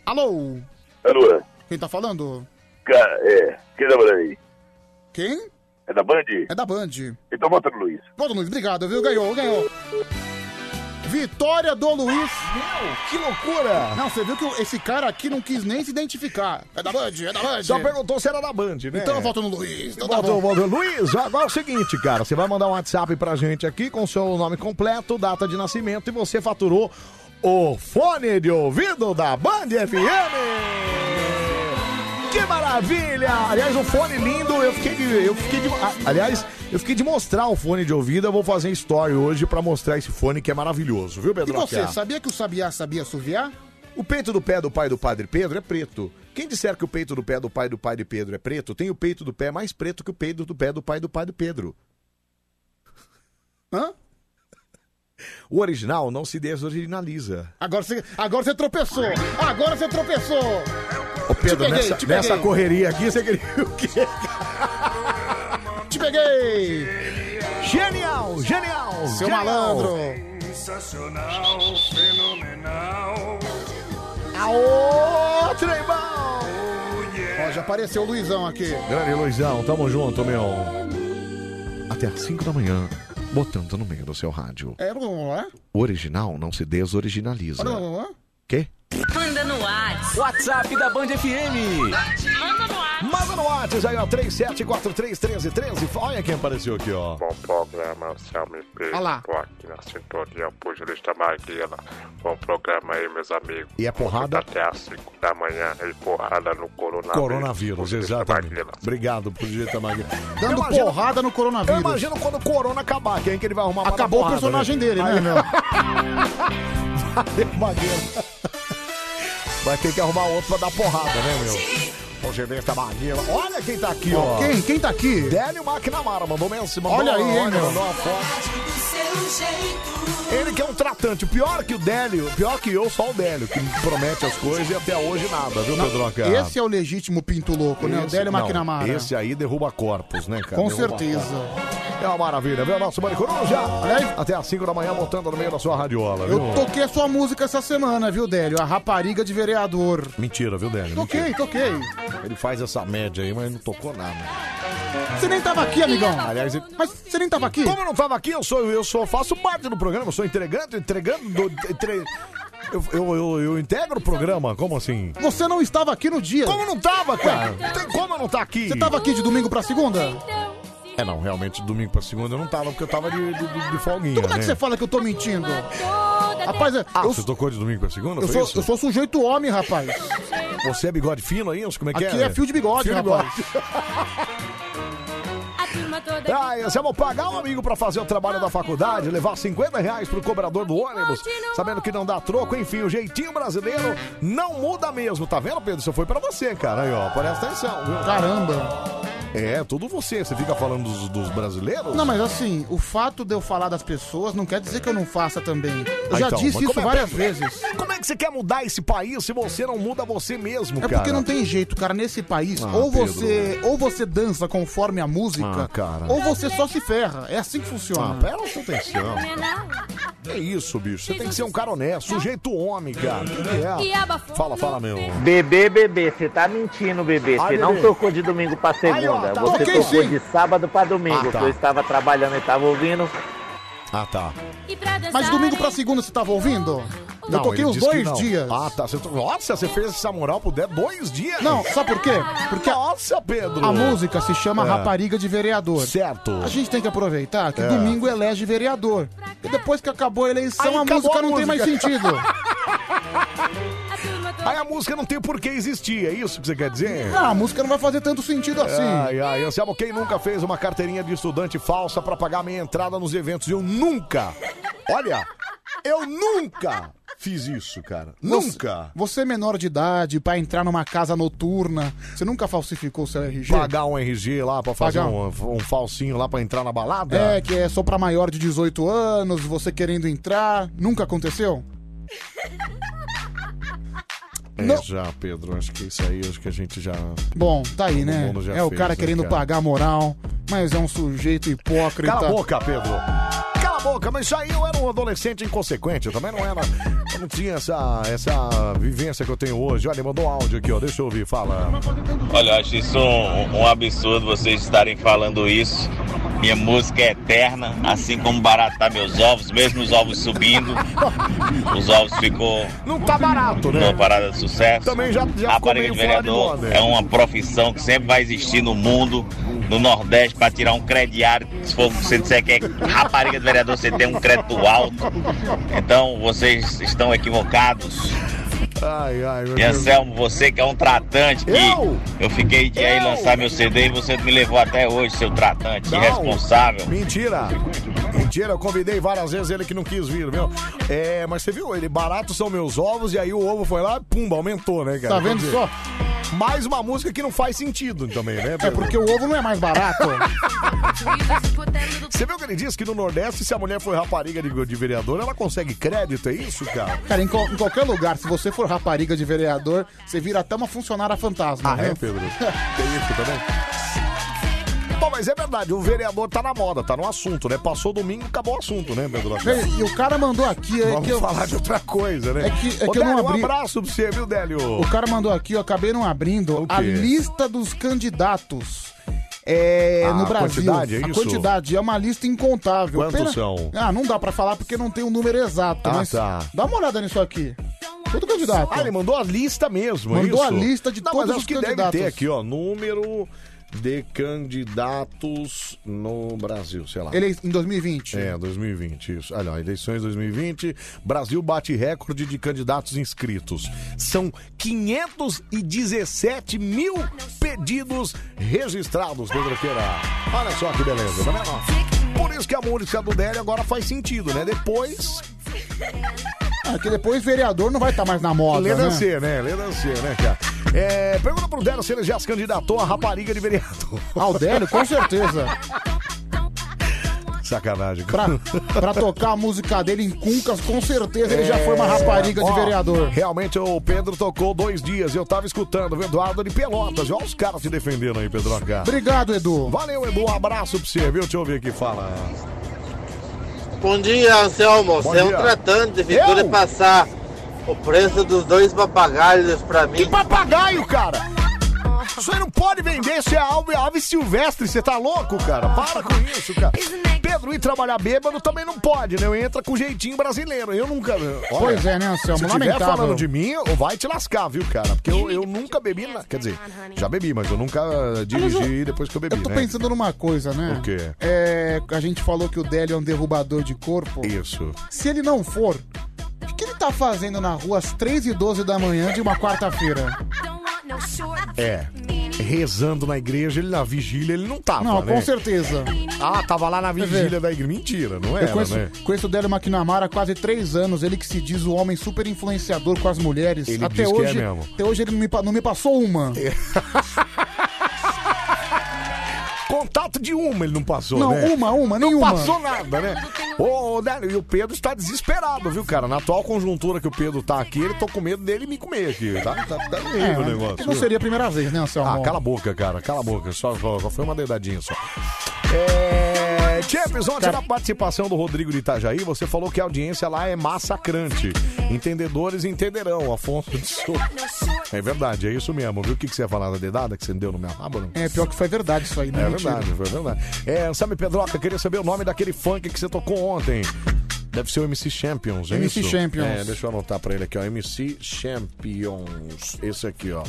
S2: Alô?
S17: Alô,
S2: Quem tá falando?
S17: cara, é, quem tá falando aí?
S2: Quem?
S17: É da Band?
S2: É da Band.
S17: Então vota no Luiz.
S2: Volta, Luiz. Obrigado, viu? Ganhou, ganhou. Vitória do Luiz. Meu,
S1: que loucura.
S2: Não, você viu que esse cara aqui não quis nem se identificar. É da Band, é da Band.
S1: Só perguntou se era da Band, né?
S2: Então eu voto no Luiz. Então tá
S1: Volta,
S2: bom.
S1: volta. Luiz, agora é o seguinte, cara. Você vai mandar um WhatsApp pra gente aqui com seu nome completo, data de nascimento e você faturou o fone de ouvido da Band FM. Que maravilha! Aliás, o fone lindo, eu fiquei de, eu fiquei de, a- aliás, eu fiquei de mostrar o fone de ouvido, eu vou fazer story hoje pra mostrar esse fone que é maravilhoso, viu,
S2: E
S1: Pedro?
S2: você, sabia que o Sabiá sabia assoviar?
S1: O peito do pé do pai do padre Pedro é preto. Quem disser que o peito do pé do pai do pai de Pedro é preto, tem o peito do pé mais preto que o peito do pé do pai do padre Pedro.
S2: Hã?
S1: O original não se desoriginaliza.
S2: Agora você, agora você tropeçou. Agora você tropeçou.
S1: Ô Pedro,
S2: peguei,
S1: nessa,
S2: te peguei.
S1: nessa correria aqui, você queria o quê?
S2: Te peguei.
S1: Genial, genial.
S2: Seu
S1: genial.
S2: malandro.
S4: Sensacional, fenomenal.
S2: Aô, Treibão.
S1: Oh,
S2: Ó, já apareceu o Luizão aqui.
S1: Grande Luizão, tamo junto, meu. Até às 5 da manhã, botando no meio do seu rádio.
S2: É, não é?
S1: O original não se desoriginaliza.
S2: Não, não é?
S1: Quê?
S4: Manda no WhatsApp.
S1: WhatsApp da Band FM.
S4: Manda no WhatsApp.
S1: Manda no WhatsApp aí, ó, 37431313. Olha quem apareceu aqui, ó.
S19: Bom programa, é Anselmo e Pedro.
S1: Ah lá.
S19: Tô aqui na sintonia pugilista Maguila. Bom programa aí, meus amigos.
S1: E é porrada?
S19: Até às 5 da manhã, e porrada no coronavírus.
S1: Coronavírus, exatamente.
S19: Maguila.
S1: Obrigado por direito, Magui.
S2: Dando porrada no coronavírus.
S1: Eu imagino quando o corona acabar, quem que ele vai arrumar pra dar
S2: Acabou o
S1: porrada,
S2: personagem dele, né,
S1: Aí-
S2: meu?
S1: Valeu, Maguila. Vai ter que arrumar outro pra dar porrada, né, meu? Hoje vem esta Maguila. Olha quem tá aqui, ó.
S2: Quem? Quem tá aqui?
S1: Délio McNamara mandou mensagem. mandou-
S2: Olha aí, hein, meu?
S1: mandou uma foto. Ele que é um tratante. O pior que o Délio, pior que eu, só o Délio, que me promete as coisas e até hoje nada, viu, Pedroca?
S2: Esse é o legítimo pinto louco, né? O
S1: Esse-
S2: Délio
S1: não,
S2: McNamara.
S1: Esse aí derruba corpos, né, cara?
S2: Com
S1: Derruba
S2: certeza.
S1: corpos. É uma maravilha, viu? Nosso Bande Coruja. Até às 5 da manhã, botando no meio da sua radiola, viu?
S2: Eu toquei a sua música essa semana, viu, Délio? A rapariga de vereador.
S1: Mentira, viu, Délio?
S2: Toquei,
S1: Mentira.
S2: toquei.
S1: Ele faz essa média aí, mas não tocou nada.
S2: Você nem tava aqui, amigão.
S1: Aliás, ele-
S2: Mas você nem tava aqui?
S1: Como eu não tava aqui, eu sou, eu sou, faço parte do programa, eu sou entregando, entregando, do- entre- eu, eu, eu, eu integro o programa, como assim?
S2: Você não estava aqui no dia.
S1: Como não tava, cara? Não tem como eu não tá aqui.
S2: Você tava aqui de domingo pra segunda?
S1: É, não, realmente, domingo pra segunda eu não tava, porque eu tava de, de, de- de folguinha,
S2: Como é
S1: né?
S2: que você fala que eu tô mentindo? Rapaz, é-
S1: Ah,
S2: eu,
S1: você tocou de domingo pra segunda?
S2: eu
S1: foi
S2: sou,
S1: isso?
S2: eu sou sujeito homem, rapaz.
S1: Você é bigode fino aí? Como é que
S2: Aqui é fio de bigode, rapaz.
S1: Ah, esse é bom pagar um amigo pra fazer o trabalho da faculdade, levar 50 reais pro cobrador do ônibus, sabendo que não dá troco, enfim, o jeitinho brasileiro não muda mesmo, tá vendo, Pedro? Isso foi pra você, cara, aí, ó, presta atenção, viu?
S2: Caramba!
S1: É, tudo você, você fica falando dos, dos brasileiros?
S2: Não, mas assim, o fato de eu falar das pessoas não quer dizer que eu não faça também. Eu
S1: Ah,
S2: já
S1: então,
S2: disse
S1: mas
S2: isso
S1: como é,
S2: várias
S1: Pedro?
S2: vezes.
S1: Como é que você quer mudar esse país se você não muda você mesmo,
S2: É
S1: cara?
S2: porque não tem jeito, cara. Nesse país,
S1: Ah,
S2: ou
S1: Pedro.
S2: você ou você dança conforme a música,
S1: Ah, cara.
S2: ou você só se ferra. É assim que funciona.
S1: Ah, pera sua atenção. É isso, bicho. Você tem que ser um cara honesto, sujeito homem, cara. Que que é? Fala, fala, meu.
S15: Bebê, bebê, você tá mentindo, bebê.
S1: Ai,
S15: Você não
S1: bebê.
S15: tocou de domingo pra segunda.
S1: tá.
S15: Você
S1: Toquei
S15: tocou
S1: sim.
S15: de sábado pra domingo.
S1: Ah, tá.
S15: que Eu estava trabalhando e tava ouvindo.
S1: Ah, tá.
S2: Mas de domingo pra segunda você tava ouvindo? eu
S1: Não,
S2: toquei
S1: ele
S2: os
S1: disse que
S2: dois
S1: não.
S2: dias.
S1: Ah, tá. Você to- Nossa, você fez essa moral pro Dé dois dias.
S2: Não, sabe por quê? Porque
S1: Nossa, Pedro.
S2: a música se chama
S1: É.
S2: Rapariga de Vereador.
S1: Certo.
S2: A gente tem que aproveitar que
S1: É.
S2: domingo elege vereador. E depois que acabou a eleição,
S1: Aí
S2: a
S1: acabou
S2: música
S1: a
S2: não tem mais
S1: música.
S2: sentido.
S1: Aí a música não tem por que existir, é isso que você quer dizer?
S2: Ah, a música não vai fazer tanto sentido assim.
S1: Ai, ai, Anselmo, quem nunca fez uma carteirinha de estudante falsa pra pagar minha entrada nos eventos? Eu nunca! Olha, eu nunca fiz isso, cara. Nunca!
S2: Você é menor de idade pra entrar numa casa noturna. Você nunca falsificou o seu RG?
S1: Pagar um RG lá pra fazer
S2: Pagar
S1: um, um falsinho lá pra entrar na balada?
S2: É, que é só pra maior de 18 anos, você querendo entrar. Nunca aconteceu?
S1: É,
S2: não.
S1: já, Pedro, acho que isso aí, acho que a gente já.
S2: Bom, tá aí,
S1: Todo
S2: né?
S1: mundo já
S2: É o
S1: fez,
S2: cara
S1: né,
S2: querendo
S1: cara?
S2: pagar moral, mas é um sujeito hipócrita.
S1: Cala a boca, Pedro. Cala a boca, mas isso aí eu era um adolescente inconsequente, eu também não era. Eu não tinha essa, essa vivência que eu tenho hoje. Olha, mandou um áudio aqui, ó. Deixa eu ouvir, fala.
S20: Olha, eu acho isso um, um absurdo vocês estarem falando isso. Minha música é eterna, assim como baratar meus ovos, mesmo os ovos subindo, os ovos ficou
S1: Não tá barato, né?
S20: numa parada de sucesso.
S1: Também já- já
S20: a parede de
S1: ficou meio fora de
S20: vereador
S1: moda, é.
S20: é uma profissão que sempre vai existir no mundo, no Nordeste, pra tirar um crediário. Se for, se você disser que é rapariga de vereador, você tem um crédito alto. Então vocês estão equivocados.
S1: Ai, ai, meu
S20: E
S1: Deus.
S20: Anselmo, você que é um tratante, que eu, fiquei de aí lançar meu CD e você me levou até hoje, seu tratante
S1: Não.
S20: irresponsável.
S1: Mentira! Mentira, eu convidei várias vezes ele que não quis vir, viu? É, mas você viu, ele barato são meus ovos, e aí o ovo foi lá, pumba, aumentou, né, cara?
S2: Tá vendo
S1: Quer dizer,
S2: só?
S1: Mais uma música que não faz sentido também, né?
S2: É porque o ovo não é mais barato.
S1: Você viu que ele disse que no Nordeste, se a mulher for rapariga de, de vereador, ela consegue crédito, é isso, cara?
S2: Cara, em, qual- em qualquer lugar, se você for rapariga de vereador, você vira até uma funcionária fantasma. né?
S1: Ah, é, Pedro? Tem isso também? Bom, mas é verdade, o vereador tá na moda, tá no assunto, né? Passou domingo, acabou o assunto, né, Pedro?
S2: E o cara mandou aqui. É
S1: Vamos
S2: que eu...
S1: falar de outra coisa, né?
S2: É que, é
S1: Ô,
S2: que eu não
S1: Délio,
S2: abri.
S1: Um abraço pra você, viu, Délio?
S2: O cara mandou aqui, eu acabei não abrindo a
S1: quê?
S2: lista dos candidatos. É,
S1: Ah,
S2: no
S1: a
S2: Brasil.
S1: quantidade, é
S2: a
S1: isso?
S2: quantidade é uma lista incontável.
S1: Quantos são?
S2: Ah, não dá pra falar porque não tem o número exato,
S1: Ah,
S2: mas
S1: tá.
S2: dá uma olhada nisso aqui. Todo candidato.
S1: Ah, ele mandou a lista mesmo, é
S2: Mandou
S1: isso?
S2: a lista de
S1: Não,
S2: todos
S1: mas
S2: os
S1: acho que
S2: candidatos.
S1: deve ter aqui, ó, número de candidatos no Brasil, sei lá.
S2: Ele em 2020.
S1: É, 2020, isso. Olha, ó, eleições 2020, Brasil bate recorde de candidatos inscritos. São 517 mil pedidos registrados, Pedro Queira. Olha só que beleza, tá vendo? Por isso que a música do Délio agora faz sentido, né? Depois,
S2: Ah, que depois vereador não vai estar mais na moda.
S1: Lê
S2: né?
S1: dancer, né? Lê dancer, né, cara? É, pergunta pro Délio se ele já se candidatou a rapariga de vereador.
S2: Ah, o Délio, com certeza.
S1: Sacanagem,
S2: Pra,
S1: cara.
S2: pra tocar a música dele em Cuncas, com certeza ele já foi uma rapariga de
S1: É. Ó,
S2: vereador.
S1: Realmente o Pedro tocou dois dias, eu tava escutando, viu? Eduardo de Pelotas. Olha os caras se defendendo aí, Pedro H.
S2: Obrigado, Edu.
S1: Valeu, Edu. Um abraço pra você, viu? Deixa eu ver aqui, fala.
S21: Bom dia, Anselmo.
S1: Bom
S21: Você é um
S1: dia.
S21: tratante, de Vitória
S1: Eu?
S21: passar o preço dos dois papagaios pra mim. Que
S1: papagaio, cara? Isso aí não pode vender, isso é ave, ave silvestre, você tá louco, cara? Para com isso, cara. Pedro, ir trabalhar bêbado também não pode, né? Eu entra com jeitinho brasileiro, eu nunca... Olha,
S2: Pois é, né, Anselmo?
S1: Se estiver
S2: Lamentável.
S1: falando de mim, eu- vai te lascar, viu, cara? Porque eu, eu nunca bebi, na- quer dizer, já bebi, mas eu nunca dirigi depois que eu bebi,
S2: Eu tô
S1: né?
S2: pensando numa coisa, né?
S1: O quê?
S2: É, a gente falou que o Délio é um derrubador de corpo.
S1: Isso.
S2: Se ele não for, tá fazendo na rua às 3 e 12 da manhã de uma quarta-feira?
S1: É. Rezando na igreja, ele na vigília, ele não tava,
S2: Não,
S1: né?
S2: com certeza.
S1: Ah, tava lá na
S2: Quer
S1: vigília
S2: ver?
S1: da igreja. Mentira, não
S2: Eu
S1: era,
S2: conheço,
S1: né?
S2: conheço o Délio McNamara há quase três anos, ele que se diz o homem super influenciador com as mulheres.
S1: Ele
S2: até
S1: diz que é
S2: hoje,
S1: mesmo. É,
S2: Até hoje ele não me, pa- não me passou uma.
S1: Contato de uma ele não passou,
S2: Não,
S1: né?
S2: uma, uma,
S1: Não
S2: nenhuma.
S1: passou nada, né? Ô, ô, Délio, e o Pedro está desesperado, viu, cara? Na atual conjuntura que o Pedro tá aqui, ele tô com medo dele me comer aqui. Tá, tá, tá terrível
S2: É,
S1: o negócio.
S2: não
S1: viu?
S2: seria a primeira vez, né, Anselmo?
S1: Ah, cala a boca, cara, cala a boca. Só, só, só foi uma dedadinha só. É... Champions, ontem
S2: Tá.
S1: na participação do Rodrigo de Itajaí, você falou que a audiência lá é massacrante. Entendedores entenderão, Afonso de Souza. É verdade, é isso mesmo, viu? O que, que você ia falar da dedada que você deu no meu rabo? não?
S2: É, pior que foi verdade isso aí, né?
S1: É
S2: Mentira.
S1: verdade, foi verdade. É, Sammy Pedroca, queria saber o nome daquele funk que você tocou ontem. Deve ser o MC Champions, é
S2: MC
S1: isso?
S2: Champions.
S1: É, deixa eu anotar pra ele aqui, ó. MC Champions. Esse aqui, ó.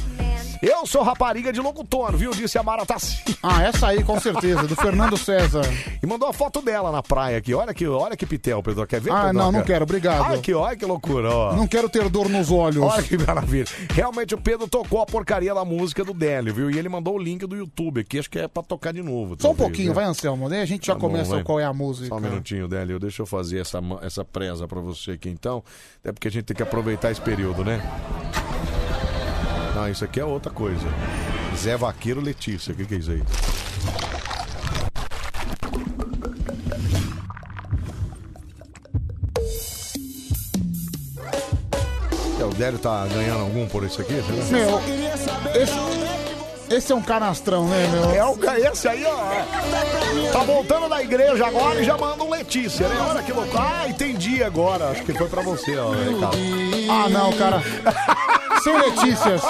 S1: Eu sou rapariga de locutor, viu? Disse a Mara Tassi.
S2: Ah, essa aí, com certeza, do Fernando César.
S1: E mandou a foto dela na praia aqui. Olha que, olha que pitel, Pedro. Quer ver,
S2: Ah,
S1: Pedroca?
S2: não, não quero, obrigado.
S1: Olha que, olha que loucura, ó.
S2: Não quero ter dor nos olhos.
S1: Olha que maravilha. Realmente o Pedro tocou a porcaria da música do Délio, viu? E ele mandou o link do YouTube aqui, acho que é pra tocar de novo.
S2: Só um
S1: talvez,
S2: pouquinho,
S1: né?
S2: vai, Anselmo, né? A gente já
S1: Tá bom,
S2: começa
S1: vai.
S2: o qual é a música.
S1: Só um minutinho, Délio. Deixa eu fazer essa, ma- essa presa pra você aqui, então. Até porque a gente tem que aproveitar esse período, né? Não, isso aqui é outra coisa. Zé Vaqueiro Letícia. O que, que é isso aí? É, O Délio tá ganhando algum por isso aqui? será?
S2: Meu, esse, esse é um canastrão, né, meu?
S1: É o ca- esse aí, ó. Tá voltando da igreja agora e já manda um Letícia, né? Olha que louco. Ah, entendi agora. Acho que foi pra você, ó, né, Ricardo.
S2: Ah, não, cara. Sem Letícias.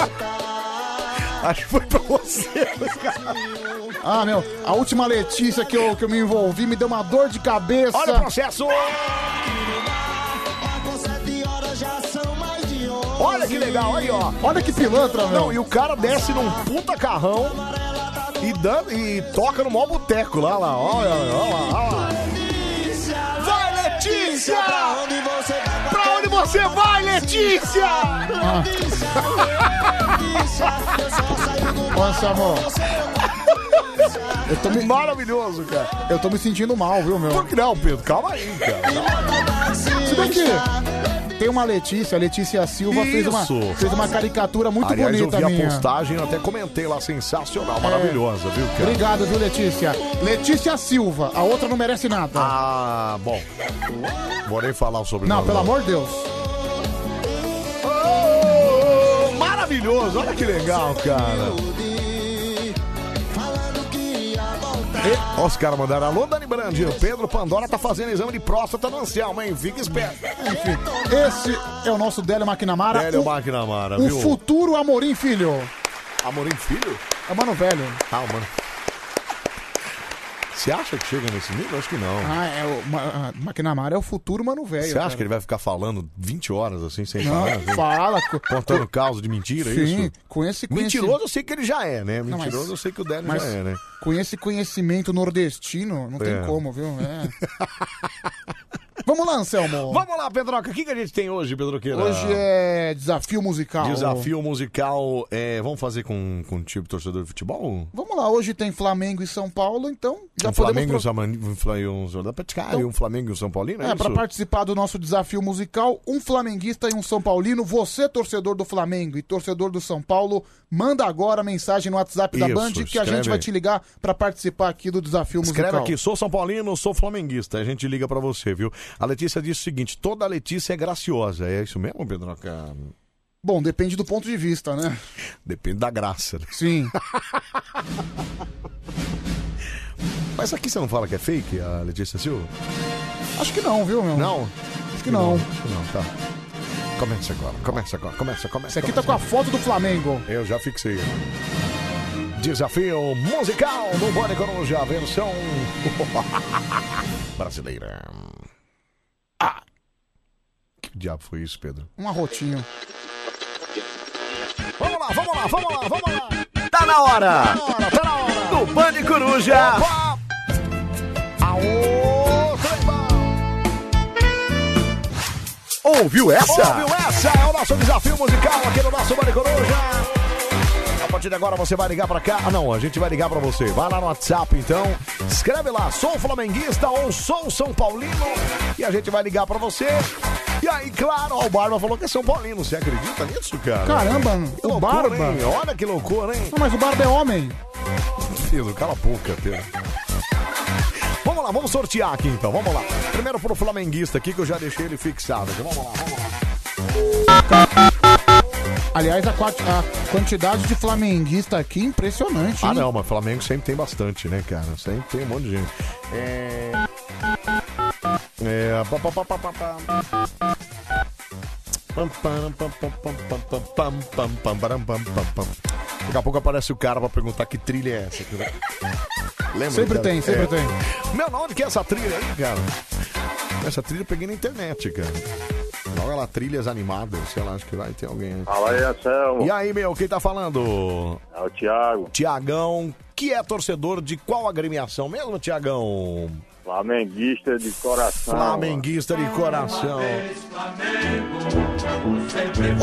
S1: Acho que foi pra você, cara.
S2: Ah, meu, a última Letícia que eu, que eu me envolvi me deu uma dor de cabeça.
S1: Olha o processo! Olha que legal, aí, ó.
S2: Olha que pilantra, meu.
S1: Não, e o cara desce num puta carrão e, dan e toca no maior boteco lá, lá. Olha, olha, olha lá, olha lá. Vai, Letícia! Pra onde você vai, Letícia?
S2: Ô, Anselmo, eu tô me...
S1: Maravilhoso, cara.
S2: Eu tô me sentindo mal, viu, meu? Por
S1: que não, Pedro? Calma aí, cara.
S2: Se bem que tem uma Letícia, a Letícia Silva fez uma,
S1: Isso.
S2: fez uma caricatura muito
S1: Aliás,
S2: bonita
S1: eu vi
S2: minha. É.
S1: a postagem, eu até comentei lá, sensacional, maravilhosa, viu, cara?
S2: Obrigado, viu, Letícia? Letícia Silva, a outra não merece nada.
S1: Ah, bom. Vou nem falar sobre
S2: Não, pelo amor de Deus.
S1: Oh, maravilhoso, olha que legal, cara. E- Ó, os caras mandaram alô, Dani Brandi. O Pedro Pandora tá fazendo exame de próstata no Anselmo, hein? Fica esperto.
S2: Enfim, esse é o nosso Délio McNamara.
S1: Velho
S2: o,
S1: Maquinamara,
S2: o
S1: viu?
S2: futuro Amorim Filho.
S1: Amorim Filho?
S2: É mano velho.
S1: Ah, mano. Você acha que chega nesse nível? Acho que não.
S2: Ah, é o Ma- ah, McNamara é o futuro mano velho.
S1: Você acha que ele é vai ficar falando 20 horas assim, sem
S2: Não,
S1: parar? assim?
S2: fala.
S1: Contando causa de mentira, é
S2: Sim,
S1: isso?
S2: com esse conhecimento.
S1: Mentiroso eu sei que ele já é, né?
S2: Não, mas-
S1: Mentiroso eu sei que o Délio
S2: mas
S1: já é, né?
S2: Com esse conhecimento nordestino, não
S1: É.
S2: tem como, viu? É. Vamos lá, Anselmo.
S1: Vamos lá, Pedroca. O que, que a gente tem hoje, Pedroqueira?
S2: Hoje é desafio musical.
S1: Desafio musical. é, vamos fazer com, com o tipo torcedor de futebol?
S2: Vamos lá, hoje tem Flamengo e São Paulo, então já
S1: um
S2: podemos...
S1: Flamengo e um São Paulo. Um, Fla- um, Jordan Paticari, um Flamengo e um São Paulino, é,
S2: É,
S1: isso?
S2: pra participar do nosso desafio musical, um flamenguista e um São Paulino, você, torcedor do Flamengo e torcedor do São Paulo, manda agora a mensagem no WhatsApp da
S1: Isso,
S2: Band que a
S1: escreve.
S2: gente vai te ligar pra participar aqui do desafio musical.
S1: Escreve aqui, sou São Paulino, sou flamenguista. A gente liga pra você, viu? A Letícia disse o seguinte: toda Letícia é graciosa. É isso mesmo, Pedroca?
S2: Bom, depende do ponto de vista, né?
S1: Depende da graça. né?
S2: Sim.
S1: Mas aqui você não fala que é fake, a Letícia Silva?
S2: Acho que não, viu, meu?
S1: Não?
S2: Acho que não.
S1: Acho que não, tá. Começa agora, começa agora, começa, começa.
S2: Esse aqui tá com a foto do Flamengo.
S1: Eu já fixei. Desafio musical do Bode Coruja, versão brasileira. Ah! Que diabo foi isso, Pedro?
S2: Um arrotinho.
S1: Vamos lá, vamos lá, vamos lá, vamos lá.
S4: Tá na hora!
S1: Tá na hora, tá na hora.
S4: Do Band Coruja!
S1: Opa! Aô, Treibão!
S4: O
S9: Ouviu essa?
S1: Ouviu essa? É o nosso desafio musical aqui no nosso Bande Coruja. A partir de agora você vai ligar pra cá. Ah, não, a gente vai ligar pra você. Vai lá no WhatsApp então. Escreve lá, sou flamenguista ou sou São Paulino. E a gente vai ligar pra você. E aí, claro, ó, o Barba falou que é São Paulino. Você acredita nisso, cara?
S2: Caramba,
S1: Que
S2: o
S1: loucura,
S2: Barba.
S1: hein? Olha que loucura, hein?
S2: Não, mas o Barba é homem.
S1: Pedro, cala a boca, Pedro. Vamos lá, vamos sortear aqui então, vamos lá. Primeiro pro flamenguista aqui que eu já deixei ele fixado. aqui. Vamos lá, vamos lá.
S2: Aliás, a, quat- a quantidade de flamenguista aqui é impressionante.
S1: Ah
S2: hein?
S1: não, mas Flamengo sempre tem bastante, né, cara? Sempre tem um monte de gente. É. É. pá, pá, pá, pá, pá, pá. Pam, pam, pam, pam, pam, pam, pam, pam, pam, pam, param, pam, pam, pam. Daqui a pouco aparece o cara pra perguntar que trilha é essa. Cara. Lembra?
S2: Sempre
S1: cara?
S2: tem, sempre
S1: É.
S2: tem.
S1: Meu, na onde que é essa trilha aí, cara? Essa trilha eu peguei na internet, cara. Joga lá trilhas animadas, sei lá, acho que vai ter alguém. aí.
S3: Fala aí, Anselmo.
S1: E aí, meu, quem tá falando?
S3: É o Thiago.
S1: Tiagão, que é torcedor de qual agremiação mesmo, Tiagão?
S3: Flamenguista de coração.
S1: Flamenguista de coração.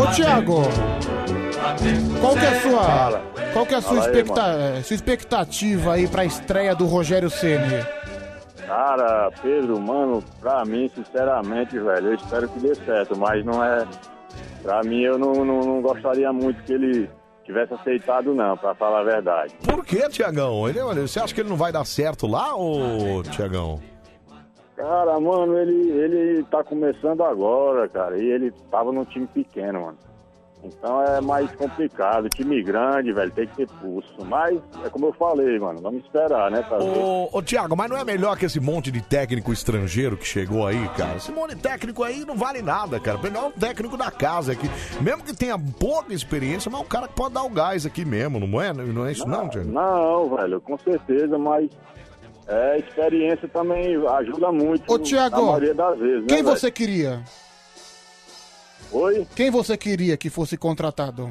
S2: Ô, Thiago, qual que é a sua,
S3: Fala.
S2: qual que é a sua,
S3: Fala aí,
S2: expecta-
S3: mano.
S2: eh, sua expectativa aí pra estreia do Rogério Ceni?
S3: Cara, Pedro, mano, pra mim, sinceramente, velho, eu espero que dê certo, mas não é. Pra mim, eu não, não, não gostaria muito que ele tivesse aceitado, não, pra falar a verdade.
S1: Por que, Tiagão? Ele, olha, você acha que ele não vai dar certo lá, ô Tiagão?
S3: Cara, mano, ele, ele tá começando agora, cara, e ele tava num time pequeno, mano. Então é mais complicado. Time grande, velho, tem que ter pulso. Mas é como eu falei, mano, vamos esperar, né, pra ver.
S1: Ô, ô Tiago, mas não é melhor que esse monte de técnico estrangeiro que chegou aí, cara? Esse monte de técnico aí não vale nada, cara. Melhor um técnico da casa aqui. Mesmo que tenha pouca experiência, mas o cara que pode dar o gás aqui mesmo, não é? Não é isso, não, Tiago?
S3: Não, velho, com certeza, mas é, experiência também ajuda muito.
S2: Ô, Thiago,
S3: na maioria das vezes, né,
S2: Quem
S3: velho?
S2: você queria?
S3: Oi?
S2: Quem você queria que fosse contratado?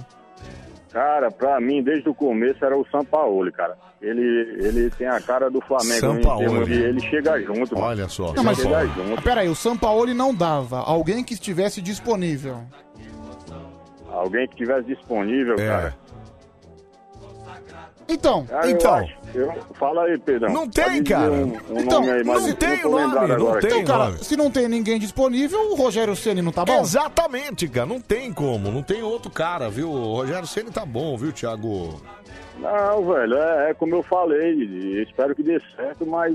S3: Cara, pra mim, desde o começo era o Sampaoli, cara. Ele, ele tem a cara do Flamengo.
S1: Sampaoli.
S3: em termos de- Ele chega junto, mano.
S1: Olha só.
S3: Ele
S2: Não, mas,
S3: chega junto.
S2: ah, peraí, o Sampaoli não dava. Alguém que estivesse disponível.
S3: Alguém que tivesse disponível,
S1: É.
S3: cara.
S2: Então,
S3: Cara, Ah, eu acho- eu- fala aí, Pedrão.
S2: Não tem,
S3: Pode dizer
S2: cara.
S3: um- um
S2: Então,
S3: nome aí, mas
S2: não
S3: eu
S2: tem
S3: tô
S2: o nome,
S3: lembrado
S2: não
S3: agora.
S2: Então, cara, se não tem ninguém disponível, o Rogério Ceni não tá bom?
S1: Exatamente, cara. Não tem como. Não tem outro cara, viu? O Rogério Ceni tá bom, viu, Thiago?
S3: Não, velho, é, é como eu falei, e espero que dê certo, mas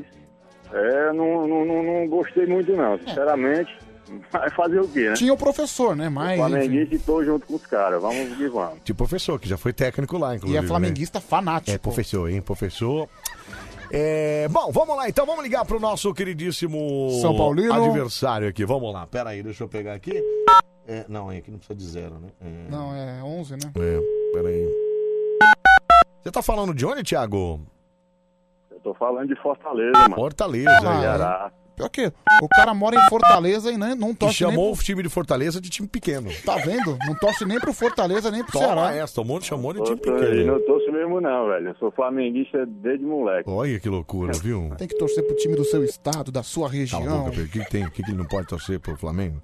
S3: é, não, não, não, não gostei muito não, sinceramente. Vai fazer o quê, né?
S2: Tinha o professor, né? Mas. enfim.
S3: Flamenguista e tô junto com os caras, vamos que vamos.
S1: Tipo professor, que já foi técnico lá,
S2: E
S1: inclusive.
S2: é flamenguista
S1: Né?
S2: fanático.
S1: É professor, hein? Professor. É, bom, vamos lá então, vamos ligar pro nosso queridíssimo
S2: São Paulino.
S1: adversário aqui. Vamos lá, pera aí, deixa eu pegar aqui. É, não, é que não precisa de zero, né? É,
S2: Não, é 11, né?
S1: é, pera aí. Você tá falando de onde, Thiago?
S3: Eu tô falando de Fortaleza, mano.
S1: Fortaleza, é.
S3: Ceará.
S2: Pior que o cara mora em Fortaleza e nem, não
S1: Que
S2: torce
S1: chamou
S2: nem
S1: o time de Fortaleza de time pequeno.
S2: pro... Tá vendo? Não torce nem pro Fortaleza, nem pro
S1: Toma
S2: Ceará.
S1: essa, tomou, um chamou de
S3: Eu
S1: time
S3: tô- eu
S1: pequeno.
S3: não torço mesmo não, velho. Eu sou flamenguista desde moleque.
S1: Olha que loucura, viu?
S2: Tem que torcer pro time do seu estado, da sua
S1: Cala a
S2: região.
S1: boca, Pedro. O que, que tem? O que, que ele não pode torcer pro Flamengo?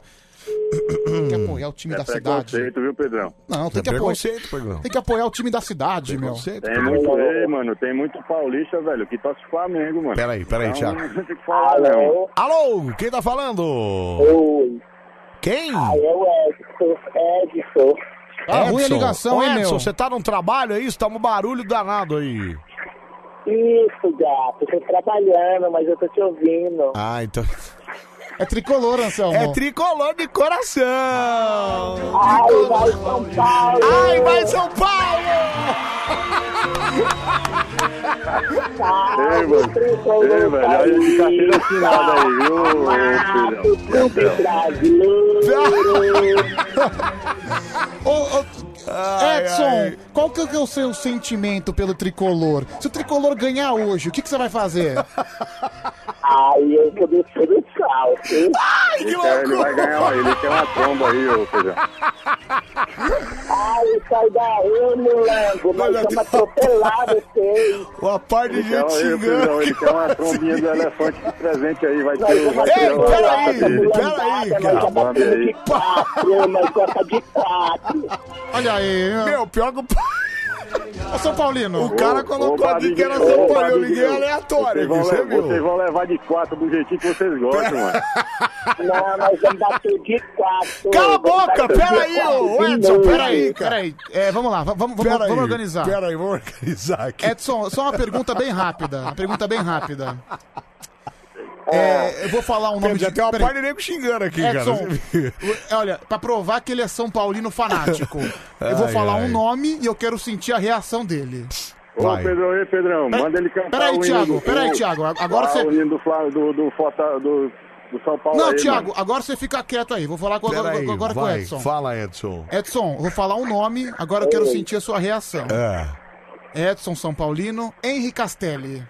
S2: Tem que apoiar o time
S3: é
S2: da cidade.
S3: preconceito, viu, Pedrão?
S2: Não, tem
S1: É
S2: que, apoiar...
S1: preconceito, Pedrão.
S2: tem que apoiar o time da cidade, meu.
S1: É,
S22: É
S1: tá
S3: Tem muito, ei, mano, tem muito paulista, velho, que torce Flamengo, mano.
S1: Peraí, peraí,
S3: Então,
S1: Thiago.
S3: Não tem que falar, não.
S1: Alô, quem tá falando? Quem?
S2: Ah, é
S22: Alô, Edson, Edson.
S2: Tá ruim a
S1: Edson.
S2: ligação,
S1: Ô,
S2: hein,
S1: Edson,
S2: meu?
S1: você tá num trabalho aí? Você tá um barulho danado aí.
S22: Isso, gato, tô trabalhando, mas eu tô te ouvindo.
S1: Ah, então.
S2: É tricolor, Anselmo.
S22: É
S1: tricolor de coração.
S22: Ai, vai São Paulo.
S1: Ai, vai São Paulo.
S3: Ei, mano. Ei, velho, olha de carteira assinada aí, viu, ô,
S1: É
S3: filhão?
S2: Ô, ô, Edson, qual que é o seu sentimento pelo tricolor? Se o tricolor ganhar hoje, o que, que você vai fazer?
S22: Ai, eu tô descendo o salto, hein?
S1: Ai,
S3: Ele, quer, ele vai ganhar, ele quer uma tromba aí, ô, filhão.
S22: Ai, sai daí, moleque. Nós estamos atropelados, vocês.
S1: Uma parte
S22: de gente
S3: Não, ele quer uma trombinha do elefante de presente aí, vai ter. Vai
S22: Ei,
S3: ter uma
S22: peraí,
S3: lata dele.
S22: peraí, cara.
S3: Tá bom, aí.
S22: Ah, Quatro, nós gosta de quatro.
S2: Olha aí.
S1: Meu, pior que o...
S2: Ô, São Paulino.
S3: Ô,
S2: O cara
S3: ô,
S2: colocou aqui
S3: Babi,
S2: que era
S3: ô,
S2: São Paulino.
S3: Babi,
S2: Ninguém é aleatório aqui,
S3: Vocês vão,
S2: você
S3: le- vocês
S2: viu?
S3: vão levar de quatro do jeitinho que vocês gostam, mano.
S22: Não, nós vamos bater de quatro.
S2: Cala a boca,
S4: Tá
S22: Vamos bater de
S2: peraí, ô
S22: quatro de
S2: Edson,
S22: novo.
S2: peraí, peraí. É, vamos lá, vamos, vamos,
S1: Peraí,
S2: vamos organizar.
S1: Peraí, vamos organizar aqui.
S2: Edson, só uma pergunta bem rápida. Uma pergunta bem rápida. É, eu vou falar um nome
S1: já tem uma
S2: peraí.
S1: parte de nego xingando aqui, cara.
S2: Edson,
S1: Você
S2: o- olha, pra provar que ele é São Paulino fanático, eu vou
S1: Ai,
S2: falar
S1: ai.
S2: um nome e eu quero sentir a reação dele.
S3: Ô, Pedrão, aí, Pedrão,
S2: Pera-
S3: manda ele cantar
S2: peraí,
S3: o hino
S2: Thiago,
S3: do-
S2: peraí,
S3: o-
S2: Thiago, agora
S3: ah,
S2: você-
S3: O hino do, Fla- do, do, Forta- do- do São Paulo
S2: Não,
S3: aí,
S2: Thiago,
S3: mano.
S2: agora você fica quieto aí. Vou falar agora,
S9: Peraí,
S2: agora com o
S9: vai,
S2: Edson.
S9: fala, Edson.
S2: Edson, eu vou falar um nome, agora eu quero
S9: Oi.
S2: sentir a sua reação.
S1: É.
S2: Edson São Paulino, Henri Castelli.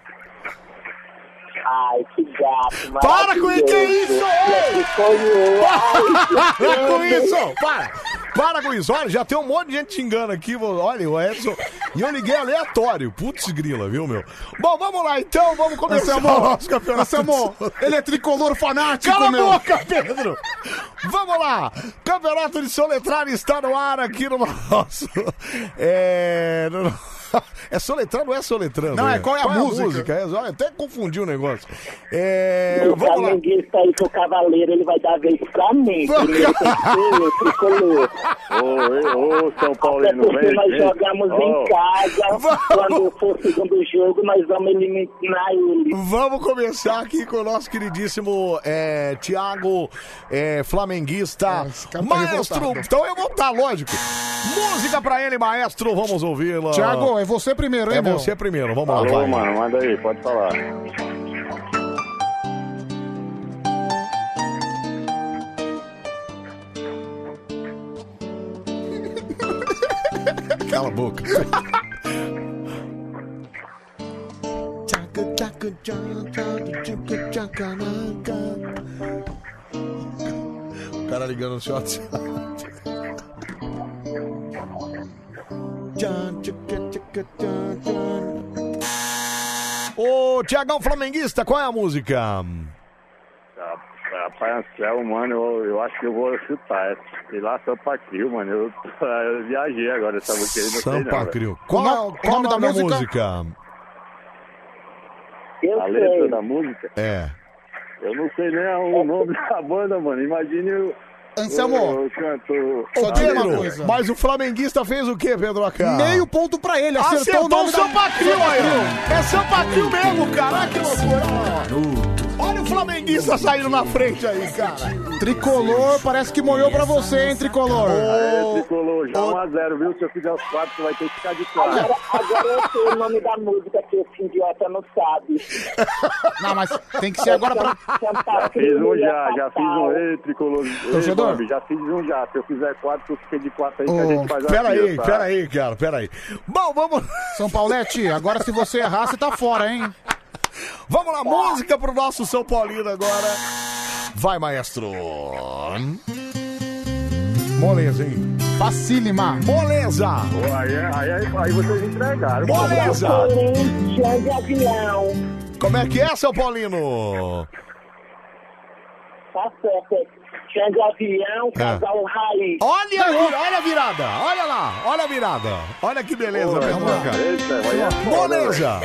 S22: Ai, que gato, mano.
S2: Para com isso, que isso,
S1: ei! Para com
S22: Deus.
S1: isso, para! Para com isso, olha, já tem um monte de gente xingando aqui. vou- Olha, o Edson. E eu liguei aleatório. Putz, grila, viu, meu? Bom, vamos lá então, vamos começar o
S2: Anselmo,
S1: nosso campeonato.
S2: Anselmo, ele é tricolor fanático,
S1: Cala
S2: meu.
S1: a boca, Pedro! Vamos lá! Campeonato de Soletrano está no ar aqui no nosso. É. no- É soletrando ou é soletrando?
S2: Não, é
S1: né?
S2: qual é a música?
S1: É, olha, até confundi o negócio. É.
S22: O
S1: Vamos lá.
S22: flamenguista aí que o cavaleiro, ele vai dar a vez pra mim. Primeiro tem que ser eu, tricolor.
S3: Ô, ô, ô, São Paulino,
S22: Porque
S3: vem,
S22: nós
S3: vem.
S22: jogamos
S3: Ó.
S22: em casa. Quando for o segundo jogo, nós vamos eliminar ele.
S1: Vamos começar aqui com o nosso queridíssimo é, Tiago é, Flamenguista. maestro,
S2: tá revoltado.
S1: então eu vou estar, lógico. Música pra ele, maestro, vamos ouvi-la.
S2: Tiago, é você primeiro, hein,
S1: É
S2: meu?
S1: você primeiro, vamos lá.
S3: Alô,
S1: vai.
S3: mano, manda aí, pode falar.
S1: Cala a boca. O cara ligando no seu WhatsApp. Ô, Tiagão Flamenguista, qual é a música?
S3: Rapaz, Anselmo, um mano, eu, eu acho que eu vou chutar. É, sei lá, Sampa Crio, mano. Eu, eu viajei agora essa música aí, não sei não.
S1: Sampa
S3: velho.
S1: Crio. Qual, é o- qual é o nome da música?
S22: Eu
S3: A letra
S22: sei.
S3: da música?
S1: É.
S3: Eu não sei nem o nome da banda, mano. Imagine o.
S1: Anselmo.
S3: O, o cantor.
S1: Ô,
S3: a letra.
S1: Pedro, mas o flamenguista fez o quê, Pedro Acá?
S2: Meio ponto pra ele, acertou,
S1: Acertou
S2: o nome
S1: o Sampa Crio
S2: Sampa
S1: aí,
S2: Crio.
S1: ó. É Sampa
S2: um
S1: Crio mesmo, cara. Que loucura, ó. Olha o flamenguista saindo na frente aí, cara.
S2: É Tricolor, parece que molhou pra você, hein, Tricolor?
S3: Aê, tricolor, já 1x0, viu? Se eu fizer os quatro, você vai ter que ficar de
S22: Agora,
S3: quatro.
S22: agora eu sei o nome da música que esse idiota não sabe.
S2: Não, mas tem que ser agora pra...
S3: Já fiz um já, já fiz um. Ei, tricolor. Ei,
S2: Torcedor?
S3: Bob, já fiz um já. Se eu fizer quatro, tu fica de quatro aí que a
S2: Ô,
S3: gente faz a
S1: Pera aí,
S3: festa.
S1: pera aí, cara, pera aí. Bom, vamos...
S2: São Paulete, agora se você errar, você tá fora, hein?
S1: Vamos lá, música pro nosso São Paulino agora. Vai, maestro. Moleza, hein?
S2: Facílima.
S1: Moleza.
S3: Pô, Aí, é- aí, aí, aí vocês entregaram.
S1: Moleza.
S22: Corinthians de avião.
S1: Como é que é, São Paulino?
S22: Tá certo. é. Tinha de avião, casal raiz.
S1: Olha, olha a virada, olha lá, olha a virada. Olha que beleza, Pedroca. Moleza.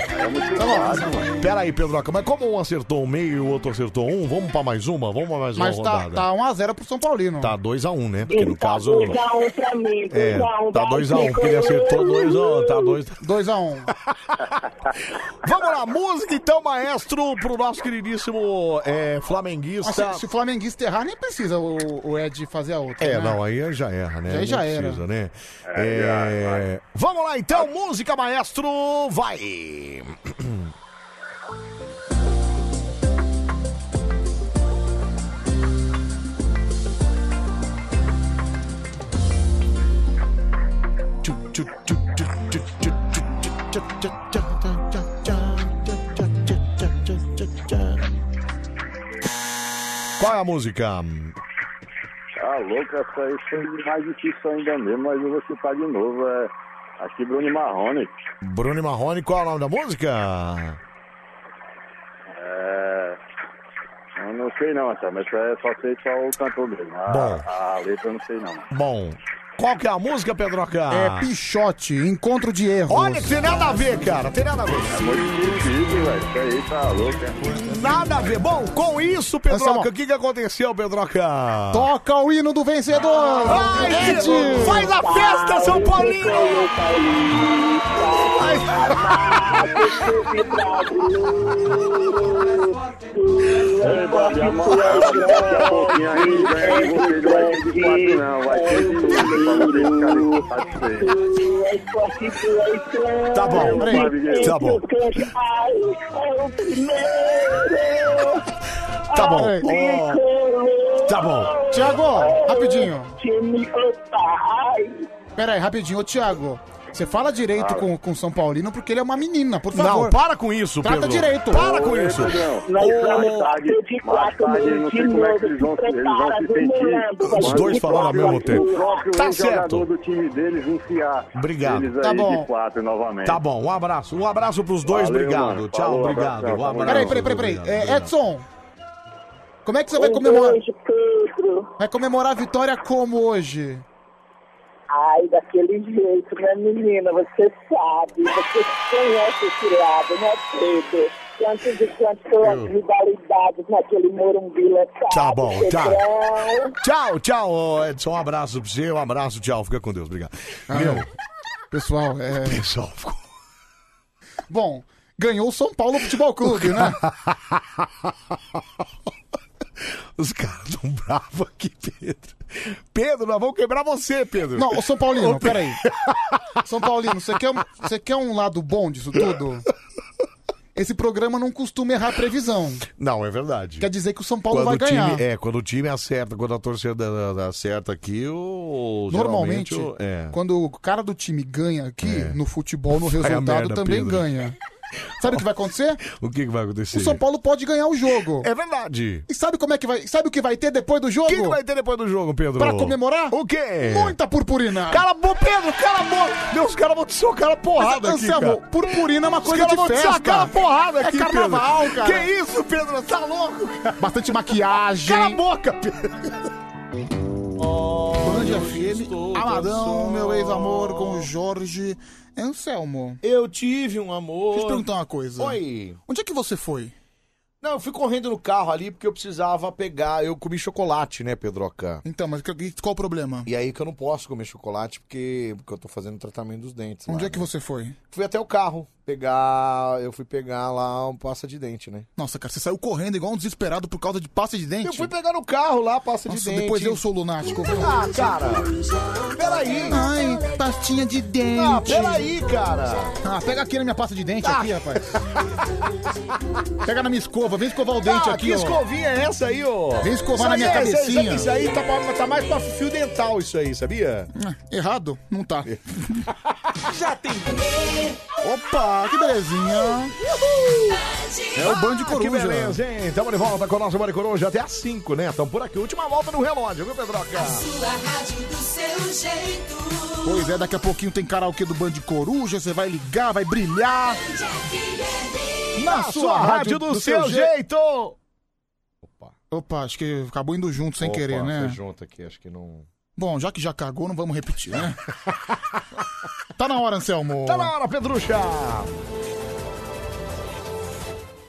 S1: Tá bom. Pera aí, Pedroca, mas como um acertou um meio e o outro acertou um, vamos pra mais uma? Vamos pra mais uma
S2: Mas tá,
S1: rodada.
S2: tá 1x0 pro São Paulino.
S1: Tá 2x1, um, né? Porque no caso...
S22: 2x1 pra mim,
S1: É,
S22: 2x1.
S1: tá 2x1, porque ele acertou 2x1, tá 2
S2: 2x1.
S1: Vamos lá, música então, maestro, pro nosso queridíssimo é, flamenguista.
S2: Se, se o flamenguista errar, nem precisa o, o Ed fazer a outra,
S1: É,
S2: né?
S1: não, aí já erra, né?
S2: Aí
S1: Não
S2: já era.
S1: precisa, né? É, Vamos lá então, música, maestro, vai!
S9: Qual
S1: é a música? é
S3: Ah, tá louco, essa aí foi mais difícil ainda mesmo, mas eu vou chutar de novo. É... Acho que Bruno Marrone.
S1: Bruno e Marrone, qual é o nome da música?
S3: É... Eu não sei não, essa, mas é só sei só o cantor mesmo. A,
S1: Bom.
S3: a letra eu não sei não.
S1: Bom, qual que é a música, Pedroca?
S2: É Pichote, encontro de erros.
S1: Olha que tem nada a ver, cara, tem nada a ver.
S3: É muito difícil, velho. Isso aí tá louco. é.
S1: Nada a ver. Bom, com isso, Pedroca, o que, que aconteceu, Pedroca?
S2: é Toca o hino do vencedor!
S1: Vai, Ed! Faz a festa, São Paulinho!
S4: Tá bom,
S1: tá bom.
S4: Tá bom.
S1: Tá bom.
S2: Tiago, rapidinho.
S4: Rapidinho.
S2: Pera aí, rapidinho. Ô, Tiago, você fala direito com, com o São Paulino porque ele é uma menina, por favor.
S1: Não, para com isso,
S2: Trata
S1: Pedro.
S2: direito.
S1: Para com isso.
S3: Mais tarde, mais tarde, eu não sei como é que eles vão, se- eles vão se sentir.
S1: Os dois falaram ao mesmo tempo.
S3: O próprio
S1: Tá
S3: jogador do time deles enfiar
S1: Obrigado.
S3: eles aí
S1: Tá
S3: de
S1: bom.
S3: quatro novamente.
S1: Tá bom, um abraço. Um abraço pros dois,
S3: Valeu,
S1: obrigado.
S3: mano.
S1: Tchau,
S3: Falou,
S1: obrigado.
S3: abração,
S1: um
S3: tamo
S1: abraço.
S2: Peraí, peraí, peraí. É, Edson, como é que você vai comemorar? Vai comemorar a vitória como hoje?
S22: Ai, daquele jeito, né, menina? Você sabe, você conhece esse lado, né, Pedro? Quantos e quantas foram as rivalidades naquele Morumbi lotado,
S1: Tá bom, tá.
S22: Pedrão?
S1: Tchau, tchau, ô, Edson. Um abraço pra você, um abraço, tchau. Fica com Deus, obrigado.
S2: Ah.
S1: Meu.
S2: Pessoal, é.
S1: Pessoal, ficou.
S2: Bom, ganhou o São Paulo Futebol Clube, né?
S1: Os caras tão bravos aqui, Pedro. Pedro, nós vamos quebrar você, Pedro.
S2: Não, ô São Paulino,
S1: Ô, Pedro.
S2: peraí. São Paulino, você quer, um- você quer um lado bom disso tudo? Esse programa não costuma errar a previsão.
S1: Não, é verdade.
S2: Quer dizer que o São Paulo
S1: quando
S2: vai
S1: o time,
S2: ganhar.
S1: É, quando o time acerta, quando a torcida acerta aqui, o.
S2: Normalmente,
S1: geralmente, o- é.
S2: quando o cara do time ganha aqui, no futebol, no
S1: Vai a
S2: resultado,
S1: merda,
S2: também
S1: Pedro.
S2: ganha. Sabe o que vai acontecer?
S1: O que, que vai acontecer?
S2: O São Paulo pode ganhar o jogo.
S1: É verdade.
S2: E sabe como é que vai. Sabe o que vai ter depois do jogo?
S1: O que, que vai ter depois do jogo, Pedro?
S2: Pra comemorar?
S1: O quê?
S2: Muita purpurina!
S1: Cala a boca, Pedro, cala a boca! Meu, os caras vão te socar a porrada
S2: Mas,
S1: aqui,
S2: Anselmo,
S1: cara.
S2: purpurina é uma
S1: Os
S2: coisa
S1: caras
S2: de
S1: vão te
S2: festa.
S1: sacar a porrada
S2: É
S1: aqui,
S2: carnaval,
S1: Pedro.
S2: cara.
S1: Que isso, Pedro? Tá louco?
S2: Bastante maquiagem.
S1: Cala a boca, Pedro.
S2: Band FM, Amadão, meu ex-amor, com o Jorge Anselmo.
S6: Eu tive um amor.
S2: Deixa eu te perguntar uma coisa.
S6: Oi.
S2: Onde é que você foi?
S9: Não, eu fui correndo no carro ali porque eu precisava pegar. Eu comi chocolate, né, Pedroca?
S2: Então, mas que- qual o problema?
S9: E aí que eu não posso comer chocolate porque, porque eu tô fazendo tratamento dos dentes.
S2: Onde
S9: lá,
S2: é que
S9: né?
S2: você foi?
S9: Fui até o carro pegar. Eu fui pegar lá um pasta de dente, né?
S2: Nossa, cara, você saiu correndo igual um desesperado por causa de pasta de dente?
S9: Eu fui pegar no carro lá, pasta
S2: Nossa,
S9: de dente.
S2: depois eu sou lunático.
S9: Ah, cara. Peraí.
S2: Ai, pastinha de dente.
S9: Ah, peraí, cara. Ah.
S2: Ah, pega aqui na minha pasta de dente aqui, rapaz. pega na minha escova, vem escovar o dente
S9: Ah,
S2: aqui,
S9: que
S2: ó.
S9: escovinha é essa aí, ó?
S2: Vem escovar na
S9: Isso aí
S2: minha
S9: é- isso aí-
S2: cabecinha.
S9: Isso aí, tá, pra- tá mais pra fio dental, isso aí, sabia?
S2: Ah, Errado? Não tá.
S1: É.
S2: Já tem. Opa, que belezinha. É o Band
S1: Ah, Que
S2: Coruja.
S1: beleza, hein? Tamo de volta com o nosso Band Coruja até às 5, né? Tamo por aqui. Última volta no relógio, viu, Pedroca?
S4: Sua rádio do seu jeito.
S2: Pois é, daqui a pouquinho tem karaokê do Band Coruja, você vai ligar, vai brilhar.
S1: Na sua rádio do seu jeito.
S2: Opa, acho que acabou indo junto sem
S9: Opa,
S2: querer, né?
S9: Foi junto aqui, acho que não.
S2: Bom, já que já cagou, não vamos repetir, né? tá na hora, Anselmo.
S1: Tá na hora, Pedrucha.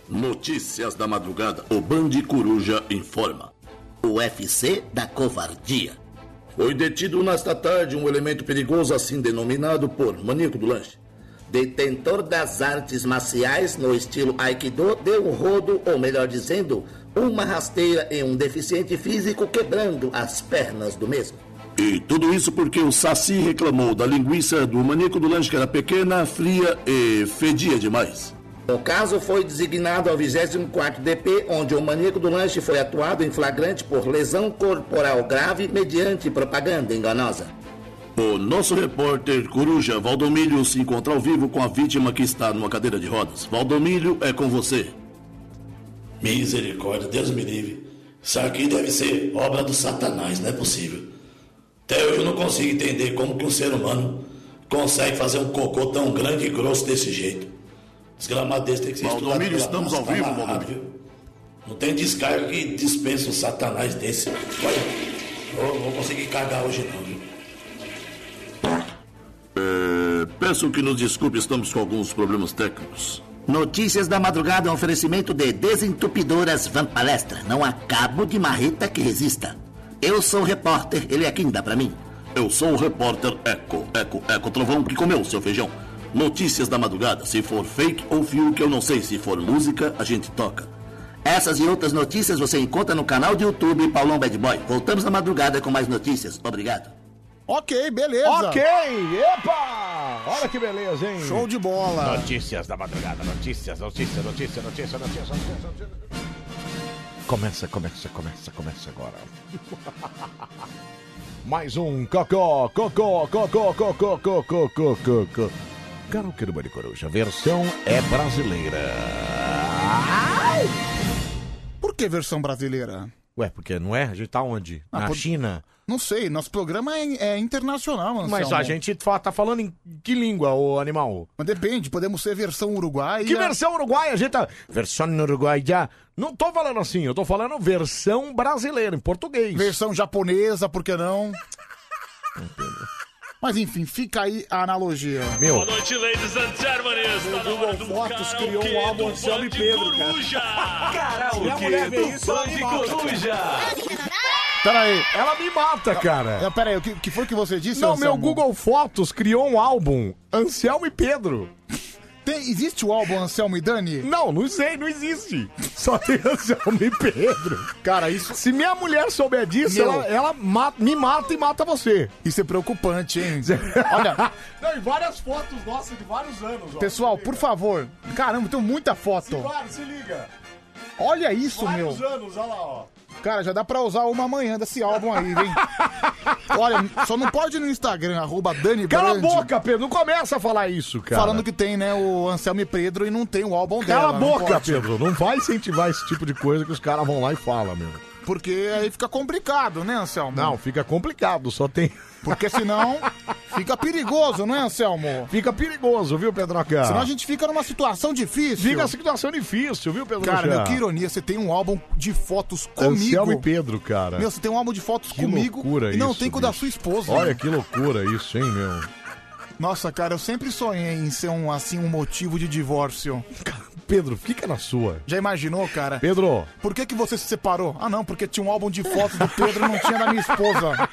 S7: Notícias da madrugada. O Bande Coruja informa. O UFC da covardia. Foi detido nesta tarde um elemento perigoso assim denominado por maníaco do lanche.
S21: Detentor das artes marciais no estilo Aikido, deu um rodo, ou melhor dizendo, uma rasteira em um deficiente físico quebrando as pernas do mesmo.
S7: E tudo isso porque o Saci reclamou da linguiça do maníaco do lanche que era pequena, fria e fedia demais.
S21: O caso foi designado ao 24 DP, onde o maníaco do lanche foi atuado em flagrante por lesão corporal grave mediante propaganda enganosa.
S7: O nosso repórter Coruja Valdomílio se encontra ao vivo com a vítima que está numa cadeira de rodas. Valdomílio é com você.
S24: Misericórdia, Deus me livre.
S21: Isso aqui deve ser obra do Satanás, não é possível. Até hoje eu não consigo entender como que um ser humano consegue fazer um cocô tão grande e grosso desse jeito. Desgramado desse tem que ser estudado
S25: Valdomiro,
S21: pela
S25: estamos
S21: massa,
S25: ao
S21: tá
S25: vivo,
S21: amarrado,
S25: Valdomiro.
S21: viu? Não tem descarga que dispensa um Satanás desse. Olha, eu não vou conseguir cagar hoje não, viu?
S7: É, peço que nos desculpe, estamos com alguns problemas técnicos.
S21: Notícias da madrugada é um oferecimento de desentupidoras Van Palestra. Não há cabo de marreta que resista. Eu sou o repórter, ele é quem dá pra mim.
S7: Eu sou o repórter Eco, Eco, Eco Trovão que comeu seu feijão. Notícias da madrugada, se for fake ou fio que eu não sei, se for música, a gente toca.
S21: Essas e outras notícias você encontra no canal de YouTube Paulão Bad Boy. Voltamos na madrugada com mais notícias. Obrigado.
S2: Ok, beleza.
S26: Ok, epa! Olha que beleza, hein?
S2: Show de bola.
S25: Notícias da madrugada, notícias, notícias, notícias, notícias, notícias, notícias, notícias. Começa, começa, começa, começa agora.
S26: Mais um cocô, cocô, cocô, cocô, cocô, cocô, cocô. Karaokê do Bande Coruja, versão é brasileira.
S2: Por que versão brasileira?
S1: Ué, porque não é? A gente tá onde?
S2: Ah,
S1: Na
S2: pode-
S1: China?
S2: Não sei, nosso programa é, é internacional, mano.
S1: Mas a gente fa- tá falando em que língua, ô animal?
S2: Mas depende, podemos ser versão uruguaia.
S1: Que versão uruguaia? A gente tá. Versão uruguaia. Não tô falando assim, eu tô falando versão brasileira, em português.
S2: Versão japonesa, por que não? Mas enfim, fica aí a analogia.
S1: Meu.
S4: noite, ladies and gentlemen. Está na hora do Fotos criou um álbum Anselmo e Pedro, Coruja.
S1: Minha mulher vê isso, ela me mata.
S2: Peraí.
S1: Ela me mata, cara.
S2: É, Peraí, o que, que foi que você disse,
S1: Não,
S2: Anselmo?
S1: meu Google Fotos criou um álbum, Anselmo e Pedro.
S2: Tem, existe o álbum Anselmo e Dani?
S1: Não, não sei, não existe. Só tem Anselmo e Pedro.
S2: Cara, isso.
S1: Se minha mulher souber disso,
S2: Meu.
S1: ela, ela ma- me mata e mata você.
S2: Isso é preocupante, hein? Olha,
S1: Não, e várias fotos nossas de vários anos, ó.
S2: pessoal, por favor. Caramba, tem muita foto.
S1: Claro, se liga.
S2: Olha isso, meu.
S1: vários anos, olha lá, ó.
S2: Cara, já dá pra usar uma amanhã desse álbum aí, hein? Olha, só não pode ir no Instagram, arroba Dani
S1: Cala a
S2: Brandi,
S1: boca, Pedro. Não começa a falar isso, cara.
S2: Falando que tem, né, o Anselmo e Pedro e não tem o álbum
S1: Cala
S2: dela. não
S1: a boca,
S2: pode.
S1: Pedro. Não vai incentivar esse tipo de coisa que os caras vão lá e falam, meu.
S2: Porque aí fica complicado, né, Anselmo?
S1: Não, fica complicado, só tem.
S2: Porque senão fica perigoso, não é, Anselmo?
S1: Fica perigoso, viu, Pedro Acá?
S2: Senão a gente fica numa situação difícil.
S1: Fica a situação difícil, viu, Pedro
S2: Cara,
S1: Chá?
S2: meu, que ironia, você tem um álbum de fotos
S1: Anselmo e
S2: comigo.
S1: Pedro, cara.
S2: Meu, você tem um álbum de fotos
S1: Que
S2: comigo
S1: loucura
S2: e não
S1: isso,
S2: tem com o da
S1: bicho.
S2: sua esposa. né?
S1: Olha que loucura isso, hein, meu.
S2: Nossa, cara, eu sempre sonhei em ser um assim um motivo de divórcio.
S1: Pedro, fica é na sua.
S2: Já imaginou, cara?
S1: Pedro,
S2: Por que, que você se separou? Ah, não, porque tinha um álbum de fotos do Pedro e não tinha da minha esposa.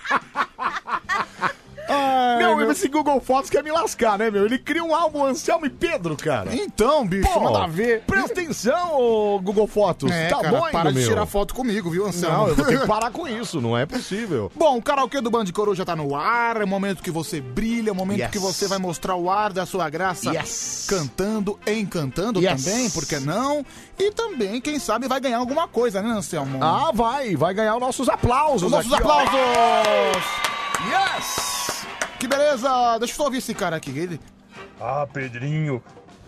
S2: Ai,
S1: meu,
S2: meu.
S1: esse Google Fotos quer me lascar, né, meu? Ele cria um álbum Anselmo e Pedro, cara.
S2: Então, bicho,
S1: Pô,
S2: nada a ver.
S1: Presta atenção, ô Google Fotos.
S2: É,
S1: tá
S2: cara,
S1: bom,
S2: para de
S1: meu?
S2: tirar foto comigo, viu, Anselmo?
S1: Não, eu vou ter que parar com isso, não é possível.
S2: Bom, o karaokê do Band Coruja tá no ar, é o momento que você brilha, é o momento
S1: Yes.
S2: que você vai mostrar o ar da sua graça
S1: Yes.
S2: cantando, encantando
S1: Yes.
S2: também, por que não? E também, quem sabe, vai ganhar alguma coisa, né, Anselmo?
S1: Ah, vai, vai ganhar os nossos aplausos.
S2: Os nossos
S1: aqui, ó.
S2: aplausos! Yes! Que beleza! Deixa eu só ouvir esse cara aqui. Ele...
S3: Ah, Pedrinho,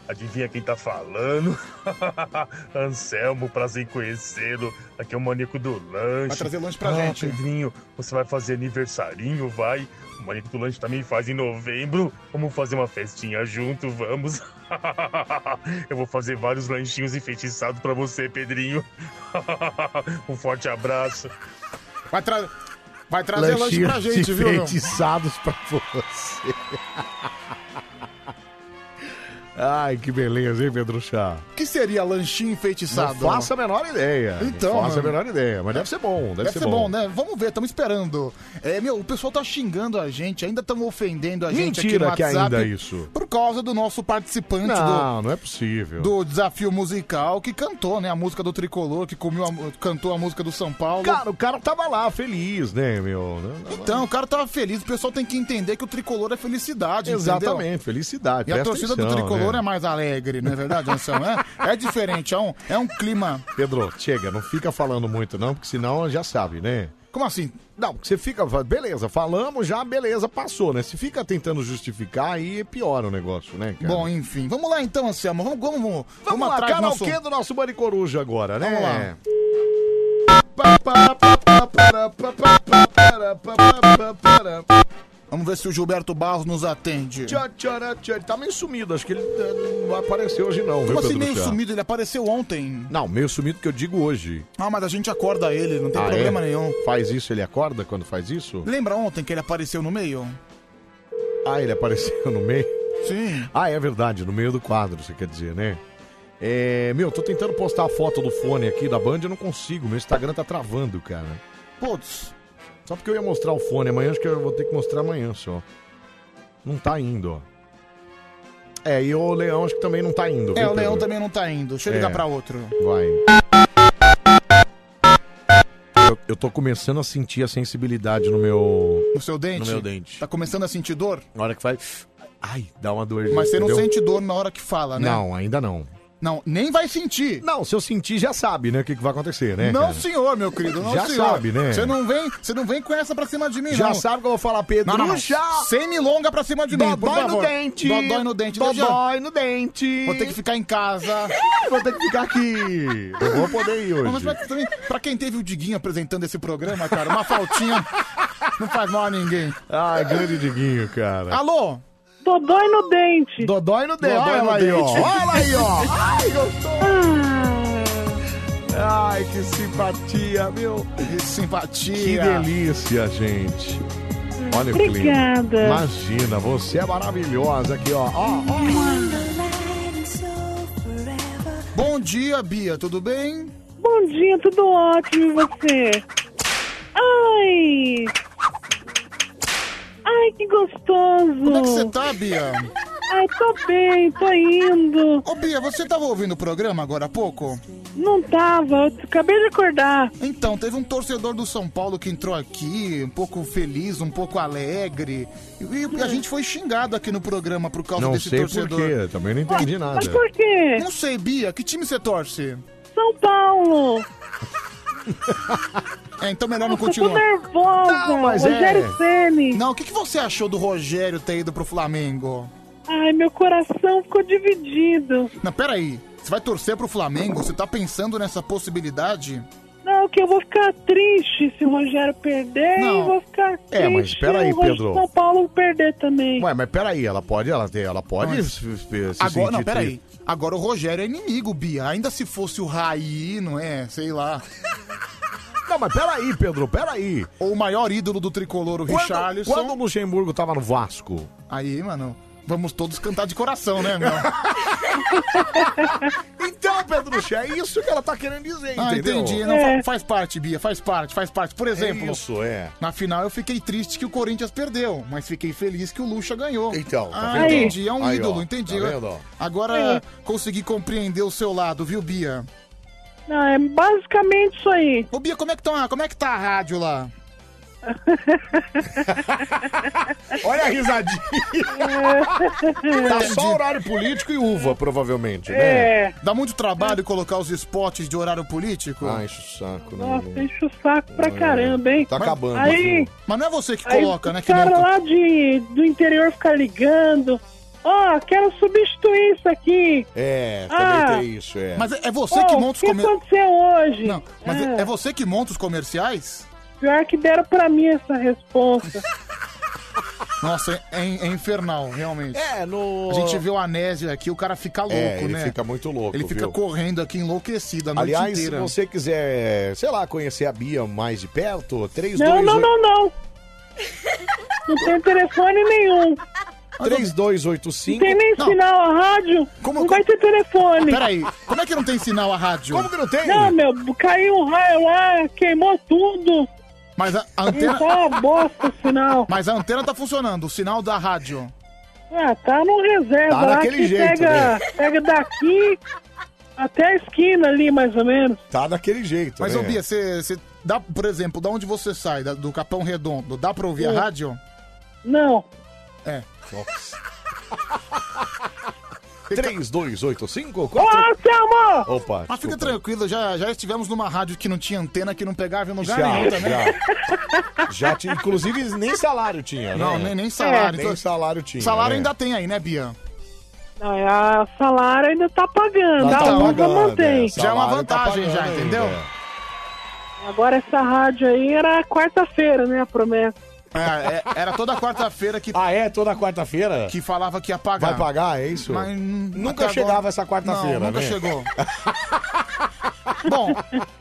S3: adivinha quem tá falando? Anselmo, prazer em conhecê-lo. Aqui é o maníaco do lanche.
S2: Vai trazer lanche pra
S3: ah,
S2: gente.
S3: Pedrinho, você vai fazer aniversarinho, vai? O maníaco do lanche também faz em novembro. Vamos fazer uma festinha junto, vamos. Eu vou fazer vários lanchinhos enfeitiçados pra você, Pedrinho. Um forte abraço.
S2: Vai, tra... vai trazer lanche pra gente, viu? meu?
S1: enfeitiçados pra você. Ai, que beleza, hein, Pedro Chá?
S2: O que seria lanchinho
S1: Não
S2: enfeitiçado?
S1: faço a menor ideia.
S2: Então,
S1: Não faço a
S2: mano.
S1: menor ideia, mas deve ser bom, deve,
S2: Deve ser bom, né? Vamos ver, estamos esperando. É, meu, o pessoal tá xingando a gente, ainda estamos ofendendo a gente
S1: Mentira
S2: aqui
S1: que
S2: no WhatsApp.
S1: ainda é isso.
S2: Por causa do nosso participante
S1: Não, não é possível.
S2: do, do desafio musical que cantou, né? A música do Tricolor, que comeu a mu- cantou a música do São Paulo.
S1: Cara, o cara tava lá feliz, né, meu?
S2: então, o cara tava feliz. O pessoal tem que entender que o Tricolor é felicidade, entendeu?
S1: Exatamente, felicidade.
S2: E a
S1: presta
S2: torcida do
S1: atenção,
S2: Tricolor
S1: né?
S2: é mais alegre, não é verdade, Anselmo? É, é diferente, é
S1: Então,
S2: um, é um clima...
S1: Pedro, chega, não fica falando muito não, porque senão já sabe, né?
S2: Como assim?
S1: Não, você fica. Beleza, falamos já, beleza, passou, né? Se fica tentando justificar, aí piora o negócio, né, cara?
S2: Bom, enfim. Vamos lá então, Anselmo. Vamos, vamos, vamos,
S1: vamos lá,
S2: atrás do
S1: karaokê
S2: nosso...
S1: do nosso Bande Coruja agora, né?
S2: Vamos lá. Vamos ver se o Gilberto Barros nos atende.
S1: Tchau, tchau, tchau. Ele tá meio sumido, acho que ele eh, não apareceu hoje não, viu,
S2: Como assim
S1: Pedro
S2: meio
S1: Piá?
S2: sumido? Ele apareceu ontem.
S1: Não, meio sumido que eu digo hoje.
S2: Ah, mas a gente acorda ele, não tem
S1: Ah,
S2: problema
S1: é?
S2: nenhum.
S1: Faz isso, ele acorda quando faz isso?
S2: Lembra ontem que ele apareceu no meio?
S1: Ah, ele apareceu no meio?
S2: Sim.
S1: Ah, é verdade, no meio do quadro, você quer dizer, né? É, meu, tô tentando postar a foto do fone aqui da Band, eu não consigo, meu Instagram tá travando, cara.
S2: Putz.
S1: Só porque eu ia mostrar o fone amanhã, acho que eu vou ter que mostrar amanhã só. Não tá indo, ó. É, e o Leão acho que também não tá indo.
S2: É,
S1: viu,
S2: o Leão
S1: Pedro?
S2: também não tá indo. Deixa eu ligar
S1: É.
S2: pra outro.
S1: Vai. Eu, eu tô começando a sentir a sensibilidade no meu.
S2: No seu dente?
S1: No meu dente.
S2: Tá começando a sentir dor?
S1: Na hora que faz. Ai, dá uma dor.
S2: Mas você não
S1: entendeu?
S2: sente dor na hora que fala, né?
S1: um Não, ainda não.
S2: Não, nem vai sentir.
S1: Não, se eu sentir, já sabe, né? O que, que vai acontecer, né?
S2: não,
S1: cara?
S2: senhor, meu querido, não,
S1: Já
S2: senhor.
S1: sabe, né?
S2: Você não vem, você não vem com essa pra cima de mim,
S1: Já
S2: não.
S1: sabe que eu vou falar, Pedro.
S2: Não, não, não.
S1: Já.
S2: Sem milonga pra cima de mim, por
S1: Dodói no
S2: favor.
S1: dente.
S2: Dodói no dente.
S1: Dodói no dente.
S2: Vou ter que ficar em casa.
S1: vou ter que ficar aqui. Eu vou poder ir hoje.
S2: Mas pra, também, pra quem teve o Diguinho apresentando esse programa, cara, uma faltinha não faz mal a ninguém.
S1: Ai, Ah, grande Diguinho, cara.
S2: Alô?
S5: Dodói no dente.
S1: Dodói no dente.
S2: Dodói
S1: Olha
S2: no
S1: ela aí, ó.
S2: dente.
S1: Olha ela aí, ó. Ai, Hum.
S5: gostoso.
S4: Ah.
S1: Ai, que simpatia, meu.
S2: Que simpatia.
S1: Que delícia, gente. Olha o clima.
S5: Obrigada.
S1: Imagina, você é maravilhosa aqui, ó. Ó,
S2: Bom dia, Bia, tudo bem?
S5: Bom dia, tudo ótimo e você? Ai! Ai, que gostoso!
S2: Como é que você tá, Bia?
S5: Ai, tô bem, tô indo.
S2: Ô, Bia, você tava ouvindo o programa agora há pouco?
S5: Não tava, eu acabei de acordar.
S2: Então, teve um torcedor do São Paulo que entrou aqui, um pouco feliz, um pouco alegre. E
S5: Hum.
S2: a gente foi xingado aqui no programa por causa
S1: Não
S2: desse
S1: sei por
S2: torcedor.
S1: quê, tá também não entendi nada.
S5: Mas por quê?
S2: Não sei, Bia, que time você torce?
S5: São Paulo!
S2: É, então melhor não
S5: Eu tô
S2: continuar. Tá,
S5: nervosa. Não, mas é. Rogério Ceni.
S2: Não, o que, que você achou do Rogério ter ido pro Flamengo?
S5: Ai, meu coração ficou dividido.
S2: Não, peraí. Você vai torcer pro Flamengo? Você tá pensando nessa possibilidade?
S5: Não, que eu vou ficar triste se o Rogério perder e
S1: Não.
S5: vou ficar triste.
S1: É, mas peraí,
S5: eu vou de
S1: Pedro.
S5: São Paulo perder também.
S1: Ué, mas peraí, ela pode, ela tem, ela pode
S2: Mas-
S1: se, se- se
S2: Agora, não,
S1: sentir
S2: peraí.
S1: tri-
S2: Agora o Rogério é inimigo, Bia. Ainda se fosse o Raí, não é? Sei lá.
S1: Não, mas peraí, Pedro, peraí.
S2: Ou o maior ídolo do tricolor, o
S1: Quando,
S2: Richarlison.
S1: quando o Luxemburgo tava no Vasco,
S2: Aí, mano, vamos todos cantar de coração, né, meu?
S1: Então, Pedro Chá, é isso que ela tá querendo dizer,
S2: Ah,
S1: entendeu?
S2: entendi.
S5: É,
S2: Não, fa- Faz parte, Bia, faz parte, faz parte. Por exemplo,
S1: isso, é.
S2: na final eu fiquei triste que o Corinthians perdeu, mas fiquei feliz que o Lucha ganhou.
S1: Então, tá
S2: ah,
S1: vendo?
S2: entendi, é um
S1: Aí, ó,
S2: ídolo,
S1: tá
S2: entendi.
S1: vendo, ó?
S2: Agora consegui compreender o seu lado, viu, Bia?
S5: Não, é basicamente isso aí.
S2: Ô, Bia, como é que tá, como é que tá a rádio lá?
S1: Olha a risadinha.
S5: é.
S1: tá só horário político e uva, provavelmente,
S5: É.
S1: né?
S2: Dá muito trabalho colocar os spots de horário político?
S1: Ah, enche o saco, né?
S5: Nossa, é. enche o saco pra caramba, hein?
S1: É, Tá acabando.
S5: Aí,
S2: Mas não é você que
S5: aí
S2: coloca, né?
S5: o
S2: Que nem
S5: cara
S2: o-
S5: lá de, do interior fica ligando. Ó, quero substituir isso aqui.
S1: É,
S5: Ah.
S1: também tem isso, é.
S2: Mas é, é você
S5: Pô,
S2: que monta os
S5: O que
S2: comerciais.
S5: aconteceu hoje?
S2: Não, mas é-
S5: Ah.
S2: é você que monta os comerciais?
S5: Pior que deram pra mim essa resposta.
S2: Nossa, é, é infernal, realmente.
S1: É, no.
S2: A gente vê o Anésio aqui, o cara fica louco,
S1: É, ele
S2: né?
S1: fica muito louco,
S2: Ele fica
S1: viu?
S2: correndo aqui enlouquecido a noite
S1: Aliás, se
S2: inteira.
S1: você quiser, sei lá, conhecer a Bia mais de perto, 3,
S5: não,
S1: 2,
S5: não, não, não. Não tem telefone nenhum.
S1: 3285.
S5: Não tem nem
S2: Não.
S5: sinal a rádio. não vai ter telefone.
S2: Peraí, como é que não tem sinal a rádio?
S1: Como que não tem?
S5: Não, meu, caiu um raio lá, queimou tudo.
S2: Mas a,
S5: Então
S2: a antena.
S5: tá uma bosta o sinal.
S2: Mas a antena tá funcionando, o sinal da rádio.
S5: Ah, tá no reserva
S2: Tá
S5: lá
S2: daquele
S5: que
S2: jeito,
S5: pega, pega daqui até a esquina ali, mais ou menos.
S1: Tá daquele jeito,
S2: Mas,
S1: né?
S2: ô Bia, você. você Dá, por exemplo, da onde você sai, da- do Capão Redondo, dá pra ouvir a
S5: Sim.
S2: rádio?
S5: Não.
S2: É.
S1: Nossa. 3285?
S5: Ô, Selmo!
S1: Opa,
S2: Mas fica
S1: desculpa.
S2: tranquilo, já, já estivemos numa rádio que não tinha antena, que não pegava em lugar
S1: ah, Já, tá
S2: nenhum também.
S1: já. Já tinha, inclusive, nem salário tinha, né?
S2: Não, nem, nem salário. então
S1: Nem salário tinha.
S2: Salário
S1: né?
S2: ainda tem aí, né, Bia?
S5: Não, é a salário ainda tá pagando.
S1: Tá
S5: a uva
S1: pagando,
S5: mantém.
S1: é,
S2: Já é uma
S1: salário tá
S2: vantagem, já,
S1: pagando
S2: entendeu?
S1: ainda, é.
S5: Agora essa rádio aí era quarta-feira, né? A promessa.
S2: É, é, era toda quarta-feira que.
S1: Ah, é? Toda quarta-feira?
S2: Que falava que ia pagar.
S1: Vai pagar, é isso?
S2: Mas hum,
S1: nunca
S2: até
S1: chegava
S2: agora-
S1: essa quarta-feira,
S2: Não, nunca
S1: né?
S2: chegou. Bom,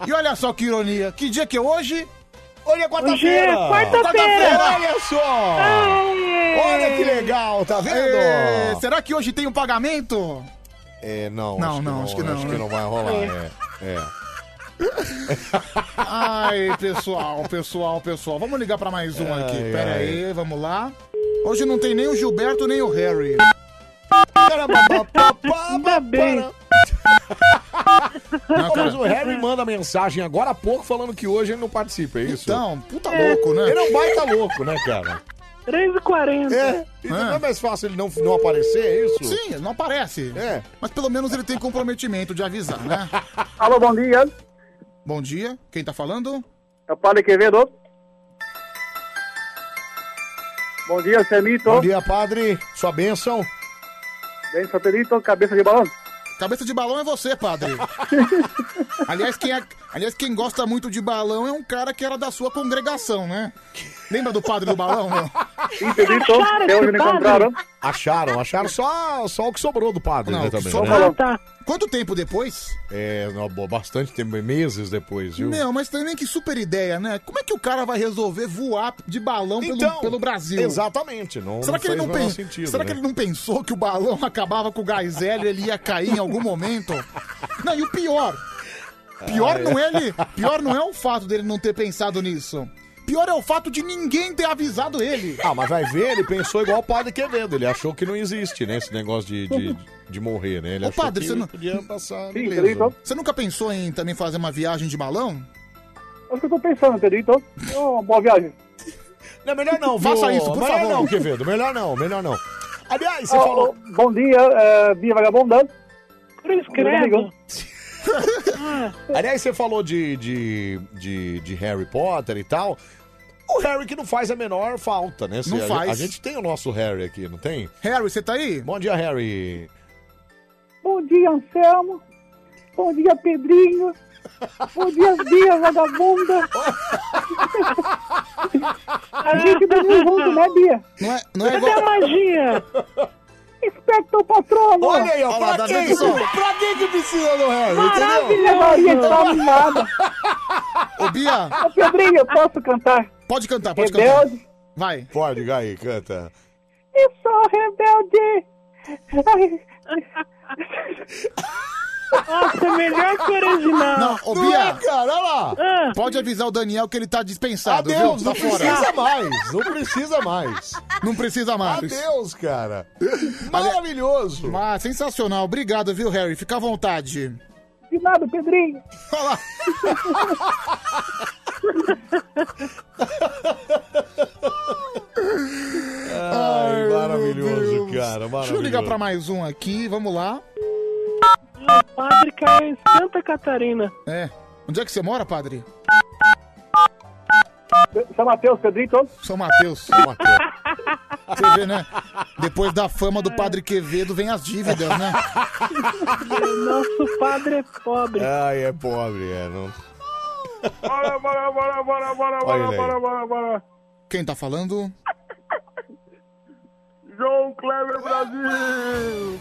S2: e olha só que ironia. Que dia que é hoje?
S1: Hoje é quarta-feira.
S2: Hoje é quarta-feira.
S1: Olha só! Olha que legal, tá vendo?
S2: É, será que hoje tem um pagamento?
S1: É, não.
S2: Não, não, acho que não,
S1: Acho que
S2: né?
S1: não vai rolar,
S2: É.
S1: é. é.
S2: Ai, pessoal, pessoal, pessoal. Vamos ligar pra mais um aqui.
S1: Ai,
S2: Pera
S1: ai.
S2: aí, vamos lá. Hoje não tem nem o Gilberto nem o Harry.
S1: Ainda bem.
S2: Não, cara.
S1: Mas o Harry manda mensagem agora há pouco falando que hoje ele não participa, é isso?
S2: Então, puta
S5: louco, né?
S1: Ele é um baita louco, né, cara?
S5: 3h40.
S1: É. Então não é mais fácil ele não, não aparecer, é isso?
S2: Sim, não aparece.
S1: É.
S2: Mas pelo menos ele tem comprometimento de avisar, né?
S8: Alô, bom dia.
S2: Bom dia. Quem tá falando?
S8: É o Padre Quevedo. Bom dia, Semito.
S1: Bom dia, padre. Sua bênção.
S8: Bem, Sapelito, cabeça de balão.
S2: Cabeça de balão é você, padre. aliás, quem é- aliás, quem gosta muito de balão é um cara que era da sua congregação, né? Lembra do padre do balão, não?
S8: Pedrito, até hoje não encontraram.
S1: Acharam, acharam só, só o que sobrou do padre,
S2: Não,
S1: né,
S2: o que
S1: também.
S2: sobrou.
S1: né?
S2: Ah, Quanto tempo depois?
S1: É, não, bo- bastante tempo, meses depois, viu?
S2: Não, mas também que super ideia, né? Como é que o cara vai resolver voar de balão pelo,
S1: Então,
S2: pelo Brasil?
S1: Exatamente. Não,
S2: Será que, ele
S1: fez
S2: não
S1: o menor
S2: pen-
S1: sentido,
S2: Será que
S1: né?
S2: ele não pensou que o balão acabava com o gás hélio e ele ia cair em algum momento? Não, e o pior. Pior
S1: Ah, é.
S2: não é ele. Pior não é o fato dele não ter pensado nisso. Pior é o fato de ninguém ter avisado ele.
S1: Ah, mas vai ver, ele pensou igual o padre Quevedo. Ele achou que não existe, né? Esse negócio de, de, de morrer, né? Ele
S2: Ô,
S1: achou
S2: padre,
S1: que
S2: você não.
S1: podia passar.
S8: Sim, Então-
S2: Beleza.
S8: Pedrito.
S2: Você nunca pensou em também fazer uma viagem de balão?
S8: É o que eu tô pensando, Pedrito. É uma boa viagem.
S1: Não, melhor não, viu?
S8: Faça isso, por
S1: melhor
S8: favor.
S1: não, Quevedo, melhor não, melhor não. Aliás, você
S8: Ó,
S1: falou.
S8: ó, Bom dia, é, Bia Vagabunda.
S5: credo.
S1: Aliás, você falou de, de, de, de Harry Potter e tal. O Harry que não faz a menor falta, né? Você-
S2: Não
S1: a-
S2: faz.
S1: A gente tem o nosso Harry aqui, não tem?
S2: Harry, você tá aí?
S1: Bom dia, Harry.
S8: Bom dia, Anselmo. Bom dia, Pedrinho. Bom dia, Bia Vagabunda. A gente dormiu junto, né, Bia?
S2: Não é, não é
S8: Cadê
S2: igual.
S8: a magia? Espectro patrono.
S1: Olha aí, ó,
S8: Olha lá,
S1: pra,
S8: tá
S1: que,
S8: vendo só?
S1: pra que que precisa do Harry, entendeu?
S2: Então
S8: Maravilhoso. nada.
S1: é
S2: Ô, Bia.
S8: Ô, Pedrinho, eu posso cantar?
S2: Pode cantar, pode
S8: Rebelde.
S2: cantar. Vai.
S1: Pode, Gai, canta.
S8: Eu sou rebelde. é
S5: Nossa, melhor que o original.
S2: Não, ô
S5: Não
S2: Bia.
S5: é,
S1: cara, olha lá.
S8: Ah.
S2: Pode avisar o Daniel que ele tá dispensado,
S1: Adeus,
S2: viu? Tá
S1: não precisa mais, não precisa mais.
S2: Não precisa mais.
S1: Adeus, cara. Maravilhoso.
S2: Ah, sensacional. Obrigado, viu, Harry? Fica à vontade.
S8: De nada, Pedrinho.
S2: Olha lá.
S1: Ai, maravilhoso, cara. Maravilhoso.
S2: Deixa eu ligar pra mais um aqui, vamos lá.
S5: O padre caiu é em Santa Catarina.
S2: É. Onde é que você mora, padre?
S8: São Mateus, Pedrito.
S2: São Mateus. Você vê, né? Depois da fama do padre Quevedo vem as dívidas, né?
S5: Nosso padre é pobre.
S1: Ai, é pobre, é. Não...
S17: Bora, bora, bora, bora, bora,
S1: Olha
S17: bora,
S1: aí.
S17: bora, bora, bora.
S2: Quem tá falando?
S17: João Kleber Brasil.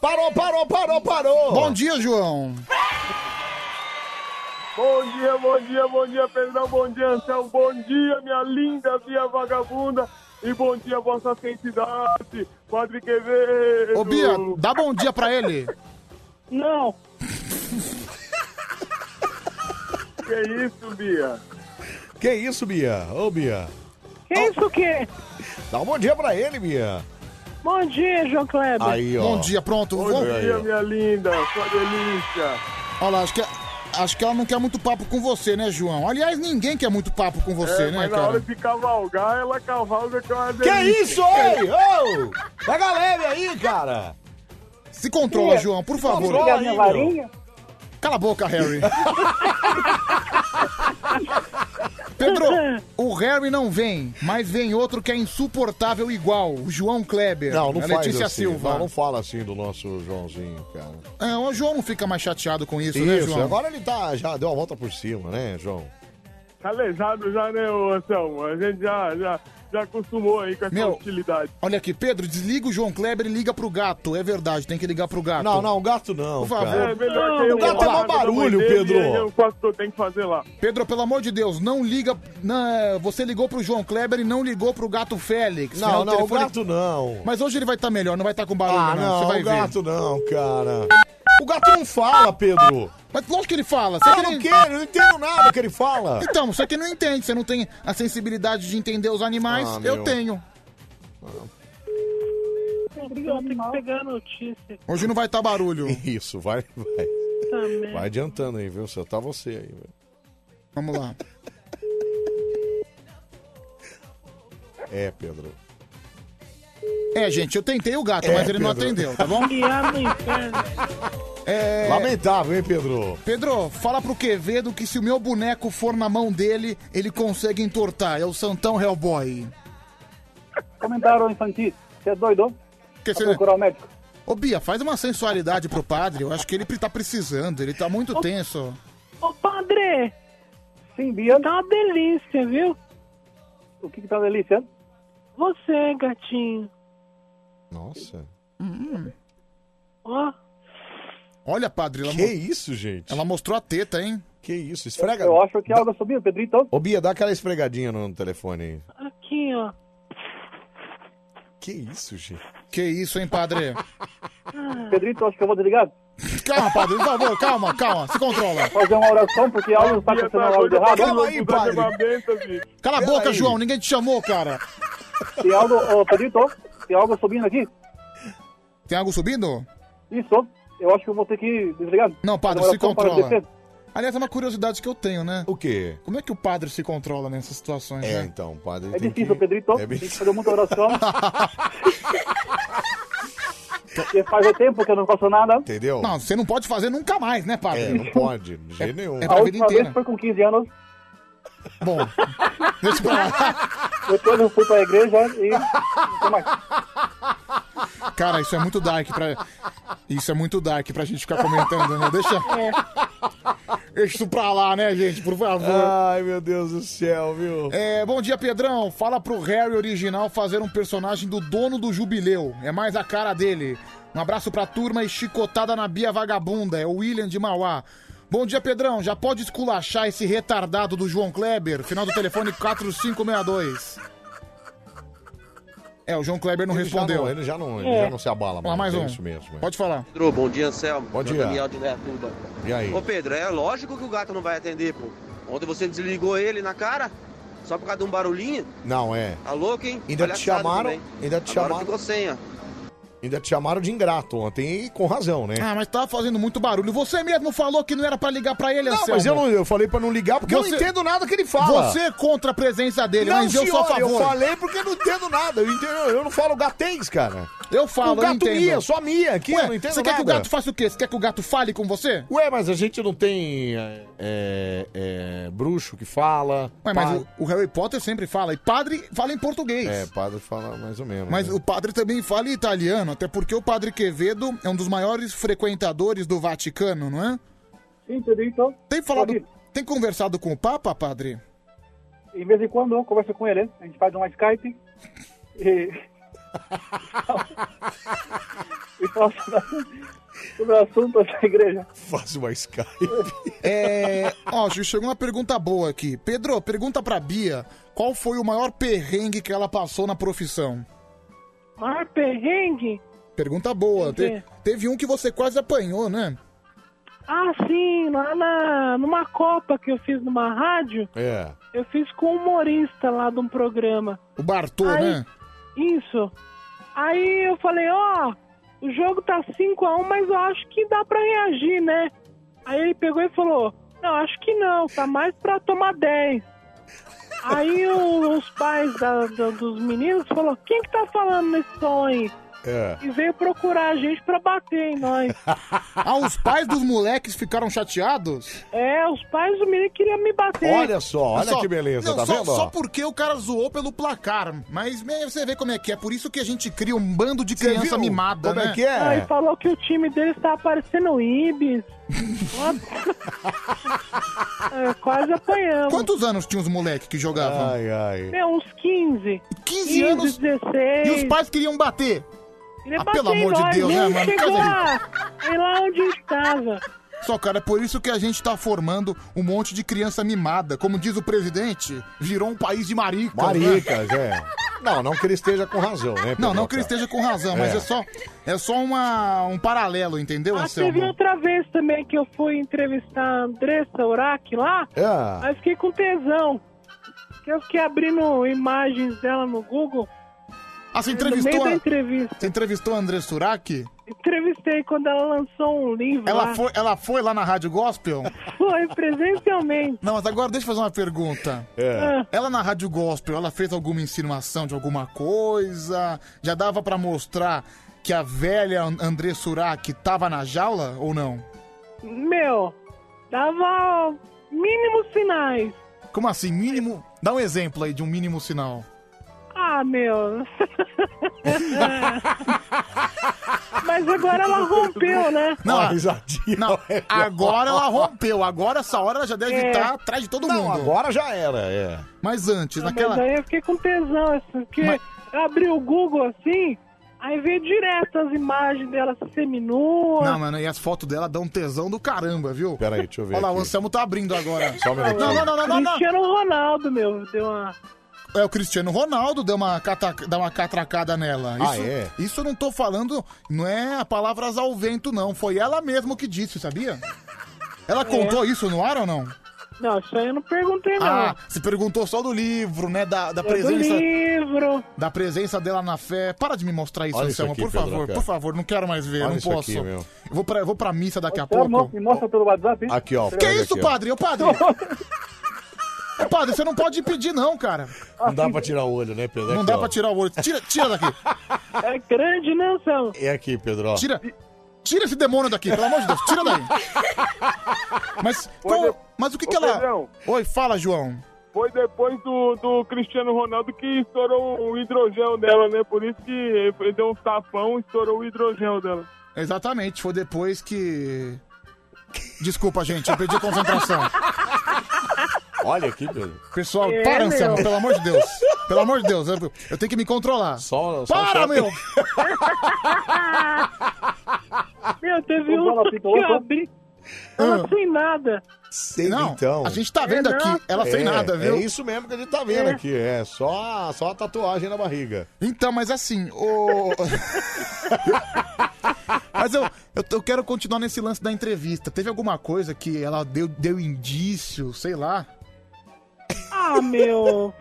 S1: Parou, parou, parou, parou.
S2: Bom dia, João.
S17: Bom dia, bom dia, bom dia, Pedrão, bom dia, Anselmo, bom dia, minha linda via vagabunda, e bom dia, vossa santidade, Padre Quevedo.
S2: Ô, Bia,
S5: Hum.
S2: dá bom dia pra ele.
S5: Não.
S17: Que isso, Bia?
S1: Que isso, Bia? Ô, Bia.
S5: Que isso o quê?
S1: Dá um bom dia pra ele, Bia.
S5: Bom dia, João Kleber.
S1: Aí, ó.
S2: Bom dia, pronto.
S17: Bom dia, minha linda, sua delícia.
S2: Olha lá, acho que, acho que ela não quer muito papo com você, né, João? Aliás, ninguém quer muito papo com você,
S17: é,
S2: né,
S17: mas na hora
S2: cara?
S17: de cavalgar, ela cavalga que é uma
S1: Que
S17: delícia.
S1: isso, ei?
S2: Ah!
S1: Ô!
S2: Tá
S1: Pega leve aí, cara.
S2: Se controla, João, por
S1: Se
S2: favor.
S1: controla aí, meu.
S2: Cala a boca, Harry. Pedro, o Harry não vem, mas vem outro que é insuportável igual, o João Kleber.
S1: Não, não
S2: a
S1: faz
S2: Letícia
S1: assim.
S2: Silva.
S1: Não, não fala assim do nosso Joãozinho, cara.
S2: É, o João não fica mais chateado com isso,
S1: Isso,
S2: né, João?
S1: agora ele tá, já deu a volta por cima, né, João?
S4: Calejado já, né, ô Anselmo? A gente já, já, já acostumou aí com essa
S2: Meu.
S4: hostilidade.
S2: Olha aqui, Pedro, desliga o João Kleber e liga pro gato. É verdade, tem que ligar pro gato.
S1: Não, não, o gato não.
S2: Por favor.
S4: É melhor que eu vá lá na casa da mãe dele e aí Eu faço o que eu tenho que fazer lá.
S2: Pedro, pelo amor de Deus, não liga. na- você ligou pro João Kleber e não ligou pro gato Félix.
S1: Não,
S2: Senão
S1: não, o gato não.
S2: Mas hoje ele vai estar melhor, não vai estar com barulho,
S1: Ah,
S2: não.
S1: não,
S2: Você vai
S1: o
S2: ver.
S1: gato não, cara. O gato não fala, Pedro.
S2: Mas lógico que ele fala.
S1: Ah, Não, não quero, eu não entendo nada que ele fala.
S2: Então, você que não entende, você não tem a sensibilidade de entender os animais.
S1: Ah,
S2: eu
S1: meu.
S2: tenho.
S5: Eu tenho que pegar a notícia
S2: Hoje não vai estar barulho.
S1: Isso, vai, vai.
S5: também.
S1: Vai adiantando aí, viu? Só tá você aí, velho.
S2: Vamos lá.
S1: É, Pedro.
S2: É, gente, eu tentei o gato,
S1: É,
S2: mas ele não
S1: Pedro.
S2: atendeu, tá bom?
S5: Enviar no inferno.
S2: É...
S1: Lamentável, hein, Pedro?
S2: Pedro, fala pro Quevedo que se o meu boneco for na mão dele, ele consegue entortar. É o Santão Hellboy.
S9: Comentaram infantil. Você é doido?
S2: Quer
S9: Vai procurar o médico?
S2: Ô, Bia, faz uma sensualidade pro padre. Eu acho que ele tá precisando, ele tá muito tenso.
S5: Ô, padre! Sim, Bia? Tá uma delícia, viu?
S9: O que que tá delícia?
S5: Você, gatinho.
S1: Nossa.
S5: Ó,
S2: Olha, padre, ela
S1: Que isso, gente?
S2: Ela mostrou a teta, hein?
S1: Que isso, esfrega.
S9: Eu acho que é a água subiu, Pedrito.
S1: Ô, Bia, dá aquela esfregadinha no telefone aí.
S5: aqui, ó.
S1: Que isso, gente?
S2: Que isso, hein, padre?
S9: Pedrito, acho que eu vou desligar.
S2: Calma, padre, por favor, calma, calma, se controla.
S9: Fazer uma oração, porque a áudio tá
S2: Bia,
S9: acontecendo
S2: tá
S9: a áudio
S2: doida pra
S9: errado.
S2: Calma aí, padre. Cala a
S9: Pera
S2: boca,
S9: aí.
S2: João, ninguém te chamou, cara.
S9: Tem algo, ô, Pedrito, tem algo subindo aqui?
S2: Tem algo subindo?
S9: Isso, eu acho que eu vou ter que desligar.
S2: Não, padre,
S9: Fazer
S2: se
S9: oração para
S2: controla.
S9: descer.
S2: Aliás, é uma curiosidade que eu tenho, né?
S1: O quê?
S2: Como é que o padre se controla nessas situações,
S1: É,
S2: né?
S1: então, padre.
S9: É
S1: tem
S9: difícil,
S1: que...
S9: Pedrito.
S1: É
S9: Tem
S1: bem-
S9: que fazer muita oração. Porque faz tempo que eu não faço nada.
S1: Entendeu?
S2: Não, você não pode fazer nunca mais, né, padre?
S1: É, não pode, de jeito nenhum.
S2: é
S9: a
S2: pra vida
S9: última
S2: inteira.
S9: vez foi com 15 anos.
S2: Bom, deixa pra lá.
S9: Depois eu fui pra igreja e. não sei mais.
S2: Cara, isso é muito dark pra... Isso é muito dark pra gente ficar comentando, né? Deixa...
S9: É.
S2: Deixa isso pra lá, né, gente? Por favor.
S1: Ai, meu Deus do céu, viu?
S2: É, bom dia, Pedrão. Fala pro Harry original fazer um personagem do dono do jubileu. É mais a cara dele. Um abraço pra turma e chicotada na Bia Vagabunda. É o William de Mauá. Bom dia, Pedrão. Já pode esculachar esse retardado do João Kleber? Final do telefone 4562. É, o João Kleber não
S1: Ele já
S2: respondeu.
S1: não- ele já não- ele já não se abala
S2: Vamos lá, mais
S1: mais, é
S2: um.
S1: isso mesmo, é.
S2: Pode falar.
S10: Pedro, bom dia, Anselmo.
S1: Bom
S10: Aqui é o
S1: dia.
S10: Daniel de Vertuba.
S1: E aí?
S10: Ô, Pedro, é lógico que o gato não vai atender, pô. Ontem você desligou ele na cara, só por causa de um barulhinho.
S1: Não, é.
S10: Tá louco, hein?
S1: Ainda te
S10: Palhaçada
S1: chamaram,
S10: também.
S1: ainda te
S10: Agora
S1: chamaram.
S10: ficou sem, ó.
S1: Ainda te chamaram de ingrato ontem, e com razão, né?
S2: Ah, mas tava fazendo muito barulho. Você mesmo falou que não era pra ligar pra ele,
S1: não,
S2: Anselmo.
S1: mas eu, não, eu falei pra não ligar porque eu
S2: Você-
S1: não entendo nada que ele fala.
S2: Você é contra a presença dele,
S1: não,
S2: mas eu sou a
S1: senhor,
S2: favor.
S1: eu falei porque eu não entendo nada. Eu, entendo- eu não falo gatês, cara.
S2: Eu falo,
S1: O gato
S2: eu entendo.
S1: mia, só mia aqui, eu não entendo
S2: Você quer que o
S1: nada.
S2: gato faça o quê? Você quer que o gato fale com você?
S1: Ué, mas a gente não tem é, é, é, bruxo que fala.
S2: Ué, mas
S1: padre-
S2: o, o Harry Potter sempre fala. E padre fala em português.
S1: É, padre fala mais ou menos.
S2: Mas
S1: né?
S2: o padre também fala em italiano, até porque o padre Quevedo é um dos maiores frequentadores do Vaticano, não é?
S9: Sim, Pedrito.
S2: Tem falado. Tem conversado com o Papa, padre?
S9: E de vez em quando eu converso com ele. A gente faz uma Skype. E. e fala sobre, sobre o assunto da igreja.
S1: Faz uma Skype.
S2: É. Ó, Ju, chegou uma pergunta boa aqui. Pedro, pergunta pra Bia qual foi o maior perrengue que ela passou na profissão.
S5: Maior perrengue?
S2: Pergunta boa.
S5: Tem
S2: Te- teve um que você quase apanhou, né?
S5: Ah, sim, lá na, numa Copa que eu fiz numa rádio,
S1: É.
S5: eu fiz com um humorista lá de um programa.
S2: O Bartô,
S5: Ai.
S2: né?
S5: Isso. Aí eu falei, ó, o jogo tá 5x1, mas eu acho que dá pra reagir, né? Aí ele pegou e falou, não, acho que não, tá mais pra tomar 10. Aí o- os pais da- da- dos meninos falou, quem que tá falando nesse som aí?
S2: É.
S5: e veio procurar a gente pra bater em nós.
S2: Ah, os pais dos moleques ficaram chateados?
S5: É, os pais do menino queriam me bater.
S18: Olha só, olha que beleza, tá
S2: só,
S18: vendo, ó?
S2: Só porque o cara zoou pelo placar. Mas me- você vê como é que é. Por isso que a gente cria um bando de criança
S5: viu
S2: mimada,
S18: é
S2: né?
S5: Não, e falou que o time deles tá parecendo o Ibis. é, quase apanhamos.
S2: Quantos anos tinham os moleques que jogavam?
S18: Ai, ai.
S5: Meu, Né, uns 15.
S2: 15 anos?
S5: 16.
S2: E os pais queriam bater?
S5: Ele é
S2: Ah,
S5: bateu
S2: pelo
S5: em
S2: amor de
S5: nós,
S2: Deus,
S5: nem
S2: né, mano?
S5: Chegou
S2: Casa
S5: a- sei lá onde estava.
S2: Só, cara, é por isso que a gente tá formando um monte de criança mimada. Como diz o presidente, virou um país de maricas.
S18: Maricas, é.
S2: né?
S18: Não, não que ele esteja com razão, né?
S2: Não,
S18: Pedroca?
S2: não que ele esteja com razão, mas
S18: É.
S2: é, só, é só uma, um paralelo, entendeu,
S5: Ah,
S2: Anselmo?
S5: teve outra vez também que eu fui entrevistar a Andressa Urac lá.
S2: Ah.
S5: Aí fiquei com tesão. Que eu fiquei abrindo imagens dela no Google.
S2: Ah, você
S5: É, no
S2: entrevistou
S5: meio da
S2: a-
S5: entrevista.
S2: Você entrevistou a André Surak?
S5: Entrevistei quando ela lançou um livro.
S2: Ela
S5: lá.
S2: foi, ela foi lá na Rádio Gospel?
S5: Foi, presencialmente.
S2: Não, mas agora deixa eu fazer uma pergunta.
S5: É.
S2: Ela na Rádio Gospel, ela fez alguma insinuação de alguma coisa? Já dava pra mostrar que a velha An- André Surak tava na jaula ou não?
S5: Meu, dava mínimos sinais.
S2: Como assim? Mínimo. Dá um exemplo aí de um mínimo sinal.
S5: Ah, meu. Mas agora ela rompeu, né?
S2: Não, a- não,
S18: é
S2: agora ela rompeu. Agora, essa hora, ela já deve
S5: É.
S2: estar atrás de todo
S5: Não,
S2: mundo.
S18: Agora já era, é.
S2: Mas antes,
S5: Ah,
S2: naquela.
S5: Mas aí eu fiquei com tesão, assim, porque eu abri o Google assim, aí veio direto as imagens dela seminua.
S2: Não, mano, e as fotos dela dão um tesão do caramba, viu?
S18: Peraí, deixa eu ver
S2: Olha lá,
S18: aqui.
S2: o Anselmo tá abrindo agora.
S18: Só um minutinho.
S2: Não, não, não, não, não, não.
S5: Cristiano Ronaldo, meu, deu uma.
S2: É o Cristiano Ronaldo deu uma, cata, dá uma catracada nela. Isso,
S18: Ah, é?
S2: Isso eu não tô falando, não é palavras ao vento, não. Foi ela mesmo que disse, sabia? Ela contou isso no ar ou não?
S5: Não, isso aí eu não perguntei, não.
S2: Ah, você perguntou só do livro, né? Da, da
S5: É do
S2: presença.
S5: livro.
S2: Da presença dela na fé. Para de me mostrar isso,
S18: Olha isso
S2: Anselmo,
S18: aqui,
S2: por
S18: Pedroca.
S2: favor, por favor, não quero mais ver,
S18: Olha
S2: não
S18: isso
S2: posso.
S18: aqui, meu.
S2: Eu vou pra, eu vou pra missa daqui a
S8: Então,
S2: pouco.
S8: mo- me mostra pelo WhatsApp. hein?
S18: Aqui, ó.
S2: Que
S18: pega
S2: isso,
S18: aqui, ó.
S2: padre? Ô, padre! Ô, padre, você não pode pedir, não, cara.
S18: Não dá pra tirar o olho, né, Pedro?
S2: Não
S18: Aqui,
S2: dá
S18: ó.
S2: pra tirar o olho. Tira, tira daqui.
S5: É grande, né, Anselmo?
S18: É aqui, Pedro. ó.
S2: Tira, tira esse demônio daqui, pelo amor de Deus. Tira daí. Mas, qual- mas o que,
S17: ô,
S2: que ela.
S17: Pedrão.
S2: Oi, fala, João.
S17: Foi depois do, do Cristiano Ronaldo que estourou o hidrogel dela, né? Por isso que ele deu um tapão e estourou o hidrogel dela.
S2: Exatamente, foi depois que. Desculpa, gente, eu perdi a concentração.
S18: Olha aqui, Pedro.
S2: Pessoal,
S18: É,
S2: para,
S18: meu.
S2: Anselmo, pelo amor de Deus. Pelo amor de Deus, eu, eu tenho que me controlar.
S18: Só, um
S2: para,
S18: só-
S2: meu!
S5: Meu, teve um
S8: Bola,
S5: que
S8: pintou,
S5: eu
S8: opa.
S5: abri.
S2: Ah.
S5: Ela sem nada.
S18: Sem,
S2: Não,
S18: então.
S2: a gente
S1: É,
S2: tá vendo aqui, ela sem
S18: É,
S2: nada, viu?
S18: É isso mesmo que a gente tá vendo
S2: É.
S18: aqui. É só, só a tatuagem na barriga.
S2: Então, mas assim, o. mas eu, eu, eu quero continuar nesse lance da entrevista. Teve alguma coisa que ela deu, deu indício, sei lá?
S5: Ah, meu.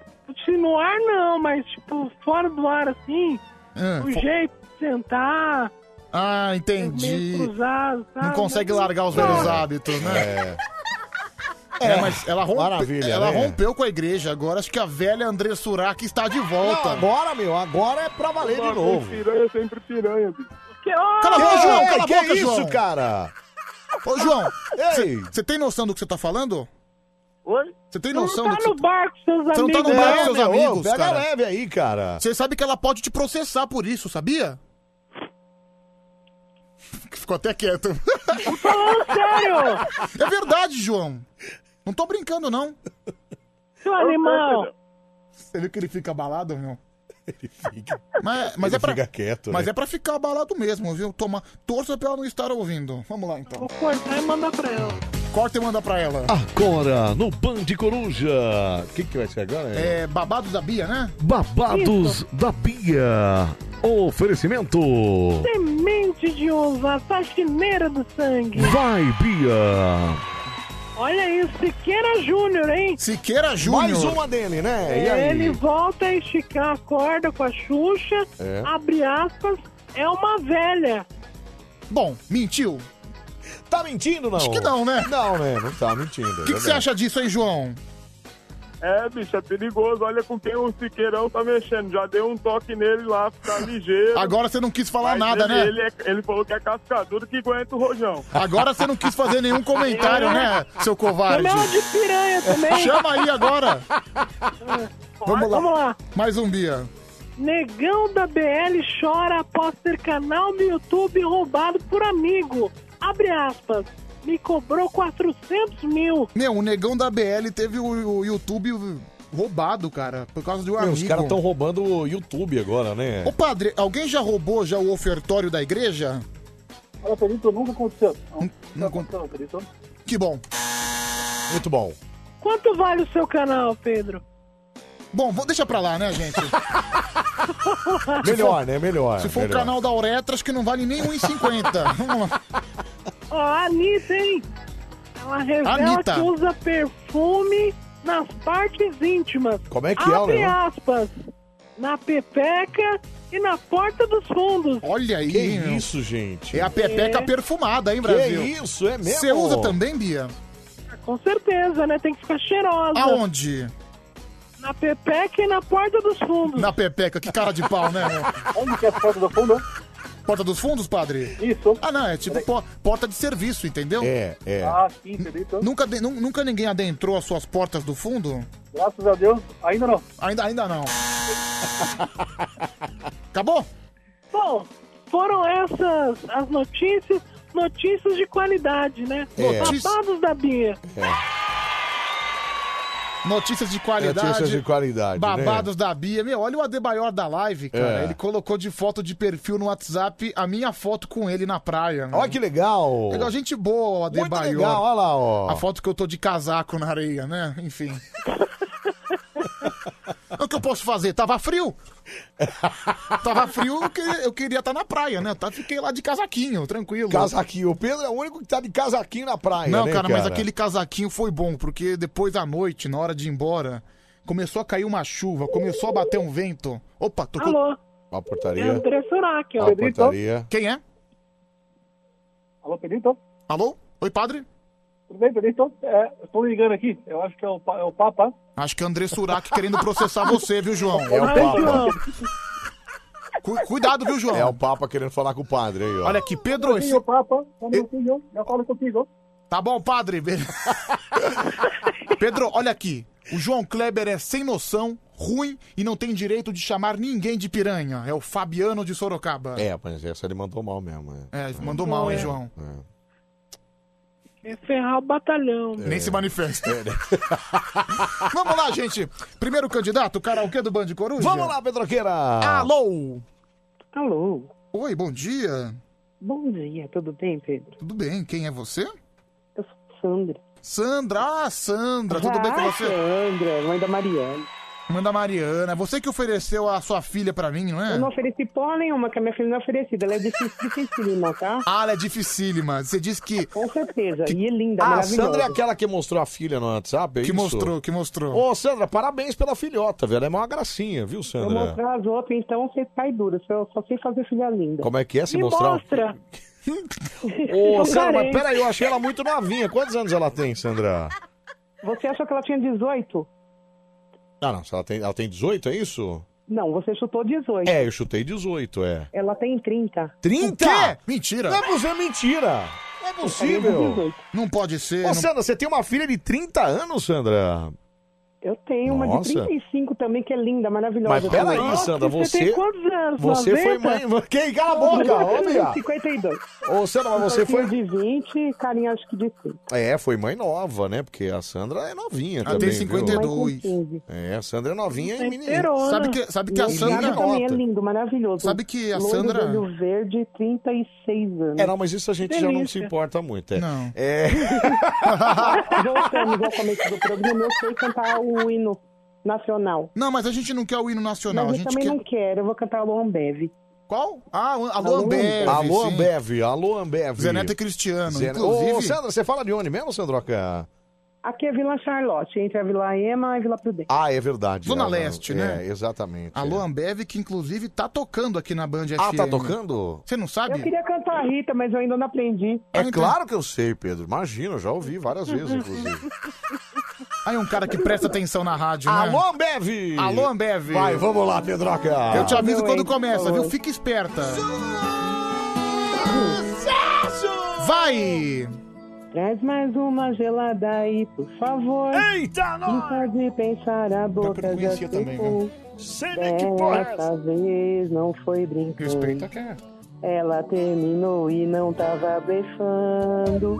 S5: Se no ar, não, mas, tipo, fora do ar, assim,
S2: Ah,
S5: o
S2: fo-
S5: jeito de sentar,
S2: Ah, entendi.
S5: meio cruzado, sabe?
S2: Não consegue largar os
S5: Não,
S2: velhos hábitos, né? É. mas ela, rompe-
S18: Maravilha,
S2: ela
S18: né?
S2: rompeu com a igreja. Agora acho que a velha André Surak está de volta.
S18: Não, agora, meu, agora é pra valer de
S17: Uma vez
S18: novo.
S17: Piranha sempre piranha, bicho.
S2: Cala a boca,
S18: Que-
S2: João! Cala a
S18: que
S2: boca,
S18: isso,
S2: João!
S18: cara?
S2: Ô, João,
S18: Ei.
S2: você tem noção do que você tá falando?
S17: Oi?
S2: Você tem noção do
S5: tá
S2: que
S5: no bar com seus amigos.
S2: Você não tá no bar com seus
S18: É, meu,
S2: amigos,
S18: pega
S2: cara.
S18: leve aí, cara.
S2: Você sabe que ela pode te processar por isso, sabia? Ficou até quieto.
S5: falando sério!
S2: É verdade, João. Não tô brincando, não.
S5: Seu animal.
S2: Você viu que ele fica abalado, meu? Mas, mas
S18: Ele
S2: é pra,
S18: fica quieto,
S2: mas
S18: né?
S2: é pra ficar abalado mesmo, viu? Toma, torça pra ela não estar ouvindo. Vamos lá, então. Vou
S5: cortar e mandar pra ela.
S2: Corta e manda pra ela.
S18: Agora, no Band Coruja. O que, que vai ser agora?
S2: É babado da Bia, né?
S18: Babados da Bia. Oferecimento.
S5: Semente de uva, faxineira do sangue.
S18: Vai, Bia.
S5: Olha isso, Siqueira Júnior, hein? É,
S2: Siqueira
S18: Júnior. Mais uma dele, né? E aí?
S5: Ele volta a esticar a corda com a Xuxa,
S18: É.
S5: abre aspas, é uma velha.
S2: Bom, mentiu.
S18: Tá mentindo, não?
S2: Acho que não, né?
S1: é
S18: Não, né? Não tá mentindo.
S2: O que que você acha disso aí, João?
S3: É, bicho, é perigoso. Olha com quem o Siqueirão tá mexendo. Já deu um toque nele lá, ficar ligeiro.
S2: Agora você não quis falar
S3: Mas
S2: nada,
S3: ele,
S2: né?
S3: Ele, é- ele falou que é cascadura que aguenta o rojão.
S2: Agora você não quis fazer nenhum comentário, né, seu covarde?
S3: Não, não, de piranha também.
S2: Chama aí agora. Vamos lá.
S27: Vamos lá.
S2: Mais um Bia.
S27: Negão da BL chora após ter canal do YouTube roubado por amigo. Abre aspas. Me cobrou 400 mil.
S2: Meu, o negão da BL teve o, o YouTube roubado, cara, por causa de um
S1: Meu,
S2: amigo.
S1: os caras estão roubando o YouTube agora, né?
S2: Ô padre, alguém já roubou já o ofertório da igreja?
S9: Eu acredito, nunca aconteceu. Não,
S2: não
S9: aconteceu, eu acredito.
S2: Que bom.
S1: Muito bom.
S27: Quanto vale o seu canal, Pedro?
S2: Bom, vou deixar pra lá, né, gente?
S1: Melhor, né? Melhor.
S2: Se for um
S1: melhor.
S2: o canal da Uretra, acho que não vale nem 1,50. Vamos lá.
S27: Ó, a Anitta, hein? Ela revela
S2: Anitta.
S27: que usa perfume nas partes íntimas.
S1: Como é que é o
S27: Abre
S1: negócio?
S27: aspas. Na pepeca e na porta dos fundos.
S2: Olha aí.
S1: Que isso, gente?
S2: É a pepeca
S27: É.
S2: perfumada, hein,
S27: Que
S2: Brasil?
S1: isso, é mesmo?
S2: Você usa também, Bia?
S27: Com certeza, né? Tem que ficar cheirosa.
S2: Aonde?
S27: Na pepeca e na porta dos fundos.
S2: Na pepeca, que cara de pau, né?
S9: Onde que é a porta do fundo?
S2: Porta dos fundos, padre?
S9: Isso.
S2: Ah, não, é tipo po- porta de serviço, entendeu?
S1: É, é.
S9: Ah, sim, acredito.
S2: Nunca, de- nu- nunca ninguém adentrou as suas portas do fundo?
S9: Graças a Deus, ainda não.
S2: Ainda, ainda não. Acabou?
S27: Bom, foram essas as notícias. Notícias de qualidade, né?
S2: É.
S27: Babados da Bia.
S2: Notícias de qualidade.
S1: É. Notícias de qualidade, né?
S2: Babados da Bia. Meu, olha o Adebayor da live, cara.
S1: É.
S2: Ele colocou de foto de perfil no WhatsApp a minha foto com ele na praia.
S1: Olha que legal.
S2: Legal, gente boa, o
S1: Muito
S2: Adebayor.
S1: legal, olha lá, ó.
S2: A foto que eu tô de casaco na areia, né? Enfim. o que eu posso fazer? Tava frio. Tava frio, eu queria- eu queria estar na praia, né? Tá, fiquei lá de casaquinho, tranquilo.
S1: Casaquinho. O Pedro é o único que tá de casaquinho na praia,
S2: Não,
S1: né,
S2: cara, mas aquele casaquinho foi bom, porque depois à noite, na hora de ir embora, começou a cair uma chuva, começou a bater um vento. Opa, tocou.
S27: Alô,
S1: Uma
S27: é
S1: portaria.
S27: André Surak, ó.
S1: Uma portaria.
S2: Quem é?
S9: Alô, Pedrito?
S2: Alô? Oi, padre?
S9: Tudo bem, Pedrito? É, eu tô ligando aqui. Eu acho que é o, pa- é o Papa.
S2: Acho que é André Surak querendo processar você, viu, João?
S1: É o
S2: Ah,
S1: Papa.
S2: Cu- cuidado, viu, João?
S1: É o Papa querendo falar com o padre aí, ó.
S2: Olha aqui, Pedro.
S9: Sim, o Papa. Quando eu fui eu, eu falo contigo.
S2: Tá bom, padre. Pedro, olha aqui. O João Kleber é sem noção, ruim e não tem direito de chamar ninguém de piranha. É o Fabiano de Sorocaba.
S1: É, mas essa ele mandou mal mesmo. né?
S2: É, mandou mal, hein, João?
S27: É ferrar o batalhão.
S1: É.
S2: Nem se manifesta.
S1: né?
S2: Vamos lá, gente. Primeiro candidato, karaokê do Band Coruja.
S1: Vamos lá, Pedroqueira.
S2: Alô.
S5: Alô.
S2: Oi, bom dia.
S5: Bom dia, tudo bem, Pedro?
S2: Tudo bem, quem é você?
S5: Eu sou Sandra.
S2: Sandra, ah, Sandra, tudo bem com
S5: Ah,
S2: você?
S5: Sandra, mãe da Mariana.
S2: Mãe da Mariana, você que ofereceu a sua filha pra mim, não é?
S5: Eu não ofereci porra nenhuma, que a minha filha não é oferecida. Ela é difícil, dificílima, tá?
S2: Ah, ela é dificílima. Você disse que.
S5: Com certeza. E é linda,
S1: Ah, a
S5: maravilhosa.
S1: Sandra é aquela que mostrou a filha no WhatsApp, é
S2: Que
S1: isso?
S2: mostrou, que mostrou.
S1: Ô, Sandra, parabéns pela filhota, velho. É uma gracinha, viu,
S5: Vou
S1: Sandra?
S5: mostrar as outras, então você cai dura. Só, só sei fazer filha linda.
S1: Como é que é se
S5: Me
S1: mostrar?
S5: mostra.
S1: Ô, Sandra, mas
S5: Parei.
S1: peraí, eu achei ela muito novinha. Quantos anos ela tem, Sandra?
S5: Você achou que ela tinha 18?
S1: Ah, não, se ela tem, ela tem 18, é isso?
S5: Não, você chutou 18.
S1: É, eu chutei 18, é.
S5: Ela tem 30.
S1: 30?
S2: Mentira.
S1: Não é possível, é mentira. Não é possível.
S2: Não pode ser.
S1: Ô,
S5: não-
S1: Sandra, você tem uma filha de 30 anos, Sandra?
S5: Eu tenho uma
S1: Nossa.
S5: de 35 também, que é linda, maravilhosa.
S1: Mas peraí,
S5: também.
S1: Sandra, você.
S5: tem quantos anos?
S1: Você foi
S5: 90?
S1: mãe. Quem? Cala a boca, olha!
S5: 52.
S1: Ô, Sandra, mas você
S3: é
S1: foi.
S5: de 20, carinha acho que de 30.
S1: É, foi mãe nova, né? Porque a Sandra é novinha
S2: Ela
S1: também.
S2: tem
S1: viu?
S2: 52.
S1: É, a Sandra é novinha e menina.
S2: Sabe que, sabe que a
S5: Meu
S2: Sandra.
S5: gato também é lindo, maravilhoso.
S2: Sabe que a
S5: Loiro
S2: Sandra-
S5: de olho verde, 36 anos.
S1: É, não, mas isso a gente já não se
S5: Delícia.
S1: importa muito. É.
S2: Não.
S1: É.
S5: Voltamos ao começo do programa, eu sei cantar o hino nacional.
S2: Não, mas a gente não quer o hino nacional.
S5: Mas
S2: a
S5: eu
S2: gente
S5: também
S2: quer.
S5: não quero, eu vou cantar o Lombev.
S2: Qual? Ah, alô,
S5: Alô,
S2: Ambev.
S1: Alô,
S2: sim.
S1: Ambev. Alô, Ambev.
S2: Zé Neto é cristiano.
S1: Zé-
S2: Inclusive.
S1: Ô, Sandra, você fala de onde mesmo, Sandroca?
S5: Aqui é Vila Charlotte, entre a Vila Ema e a Vila Prudente.
S1: Ah, é verdade.
S2: Zona
S1: Ela-
S2: Leste,
S1: é,
S2: né?
S1: exatamente.
S2: Alô, Ambev, que inclusive tá tocando aqui na Band FM.
S1: Ah, tá tocando?
S2: Você não sabe?
S5: Eu queria cantar a Rita, mas eu ainda não aprendi.
S1: É claro que eu sei, Pedro. Imagina, eu já ouvi várias vezes, inclusive.
S2: Aí um cara que presta atenção na rádio, né?
S1: Alô, Ambev!
S2: Alô, Ambev!
S1: Vai, vamos lá, Pedroca!
S2: Eu
S5: Ah,
S2: te aviso
S1: Meu
S2: quando
S1: ex,
S2: começa,
S1: por
S2: viu?
S1: favor.
S2: Fica esperta.
S5: Hum.
S2: Vai!
S5: Traz mais uma gelada aí, por favor.
S1: Eita,
S5: não! pode pensar, a boca já
S4: conhecia também,
S5: secou.
S1: Sei
S5: nem
S4: que porra é essa.
S5: vez não foi brincando.
S4: Respeita quem é.
S5: Ela terminou e não tava blefando.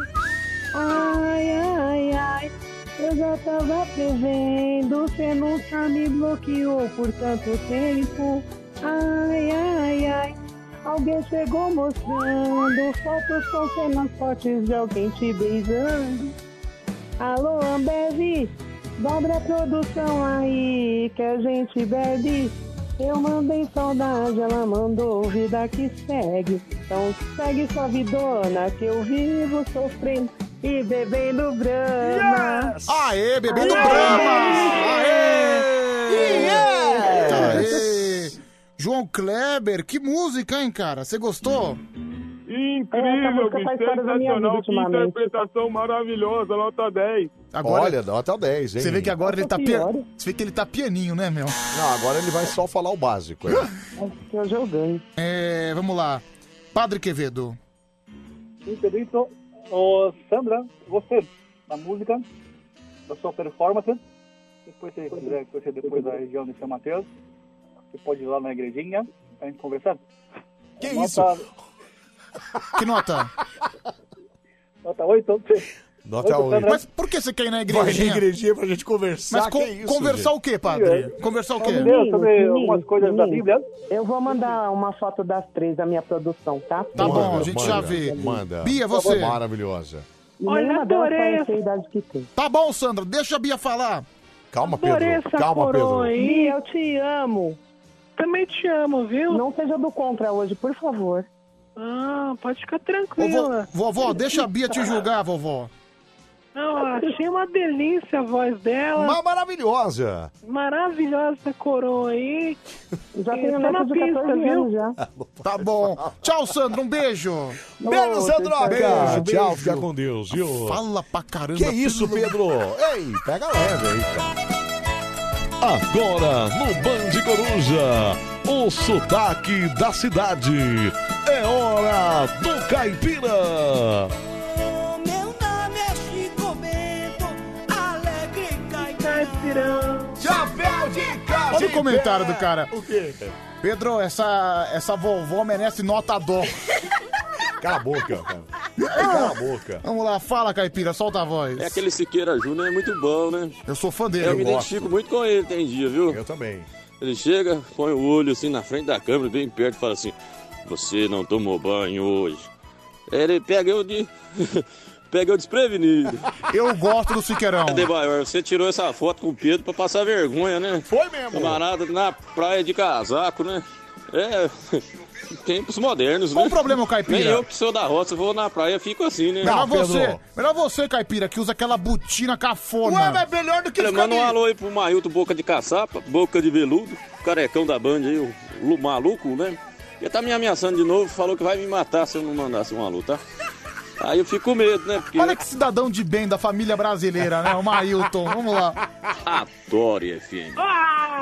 S5: Ai, ai, ai. Eu já tava prevendo. Cê nunca me bloqueou por tanto tempo. Ai, ai, ai. Alguém chegou mostrando fotos com cenas fortes de alguém te beijando. Alô, Ambev, dobra a produção aí que a gente bebe. Eu mandei saudade, ela mandou vida que segue. Então segue sua vidona que eu vivo sofrendo e bebendo brama.
S2: Aê, bebendo Brahma! Aê! Aê! João Kleber, que música, hein, cara? Você gostou?
S3: Incrível, que sensacional, que interpretação maravilhosa, nota 10.
S1: Olha, nota 10, hein?
S2: Você vê que agora ele tá pia- Você vê que ele tá pianinho, né, meu?
S1: Não, agora ele vai só falar o básico. hein?
S5: que eu joguei.
S2: É, vamos lá. Padre Quevedo.
S9: Infelito, ô Sandra, você, da música, da sua performance, depois você quiser conhecer depois da região de São Mateus, você pode ir lá na igrejinha pra gente conversar.
S2: Que
S9: isso?
S2: Que nota?
S9: Nota 8.
S2: Nota oito. Mas por que você quer ir na igrejinha?
S9: Vai na
S1: igrejinha pra gente conversar.
S2: Mas con- conversar o quê, padre? Conversar o quê?
S5: Meninos, meninos, meninos,
S9: Bíblia.
S5: Eu vou mandar uma foto das três da minha produção, tá?
S1: Manda, manda, Manda.
S5: Bia, você.
S1: Maravilhosa.
S5: Olha, adorei. idade que tem.
S2: Tá bom, Sandra, deixa a Bia falar.
S1: Calma,
S5: Adorei
S1: Pedro.
S5: essa
S1: Calma,
S5: coroa, Tá
S1: Pedro.
S5: hein? Eu te amo.
S28: Também te amo, viu?
S5: Não seja do contra hoje, por favor.
S28: Ah, pode ficar
S2: Ô,
S28: tranquila.
S2: vo- vovó, deixa a Bia te julgar, vovó.
S28: Não, achei uma delícia a voz dela.
S1: Uma maravilhosa.
S28: Maravilhosa essa coroa aí.
S5: Já
S28: E tá
S5: tenho
S28: na
S5: neto de
S28: pista,
S5: 14
S28: viu?
S5: anos já.
S2: Tá bom. Tchau, Sandra, um beijo.
S1: Beijo, Sandroca.
S2: Beijo,
S1: Tchau,
S2: beijo.
S1: fica com Deus, viu?
S2: Fala pra caramba.
S1: Que isso,
S2: pelo-
S1: Pedro? Ei, pega leve aí, cara. Agora, no Band Coruja, o sotaque da cidade. É hora do Caipira.
S4: Meu nome é Chico Bento, alegre
S29: Tá
S28: caipirão.
S4: Chapéu de casa.
S2: Olha o comentário do cara.
S1: O quê?
S2: Pedro, essa, essa vovó merece nota dó.
S1: Cala a boca, cara. Cala a boca.
S2: Vamos lá, fala, Caipira, solta a voz.
S6: É aquele Siqueira Júnior, é muito bom, né?
S2: Eu sou fã dele.
S6: Eu,
S2: Eu
S6: me
S2: gosto.
S6: identifico muito com ele, tem dia, viu? Eu
S1: também.
S6: Ele chega, põe o olho assim na frente da câmera, bem perto, e fala assim: Você não tomou banho hoje. Ele pega eu de. pega eu desprevenido.
S2: Eu gosto do Siqueirão.
S6: Adebayor, você tirou essa foto com o Pedro pra passar vergonha, né?
S1: Foi mesmo.
S6: Camarada na praia de casaco, né? É. Tempos modernos, né?
S2: Qual o problema, Caipira?
S6: Nem eu que sou da roça, vou na praia e fico assim, né?
S2: melhor, você, melhor você, Caipira, que usa aquela botina cafona.
S6: Ué,
S1: é
S6: mas
S2: melhor do
S6: Olha, manda um alô aí pro Mailton Boca de Caçapa, Boca de Veludo, carecão da Band aí, o Lu- maluco, né? Ele tá me ameaçando de novo, falou que vai me matar se eu não mandasse um alô, tá? Aí eu fico com medo, né? Porque
S2: Olha que cidadão de bem da família brasileira, né? O Mailton, vamos lá.
S6: adoro FM.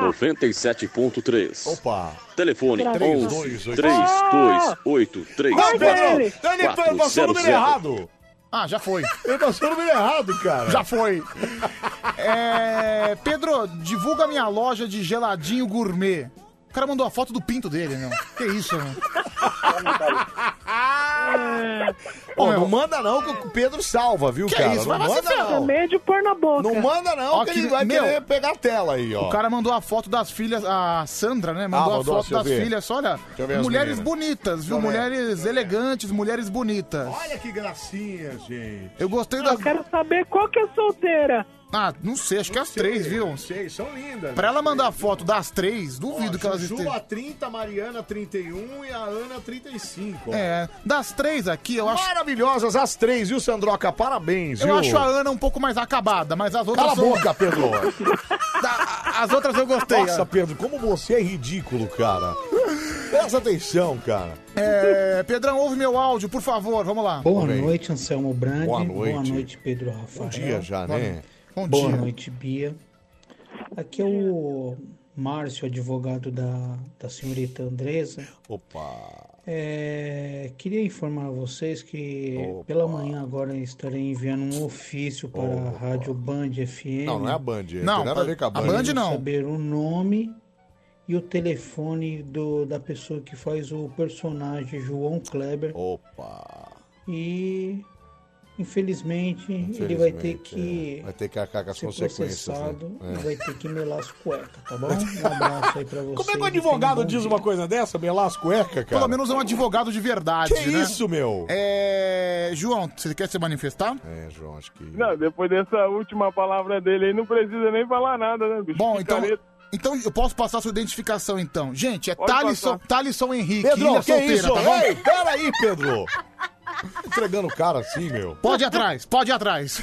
S6: 97.3.
S1: Opa!
S6: Telefone
S1: Três,
S6: 11
S1: dois,
S6: 3283.
S1: Não, Pedro! Ele passou o número errado!
S2: Ah, já foi.
S1: Ele passou o número errado, cara.
S2: Já foi. É, Pedro, divulga minha loja de geladinho gourmet. O cara mandou a foto do pinto dele, meu. Que isso, meu.
S1: Ô, não manda não, que o Pedro salva, viu,
S2: Que
S1: cara?
S2: isso,
S1: não
S2: vai você
S1: manda não.
S2: também
S28: de pôr na boca.
S1: Não manda não,
S2: Ó,
S1: que
S2: que-
S1: ele vai
S2: meu,
S1: querer pegar a tela aí, ó.
S2: O cara mandou a foto das filhas, a Sandra, né? Mandou
S1: Ah,
S2: a
S1: mandou,
S2: foto
S1: deixa eu
S2: das
S1: ver.
S2: filhas, olha.
S1: eu ver as
S2: Mulheres
S1: meninas.
S2: bonitas, viu?
S1: Deixa eu ver.
S2: Mulheres elegantes, mulheres bonitas.
S1: Olha que gracinha, gente.
S2: Eu gostei da. Eu quero
S28: saber qual que é solteira.
S2: Ah, não sei, acho que as três, viu?
S30: Sei, são lindas.
S2: Pra ela mandar a foto das três, duvido que elas
S30: Juba
S2: estejam.
S30: 30, Mariana 31 e a Ana 35. ó.
S2: É, das três aqui, eu acho.
S1: Maravilhosas as três, viu, Sandroca? Parabéns,
S2: Eu
S1: viu?
S2: acho a Ana um pouco mais acabada, mas as outras.
S1: Cala a
S2: são-
S1: boca, Pedro.
S2: As outras eu gostei.
S1: Nossa, Pedro, como você é ridículo, cara. Presta atenção, cara.
S2: É, Pedrão, ouve meu áudio, por favor, vamos lá.
S31: Boa noite, Anselmo Brandi.
S1: Boa noite.
S31: Pedro Rafael.
S1: Bom dia já,
S31: Boa
S1: né?
S31: noite.
S2: Bom
S9: Boa
S2: dia.
S9: noite, Bia. Aqui é o Márcio, advogado da, da senhorita Andresa.
S32: Opa!
S9: É, queria informar vocês que pela manhã agora estarei enviando um ofício para a Rádio Band FM.
S1: Não, não é a Band, Não, tem nada a ver com a a Band. Band não.
S9: Saber o nome e o telefone do, da pessoa que faz o personagem João Kleber.
S1: Opa!
S9: E infelizmente, ele vai ter
S1: Infelizmente,
S9: que
S1: é. Vai ter que arcar com as
S9: ser
S1: consequências. né?
S9: processado
S1: É.
S9: e vai ter que melar as cuecas, tá bom? Um abraço aí pra vocês.
S1: Como é que o advogado diz uma coisa dessa? Melar as cuecas, cara?
S2: Pelo menos é um advogado de verdade,
S1: Que
S2: né?
S1: isso, meu?
S2: É... João, você quer se manifestar?
S1: É, João, acho que...
S29: Não, depois dessa última palavra dele aí, não precisa nem falar nada, né, bicho?
S2: Bom, então... Então eu posso passar sua identificação, então. Gente, é
S29: Pode
S2: Thalisson,
S29: passar.
S2: Thalisson Henrique,
S1: Pedro,
S2: ilha
S1: que
S2: solteira,
S1: isso?
S2: tá bom?
S1: Ei, peraí, Pedro! Entregando o cara assim, meu.
S2: Pode ir atrás, pode ir atrás.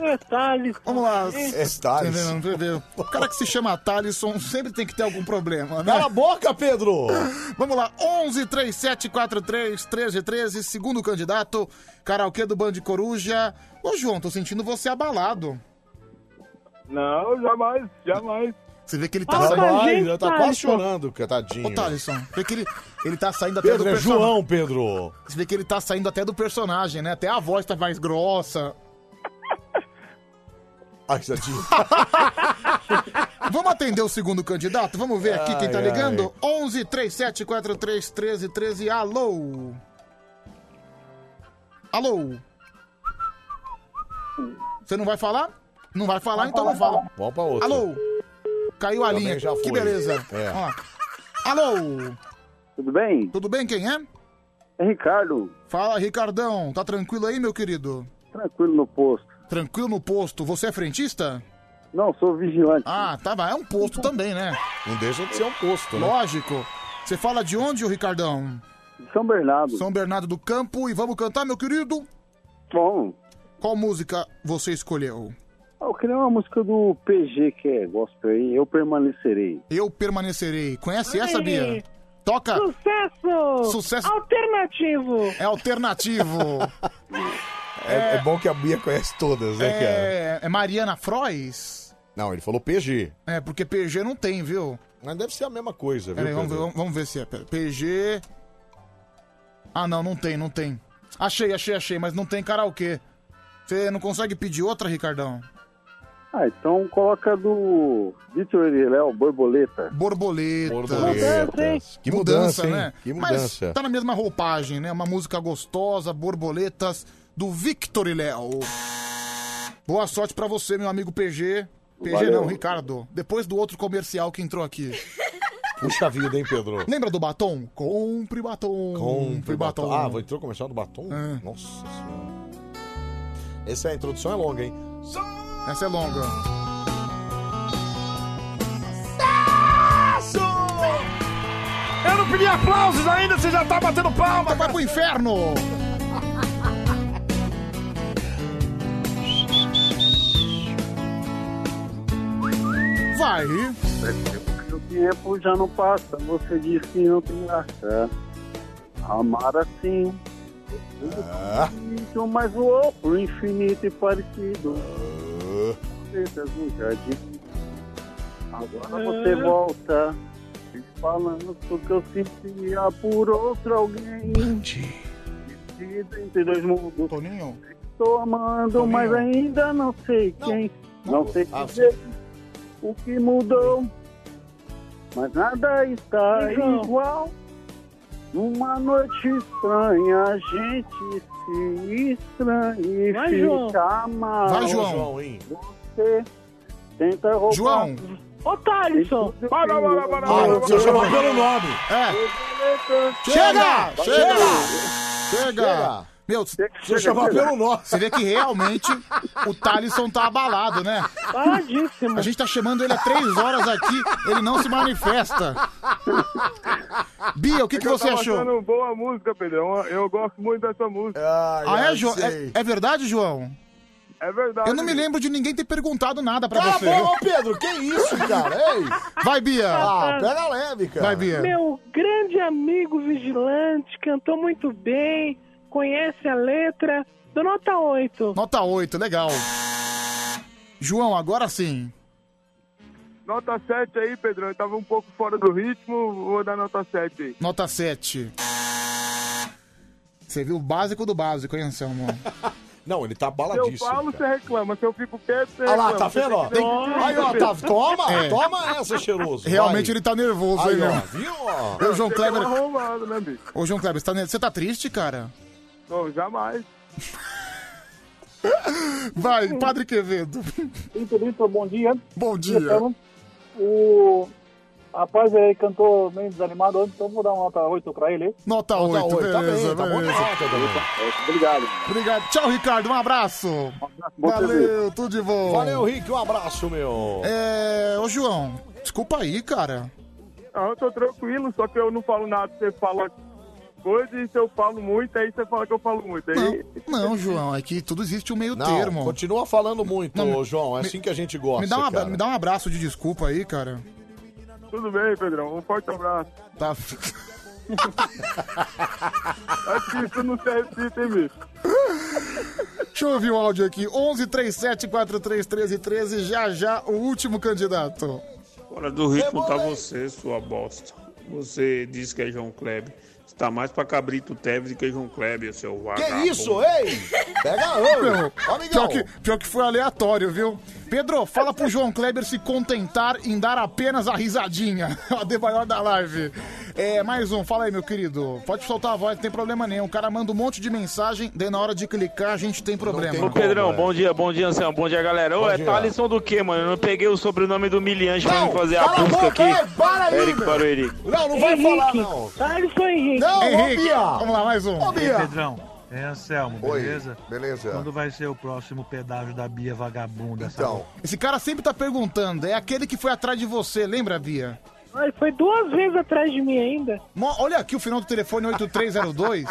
S5: É Thales.
S2: Vamos lá.
S1: É Thalisson.
S2: Entendeu? Entendeu? O cara que se chama Thalisson sempre tem que ter algum problema, né?
S1: Cala a boca, Pedro!
S2: Vamos lá, 11 3743 1313, segundo candidato, karaokê do Band Coruja. Ô, João, tô sentindo você abalado.
S29: Não, jamais, jamais.
S2: Você vê que ele
S1: tá
S2: tá
S1: saindo.
S2: saindo.
S1: ele tá quase chorando, que tadinho.
S2: Ô, Thalisson, vê que ele, ele tá saindo até
S1: Pedro,
S2: do
S1: é
S2: person-
S1: João, Pedro.
S2: Você vê que ele tá saindo até do personagem, né? Até a voz tá mais grossa.
S1: Ai, que tadinho.
S2: Vamos atender o segundo candidato? Vamos ver aqui quem tá
S1: Ai,
S2: ligando? 11 3743 1313. Alô? Alô? Você não vai falar? Não vai falar, então não fala.
S1: Vamos pra outra.
S2: Alô? Caiu a
S1: Também
S2: linha.
S1: já
S2: Que
S1: foi.
S2: beleza.
S1: É.
S2: Ó. Alô?
S4: Tudo bem?
S2: Tudo bem? Quem é?
S4: É Ricardo.
S2: Fala, Ricardão. Tá tranquilo aí, meu querido?
S4: Tranquilo no posto.
S2: Tranquilo no posto. Você é frentista?
S4: Não, sou vigilante.
S2: Ah, tá, mas é um posto também, né?
S1: Não deixa de ser um posto, né?
S2: Lógico. Você fala de onde, ô Ricardão?
S4: São Bernardo.
S2: São Bernardo do Campo. E vamos cantar, meu querido?
S4: Bom.
S2: Qual música você escolheu?
S4: Ah, Eu queria uma música do PG que é gospel aí, Eu Permanecerei.
S2: Eu permanecerei. Conhece essa,
S4: Ai.
S2: Bia? Toca.
S5: Sucesso!
S2: Sucesso.
S5: Alternativo!
S2: É alternativo.
S1: É, é bom que a Bia conhece todas, né, cara?
S2: é, é Mariana Frois?
S1: Não, ele falou PG.
S2: É, porque PG não tem, viu?
S1: Mas deve ser a mesma coisa, viu,
S2: Peraí, vamos ver,
S1: Pedro?
S2: vamos- vamos ver se é. Pera- PG. Ah, não, não tem, não tem. Achei, achei, achei, mas não tem karaokê. Você não consegue pedir outra, Ricardão?
S4: Ah, então coloca do Vitor Léo, Borboleta.
S2: Borboleta.
S4: Borboletas.
S1: Que mudança, hein?
S2: né?
S1: Que
S2: Mas
S1: mudança.
S2: tá na mesma roupagem, né? Uma música gostosa, Borboletas, do Victor e Léo. Boa sorte pra você, meu amigo PG. PG
S1: Valeu.
S2: não, Ricardo. Depois do outro comercial que entrou aqui.
S1: Puxa vida, hein, Pedro?
S2: Lembra do batom? Compre batom. É.
S1: Compre batom. Ah, vou entrar o comercial do batom? Nossa senhora. Essa é a introdução é longa, hein?
S2: Essa é longa.
S33: Eu não pedi aplausos ainda, você já tá batendo palma!
S2: Vai pro inferno! Vai!
S4: O tempo já não passa, você disse que não tem graça. Amar assim.
S33: Ah.
S4: Infinito, mas voou pro infinito e parecido.
S2: Ah.
S4: Feitas no jardim.
S2: É.
S4: Agora você volta. Falando que eu sentia por outro alguém. Dividido entre dois mundos.
S2: Toninho.
S4: Estou amando,
S2: Toninho.
S4: mas ainda não sei quem.
S33: Ah,
S4: Não, sei dizer o que mudou. Mas nada está
S33: Legal.
S4: igual. Numa noite estranha, a gente se estranha e
S33: Vai,
S4: fica
S33: João.
S4: mal.
S33: Vai, João. João, hein?
S4: Você tenta roubar.
S33: João.
S4: Ô, Thalisson!
S33: Para, para, para,
S4: Ah,
S33: para,
S4: você
S33: para.
S4: chamou
S1: pelo nome.
S4: É.
S2: Chega! Chega! Chega!
S33: Chega!
S2: Meu, se
S33: Chega, chamar chega. pelo
S2: nome. Você vê que realmente o Thalisson tá abalado, né?
S5: Abaladíssimo.
S2: A gente tá chamando ele há três horas aqui, ele não se manifesta. Bia, o que,
S4: É
S2: que
S29: Eu
S2: você
S29: tava
S2: achou?
S29: achando boa música, Pedrão. Eu gosto muito dessa música.
S2: Ah, é, João? É, é verdade, João?
S29: É verdade.
S2: Eu não me lembro de ninguém ter perguntado nada pra
S29: Cala a
S2: você.
S29: boca,
S1: ô, Pedro, que isso, cara? Ei!
S2: Vai, Bia!
S1: Ah, pega leve, cara.
S2: Vai, Bia.
S5: Meu grande amigo vigilante, cantou muito bem. conhece a letra. Do nota 8.
S2: Nota 8, legal. João, agora sim.
S4: Nota 7 aí, Pedrão. Eu tava um pouco fora do ritmo, vou dar nota 7 aí.
S2: Nota 7. Você viu o básico do básico, hein, Anselmo?
S1: Não, ele tá
S4: Se eu falo, você reclama. Se eu fico quieto, você
S2: Ah
S1: Olha
S4: reclama.
S1: lá, tá vendo? Ó?
S4: Você tem que-
S1: Aí, ó, tá, toma,
S2: É.
S1: toma essa, cheiroso.
S2: Realmente
S1: vai.
S2: ele tá nervoso,
S1: Aí,
S2: hein,
S1: ó,
S2: meu?
S1: viu, ó?
S2: Ô, João
S4: Você
S2: Kleber.
S4: é um arrombado, né, bicho?
S2: Ô, João Kleber, você tá, ne- você tá triste, cara?
S4: Não, jamais.
S2: Vai, Padre Quevedo.
S9: Pinto Vitor, bom dia.
S2: Bom
S9: dia. Então, o rapaz aí cantou meio desanimado ontem, então vou dar uma nota 8 pra ele.
S2: Nota
S9: Nota
S2: 8,
S9: 8, tá
S2: beleza,
S9: bem, tá bom de
S2: beleza.
S9: nota
S2: Obrigado. Obrigado. Tchau, Ricardo. Um abraço. Valeu, tudo de bom.
S1: Valeu, Rick, um abraço, meu.
S2: É, ô João, desculpa aí, cara.
S4: Ah, eu tô tranquilo, só que eu não falo nada. Você fala coisa e se eu falo muito, aí você fala que eu falo muito. Aí...
S2: Não, João, é que tudo existe um meio
S4: Não,
S2: termo.
S1: Continua falando muito,
S2: Não,
S1: ô, João. É
S2: me-
S1: assim que a gente gosta.
S2: me, dá uma-
S1: cara.
S2: me dá um abraço de desculpa aí, cara.
S4: Tudo bem, Pedrão. Um forte abraço.
S2: Tá.
S4: Acho que isso não se repite, hein, bicho?
S2: Deixa eu ouvir o áudio aqui. 11 37 43 13 13, já já o último candidato.
S34: Fora do ritmo tá você, sua bosta. Você diz que é João Kleber. Você tá mais pra Cabrito Teves do que João Kleber, seu
S1: Que
S34: vagabundo.
S3: Tá
S1: isso, ei?
S2: É
S1: Pega eu, meu. Ó,
S2: Pior
S1: amigão.
S2: que, pior que foi aleatório, viu? Pedro, fala pro João Kleber se contentar em dar apenas a risadinha. A maior da live. É, mais um, fala aí, meu querido. Pode soltar a voz, não tem problema nenhum. O cara manda um monte de mensagem, daí na hora de clicar a gente tem problema.
S35: Ô Pedrão, bom dia, bom dia, Anselmo, bom dia, galera. Ô, é Thalisson do quê, mano? Eu não peguei o sobrenome do Miliange pra mim fazer a
S36: cala a
S35: busca
S36: boca,
S35: aqui.
S36: vai, para aí,
S35: Eric
S36: meu.
S35: Barueri.
S36: Não, não vai falar, não.
S5: Thalisson Ah, Henrique.
S36: Não,
S2: Henrique.
S36: Henrique.
S2: Vamos lá, mais um.
S36: Ô, Bia.
S37: Pedrão. É Anselmo,
S2: Oi,
S37: beleza?
S1: beleza.
S37: Quando vai ser o próximo pedágio da Bia Vagabunda?
S2: Então. Esse cara sempre tá perguntando, é aquele que foi atrás de você, lembra, Bia?
S5: Ele foi duas vezes atrás de mim ainda.
S2: Olha aqui o final do telefone 8302.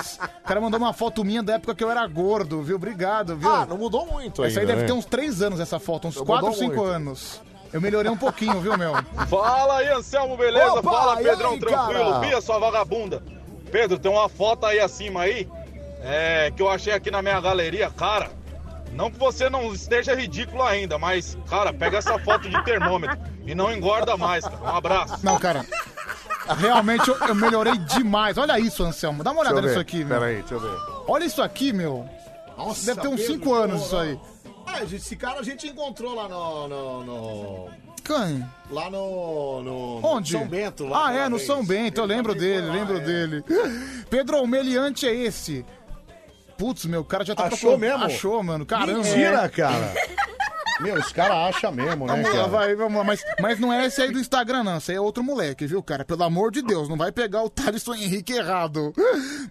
S2: o cara mandou uma foto minha da época que eu era gordo, viu? Obrigado, viu?
S1: Ah, não mudou muito
S2: Essa aí
S1: ainda,
S2: deve
S1: né?
S2: ter uns 3 anos essa foto, uns
S1: Mudou
S2: 4, 5
S1: muito.
S2: anos. Eu melhorei um pouquinho, viu, meu?
S6: Fala aí, Anselmo, beleza?
S2: Opa,
S6: Fala,
S2: e
S6: Pedrão,
S2: aí,
S6: tranquilo.
S2: cara?
S6: Bia, sua vagabunda. Pedro, tem uma foto aí acima aí, é, que eu achei aqui na minha galeria, cara. Não que você não esteja ridículo ainda, mas, cara, pega essa foto de termômetro e não engorda mais, cara. Um abraço.
S2: Não, cara. Realmente eu, eu melhorei demais. Olha isso, Anselmo. Dá uma olhada
S1: Deixa eu
S2: nisso
S1: ver.
S2: um aqui, meu.
S1: Pera aí, deixa eu ver.
S2: Olha isso aqui, meu.
S1: Nossa,
S2: deve ter uns
S1: Pedro,
S2: 5 anos isso
S1: porra.
S2: aí.
S1: É, gente, esse cara a gente encontrou lá no. no, no-
S2: Quem?
S1: lá no. no-
S2: Onde?
S1: São Bento, lá.
S2: Ah, é, no São Bento. Eu lembro dele, lembro dele. Pedro, o meliante é esse. Putz, meu, o cara já tá
S38: Achou
S2: procurando-
S38: mesmo?
S2: Achou, mano. Caramba.
S38: Mentira,
S2: É.
S38: cara. Meu, os caras acham mesmo, né,
S2: Vamos lá,
S38: cara?
S2: vai, vamos lá. Mas, mas não é esse aí do Instagram, não. Esse aí é outro moleque, viu, cara? Pelo amor de Deus, não vai pegar o Thaleson Henrique errado.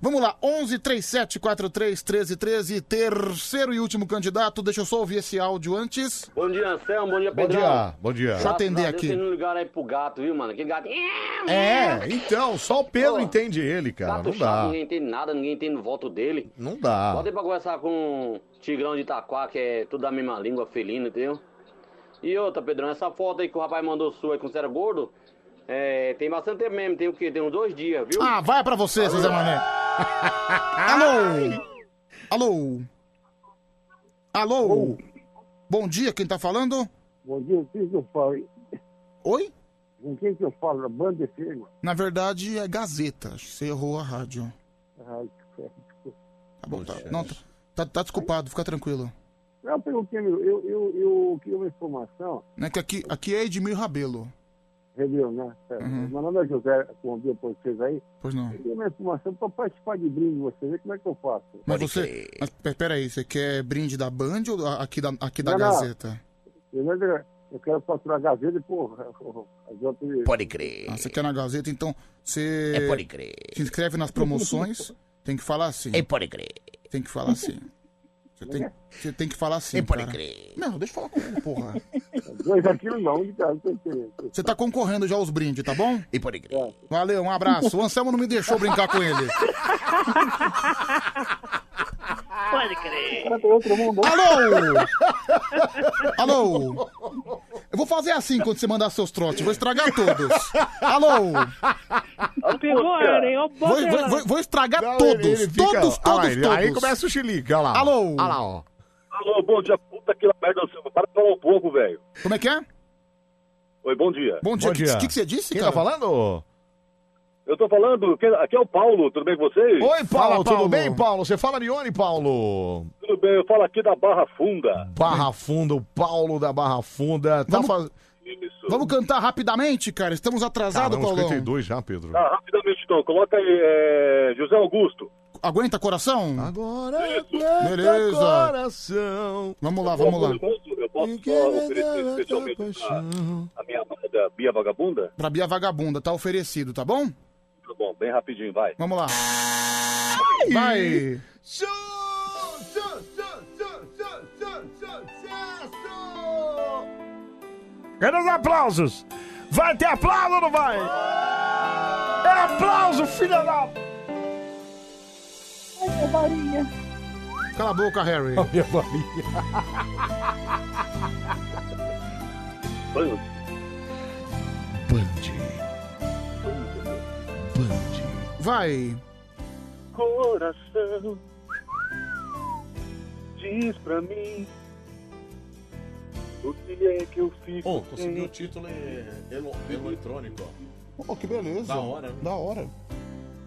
S2: Vamos lá, 11 37 43 13 13, terceiro e último candidato. Deixa eu só ouvir esse áudio antes.
S13: Bom dia, Anselmo. Bom dia,
S2: Bom
S13: Pedrão.
S2: dia, bom dia. Deixa eu atender
S13: Graças a Deus,
S2: aqui.
S13: Vocês não ligaram aí pro gato, viu, mano? Aquele gato...
S38: É, então, só o Pedro entende ele, cara.
S13: Gato
S38: Não
S13: chato,
S38: dá. Ah.
S13: ninguém entende nada, ninguém entende o voto dele.
S38: Não dá.
S2: Um
S13: Bota aí pra conversar com o Tigrão de Itaquá, que é tudo da mesma língua, felino, entendeu? E outra, Pedrão, essa foto aí que o rapaz mandou sua aí com o Cero Gordo, é, tem bastante tempo mesmo, tem o quê? Tem uns dois dias, viu?
S2: Ah, vai pra você, seu Zé Mané. Alô? Alô? Alô? Bom dia, quem tá falando?
S3: Bom dia, o que que eu falo?
S2: Oi?
S3: Com quem que eu falo? Na banda é FM?
S2: Na verdade, é Gazeta. Acho que Você errou a rádio.
S3: Ai, que ferro.
S2: Tá bom, tá. Não, tá, tá, tá desculpado, fica tranquilo.
S3: Não, pelo que eu, eu, eu, eu queria uma informação,
S2: Né, que aqui, aqui é Edmir Rabelo.
S3: Rebelo, né?
S2: Uhum.
S3: Meu nome é José, convido para vocês aí.
S2: Pois não.
S3: Eu queria uma informação para participar de brinde de vocês, aí como é que eu faço?
S2: Mas você. Mas, pe- peraí, você quer brinde da Band ou da- aqui da, aqui da
S3: Não, não.
S2: Gazeta?
S3: Eu, não- eu quero faturar a Gazeta e, porra, as outras...
S2: Pode crer. Ah, você quer na Gazeta, então você.
S3: É, pode
S2: crer. Se inscreve nas promoções, tem que falar assim.
S3: É,
S2: pode crer. Tem que falar assim. Você tem, você tem que falar assim. É, pode crer. Não, deixa eu falar com ele, porra.
S3: Dois aquilo não, então, de casa, sem querer.
S2: Você tá concorrendo já aos brindes, tá bom? E pode crer. Valeu, um abraço. O Anselmo não me deixou brincar com ele.
S36: Pode crer.
S2: Alô! Alô! Eu vou fazer assim quando você mandar seus trotes, vou estragar todos. Alô!
S5: pegou, Eren? Ó, bota
S2: Vou, vou-
S5: ela.
S2: vou- vou estragar
S1: Não,
S2: todos,
S1: ele- ele fica-
S2: todos,
S1: Ah, lá,
S2: todos,
S1: ele-
S2: todos.
S1: aí começa o xilique, olha lá.
S2: Alô?
S1: Olha lá, ó.
S3: Alô, bom dia, puta que lá merda, Silva. Para de falar um pouco, velho.
S2: Como é que é?
S3: Oi, bom dia.
S2: Bom dia. O que, que você disse,
S3: Quem
S2: cara?
S3: tá falando? Eu tô falando, que- aqui é o Paulo, tudo bem com vocês?
S1: Oi, Paulo, tudo bem, Paulo? Você fala de onde, Paulo?
S3: Tudo bem, eu falo aqui da Barra Funda.
S1: Barra Funda, o Paulo da Barra Funda. Tá fazendo.
S2: Vamos cantar rapidamente, cara. Estamos atrasados,
S1: Caramba,
S2: Paulão.
S1: 52 já, Pedro.
S3: Ah, rapidamente então, coloca aí, é, José Augusto.
S2: Aguenta, coração?
S1: Agora
S2: é Beleza.
S1: coração.
S2: Vamos lá, vamos lá.
S3: Eu posso, eu posso só oferecer especialmente a, a minha amada Bia Vagabunda?
S2: Pra Bia Vagabunda, tá oferecido, tá bom?
S3: Tá bom, bem rapidinho, vai.
S2: Vamos lá. Vai.
S1: Cadê os aplausos? Vai ter aplauso ou não vai? É aplauso, filha da...
S2: Cala a boca, Harry.
S1: minha varinha.
S3: Band.
S2: Vai.
S16: Coração, diz pra mim o que é que eu fico.
S9: Pô, conseguiu o título
S2: é,
S9: em elo-
S2: um
S9: eletrônico, ó.
S2: Pô, que beleza.
S9: Da hora. né?
S2: Da hora.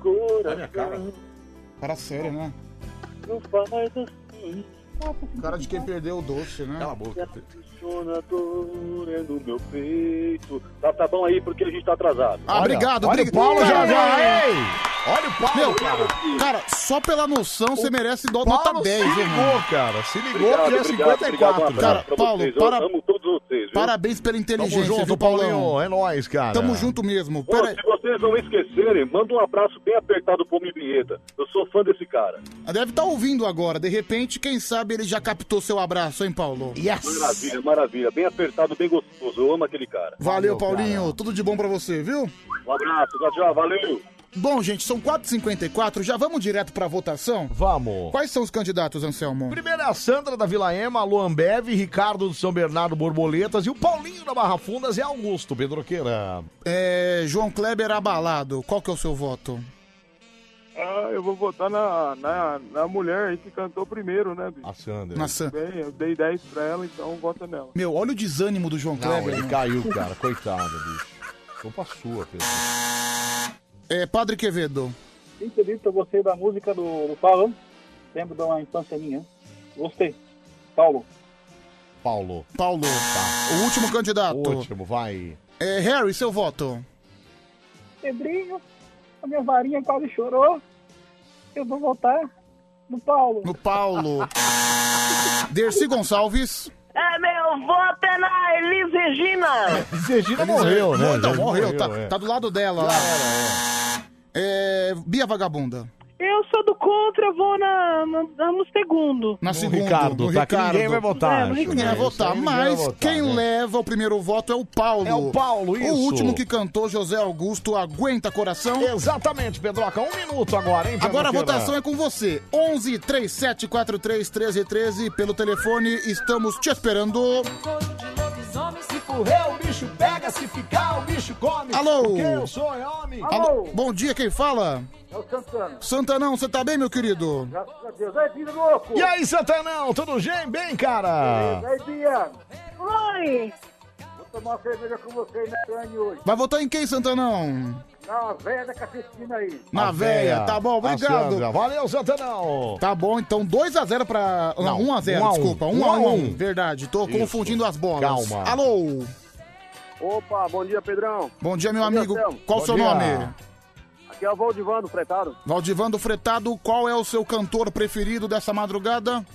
S9: Olha a minha cara.
S2: Cara sério, né?
S16: Não faz assim.
S2: Cara de quem perdeu o doce, né? Cala a
S9: boca.
S3: Funciona a dor é no meu peito. Tá, tá bom aí, porque a gente tá atrasado.
S2: Ah, obrigado,
S1: olha
S2: obrigado.
S1: o Paulo já, já,
S2: Cara,
S1: ei! Olha o Paulo,
S2: Meu,
S1: cara.
S2: cara, só pela noção você merece dó
S1: Paulo
S2: nota 10,
S1: se
S2: hein,
S1: ligou,
S2: mano?
S1: cara. Se ligou
S3: Obrigado,
S1: que é
S3: obrigado,
S1: 54.
S3: obrigado, um
S1: cara,
S3: abraço pra
S2: Paulo,
S3: vocês.
S2: para-
S3: Eu amo todos vocês, viu?
S2: Parabéns pela inteligência,
S1: junto,
S2: viu, Paulão?
S1: Paulinho, é nóis, cara.
S2: Tamo junto mesmo.
S3: Pô,
S2: Pera aí.
S3: se vocês não esquecerem, manda um abraço bem apertado pro Mibieta. Eu sou fã desse cara.
S2: Deve estar ouvindo agora. De repente, quem sabe ele já captou seu abraço, hein, Paulo?
S3: Maravilha, maravilha. Bem apertado, bem gostoso. Eu amo aquele cara.
S2: Valeu, Paulinho. Tudo de bom pra você, viu?
S3: Um abraço, tchau, tchau. Valeu.
S2: Bom, gente, são 4h54. Já vamos direto pra votação?
S1: Vamos.
S2: Quais são os candidatos, Anselmo?
S1: Primeira é a Sandra da Vila Ema, a Luan Beve, Ricardo do São Bernardo Borboletas e o Paulinho da Barra Fundas e Augusto Pedroqueira.
S2: É, João Kleber abalado. Qual que é o seu voto?
S17: Ah, eu vou votar na, na, na mulher aí que cantou primeiro, né, bicho?
S1: A Sandra.
S2: Na San-
S17: Bem, eu dei 10 pra ela, então vota nela.
S2: Meu, olha o desânimo do João
S1: Não,
S2: Kleber.
S1: ele
S2: né?
S1: caiu, cara. Coitado, bicho. Culpa sua, Pedro.
S2: É, Padre Quevedo.
S8: Sincerito, eu gostei da música do, do Paulo. Lembro da infância minha. Gostei. Paulo.
S1: Paulo. Tá.
S2: Paulo. O último candidato.
S1: Último, vai.
S2: É, Harry, seu voto.
S5: Pedrinho, a minha varinha quase chorou. Eu vou voltar no Paulo.
S2: No Paulo. Dercy Gonçalves.
S5: É, meu voto é na Elis Regina.
S1: Regina
S2: morreu,
S1: né?
S2: Então,
S1: Já
S2: morreu.
S1: morreu,
S2: tá,
S1: é.
S2: tá do lado dela. lá. É, Bia Vagabunda.
S5: Eu sou do contra, eu vou na, na, na- no segundo.
S2: Na
S1: No
S2: segunda,
S1: Ricardo,
S2: no
S1: tá? Que ninguém vai votar,
S2: É,
S1: acho,
S2: ninguém
S1: né?
S2: vai
S1: Isso
S2: votar,
S1: aí ninguém
S2: mas
S1: vai votar,
S2: quem
S1: né?
S2: leva o primeiro voto é o Paulo.
S1: É o Paulo, isso.
S2: O último que cantou, José Augusto, aguenta coração.
S1: Exatamente, Pedroca. Um minuto agora, hein,
S2: Agora a
S1: Pedroqueira?
S2: votação é com você. 11 37 43 13 13 pelo telefone. Estamos te esperando.
S4: Se correr, o bicho pega, se ficar, o bicho come.
S2: Alô?
S4: Porque eu sou homem.
S2: Alô, Bom dia, quem fala?
S4: É o Santana.
S2: Santanão, você tá bem, meu querido?
S4: Graças a Deus. Ai, filho louco.
S1: E aí, Santanão, tudo bem, bem, cara?
S4: Beleza, aí, Bia. Oi. Vou tomar uma cerveja com vocês na Cane hoje.
S2: Vai votar em quem, Santanão?
S4: Na velha da cafetina aí.
S2: Na véia, tá bom,
S1: A
S2: obrigado.
S1: Sandra. Valeu, Santanão.
S2: Tá bom, então 2x0 pra. Não,
S1: Não,
S2: 1x0,
S1: um a um.
S2: desculpa.
S1: Um a
S2: 1x1.
S1: um.
S2: Verdade, tô
S1: Isso.
S2: confundindo as bolas.
S1: Calma.
S2: Alô,
S16: Opa, bom dia, Pedrão.
S2: bom dia, meu
S16: Bom dia,
S2: amigo.
S16: Anselmo.
S2: Qual o
S16: Bom
S2: seu
S16: dia.
S2: nome?
S16: Aqui é o Valdivan do Fretado.
S2: Valdivando Fretado, qual é o seu cantor preferido dessa madrugada?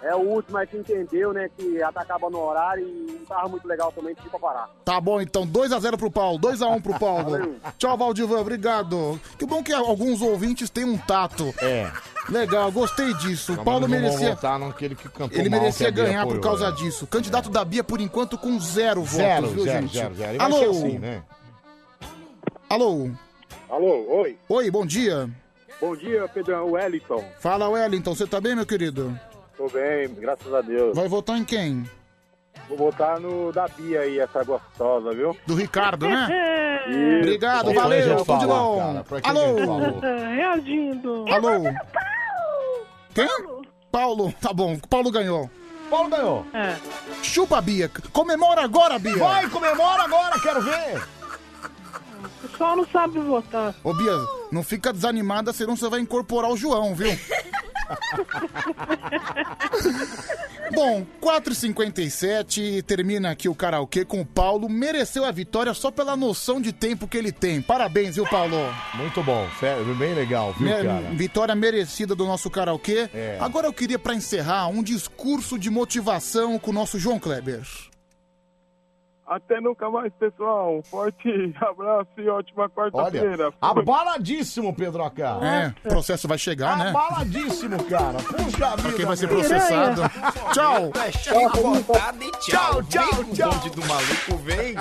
S16: É o último aí que entendeu, né, que já tá acabando o horário e não tava muito legal também, pedi pra parar.
S2: Tá bom, então 2x0 pro Paulo, 2x1 pro Paulo.
S16: Valeu.
S2: Tchau, Valdivan, obrigado. Que bom que alguns ouvintes têm um tato.
S1: É.
S2: Legal, gostei disso. O Paulo
S18: mas não vão
S2: merecia.
S18: votar naquele que cantou
S2: Ele
S18: mal,
S2: merecia
S18: que a Bia
S2: ganhar por
S18: apoiou,
S2: causa
S18: é.
S2: disso. Candidato da Bia, por enquanto, com né? zero,
S18: Zero,
S2: votos, viu,
S18: zero,
S2: gente?
S18: zero, zero. E vai
S2: Alô?
S18: ser assim, né?
S2: Alô?
S16: Alô, oi.
S2: Oi, bom dia.
S16: Bom dia, Pedrão. Wellington.
S2: Fala, Wellington, você tá bem, meu querido?
S16: Tô bem, graças a Deus.
S2: Vai votar em quem?
S16: Vou botar no da Bia aí, essa gostosa, viu?
S2: Do Ricardo, né? Obrigado,
S4: Por aqui a
S2: valeu,
S4: gente
S2: tudo de
S4: fala,
S2: bom.
S4: cara, por aqui a gente
S2: Alô.
S4: fala.
S5: Reagindo.
S2: Alô. Quem? Paulo, tá bom. Paulo ganhou.
S1: Paulo ganhou.
S2: É. Chupa, Bia. Comemora agora, Bia.
S1: Vai, comemora agora, quero ver.
S2: O pessoal não sabe votar. Ô, Bia, não fica desanimada, senão você vai incorporar o João, viu? Bom, 4h57, termina aqui o karaokê com o Paulo. Mereceu a vitória só pela noção de tempo que ele tem. Parabéns, viu, Paulo?
S39: Muito bom, sério, bem legal, viu,
S1: Né?
S2: Me-
S39: cara?
S2: Vitória merecida do nosso karaokê.
S39: É.
S2: Agora eu queria, pra encerrar, um discurso de motivação com o nosso João Kleber.
S40: Até nunca mais, pessoal. Um forte abraço e ótima quarta-feira.
S39: Olha, abaladíssimo, Pedroca.
S1: Ah.
S2: É, o processo vai chegar, né?
S39: Abaladíssimo, cara. Puxa vida.
S2: Porque vai ser
S39: meu.
S2: processado. Tchau.
S4: Tchau, tchau, tchau.
S1: O bonde do maluco vem.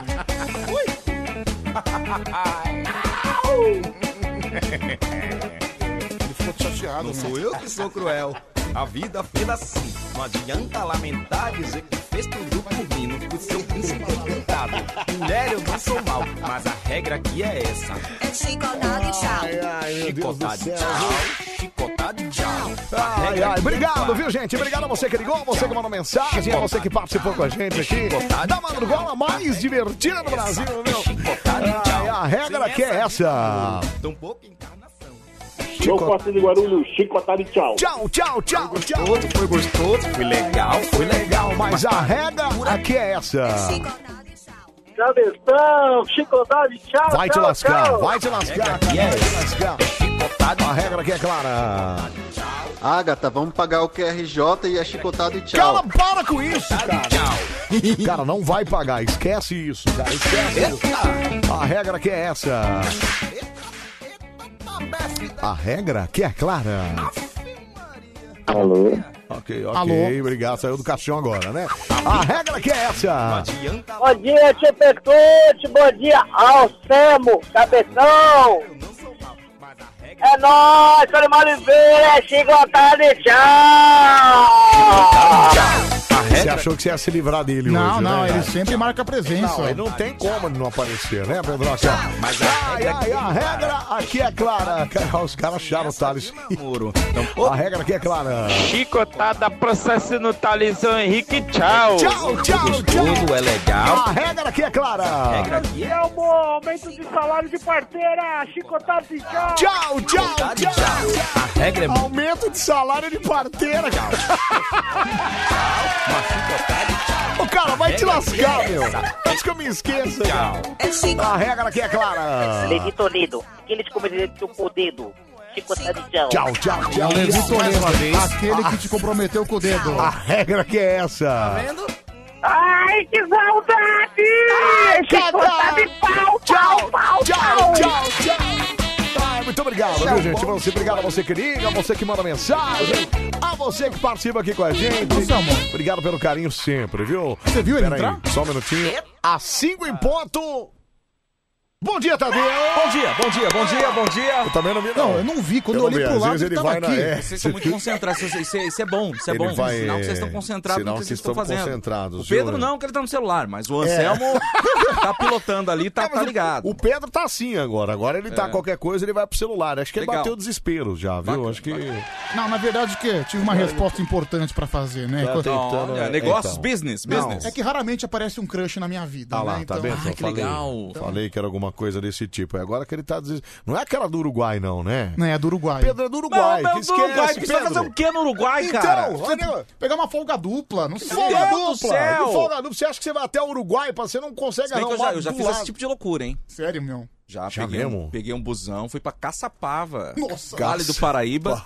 S2: Ele ficou chateado. assim.
S6: Não sou eu que sou cruel. A vida fez assim. Não adianta lamentar, dizer que fez tudo por mim. Não fui seu príncipe encantado. Mulher, eu não sou mal. Mas a regra aqui é essa.
S4: É chicotada e tchau.
S6: Chicotada
S4: do céu,
S6: tchau. Chicotada tchau. A
S1: Ai,
S6: regra
S1: ai,
S6: aqui é
S1: obrigado,
S6: pá.
S1: viu, gente? Obrigado a você que ligou, você que mandou mensagem, a você que participou com a gente aqui. Da madrugada mais divertida do Brasil, meu. Ai, a regra que é essa.
S41: Chico... Meu parceiro de Guarulhos, Chico Atari, tchau.
S1: Tchau, tchau, tchau, tchau.
S6: Foi gostoso, foi legal, foi legal. tá
S1: Mas a regra aqui é essa.
S4: Cabeção, chicotada e tchau.
S1: Vai te
S4: tchau,
S1: lascar,
S4: tchau. É,
S1: vai te lascar, cara,
S6: é
S1: vai te lascar. A regra aqui é clara.
S42: Agatha, vamos pagar o QRJ e a chicotada e tchau.
S1: Cala, para com isso, cara. Cara, não vai pagar, esquece isso, cara, esquece isso. A regra aqui é essa. A regra aqui é clara.
S43: Alô?
S1: Ok, ok,
S42: Alô?
S1: obrigado. Saiu do caixão agora, né? A regra que é essa.
S43: Bom dia, Tia Pescote. Bom dia, Alcemo, Cabeção. É nóis, Sônia Oliveira, chicotada e tchau.
S1: Você achou que você ia se livrar dele
S2: Não,
S1: hoje,
S2: não,
S1: né?
S2: ele sempre marca presença.
S1: Não, ele não tem como ele não aparecer, né, Pedroca? Ai, ai, a regra é aqui é clara. Cara, os caras acharam o Thales. A regra aqui é clara.
S19: Chicotada, processo no Talisão Henrique, tchau.
S1: Tchau, tchau, tchau.
S6: é legal.
S1: A regra aqui é clara.
S4: É o momento de salário de parteira, chicotada e tchau.
S1: Tchau, tchau, tchau.
S6: A regra é
S1: Aumento de salário de parteira, cara. Ô, cara, vai te lascar, meu. Antes que eu me esqueça. cara. A regra aqui é clara.
S44: Levi Toledo, aquele de comer do teu dedo. tipo Chicotada e tchau.
S1: Tchau, tchau,
S2: É
S1: tchau.
S2: o Levi
S1: Isso, mais uma
S2: Toledo,
S1: vez.
S2: aquele que te comprometeu com o dedo.
S1: A regra que é essa.
S4: Ai, que saudade! Chicotada e pau, pau, pau,
S1: Tchau,
S4: pau.
S1: tchau, tchau. Ai, muito obrigado,
S2: é um
S1: viu, gente? Você, obrigado a você que liga, a você que manda mensagem, a você que participa aqui com a gente.
S2: é um
S1: Obrigado pelo carinho sempre, viu? Você viu ele entrar? Só um minutinho. Às 5 em ponto. Bom dia, Tadeu! Bom dia, bom dia, bom dia, bom dia. Eu também não vi, não.
S2: eu não vi. Quando eu,
S1: Eu não
S2: olhei
S1: vi,
S2: pro
S1: às
S2: lado,
S1: vezes
S2: ele,
S1: ele
S2: tava
S1: vai na-
S2: aqui.
S1: é.
S6: Vocês são muito concentrados. Isso, isso é- isso é bom, isso é
S1: Ele
S6: bom.
S1: vai-
S6: Sinal que vocês estão concentrados
S1: sinal
S6: no que
S1: que
S6: vocês estão
S1: estamos
S6: fazendo.
S1: concentrados,
S6: o Pedro
S1: viu?
S6: não, que ele tá no celular, mas o
S1: É.
S6: Anselmo tá pilotando ali, tá, tá ligado.
S1: O Pedro tá assim agora. Agora ele tá
S6: É.
S1: qualquer coisa, ele vai pro celular. Acho que ele
S6: Legal.
S1: bateu o desespero já, viu? Acho que.
S2: Não, na verdade que eu tive uma resposta importante pra fazer, né?
S1: Tá tentando,
S6: Olha,
S1: é,
S6: negócios,
S1: então.
S6: business,
S2: Não,
S6: business.
S2: É que raramente aparece um crush na minha vida,
S1: Tá
S2: né?
S1: lá, tá
S2: Então-
S1: vendo? Só falei, Falei que era alguma coisa desse tipo. É agora que ele tá dizendo. Não é aquela do Uruguai, não, né?
S2: Não, é do Uruguai.
S1: Pedro é do Uruguai.
S2: Não, não,
S1: esquece,
S2: do Uruguai, que você vai
S1: Pedro.
S2: fazer o quê no Uruguai,
S1: então,
S2: cara?
S1: olha,
S2: Pegar uma folga dupla, não sei.
S1: folga
S2: Deus do
S1: dupla.
S2: céu.
S1: que Folga dupla. Você acha que você vai até o Uruguai, pá? Você não consegue
S6: Se bem que eu
S1: arrumar
S6: já, eu já
S1: do
S6: fiz
S1: lado.
S6: esse tipo de loucura, hein?
S2: Sério, meu?
S6: Já,
S1: Já
S6: peguei, um,
S1: mesmo?
S6: peguei um busão, fui pra Caçapava.
S2: Nossa.
S6: Vale do Paraíba.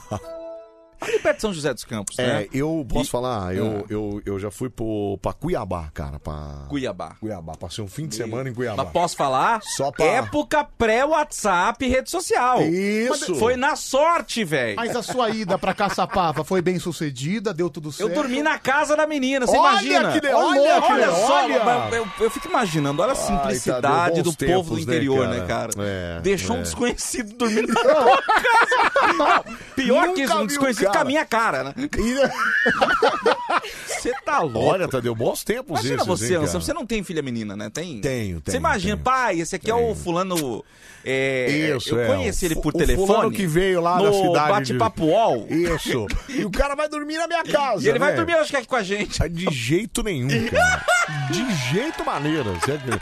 S6: Ali perto de São José dos Campos, né?
S1: É, eu posso falar, eu,
S6: Ah.
S1: eu, eu já fui pro, pra Cuiabá, cara. Pra...
S6: Cuiabá.
S1: Cuiabá, passei um fim de semana em Cuiabá.
S6: Mas posso falar?
S1: Só pra-
S6: Época pré-WhatsApp e rede social.
S1: Isso.
S6: Mas Foi na sorte, velho.
S2: Mas a sua ida pra Caçapava foi bem sucedida, deu tudo certo.
S6: Eu dormi na casa da menina, você
S2: Olha
S6: imagina?
S2: que de- olha que
S6: olha
S2: de-
S6: só,
S2: olha.
S6: mas Eu, eu fico imaginando, olha a
S1: Ai,
S6: simplicidade
S1: Tadeu,
S6: do
S1: bons
S6: povo do
S1: tempos,
S6: interior, né, cara?
S1: É,
S6: Deixou
S1: é.
S6: um desconhecido dormindo na tua casa. Pior que
S1: nunca
S6: isso,
S1: vi
S6: um
S1: um
S6: desconhecido com a
S1: cara.
S6: minha cara, né? Você tá louco.
S1: Olha, Tadeu, bons tempos
S6: Imagina
S1: esses,
S6: você,
S1: hein,
S6: Anselmo,
S1: cara?
S6: você não tem filha menina, né? Tem?
S1: Tenho,
S6: Você
S1: tenho,
S6: imagina, pai, esse aqui é o fulano... É,
S1: Isso,
S6: eu
S1: é,
S6: conheci
S1: o
S6: ele
S1: fu-
S6: por
S1: o
S6: telefone.
S1: fulano que veio lá
S6: no
S1: da cidade
S6: bate-papo
S1: de-
S6: UOL.
S1: Isso. E o cara vai dormir na minha casa,
S6: E ele vai
S1: né?
S6: dormir, acho que aqui com a gente.
S1: De jeito nenhum, cara. De jeito maneiro. é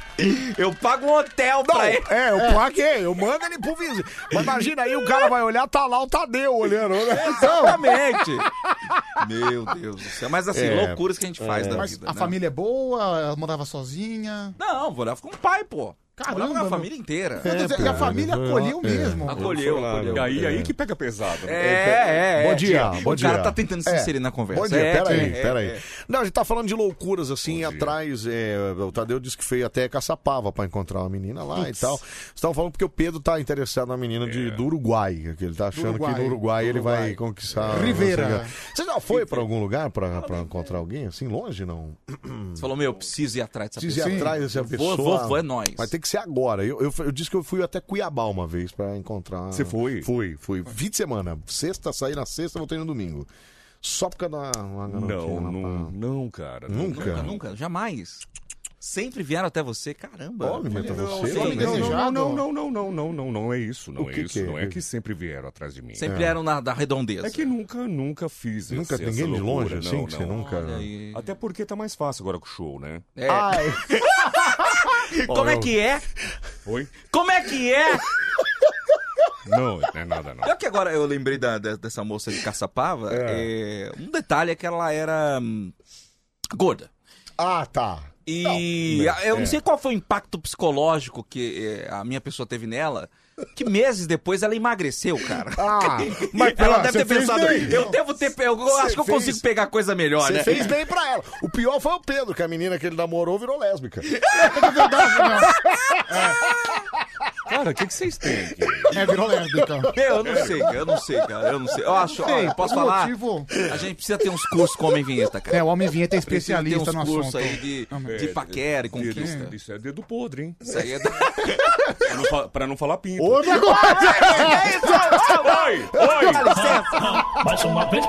S6: Eu pago um hotel
S1: não,
S6: pra ele.
S1: É, eu paguei, eu mando ele pro vizinho. Mas imagina aí, o cara vai olhar, tá lá o Tadeu olhando. né?
S6: Exatamente. Meu Deus do céu. Mas assim,
S1: É,
S6: loucuras que a gente faz da
S2: Mas
S6: vida,
S2: a
S6: né?
S2: família é boa, ela morava sozinha.
S6: Não, morava com o pai, pô.
S2: Caramba,
S6: Morava com a
S2: meu.
S6: família inteira.
S2: Meu Deus,
S1: É,
S2: e a família acolheu mesmo.
S6: Acolheu, acolheu.
S12: E aí, aí que pega pesado. né?
S6: É, é,
S1: Bom
S6: é.
S1: dia,
S6: O
S1: bom dia.
S6: cara tá tentando se
S1: É.
S6: inserir na conversa.
S1: Bom dia,
S6: É,
S1: peraí,
S6: é,
S1: peraí.
S6: é.
S1: Não, a gente tá falando de loucuras assim, atrás. é, o Tadeu disse que foi até Caçapava pra encontrar uma menina lá e
S18: Putz.
S1: tal. Vocês estavam falando porque o Pedro tá interessado na menina
S6: É.
S1: de, do Uruguai, que ele tá achando
S18: Uruguai.
S1: que no Uruguai, ele vai conquistar.
S18: Rivera.
S1: não sei o quê. Você já foi pra algum lugar pra, pra
S6: é.
S1: encontrar alguém? Assim, longe não?
S6: Você falou, meu, eu preciso ir atrás
S12: Tá
S6: dessa
S1: Precisa
S6: pessoa.
S1: ir atrás dessa pessoa.
S6: Vou, vou, vou, é nóis.
S1: Mas tem que ser agora. Eu, eu, eu disse que eu fui até Cuiabá uma vez pra encontrar.
S6: Você foi?
S1: Fui, fui. Fim de semana. Sexta, saí na sexta, voltei no domingo. Só por causa da. Uma
S12: Não,
S1: garotinha lá
S12: não, não, cara.
S1: Nunca?
S6: Nunca, nunca, jamais. Sempre vieram até você, caramba.
S12: Olha,
S6: Olha,
S12: não,
S6: você
S12: não,
S6: é
S12: não, não,
S6: indesejado.
S12: não, não, não, não, não, não é isso, não
S6: O
S12: é
S6: que
S12: isso,
S6: que é?
S12: não é que sempre vieram atrás de mim.
S6: Sempre
S12: É.
S6: eram na, da redondeza.
S12: É que nunca, nunca fiz isso.
S1: Ah. Nunca?
S12: essa
S1: Ninguém de
S12: loucura,
S1: longe, assim,
S12: não,
S1: que você
S12: não.
S1: nunca- Olha
S12: Até porque tá mais fácil agora com o show, né?
S6: É. Como é que é?
S12: Oi?
S6: Como é que é?
S12: Não, não é nada, não.
S6: Pior que agora eu lembrei da- da- dessa moça de Caçapava. é, um detalhe é que ela era hum, gorda.
S1: Ah, tá.
S6: E
S1: Não,
S6: a- eu
S1: é.
S6: não sei qual foi o impacto psicológico que é, a minha pessoa teve nela. Que meses depois ela emagreceu, cara.
S1: Ah,
S6: mas
S1: mas,
S6: ela
S1: ah,
S6: deve
S1: você
S6: ter
S1: fez
S6: pensado.
S1: bem.
S6: Eu devo ter. Eu
S1: Você
S6: acho que eu
S1: fez-
S6: consigo pegar coisa melhor,
S1: Você
S6: né?
S1: fez bem pra ela. O pior foi o Pedro, que a menina que ele namorou virou lésbica.
S2: É
S12: Cara, o que, que vocês têm aqui?
S2: É, virou lésbica.
S6: Meu, eu não sei, cara, eu não sei, cara. Eu não sei. Eu acho,
S2: Sei,
S6: olha, eu posso
S2: por
S6: falar.
S2: motivo-
S6: A gente precisa ter uns cursos com homem vinheta, cara.
S2: É, o Homem Vinheta é
S6: Precisa ter
S2: especialista
S6: uns
S2: no
S6: cursos
S2: assunto.
S6: aí de, de paquera e conquista.
S12: Isso é dedo podre, hein?
S6: Isso aí é da...
S12: Pra não, fa- pra não falar pinto.
S1: Outra
S6: coisa! É isso,
S12: Oi, oi!
S6: Dá licença.
S12: Mais uma vez.